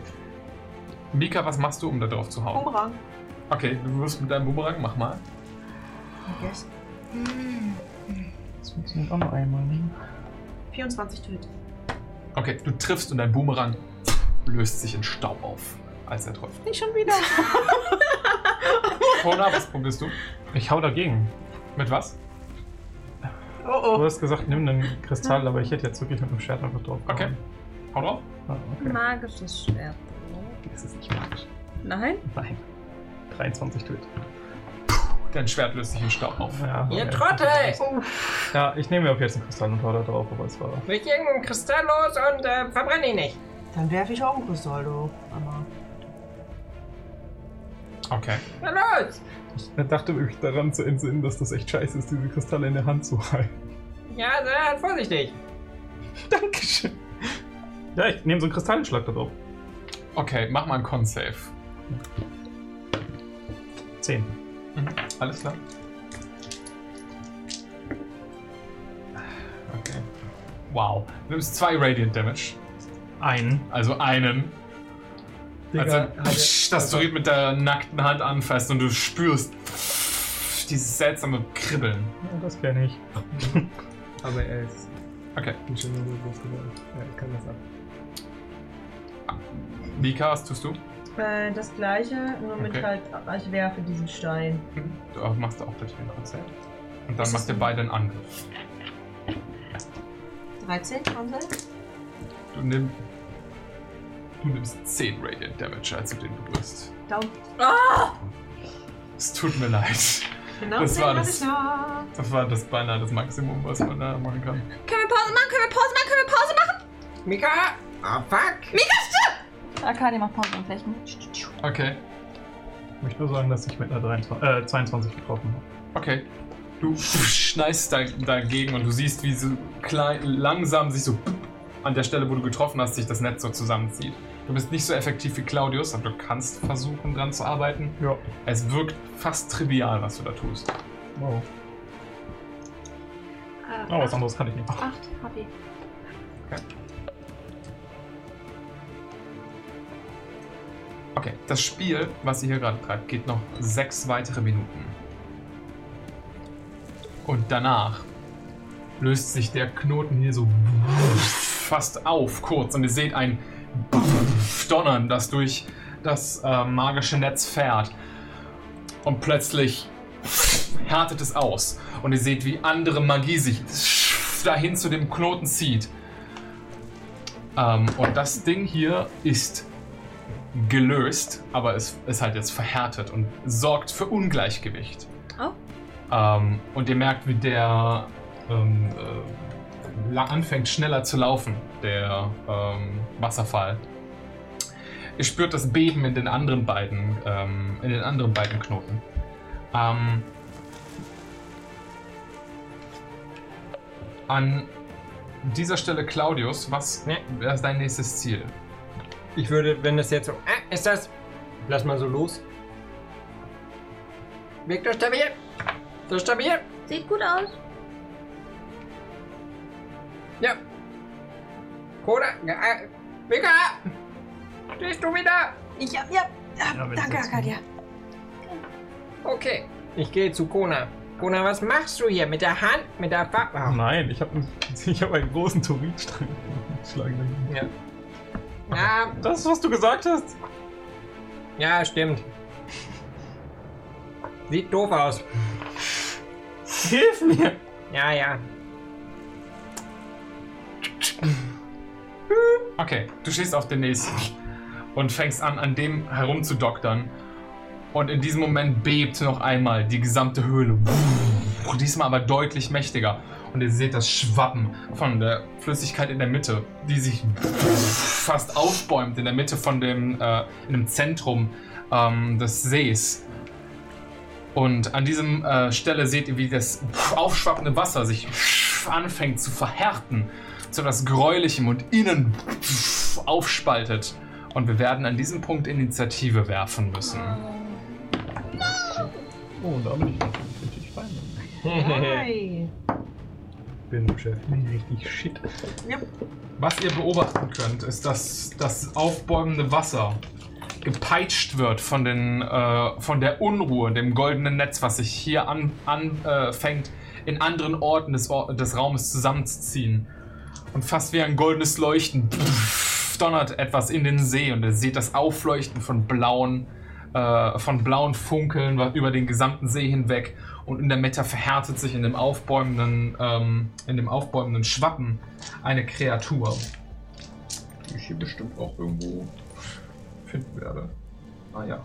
Mika, was machst du, um da drauf zu hauen?
Bumerang.
Okay, du wirst mit deinem Boomerang, mach mal.
Yes.
Das funktioniert auch noch einmal. Ne?
24 Töte.
Okay, du triffst und dein Boomerang löst sich in Staub auf, als er trifft.
Nicht schon wieder.
Kona, was probierst du?
Ich hau dagegen.
Mit was?
Oh
Du hast gesagt, nimm den Kristall, aber ich hätte jetzt wirklich mit dem Schwert einfach drauf. Okay.
Hau drauf.
Ah, okay.
Magisches Schwert.
Das ist nicht magisch.
Nein?
Nein. 23 tötet.
Dein Schwert löst sich in Staub auf.
Ja,
Ihr
okay.
Trottel!
Ja, ich nehme mir auf jetzt einen Kristall und hau da drauf, aber es war.
Bricht irgendeinen Kristall los und äh, verbrenne ihn nicht.
Dann werfe ich auch einen Grisoldo. Einmal.
Okay.
Los!
Ich dachte wirklich daran zu entsinnen, dass das echt scheiße ist, diese Kristalle in der Hand zu halten.
Ja, sehr vorsichtig.
Dankeschön. Ja, ich nehme so einen Kristallenschlag da drauf.
Okay, mach mal einen Con-Save.
Zehn.
Mhm. Alles klar. Okay. Wow. Du nimmst zwei Radiant Damage.
Einen.
Also einen.
Digga,
also, psch, dass du Reed mit der nackten Hand anfasst und du spürst pff, dieses seltsame Kribbeln.
Ja, das kenne ich.
Aber er ist
Okay.
ein schöner Rubus geworden. Er kann das ab.
Mika, was tust du?
Äh, das gleiche, nur mit
Okay.
halt, ich werfe diesen Stein.
Hm? Du auch- machst auch gleich den Konzert. Und dann
Das
macht
ist-
ihr beide einen Angriff.
13, Konsel?
Du nimmst. Du nimmst 10 Radiant Damage, als du den berührst.
Daumen. Ah!
Es tut mir leid.
Genau
das
10
war
hab
das.
ich noch.
Das war das beinahe das Maximum, was man da machen kann.
Können wir Pause machen? Können wir Pause machen? Können wir Pause machen?
Mika! Ah, fuck!
Mika, stopp!
Arkadi macht Pause und Flächen.
Okay.
Ich möchte nur sagen, dass ich mit einer 23, äh, 22 getroffen habe.
Okay. Du schneidest da, dagegen und du siehst, wie so klein, langsam sich so an der Stelle, wo du getroffen hast, sich das Netz so zusammenzieht. Du bist nicht so effektiv wie Claudius, aber du kannst versuchen, dran zu arbeiten.
Ja.
Es wirkt fast trivial, was du da tust.
Wow.
Ah,
Aber was anderes kann ich nicht. machen.
8 HP.
Okay, das Spiel, was ihr hier gerade treibt, geht noch sechs weitere Minuten. Und danach löst sich der Knoten hier so fast auf, kurz, und ihr seht ein Donnern, das durch das äh, magische Netz fährt. Und plötzlich härtet es aus. Und ihr seht, wie andere Magie sich dahin zu dem Knoten zieht. Ähm, und das Ding hier ist gelöst, aber es ist halt jetzt verhärtet und sorgt für Ungleichgewicht.
Oh.
Ähm, und ihr merkt, wie der ähm, äh, la- anfängt schneller zu laufen, der ähm, Wasserfall. Ihr spürt das Beben in den anderen beiden, ähm, in den anderen beiden Knoten. Ähm, an dieser Stelle, Claudius, was was ist dein nächstes Ziel?
Ich würde, wenn das jetzt so, ah,
äh,
ist das, lass mal so los.
Victor stabil! So stabil!
Sieht gut aus.
Ja. Koda! Ja, äh, Mika! Stehst du wieder?
Ich hab, ja. ja,
Ja, wenn
Ah, danke,
das jetzt-
Arcadia.
Okay. Ich gehe zu Kona. Kona, was machst du hier? Mit der Hand? Mit der Waffe?
Nein, ich habe ich hab einen großen Turinstrang geschlagen.
Ja. Ja.
Das ist, was du gesagt hast?
Ja, stimmt. Sieht doof aus.
Hilf mir!
Ja, ja.
Okay, du stehst auf den nächsten und fängst an, an dem herumzudoktern. Und in diesem Moment bebt noch einmal die gesamte Höhle. Diesmal aber deutlich mächtiger. Und ihr seht das Schwappen von der Flüssigkeit in der Mitte, die sich fast aufbäumt in der Mitte von dem, äh, in dem Zentrum ähm, des Sees. Und an diesem äh, Stelle seht ihr, wie das aufschwappende Wasser sich anfängt zu verhärten, zu etwas Gräulichem und innen aufspaltet. Und wir werden an diesem Punkt Initiative werfen müssen.
Oh, da bin ich natürlich richtig fein.
Hi.
Bin beschäftigt. Richtig shit.
Was ihr beobachten könnt, ist, dass das aufbäumende Wasser gepeitscht wird von, den, äh, von der Unruhe, dem goldenen Netz, was sich hier anfängt, an, äh, fängt, in anderen Orten des, Or des Raumes zusammenzuziehen. Und fast wie ein goldenes Leuchten pff, donnert etwas in den See und ihr seht das Aufleuchten von blauen, äh, von blauen Funkeln wa- über den gesamten See hinweg. Und in der Mitte verhärtet sich in dem aufbäumenden, ähm, in dem aufbäumenden Schwappen eine Kreatur. Die ich hier bestimmt auch irgendwo finden werde. Ah ja.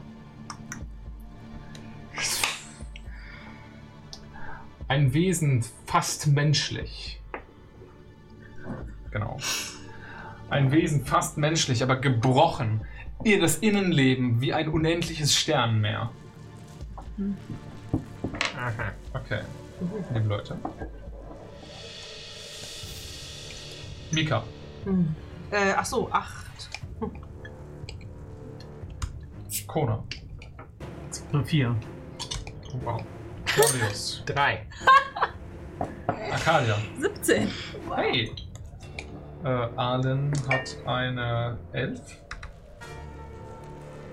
Ein Wesen fast menschlich. Genau. Ein Wesen fast menschlich, aber gebrochen. Ihr das Innenleben wie ein unendliches Sternenmeer.
Hm.
Aha, okay. Liebe Leute. Mika.
Hm. Äh, ach so, acht.
Kona.
Vier.
Wow. Claudius.
Drei.
Arcadia.
17.
Hey. Äh, Arlen hat eine 11.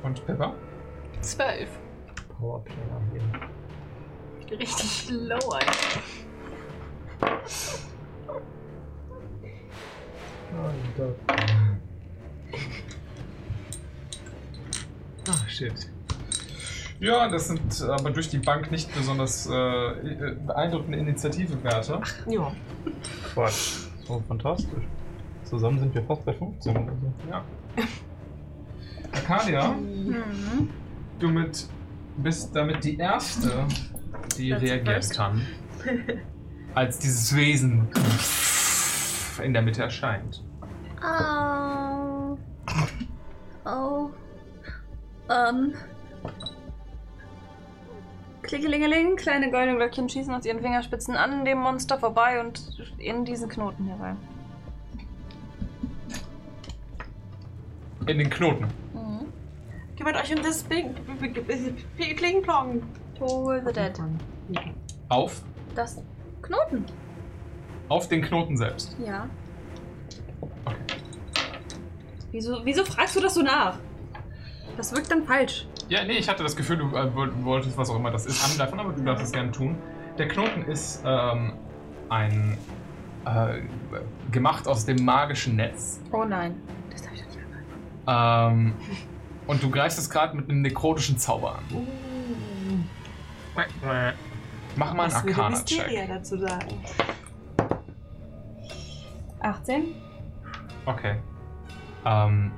Und Pepper?
Zwölf.
Powerplay am Leben.
Richtig low, Alter.
Oh Gott.
Ach, shit. Ja, das sind aber durch die Bank nicht besonders äh, äh, beeindruckende Initiativewerte.
Ja.
Quatsch. So fantastisch. Zusammen sind wir fast bei 15 oder so.
Ja. Arcadia,
Mhm.
du mit, bist damit die Erste, die
That's
reagieren
first.
kann, als dieses Wesen in der Mitte erscheint.
Oh. Oh. Ähm.
Klickelingeling, kleine goldene Glöckchen schießen aus ihren Fingerspitzen an dem Monster vorbei und in diesen Knoten hier rein.
In den Knoten.
Kümmert euch um das Bing. Klingplong.
To the dead.
Auf,
Das Knoten.
auf den Knoten selbst.
Ja.
Wieso, wieso fragst du das so nach?
Das wirkt dann falsch.
Ja, nee, ich hatte das Gefühl, du äh, woll- wolltest, was auch immer das ist, angreifen, aber du darfst es gerne tun. Der Knoten ist ähm, ein. Äh, gemacht aus dem magischen Netz.
Oh nein. Das darf ich doch nicht anfangen.
Ähm, und du greifst es gerade mit einem nekrotischen Zauber an. Mach mal einen
Was würde Mysteria
Arcana-Check.
dazu sagen?
18?
Okay. Ähm,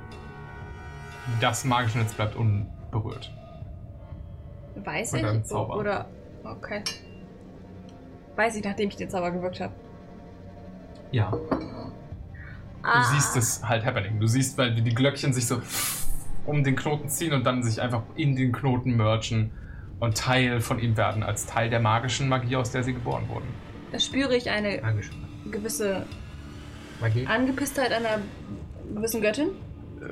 das magische Netz bleibt unberührt.
Weiß
Mit deinem
ich?
Zauber.
Oder. Okay. Weiß ich, nachdem ich den Zauber gewirkt habe.
Ja. Du
Ah.
Ah,
siehst es halt happening. Du siehst, weil die Glöckchen sich so um den Knoten ziehen und dann sich einfach in den Knoten mergen und Teil von ihm werden, als Teil der magischen Magie, aus der sie geboren wurden.
Da spüre ich eine gewisse
Magie?
Angepisstheit einer gewissen Göttin.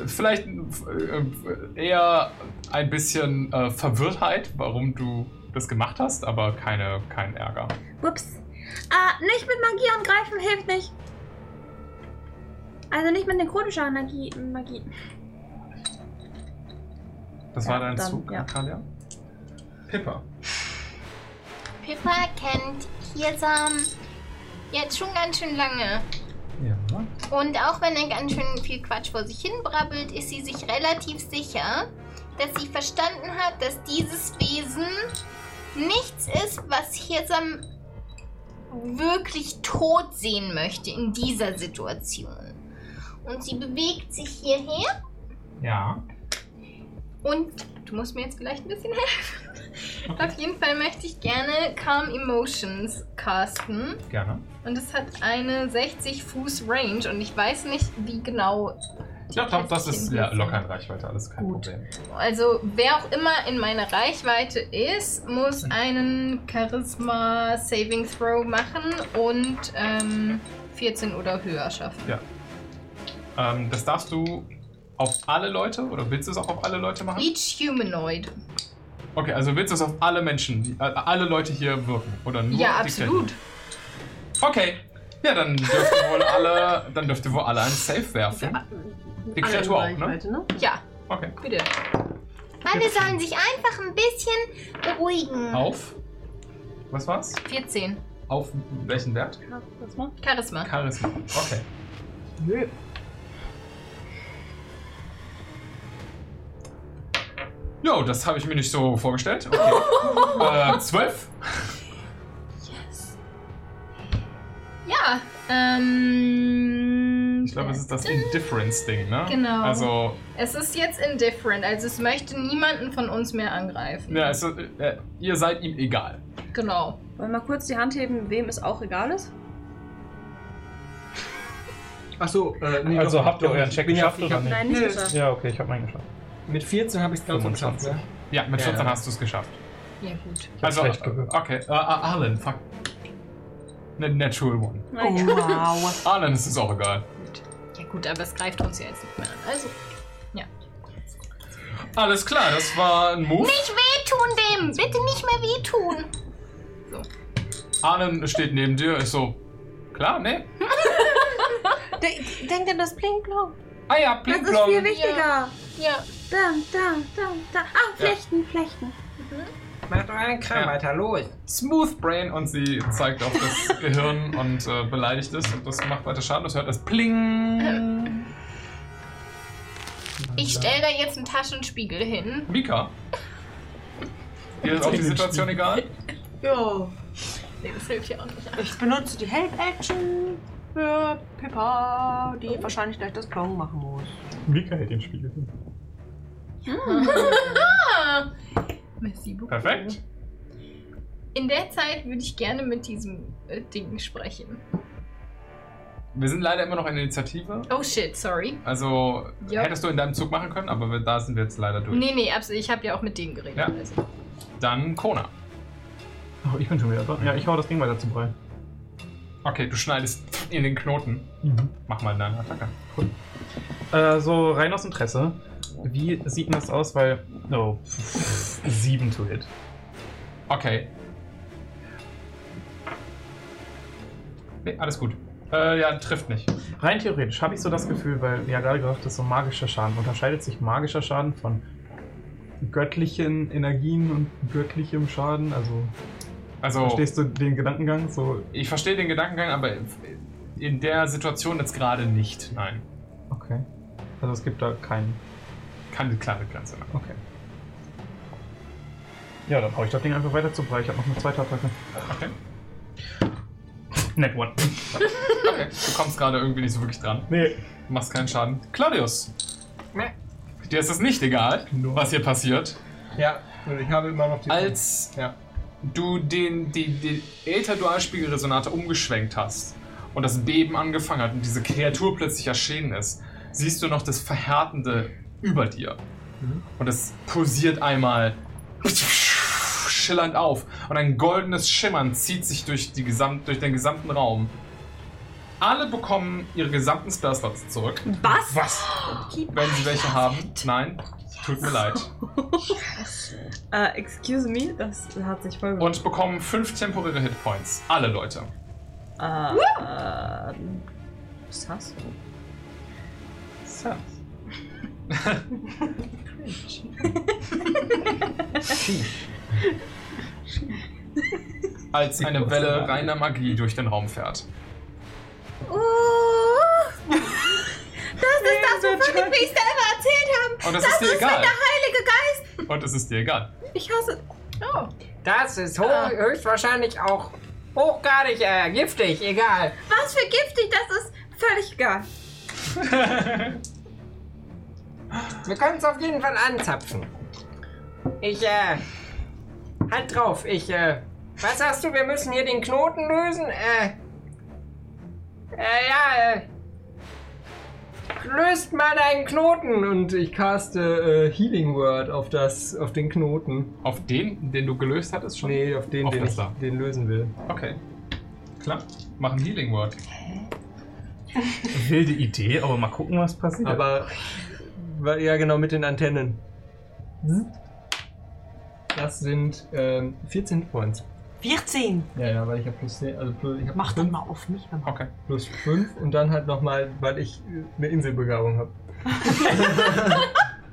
Vielleicht äh, eher ein bisschen äh, Verwirrtheit, warum du das gemacht hast, aber keine, kein Ärger.
Ups. Ah, nicht mit Magie angreifen hilft nicht. Also nicht mit nekrotischer Magie. Magie.
Das
Ja,
war dein
dann,
Zug,
ja.
Arcadia. Pippa.
Pippa kennt Hirsam jetzt schon ganz schön lange.
Ja.
Und auch wenn er ganz schön viel Quatsch vor sich hin brabbelt, ist sie sich relativ sicher, dass sie verstanden hat, dass dieses Wesen nichts ist, was Hirsam wirklich tot sehen möchte in dieser Situation. Und sie bewegt sich hierher
Ja.
und du musst mir jetzt vielleicht ein bisschen helfen. Auf jeden Fall möchte ich gerne Calm Emotions casten.
Gerne.
Und es hat eine 60 Fuß Range und ich weiß nicht, wie genau.
Ja, doch, das ist
Kätzchen
ja, locker in Reichweite, alles kein Problem.
Also, wer auch immer in meiner Reichweite ist, muss einen Charisma Saving Throw machen und ähm, 14 oder höher schaffen.
Ja. Ähm, das darfst du auf alle Leute oder willst du es auch auf alle Leute machen?
Each humanoid.
Okay, also willst du es auf alle Menschen, die, äh, alle Leute hier wirken oder nur
Ja,
auf die
absolut.
Kleinen? Okay. Ja, dann dürft ihr wohl alle, dann dürft ihr wohl alle einen Safe werfen. Die
Alle
Kreatur auch,
in
ne?
Reichweite, ne?
Ja.
Okay.
Bitte. Alle sollen sich einfach ein bisschen beruhigen.
Auf. Was war's?
14.
Auf welchen Wert?
Charisma.
Charisma. Okay.
Nö.
Jo, das habe ich mir nicht so vorgestellt. Okay. äh, 12?
Ja, ähm.
Ich glaube, es ist das Indifference-Ding, ne?
Genau.
Also,
Es ist jetzt indifferent, also es möchte niemanden von uns mehr angreifen.
ja, es, ist- äh, ihr seid ihm egal.
Genau.
Wollen wir mal kurz die Hand heben, wem es auch egal ist?
Ach so, äh, nee,
also
doch,
habt ihr
doch,
euren
ich
Check
bin ja-
geschafft
ich
oder
hab-
nicht?
Nein, nicht geschafft.
Ja, okay, ich habe meinen geschafft.
Mit 14 habe ich es, glaube ich, geschafft. Ja.
Ja, mit
Ja,
14
ja.
hast du es geschafft.
Ja, gut.
Ich hab's
Also,
recht
äh, okay. Äh, äh, Arlen, fuck. Ne- Natural One.
Ah, ja. Wow.
Arlen ist es auch egal.
Ja, gut, aber es greift uns ja jetzt nicht mehr an. Also, ja.
Alles klar, das war ein Move.
Nicht wehtun dem! Bitte nicht mehr wehtun!
Arlen steht neben dir, ist so. Klar, ne?
Denk, denk an das Pling-Plong.
Ah ja,
Das ist
Pling-Plong.
viel wichtiger.
Ja.
Da, da, da, da. Ah,
Ja.
flechten, flechten.
Macht euren Kram weiter los.
Smooth Brain und sie zeigt auf das Gehirn und äh, beleidigt es und das macht weiter Schaden. Das hört das Pling.
Ich stelle da jetzt einen Taschenspiegel hin.
Mika. Dir ist auch die Situation egal?
Ja.
Nee, das hilft ja auch nicht.
Ich benutze die Help Action für Pippa, die wahrscheinlich gleich das Klong machen muss.
Mika hält den Spiegel hin.
Ah. Merci beaucoup.
Perfekt.
In der Zeit würde ich gerne mit diesem äh, Ding sprechen.
Wir sind leider immer noch in der Initiative.
Oh shit, sorry.
Also
Ja.
hättest du in deinem Zug machen können, aber wir- da sind wir jetzt leider durch.
Nee, nee, absolut. Ich habe ja auch mit denen geredet.
Ja.
Also.
Dann Kona.
Oh, ich bin schon wieder dran. Ja, ich hau das Ding weiter zum Brei.
Okay, du schneidest in den Knoten.
Mhm.
Mach mal deine Attacke.
Äh, so rein aus Interesse. Wie sieht denn das aus? Weil. Oh. Sieben to hit.
Okay. Nee, alles gut. Äh, ja, trifft nicht.
Rein theoretisch habe ich so das Gefühl, weil wir ja gerade gesagt hast, so magischer Schaden. Unterscheidet sich magischer Schaden von göttlichen Energien und göttlichem Schaden? Also.
Also-
Verstehst du den Gedankengang? So.
Ich verstehe den Gedankengang, aber in der Situation jetzt gerade nicht. Nein.
Okay. Also es gibt da keinen.
Keine klare Grenze. nein.
Okay. Ja, dann hau ich das Ding einfach weiter zum Brei. Ich habe noch eine zweite Attacke.
Okay.
Net one.
Okay, du kommst gerade irgendwie nicht so wirklich dran.
Nee.
Du machst keinen Schaden. Claudius! Dir ist es nicht egal, was hier passiert.
Ja, und ich habe immer noch die.
Als du den, die, die Äther-Dualspiegelresonate umgeschwenkt hast und das Beben angefangen hat und diese Kreatur plötzlich erschienen ist, siehst du noch das Verhärtende über dir. Und es pulsiert einmal schillernd auf und ein goldenes Schimmern zieht sich durch, die gesamt, durch den gesamten Raum. Alle bekommen ihre gesamten Spareslots zurück.
Was?
Was? Wenn sie welche haben. Nein, tut mir leid.
Äh, excuse me, das hat sich voll
Und bekommen fünf temporäre Hitpoints. Alle Leute.
Äh, ähm, was hast du?
Als eine Welle reiner Magie durch den Raum fährt.
Oh. Das ist das, wovon ich mich selber erzählt habe.
Und das ist dir egal.
Wenn der Heilige Geist.
Und es ist dir egal.
Ich hasse.
Oh.
Das ist ho
Ah.
höchstwahrscheinlich auch hochgradig äh, giftig, egal.
Was für giftig das ist. Völlig egal.
Wir können es auf jeden Fall anzapfen. Ich, äh, halt drauf. Ich, äh, was hast du? Wir müssen hier den Knoten lösen. Äh, äh, ja, äh, löst mal deinen Knoten.
Und ich caste äh, Healing Word auf, das, auf den Knoten.
Auf den, den du gelöst hattest schon?
Nee, auf den,
Auf
den
das
ich
da.
den lösen will.
Okay. Klar. Mach ein Healing Word.
Wilde Idee, aber mal gucken, was passiert.
Aber, weil- ja genau, mit den Antennen. Hm? Das sind ähm, 14 Points.
14!
Ja, ja, weil ich habe plus 10, also plus, ich hab
Mach
fünf,
doch mal auf mich. wenn man-
Okay.
plus 5 und dann halt nochmal, weil ich äh, eine Inselbegabung habe.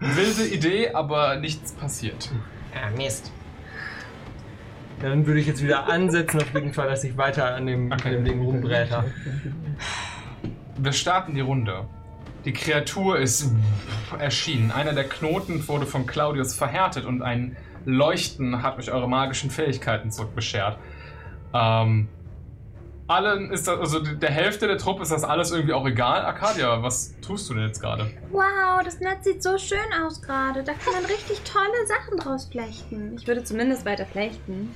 Wilde Idee, aber nichts passiert.
Ah, Mist.
Dann würde ich jetzt wieder ansetzen, auf jeden Fall, dass ich weiter an dem, an dem Ding rumbräter.
Wir starten die Runde. Die Kreatur ist erschienen. Einer der Knoten wurde von Claudius verhärtet und ein Leuchten hat euch eure magischen Fähigkeiten zurückbeschert. Ähm, allen ist das, also der Hälfte der Truppe ist das alles irgendwie auch egal. Arcadia, was tust du denn jetzt gerade?
Wow, das Netz sieht so schön aus gerade. Da kann man richtig tolle Sachen draus flechten.
Ich würde zumindest weiter flechten.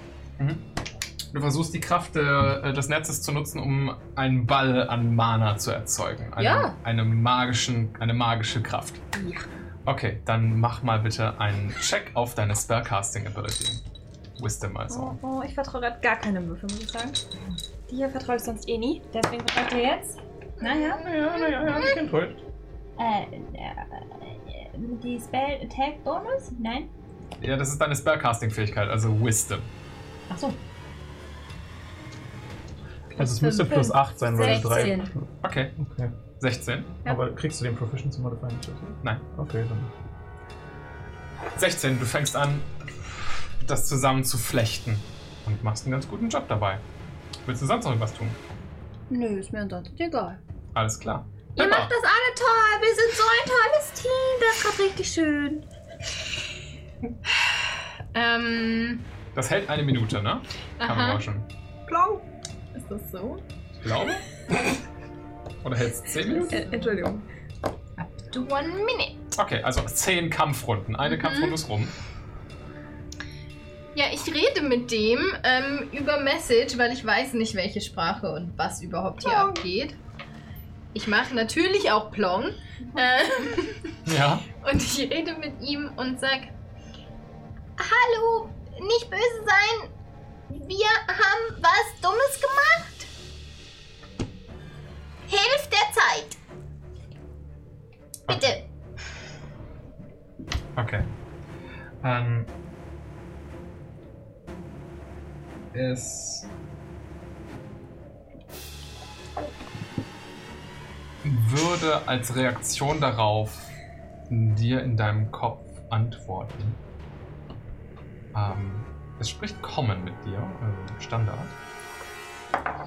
Du versuchst die Kraft der, äh, des Netzes zu nutzen, um einen Ball an Mana zu erzeugen. Eine,
Ja.
Eine, magischen, eine magische Kraft.
Ja.
Okay, dann mach mal bitte einen Check auf deine Spellcasting Ability. Wisdom also.
Oh, oh, ich vertraue gerade gar keine Würfel, muss ich sagen. Die hier vertraue ich sonst eh nie, deswegen vertraut ihr jetzt. Naja.
Naja, naja, ja, ich bin enttäuscht.
Äh, äh, die Spell Attack Bonus? Nein?
Ja, das ist deine Spellcasting-Fähigkeit, also Wisdom.
Achso.
Also es müsste plus 8 sein, weil 3.
16.
Okay.
okay.
16.
Aber kriegst du den Proficiency Modifier nicht? dazu?
Nein.
Okay, dann.
16, du fängst an, das zusammen zu flechten und machst einen ganz guten Job dabei. Willst du sonst noch irgendwas tun?
Nö, ist mir ansonsten egal.
Alles klar.
Ihr macht das alle toll. Wir sind so ein tolles Team. Das ist gerade richtig schön.
Ähm.
Das hält eine Minute, ne? Haben wir
Aha.
auch schon.
Blau. Ist das so?
Ich glaube. Oder hält es 10 Minuten?
Äh, Entschuldigung. Up to one minute.
Okay, also 10 Kampfrunden. Eine
Mhm.
Kampfrunde ist rum.
Ja, ich rede mit dem ähm, über Message, weil ich weiß nicht, welche Sprache und was überhaupt hier abgeht. Ich mache natürlich auch Plong. Ähm,
Ja.
Und ich rede mit ihm und sag: Hallo,
Nicht böse sein. Wir haben was Dummes gemacht. Hilf der Zeit. Bitte.
Okay. Ähm. Es. Würde als Reaktion darauf dir in deinem Kopf antworten. Ähm, es spricht Common mit dir, also Standard.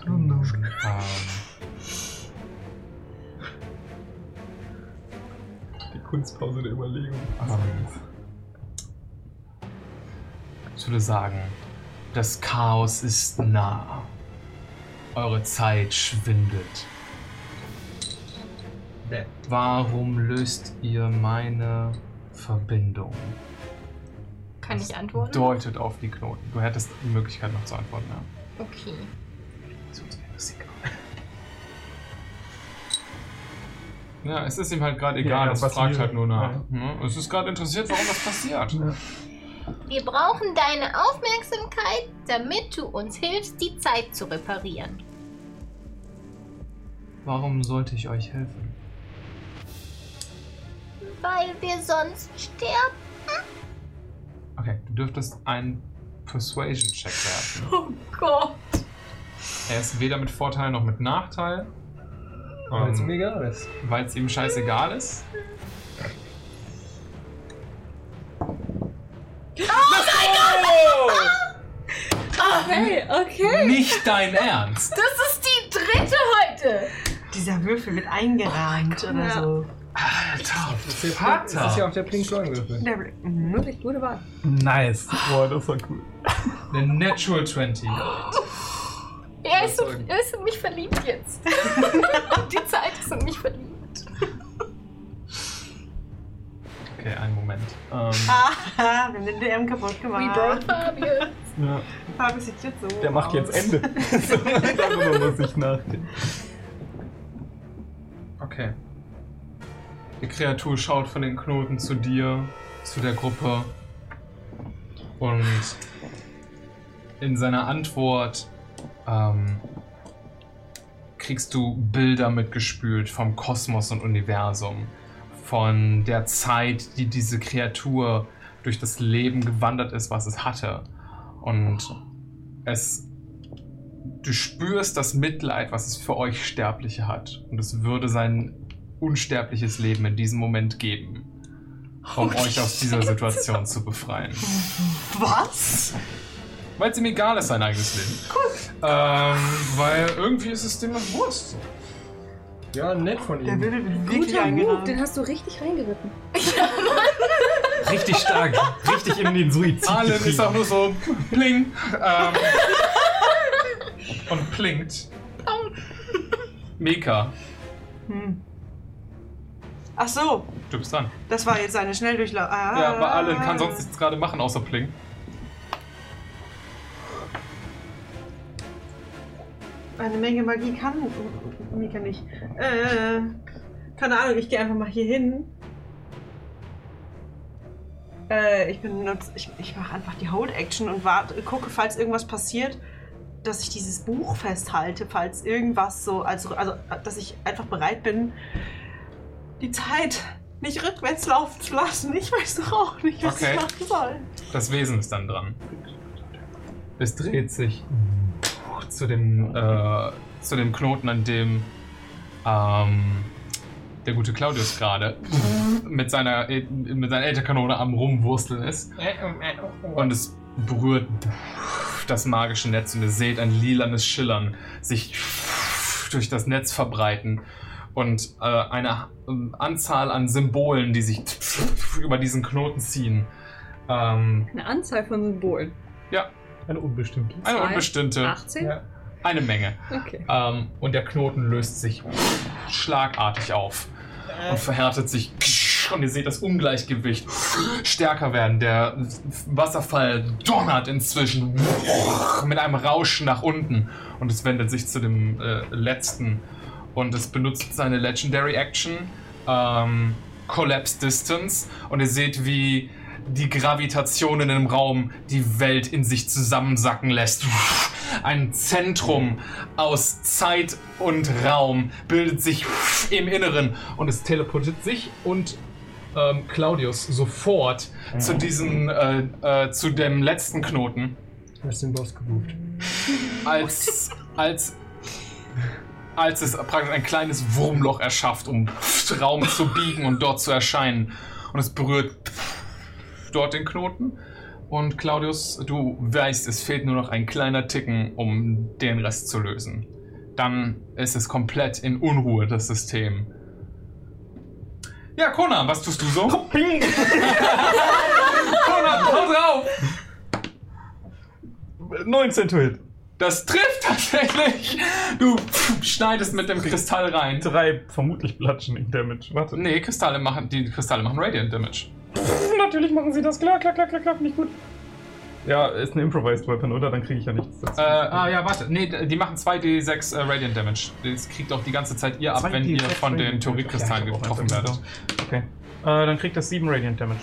Ähm,
Die Kunstpause der Überlegung.
Ähm, Ich würde sagen, das Chaos ist nah. Eure Zeit schwindet. Warum löst ihr meine Verbindung?
kann ich antworten?
Deutet auf die Knoten. Du hättest die Möglichkeit noch zu antworten, ja.
Okay.
Ja, es ist ihm halt gerade
Ja,
egal,
ja,
es
was
fragt
wir-
halt nur nach. Ne? Es ist gerade interessiert, warum das passiert.
Wir brauchen deine Aufmerksamkeit, damit du uns hilfst, die Zeit zu reparieren.
Warum sollte ich euch helfen?
Weil wir sonst sterben.
Okay, du dürftest einen Persuasion-Check werfen.
Oh Gott.
Er ist weder mit Vorteil noch mit Nachteil.
Weil es
Ähm,
ihm egal ist.
Weil es ihm scheißegal ist.
Oh mein Gott!
Ah, hey, okay.
Nicht dein Ernst!
Das ist die dritte heute.
Dieser Würfel wird eingerahmt oder
Ja.
so.
Alter,
Das ist ja auch der Pink Coin Würfel.
Der Mhm, wirklich gute Wahl.
Nice. Boah, das war cool.
The Natural 20.
Er ist, er ist in mich verliebt jetzt. die Zeit ist in mich verliebt.
Okay, einen Moment. Ähm,
Haha, wir haben den DM kaputt gemacht.
We both Fabio.
Ja.
Fabio sieht jetzt so.
Der macht jetzt
aus.
Ende. Darüber muss ich nachdenken.
Okay. Die Kreatur schaut von den Knoten zu dir, zu der Gruppe. Und in seiner Antwort ähm, kriegst du Bilder mitgespült vom Kosmos und Universum. Von der Zeit, die diese Kreatur durch das Leben gewandert ist, was es hatte. Und es du spürst das Mitleid, was es für euch Sterbliche hat. Und es würde sein unsterbliches Leben in diesem Moment geben, um
Holy
euch aus dieser
shit.
Situation zu befreien.
Was?
Weil es ihm egal ist, sein eigenes Leben. Cool. Ähm, weil irgendwie ist es dem noch Wurst.
Ja, nett von
Der
ihm.
Würfel wird wirklich
Guter Move,
eingerahmt.
den hast du richtig reingeritten.
Richtig stark. Richtig in den Suizid.
Allen ist
getrieben.
auch nur so bling ähm, und blinkt. Mika,
Hm. Ach so,
du bist dran.
das war jetzt eine Schnelldurchlauf. Ah.
Ja, aber Allen kann sonst nichts gerade machen, außer blinken.
Eine Menge Magie kann Mika nicht. Äh, keine Ahnung, ich gehe einfach mal hier hin. Äh, ich benutze, ich, ich mache einfach die Hold Action und warte, gucke, falls irgendwas passiert, dass ich dieses Buch festhalte, falls irgendwas so, also, also dass ich einfach bereit bin, die Zeit nicht rückwärts laufen zu lassen. Ich weiß doch auch nicht, was
Okay.
ich machen soll.
Das Wesen ist dann dran. Es dreht sich zu dem, äh, zu dem Knoten, an dem ähm, der gute Claudius gerade mit seiner, E- mit seiner Ätherkanone am Rumwursteln ist.
Äh,
Und es berührt das magische Netz und ihr seht ein lilanes Schillern sich durch das Netz verbreiten und äh, eine ähm, Anzahl an Symbolen, die sich über diesen Knoten ziehen. Ähm,
Eine Anzahl von Symbolen.
ja.
Eine unbestimmte.
Eine
Zwei,
unbestimmte.
18? Ja.
Eine Menge.
Okay.
Ähm, und der Knoten löst sich schlagartig auf und verhärtet sich. Und ihr seht das Ungleichgewicht stärker werden. Der Wasserfall donnert inzwischen mit einem Rauschen nach unten. Und es wendet sich zu dem äh, letzten. Und es benutzt seine Legendary Action, ähm, Collapse Distance. Und ihr seht, wie die Gravitation in einem Raum die Welt in sich zusammensacken lässt. Ein Zentrum aus Zeit und Raum bildet sich im Inneren und es teleportiert sich und ähm, Claudius sofort zu diesem, äh, äh, zu dem letzten Knoten
Du hast den Boss gebucht.
als, als, als es praktisch ein kleines Wurmloch erschafft, um Raum zu biegen und dort zu erscheinen. Und es berührt dort den Knoten. Und Claudius, du weißt, es fehlt nur noch ein kleiner Ticken, um den Rest zu lösen. Dann ist es komplett in Unruhe, das System. Ja, Conan, was tust du so?
Oh,
Conan, komm drauf!
19 to hit.
Das trifft tatsächlich. Du schneidest mit dem Kristall rein.
Drei vermutlich Bludgeoning Damage. Warte.
Nee, Kristalle machen, die Kristalle machen Radiant Damage.
Pff, Natürlich machen sie das. Klar, klar, klar, klar, klar. Nicht gut.
Ja, ist eine Improvised Weapon, oder? Dann kriege ich ja nichts dazu.
Äh, ah ja, warte. Nee, d- die machen 2d6 äh, Radiant Damage. Das kriegt auch die ganze Zeit ihr ab, wenn ihr
2d6
von den
Radiant
Theoriekristallen
Damage. Ja, ich hab auch
getroffen werdet.
eins im Okay. Äh, dann kriegt das 7 Radiant Damage.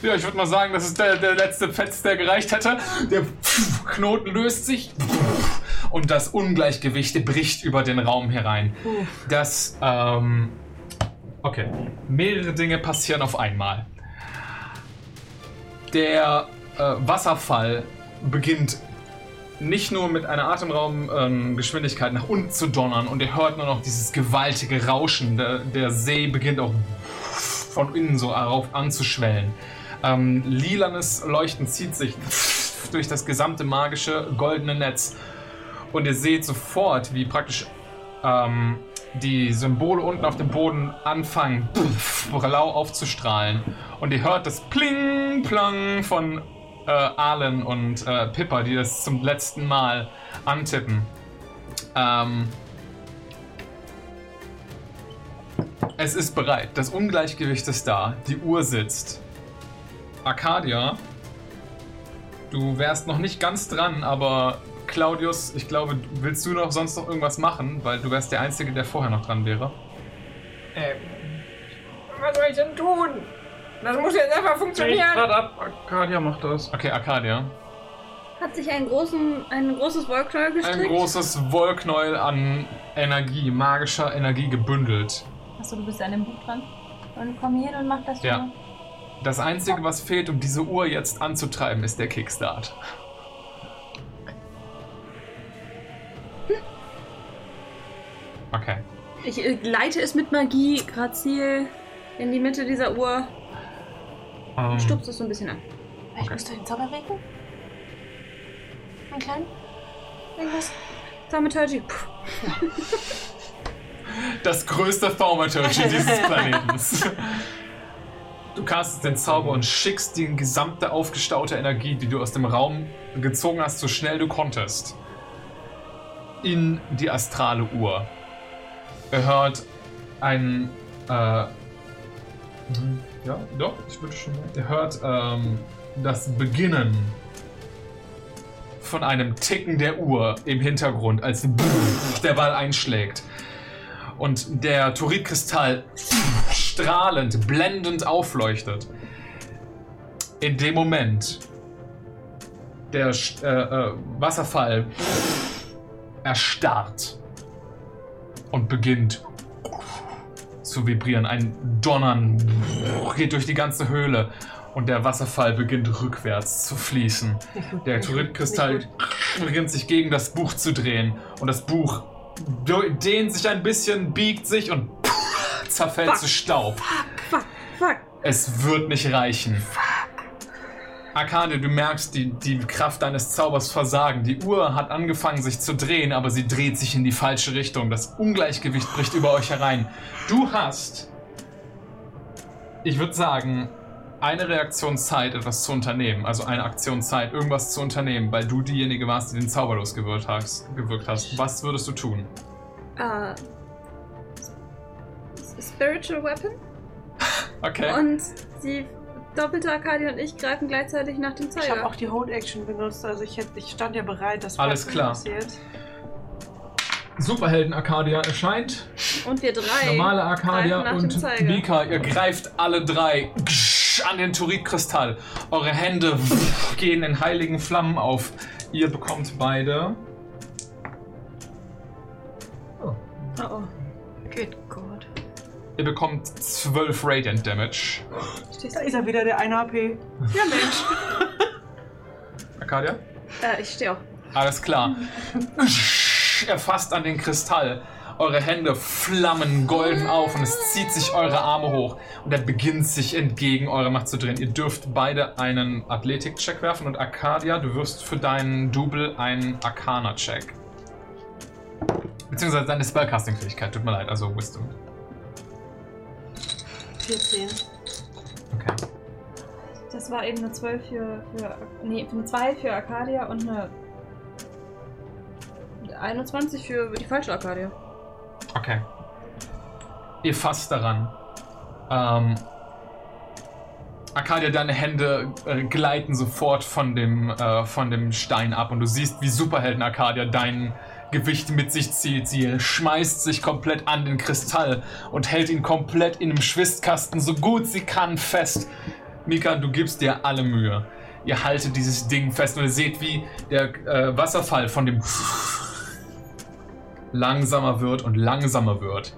Ja, ich würde mal sagen, das ist der, der letzte Fetz, der gereicht hätte. Der Knoten löst sich und das Ungleichgewicht bricht über den Raum herein. Das, ähm, okay. Mehrere Dinge passieren auf einmal. Der äh, Wasserfall beginnt nicht nur mit einer Atemraumgeschwindigkeit nach unten zu donnern und ihr hört nur noch dieses gewaltige Rauschen. Der, der See beginnt auch von innen so darauf anzuschwellen. Ähm, lilanes Leuchten zieht sich durch das gesamte magische goldene Netz und ihr seht sofort, wie praktisch ähm, die Symbole unten auf dem Boden anfangen, blau aufzustrahlen. Und ihr hört das Pling-Plang von äh, Arlen und äh, Pippa, die das zum letzten Mal antippen. Ähm, es ist bereit. Das Ungleichgewicht ist da. Die Uhr sitzt. Arcadia, du wärst noch nicht ganz dran, aber Claudius, ich glaube, willst du noch sonst noch irgendwas machen? Weil du wärst der Einzige, der vorher noch dran wäre.
Ähm, was soll ich denn tun? Das muss jetzt einfach funktionieren.
ab. Arcadia macht das.
Okay, Arcadia.
Hat sich ein, großen, ein großes Wollknäuel gestrickt?
Ein großes Wollknäuel an Energie, magischer Energie gebündelt.
Achso, du bist an dem Buch dran. Und komm hier und mach das schon
Ja.
mal.
Das Einzige, was fehlt, um diese Uhr jetzt anzutreiben, ist der Kickstart. Okay.
Ich äh, leite es mit Magie grazil in die Mitte dieser Uhr
Ähm,
und stupst es so ein bisschen an.
Ich muss
den Zauber wecken. Einen kleinen? Irgendwas? Thaumaturgy. Puh.
Das größte Thaumaturgy dieses Planetens. Du castest den Zauber und schickst die gesamte aufgestaute Energie, die du aus dem Raum gezogen hast, so schnell du konntest, in die astrale Uhr. Er hört ein. Äh, Mhm. Ja, doch, ich würde schon sagen. Ihr hört ähm, das Beginnen von einem Ticken der Uhr im Hintergrund, als der Ball einschlägt. Und der Turitkristall strahlend, blendend aufleuchtet. In dem Moment der äh, äh, Wasserfall erstarrt und beginnt zu vibrieren. Ein Donnern geht durch die ganze Höhle und der Wasserfall beginnt rückwärts zu fließen. Der Turitkristall beginnt sich gegen das Buch zu drehen und das Buch dehnt sich ein bisschen, biegt sich und zerfällt
Fuck.
zu Staub.
Fuck, fuck.
Es wird nicht reichen. Arkane, du merkst die, die Kraft deines Zaubers versagen. Die Uhr hat angefangen sich zu drehen, aber sie dreht sich in die falsche Richtung. Das Ungleichgewicht bricht über euch herein. Du hast, ich würde sagen, eine Reaktionszeit, etwas zu unternehmen. Also eine Aktionszeit, irgendwas zu unternehmen, weil du diejenige warst, die den Zauber losgewirkt hast. Gewirkt hast. Was würdest du tun?
Äh,
S- Spiritual Weapon.
Okay.
Und die doppelte Arcadia und ich greifen gleichzeitig nach dem Zeiger.
Ich habe auch die Hold Action benutzt, also ich, hätte, ich stand ja bereit, dass
Alles
was
klar.
passiert.
Superhelden Arcadia erscheint.
Und wir drei.
Normale
greifen
Arcadia
nach
und
dem Zeiger.
Mika, ihr greift alle drei an den Turitkristall. Eure Hände gehen in heiligen Flammen auf. Ihr bekommt beide.
Oh oh. Good God.
Ihr bekommt 12 Radiant Damage.
Da ist er wieder, der 1 AP. Ja, Mensch.
Arcadia?
Äh, ich stehe auch.
Alles klar. Er fasst an den Kristall. Eure Hände flammen golden auf und es zieht sich eure Arme hoch. Und er beginnt sich entgegen eurer Macht zu drehen. Ihr dürft beide einen Athletik-Check werfen und Arcadia, du wirst für deinen Double einen Arcana-Check. Beziehungsweise deine Spellcasting-Fähigkeit, tut mir leid, also Wisdom.
14.
Okay.
Das war eben eine 12 für, für nee, eine 2 für Arcadia und eine
21 für die falsche Arcadia.
Okay. Ihr fasst daran. Ähm, Arcadia, deine Hände äh, gleiten sofort von dem, äh, von dem Stein ab und du siehst, wie Superhelden Arcadia dein Gewicht mit sich zieht. Sie schmeißt sich komplett an den Kristall und hält ihn komplett in dem Schwistkasten so gut sie kann fest. Mika, du gibst dir alle Mühe. Ihr haltet dieses Ding fest und ihr seht, wie der äh, Wasserfall von dem langsamer wird und langsamer wird.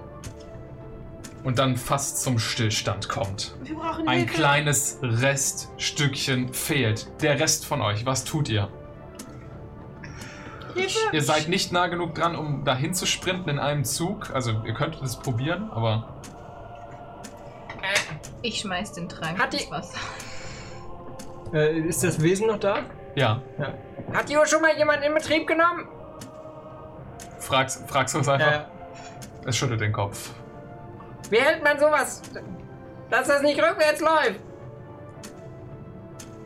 Und dann fast zum Stillstand kommt.
Wir brauchen
Ein
Hilfe.
kleines Reststückchen fehlt. Der Rest von euch, was tut ihr? Ihr seid nicht nah genug dran, um dahin zu sprinten in einem Zug. Also ihr könntet es probieren, aber
Ich schmeiß den Trank Hat ins Wasser.
Äh, ist das Wesen noch da?
ja.
Hat die Uhr schon mal jemand in Betrieb genommen?
Frag's, frag's uns einfach. Es schüttelt den Kopf.
Wie hält man sowas? Dass das nicht rückwärts läuft.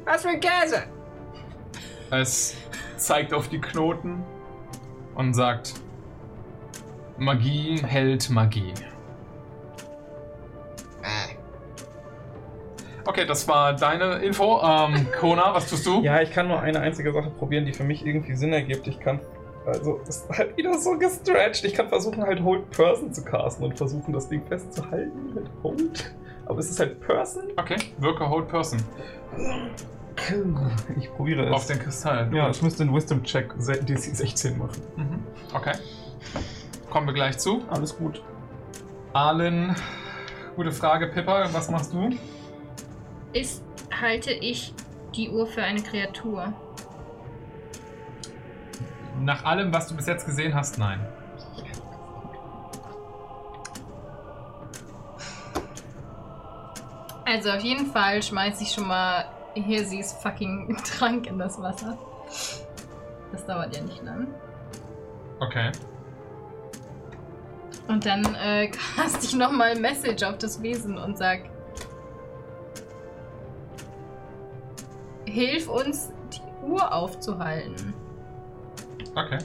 Was für ein Käse.
Es zeigt auf die Knoten und sagt, Magie hält Magie. Okay, das war deine Info. Ähm, Kona, was tust du?
Ja, ich kann nur eine einzige Sache probieren, die für mich irgendwie Sinn ergibt. Ich kann. Also, es ist halt wieder so gestretched. Ich kann versuchen, halt Hold Person zu casten und versuchen, das Ding festzuhalten mit Hold. Aber es ist halt Person.
Okay, wirke Hold Person.
Ich probiere es.
Auf den Kristall.
Ja, ich müsste einen Wisdom-Check se- DC 16 machen.
Mhm. Okay. Kommen wir gleich zu.
Alles gut.
Arlen, gute Frage, Pippa. Was machst du?
Ist, halte ich die Uhr für eine Kreatur?
Nach allem, was du bis jetzt gesehen hast, nein.
Also auf jeden Fall schmeiß ich schon mal hier sie ist fucking Trank in das Wasser. Das dauert ja nicht lang.
Okay.
Und dann äh, cast ich nochmal Message auf das Wesen und sag: Hilf uns, die Uhr aufzuhalten.
Okay.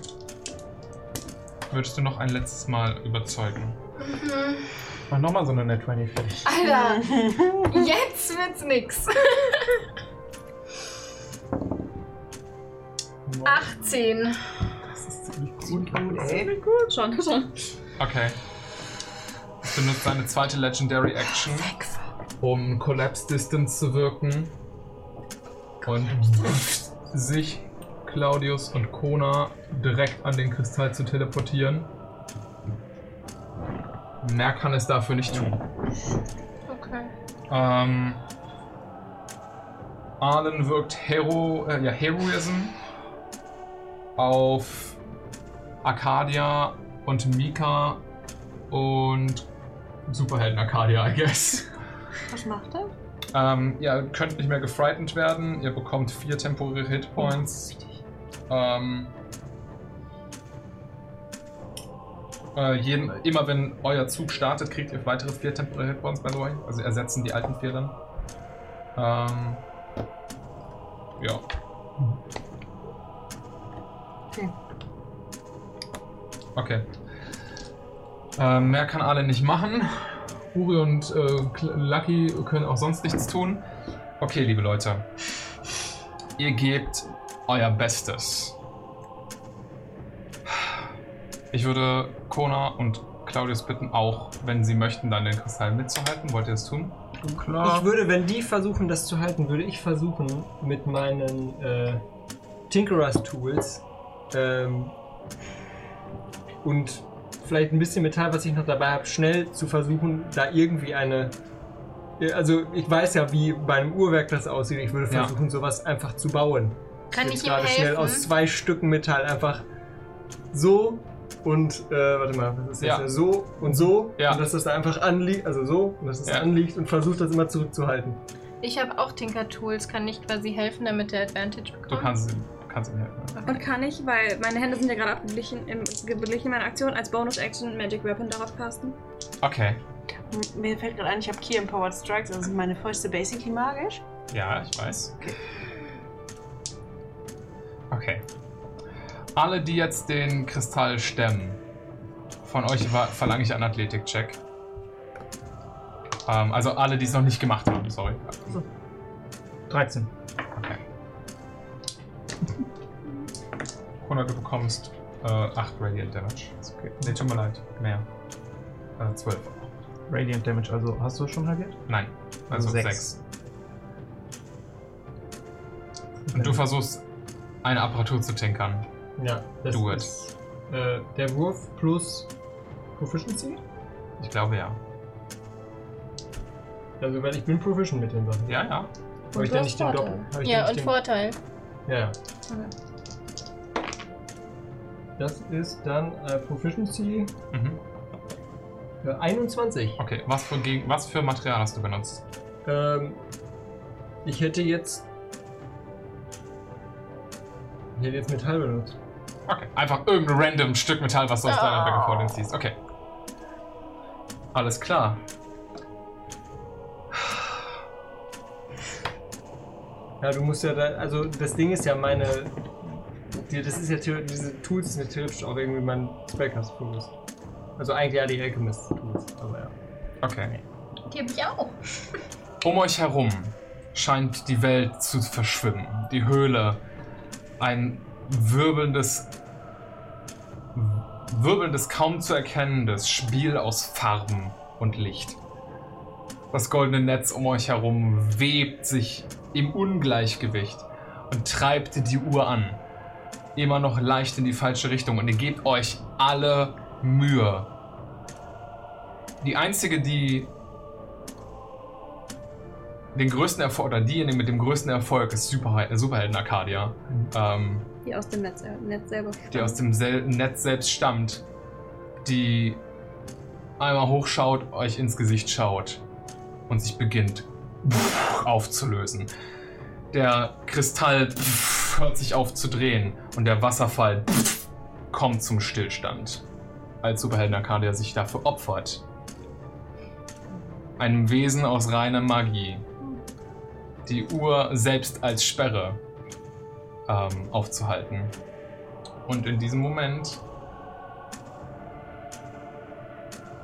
Würdest du noch ein letztes Mal überzeugen?
Mach nochmal so eine Net 20 fertig.
Alter, jetzt wird's nix. 18.
Das ist ziemlich gut.
Ey. Gut, schon, schon.
Okay. Es benutzt seine zweite Legendary Action, um Collapse Distance zu wirken. Und sich Claudius und Kona direkt an den Kristall zu teleportieren. Mehr kann es dafür nicht tun.
Okay.
Ähm, Arlen wirkt Hero, äh, ja, Heroism auf Arcadia und Mika und Superhelden Arcadia, I guess.
Was macht er?
Ähm, ja, ihr könnt nicht mehr gefrightened werden. Ihr bekommt vier temporäre
Oh,
Hitpoints. Ähm, äh, jeden, immer wenn euer Zug startet, kriegt ihr weitere vier temporäre Hitpoints, by the way. Also ersetzen die alten vier dann. Ähm, ja. Okay. Ähm, mehr kann alle nicht machen. Uri und äh, Kl- Lucky können auch sonst nichts tun. Okay, liebe Leute. Ihr gebt euer Bestes. Ich würde Kona und Claudius bitten, auch, wenn sie möchten, dann den Kristall mitzuhalten. Wollt ihr das tun? Genau.
Ich würde, wenn die versuchen, das zu halten, würde ich versuchen, mit meinen äh, Tinkerers Tools ähm, und vielleicht ein bisschen Metall, was ich noch dabei habe, schnell zu versuchen, da irgendwie eine. Also, ich weiß ja, wie bei einem Uhrwerk das aussieht. Ich würde
Ja.
versuchen, sowas einfach zu bauen.
Kann
Jetzt
ich ihm
gerade schnell
helfen?
aus zwei Stücken Metall einfach so und äh, warte mal, was ist jetzt
Ja.
ja. so und so und dass das da einfach anliegt, also so und dass das da anliegt und versucht das immer zurückzuhalten.
Ich habe auch Tinker Tools. Kann ich quasi helfen, damit er Advantage bekommt?
Du kannst, kannst ihm helfen.
Und kann ich, weil meine Hände sind ja gerade abgeglichen im geglichen meiner Aktion, als Bonus-Action Magic Weapon darauf casten?
Okay.
M- Mir fällt gerade ein, ich habe Key Empowered Strikes, also sind meine Fäuste basically magisch.
Ja, ich weiß. Okay. Alle, die jetzt den Kristall stemmen, von euch wa- verlange ich einen Athletik-Check. Ähm, also alle, die es noch nicht gemacht haben, sorry.
13.
Okay. Kona, du bekommst äh, 8 Radiant Damage. Okay. Nee, tut mir leid, mehr. Äh, 12.
Radiant Damage, also hast du es schon halbiert?
Nein, also
Also
6.
sechs.
Und du versuchst, eine Apparatur zu tinkern.
Ja, das
Do it.
ist äh, der Wurf plus Proficiency.
Ich glaube ja.
Also weil ich bin proficient mit den Sachen.
Ja, ja.
Habe ich
du
da
hast
nicht den
Vorteil.
Doppel? Hab ich da
Ja,
nicht
und
den-
Vorteil.
Ja, ja. Das ist dann äh, Proficiency
Mhm.
äh, 21.
Okay, was für, Geg- was für Material hast du benutzt?
Ähm, ich hätte jetzt. Ich hätte jetzt Metall benutzt.
Okay, einfach irgendein random Stück Metall, was du aus deiner Bag of Holding siehst. Okay. Alles klar.
Ja, du musst ja da. Also, das Ding ist ja meine. Die, das ist ja theo- diese Tools sind ja theoretisch auch irgendwie mein Spellcast-Fokus. Also eigentlich ja die Alchemist-Tools, aber ja.
Okay.
Die hab ich auch.
Um euch herum scheint die Welt zu verschwimmen. Die Höhle. Ein wirbelndes, wirbelndes, kaum zu erkennendes Spiel aus Farben und Licht. Das goldene Netz um euch herum webt sich im Ungleichgewicht und treibt die Uhr an. Immer noch leicht in die falsche Richtung und ihr gebt euch alle Mühe. Die einzige, die den größten Erfolg, oder diejenige mit dem größten Erfolg ist Superhelden, Superhelden Arcadia, ähm,
Die aus dem Netz, Netz selber.
die aus dem sel Netz selbst stammt, die einmal hochschaut, euch ins Gesicht schaut und sich beginnt aufzulösen. Der Kristall hört sich auf zu drehen und der Wasserfall kommt zum Stillstand, als Superhelden Arcadia sich dafür opfert. Einem Wesen aus reiner Magie. Die Uhr selbst als Sperre ähm, aufzuhalten. Und in diesem Moment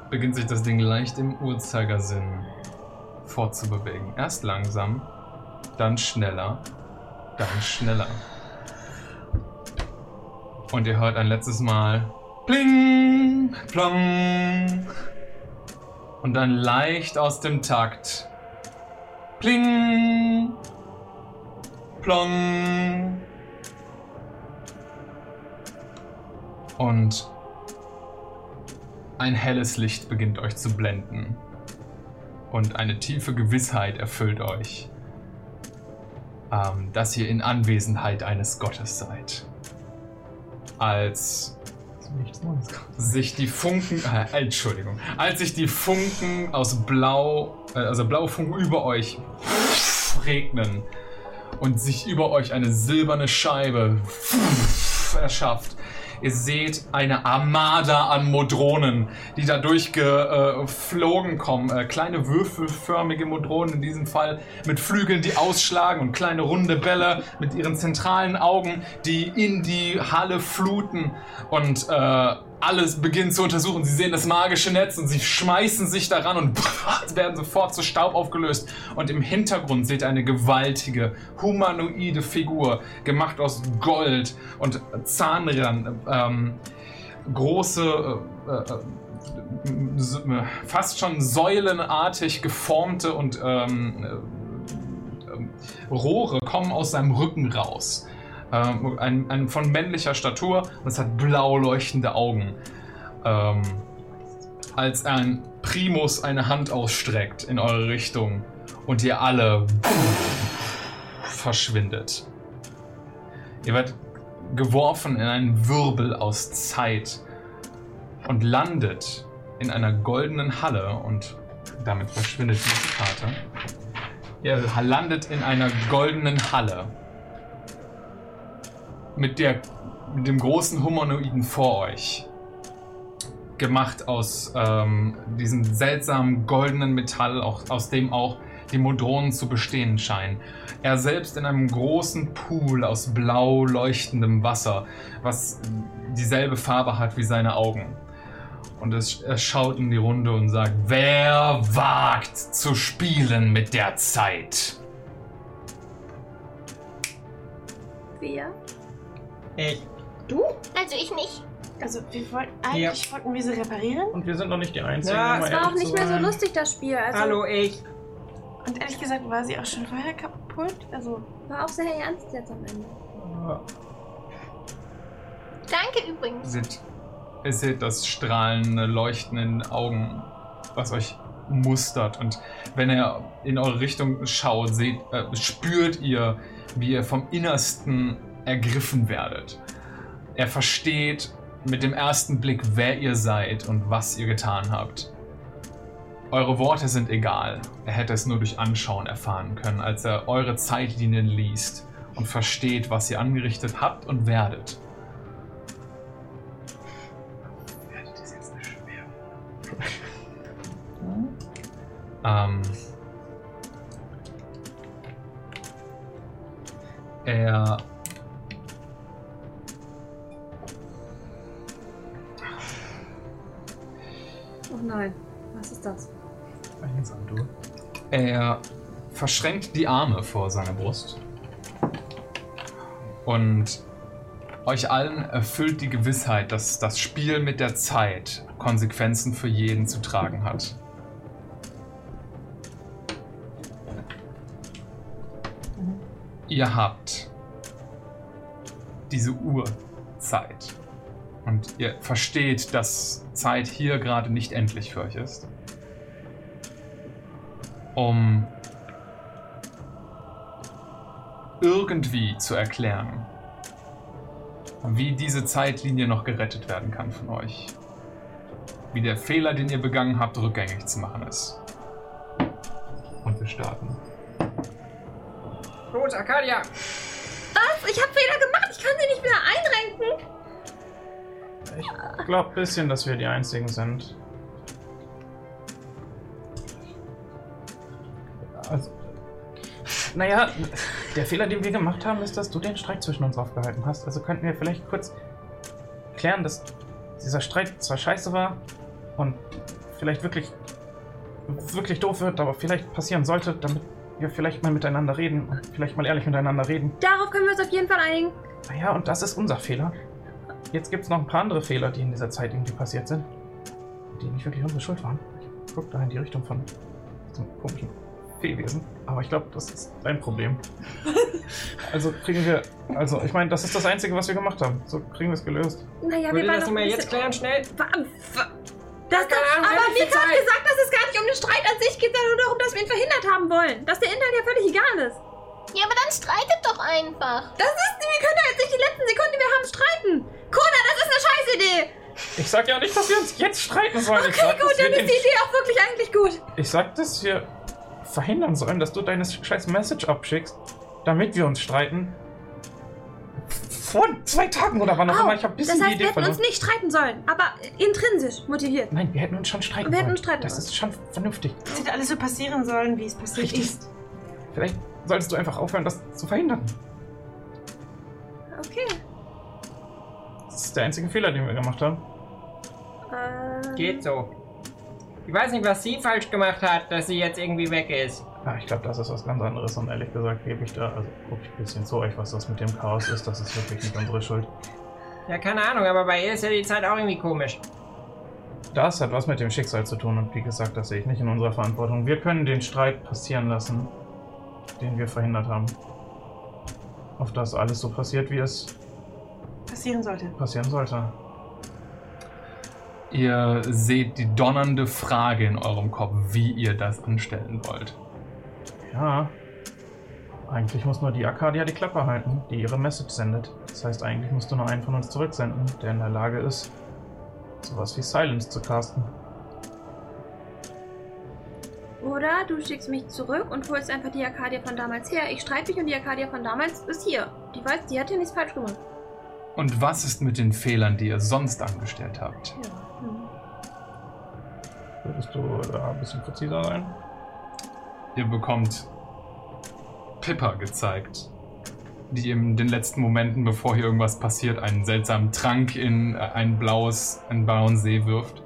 beginnt sich das Ding leicht im Uhrzeigersinn fortzubewegen. Erst langsam, dann schneller, dann schneller. Und ihr hört ein letztes Mal Pling, Plong. Und dann leicht aus dem Takt Pling, Plong. Und ein helles Licht beginnt euch zu blenden. Und eine tiefe Gewissheit erfüllt euch, ähm, dass ihr in Anwesenheit eines Gottes seid. Als sich die Funken, äh, Entschuldigung, als sich die Funken aus Blau, äh, also blaue Funken über euch regnen und sich über euch eine silberne Scheibe erschafft. Ihr seht eine Armada an Modronen, die da durchgeflogen kommen. Äh, kleine würfelförmige Modronen in diesem Fall mit Flügeln, die ausschlagen und kleine runde Bälle mit ihren zentralen Augen, die in die Halle fluten und äh, alles beginnen zu untersuchen. Sie sehen das magische Netz und sie schmeißen sich daran und werden sofort zu Staub aufgelöst. Und im Hintergrund seht ihr eine gewaltige, humanoide Figur, gemacht aus Gold und Zahnrädern, ähm, große, äh, äh, s- äh, fast schon säulenartig geformte und ähm, äh, ähm, Rohre kommen aus seinem Rücken raus. Ähm, ein, ein von männlicher Statur und es hat blau leuchtende Augen. Ähm, als ein Primus eine Hand ausstreckt in eure Richtung und ihr alle verschwindet. Ihr werdet geworfen in einen Wirbel aus Zeit und landet in einer goldenen Halle und damit verschwindet diese Karte. Ihr landet in einer goldenen Halle mit, der, mit dem großen Humanoiden vor euch. Gemacht aus ähm, diesem seltsamen goldenen Metall, auch, aus dem auch die Modronen zu bestehen scheinen. Er selbst in einem großen Pool aus blau leuchtendem Wasser, was dieselbe Farbe hat wie seine Augen. Und es, er schaut in die Runde und sagt, wer wagt zu spielen mit der Zeit?
Wir?
Ich.
Du?
Also ich nicht.
Also wir wollten eigentlich wollten wir sie reparieren.
Und wir sind noch nicht die Einzigen.
Ja,
um
es
ehrlich
war auch nicht
zu
mehr so
sein.
lustig, das Spiel. Also,
ich.
Und ehrlich gesagt war sie auch schon vorher kaputt. Also
War auch sehr ernst jetzt am Ende.
Danke übrigens.
seht, ihr seht das strahlende, leuchtenden Augen, was euch mustert. Und wenn er in eure Richtung schaut, seht, äh, spürt ihr, wie ihr vom Innersten ergriffen werdet. Er versteht mit dem ersten Blick, wer ihr seid und was ihr getan habt. Eure Worte sind egal. Er hätte es nur durch Anschauen erfahren können, als er eure Zeitlinien liest und versteht, was ihr angerichtet habt und werdet. Ähm, er.
Oh nein, was ist das?
Er verschränkt die Arme vor seiner Brust. Und euch allen erfüllt die Gewissheit, dass das Spiel mit der Zeit Konsequenzen für jeden zu tragen hat. Ihr habt diese Uhrzeit. Und ihr versteht, dass Zeit hier gerade nicht endlich für euch ist. Um irgendwie zu erklären, wie diese Zeitlinie noch gerettet werden kann von euch. Wie der Fehler, den ihr begangen habt, rückgängig zu machen ist. Und wir starten.
Los, Arcadia!
Was? Ich habe Fehler gemacht, ich kann sie nicht wieder einrenken.
Ich glaub ein bisschen, dass wir die Einzigen sind. Also, naja, der Fehler, den wir gemacht haben, ist, dass du den Streit zwischen uns aufgehalten hast. Also könnten wir vielleicht kurz klären, dass dieser Streit zwar scheiße war und vielleicht wirklich, wirklich doof wird, aber vielleicht passieren sollte, damit wir vielleicht mal miteinander reden und vielleicht mal ehrlich miteinander reden.
Darauf können wir uns auf jeden Fall einigen.
Naja, und das ist unser Fehler. Jetzt gibt es noch ein paar andere Fehler, die in dieser Zeit irgendwie passiert sind. Die nicht wirklich unsere Schuld waren. Ich guck da in die Richtung von diesem komischen Fehlwesen. Aber ich glaube, das ist dein Problem. also kriegen wir. Also, ich meine, das ist das Einzige, was wir gemacht haben. So kriegen wir es gelöst.
Naja,
Würde
wir
das
waren
mir
ein
jetzt
bisschen-
klären, schnell?
Das
Keine Ahnung,
aber
wir haben
Mika
nicht viel
hat
Zeit.
gesagt, dass es gar nicht um den Streit an sich geht, sondern nur darum, dass wir ihn verhindert haben wollen. Dass der Inhalt ja völlig egal ist.
Ja, aber dann streitet doch einfach.
Das ist, wir können ja jetzt nicht die letzten Sekunden, die wir haben, streiten. Kona, das ist eine scheiß Idee.
Ich sag ja nicht, dass wir uns jetzt streiten sollen. ich
Okay,
sag,
gut,
dass wir
dann ist die
den-
Idee auch wirklich eigentlich gut.
Ich sag, dass wir verhindern sollen, dass du deine scheiß Message abschickst, damit wir uns streiten. Vor zwei Tagen oder wann auch
Au,
immer. Ich hab ein bisschen
das heißt,
die
wir
Idee
hätten
verloren.
uns nicht streiten sollen, aber intrinsisch motiviert.
Nein, wir hätten uns schon streiten
Wir hätten
sollen.
uns streiten
Das
sollen.
ist schon vernünftig.
Es hätte alles so passieren sollen, wie es passiert ist.
Vielleicht solltest du einfach aufhören, das zu verhindern.
Okay.
Das ist der einzige Fehler, den wir gemacht haben.
Äh,
Geht so. Ich weiß nicht, was sie falsch gemacht hat, dass sie jetzt irgendwie weg ist.
Ah, ich glaube, das ist was ganz anderes und ehrlich gesagt gebe ich da, also gucke ich ein bisschen zu euch, was das mit dem Chaos ist. Das ist wirklich nicht unsere Schuld.
Ja, keine Ahnung, aber bei ihr ist ja die Zeit auch irgendwie komisch.
Das hat was mit dem Schicksal zu tun und wie gesagt, das sehe ich nicht in unserer Verantwortung. Wir können den Streit passieren lassen, den wir verhindert haben. Auf das alles so passiert, wie es
Passieren sollte.
passieren sollte.
Ihr seht die donnernde Frage in eurem Kopf, wie ihr das anstellen wollt.
Ja. Eigentlich muss nur die Arcadia die Klappe halten, die ihre Message sendet. Das heißt, eigentlich musst du nur einen von uns zurücksenden, der in der Lage ist, sowas wie Silence zu casten.
Oder du schickst mich zurück und holst einfach die Arcadia von damals her. Ich streite mich und die Arcadia von damals ist hier. Die weiß, die hat ja nichts falsch gemacht.
Und was ist mit den Fehlern, die ihr sonst angestellt habt?
Hm.
Würdest du da ein bisschen präziser sein?
Ihr bekommt Pippa gezeigt, die in den letzten Momenten, bevor hier irgendwas passiert, einen seltsamen Trank in äh, ein blaues, einen blauen See wirft.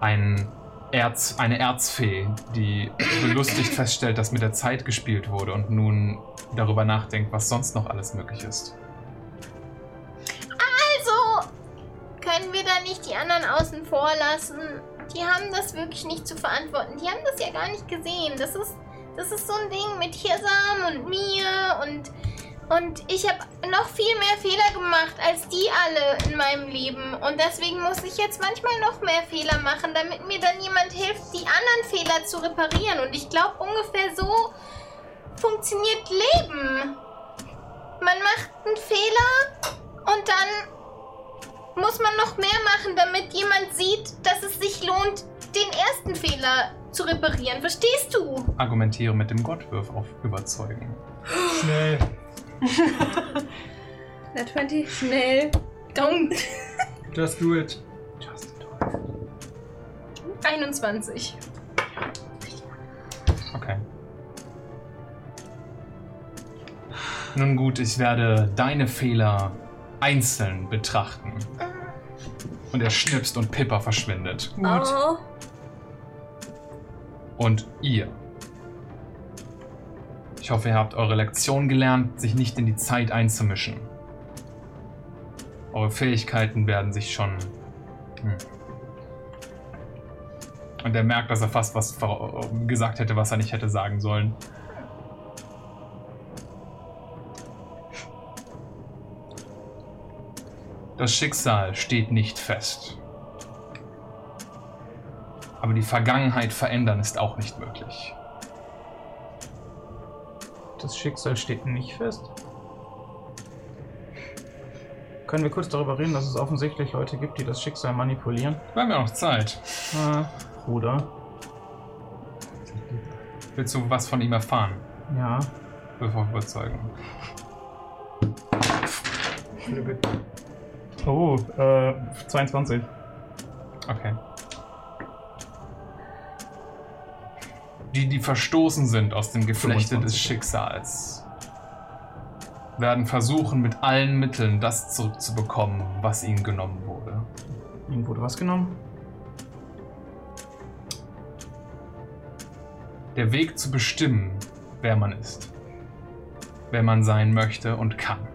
Ein Erz, eine Erzfee, die belustigt feststellt, dass mit der Zeit gespielt wurde und nun darüber nachdenkt, was sonst noch alles möglich ist.
Also, können wir da nicht die anderen außen vor lassen? Die haben das wirklich nicht zu verantworten. Die haben das ja gar nicht gesehen. Das ist, das ist so ein Ding mit Hirsam und mir und. Und ich habe noch viel mehr Fehler gemacht als die alle in meinem Leben. Und deswegen muss ich jetzt manchmal noch mehr Fehler machen, damit mir dann jemand hilft, die anderen Fehler zu reparieren. Und ich glaube, ungefähr so funktioniert Leben. Man macht einen Fehler und dann muss man noch mehr machen, damit jemand sieht, dass es sich lohnt, den ersten Fehler zu reparieren. Verstehst du?
Argumentiere mit dem Gottwurf auf Überzeugen.
Schnell.
Na 20, schnell.
Don't.
Just do it.
21.
Okay. Nun gut, ich werde deine Fehler einzeln betrachten. Und er schnipst und Pippa verschwindet.
Oh.
Und ihr. Ich hoffe, ihr habt eure Lektion gelernt, sich nicht in die Zeit einzumischen. Eure Fähigkeiten werden sich schon. Hm. Und er merkt, dass er fast was ver- gesagt hätte, was er nicht hätte sagen sollen. Das Schicksal steht nicht fest. Aber die Vergangenheit verändern ist auch nicht möglich.
Das Schicksal steht nicht fest. Können wir kurz darüber reden, dass es offensichtlich Leute gibt, die das Schicksal manipulieren?
Wir haben ja noch Zeit.
Ah, Bruder.
Willst du was von ihm erfahren?
Ja.
Bevor wir überzeugen.
Oh, äh, 22.
Okay. Die, die verstoßen sind aus dem Geflechte des Schicksals, werden versuchen, mit allen Mitteln das zurückzubekommen, was ihnen genommen wurde.
Ihnen wurde was genommen?
Der Weg zu bestimmen, wer man ist, wer man sein möchte und kann.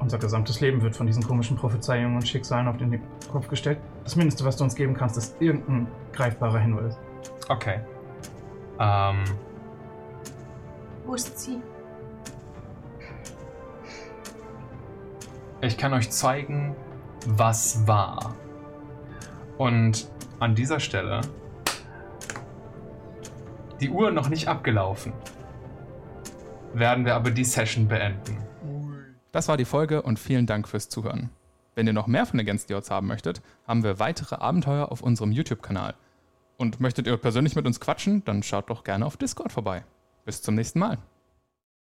Unser gesamtes Leben wird von diesen komischen Prophezeiungen und Schicksalen auf den Kopf gestellt. Das Mindeste, was du uns geben kannst, ist irgendein greifbarer Hinweis.
Okay. Ähm,
Wo ist sie?
ich kann euch zeigen, was war. Und an dieser Stelle die Uhr noch nicht abgelaufen. Werden wir aber die Session beenden.
Das war die Folge und vielen Dank fürs Zuhören. Wenn ihr noch mehr von Against the Odds haben möchtet, haben wir weitere Abenteuer auf unserem YouTube-Kanal. Und möchtet ihr persönlich mit uns quatschen, dann schaut doch gerne auf Discord vorbei. Bis zum nächsten Mal.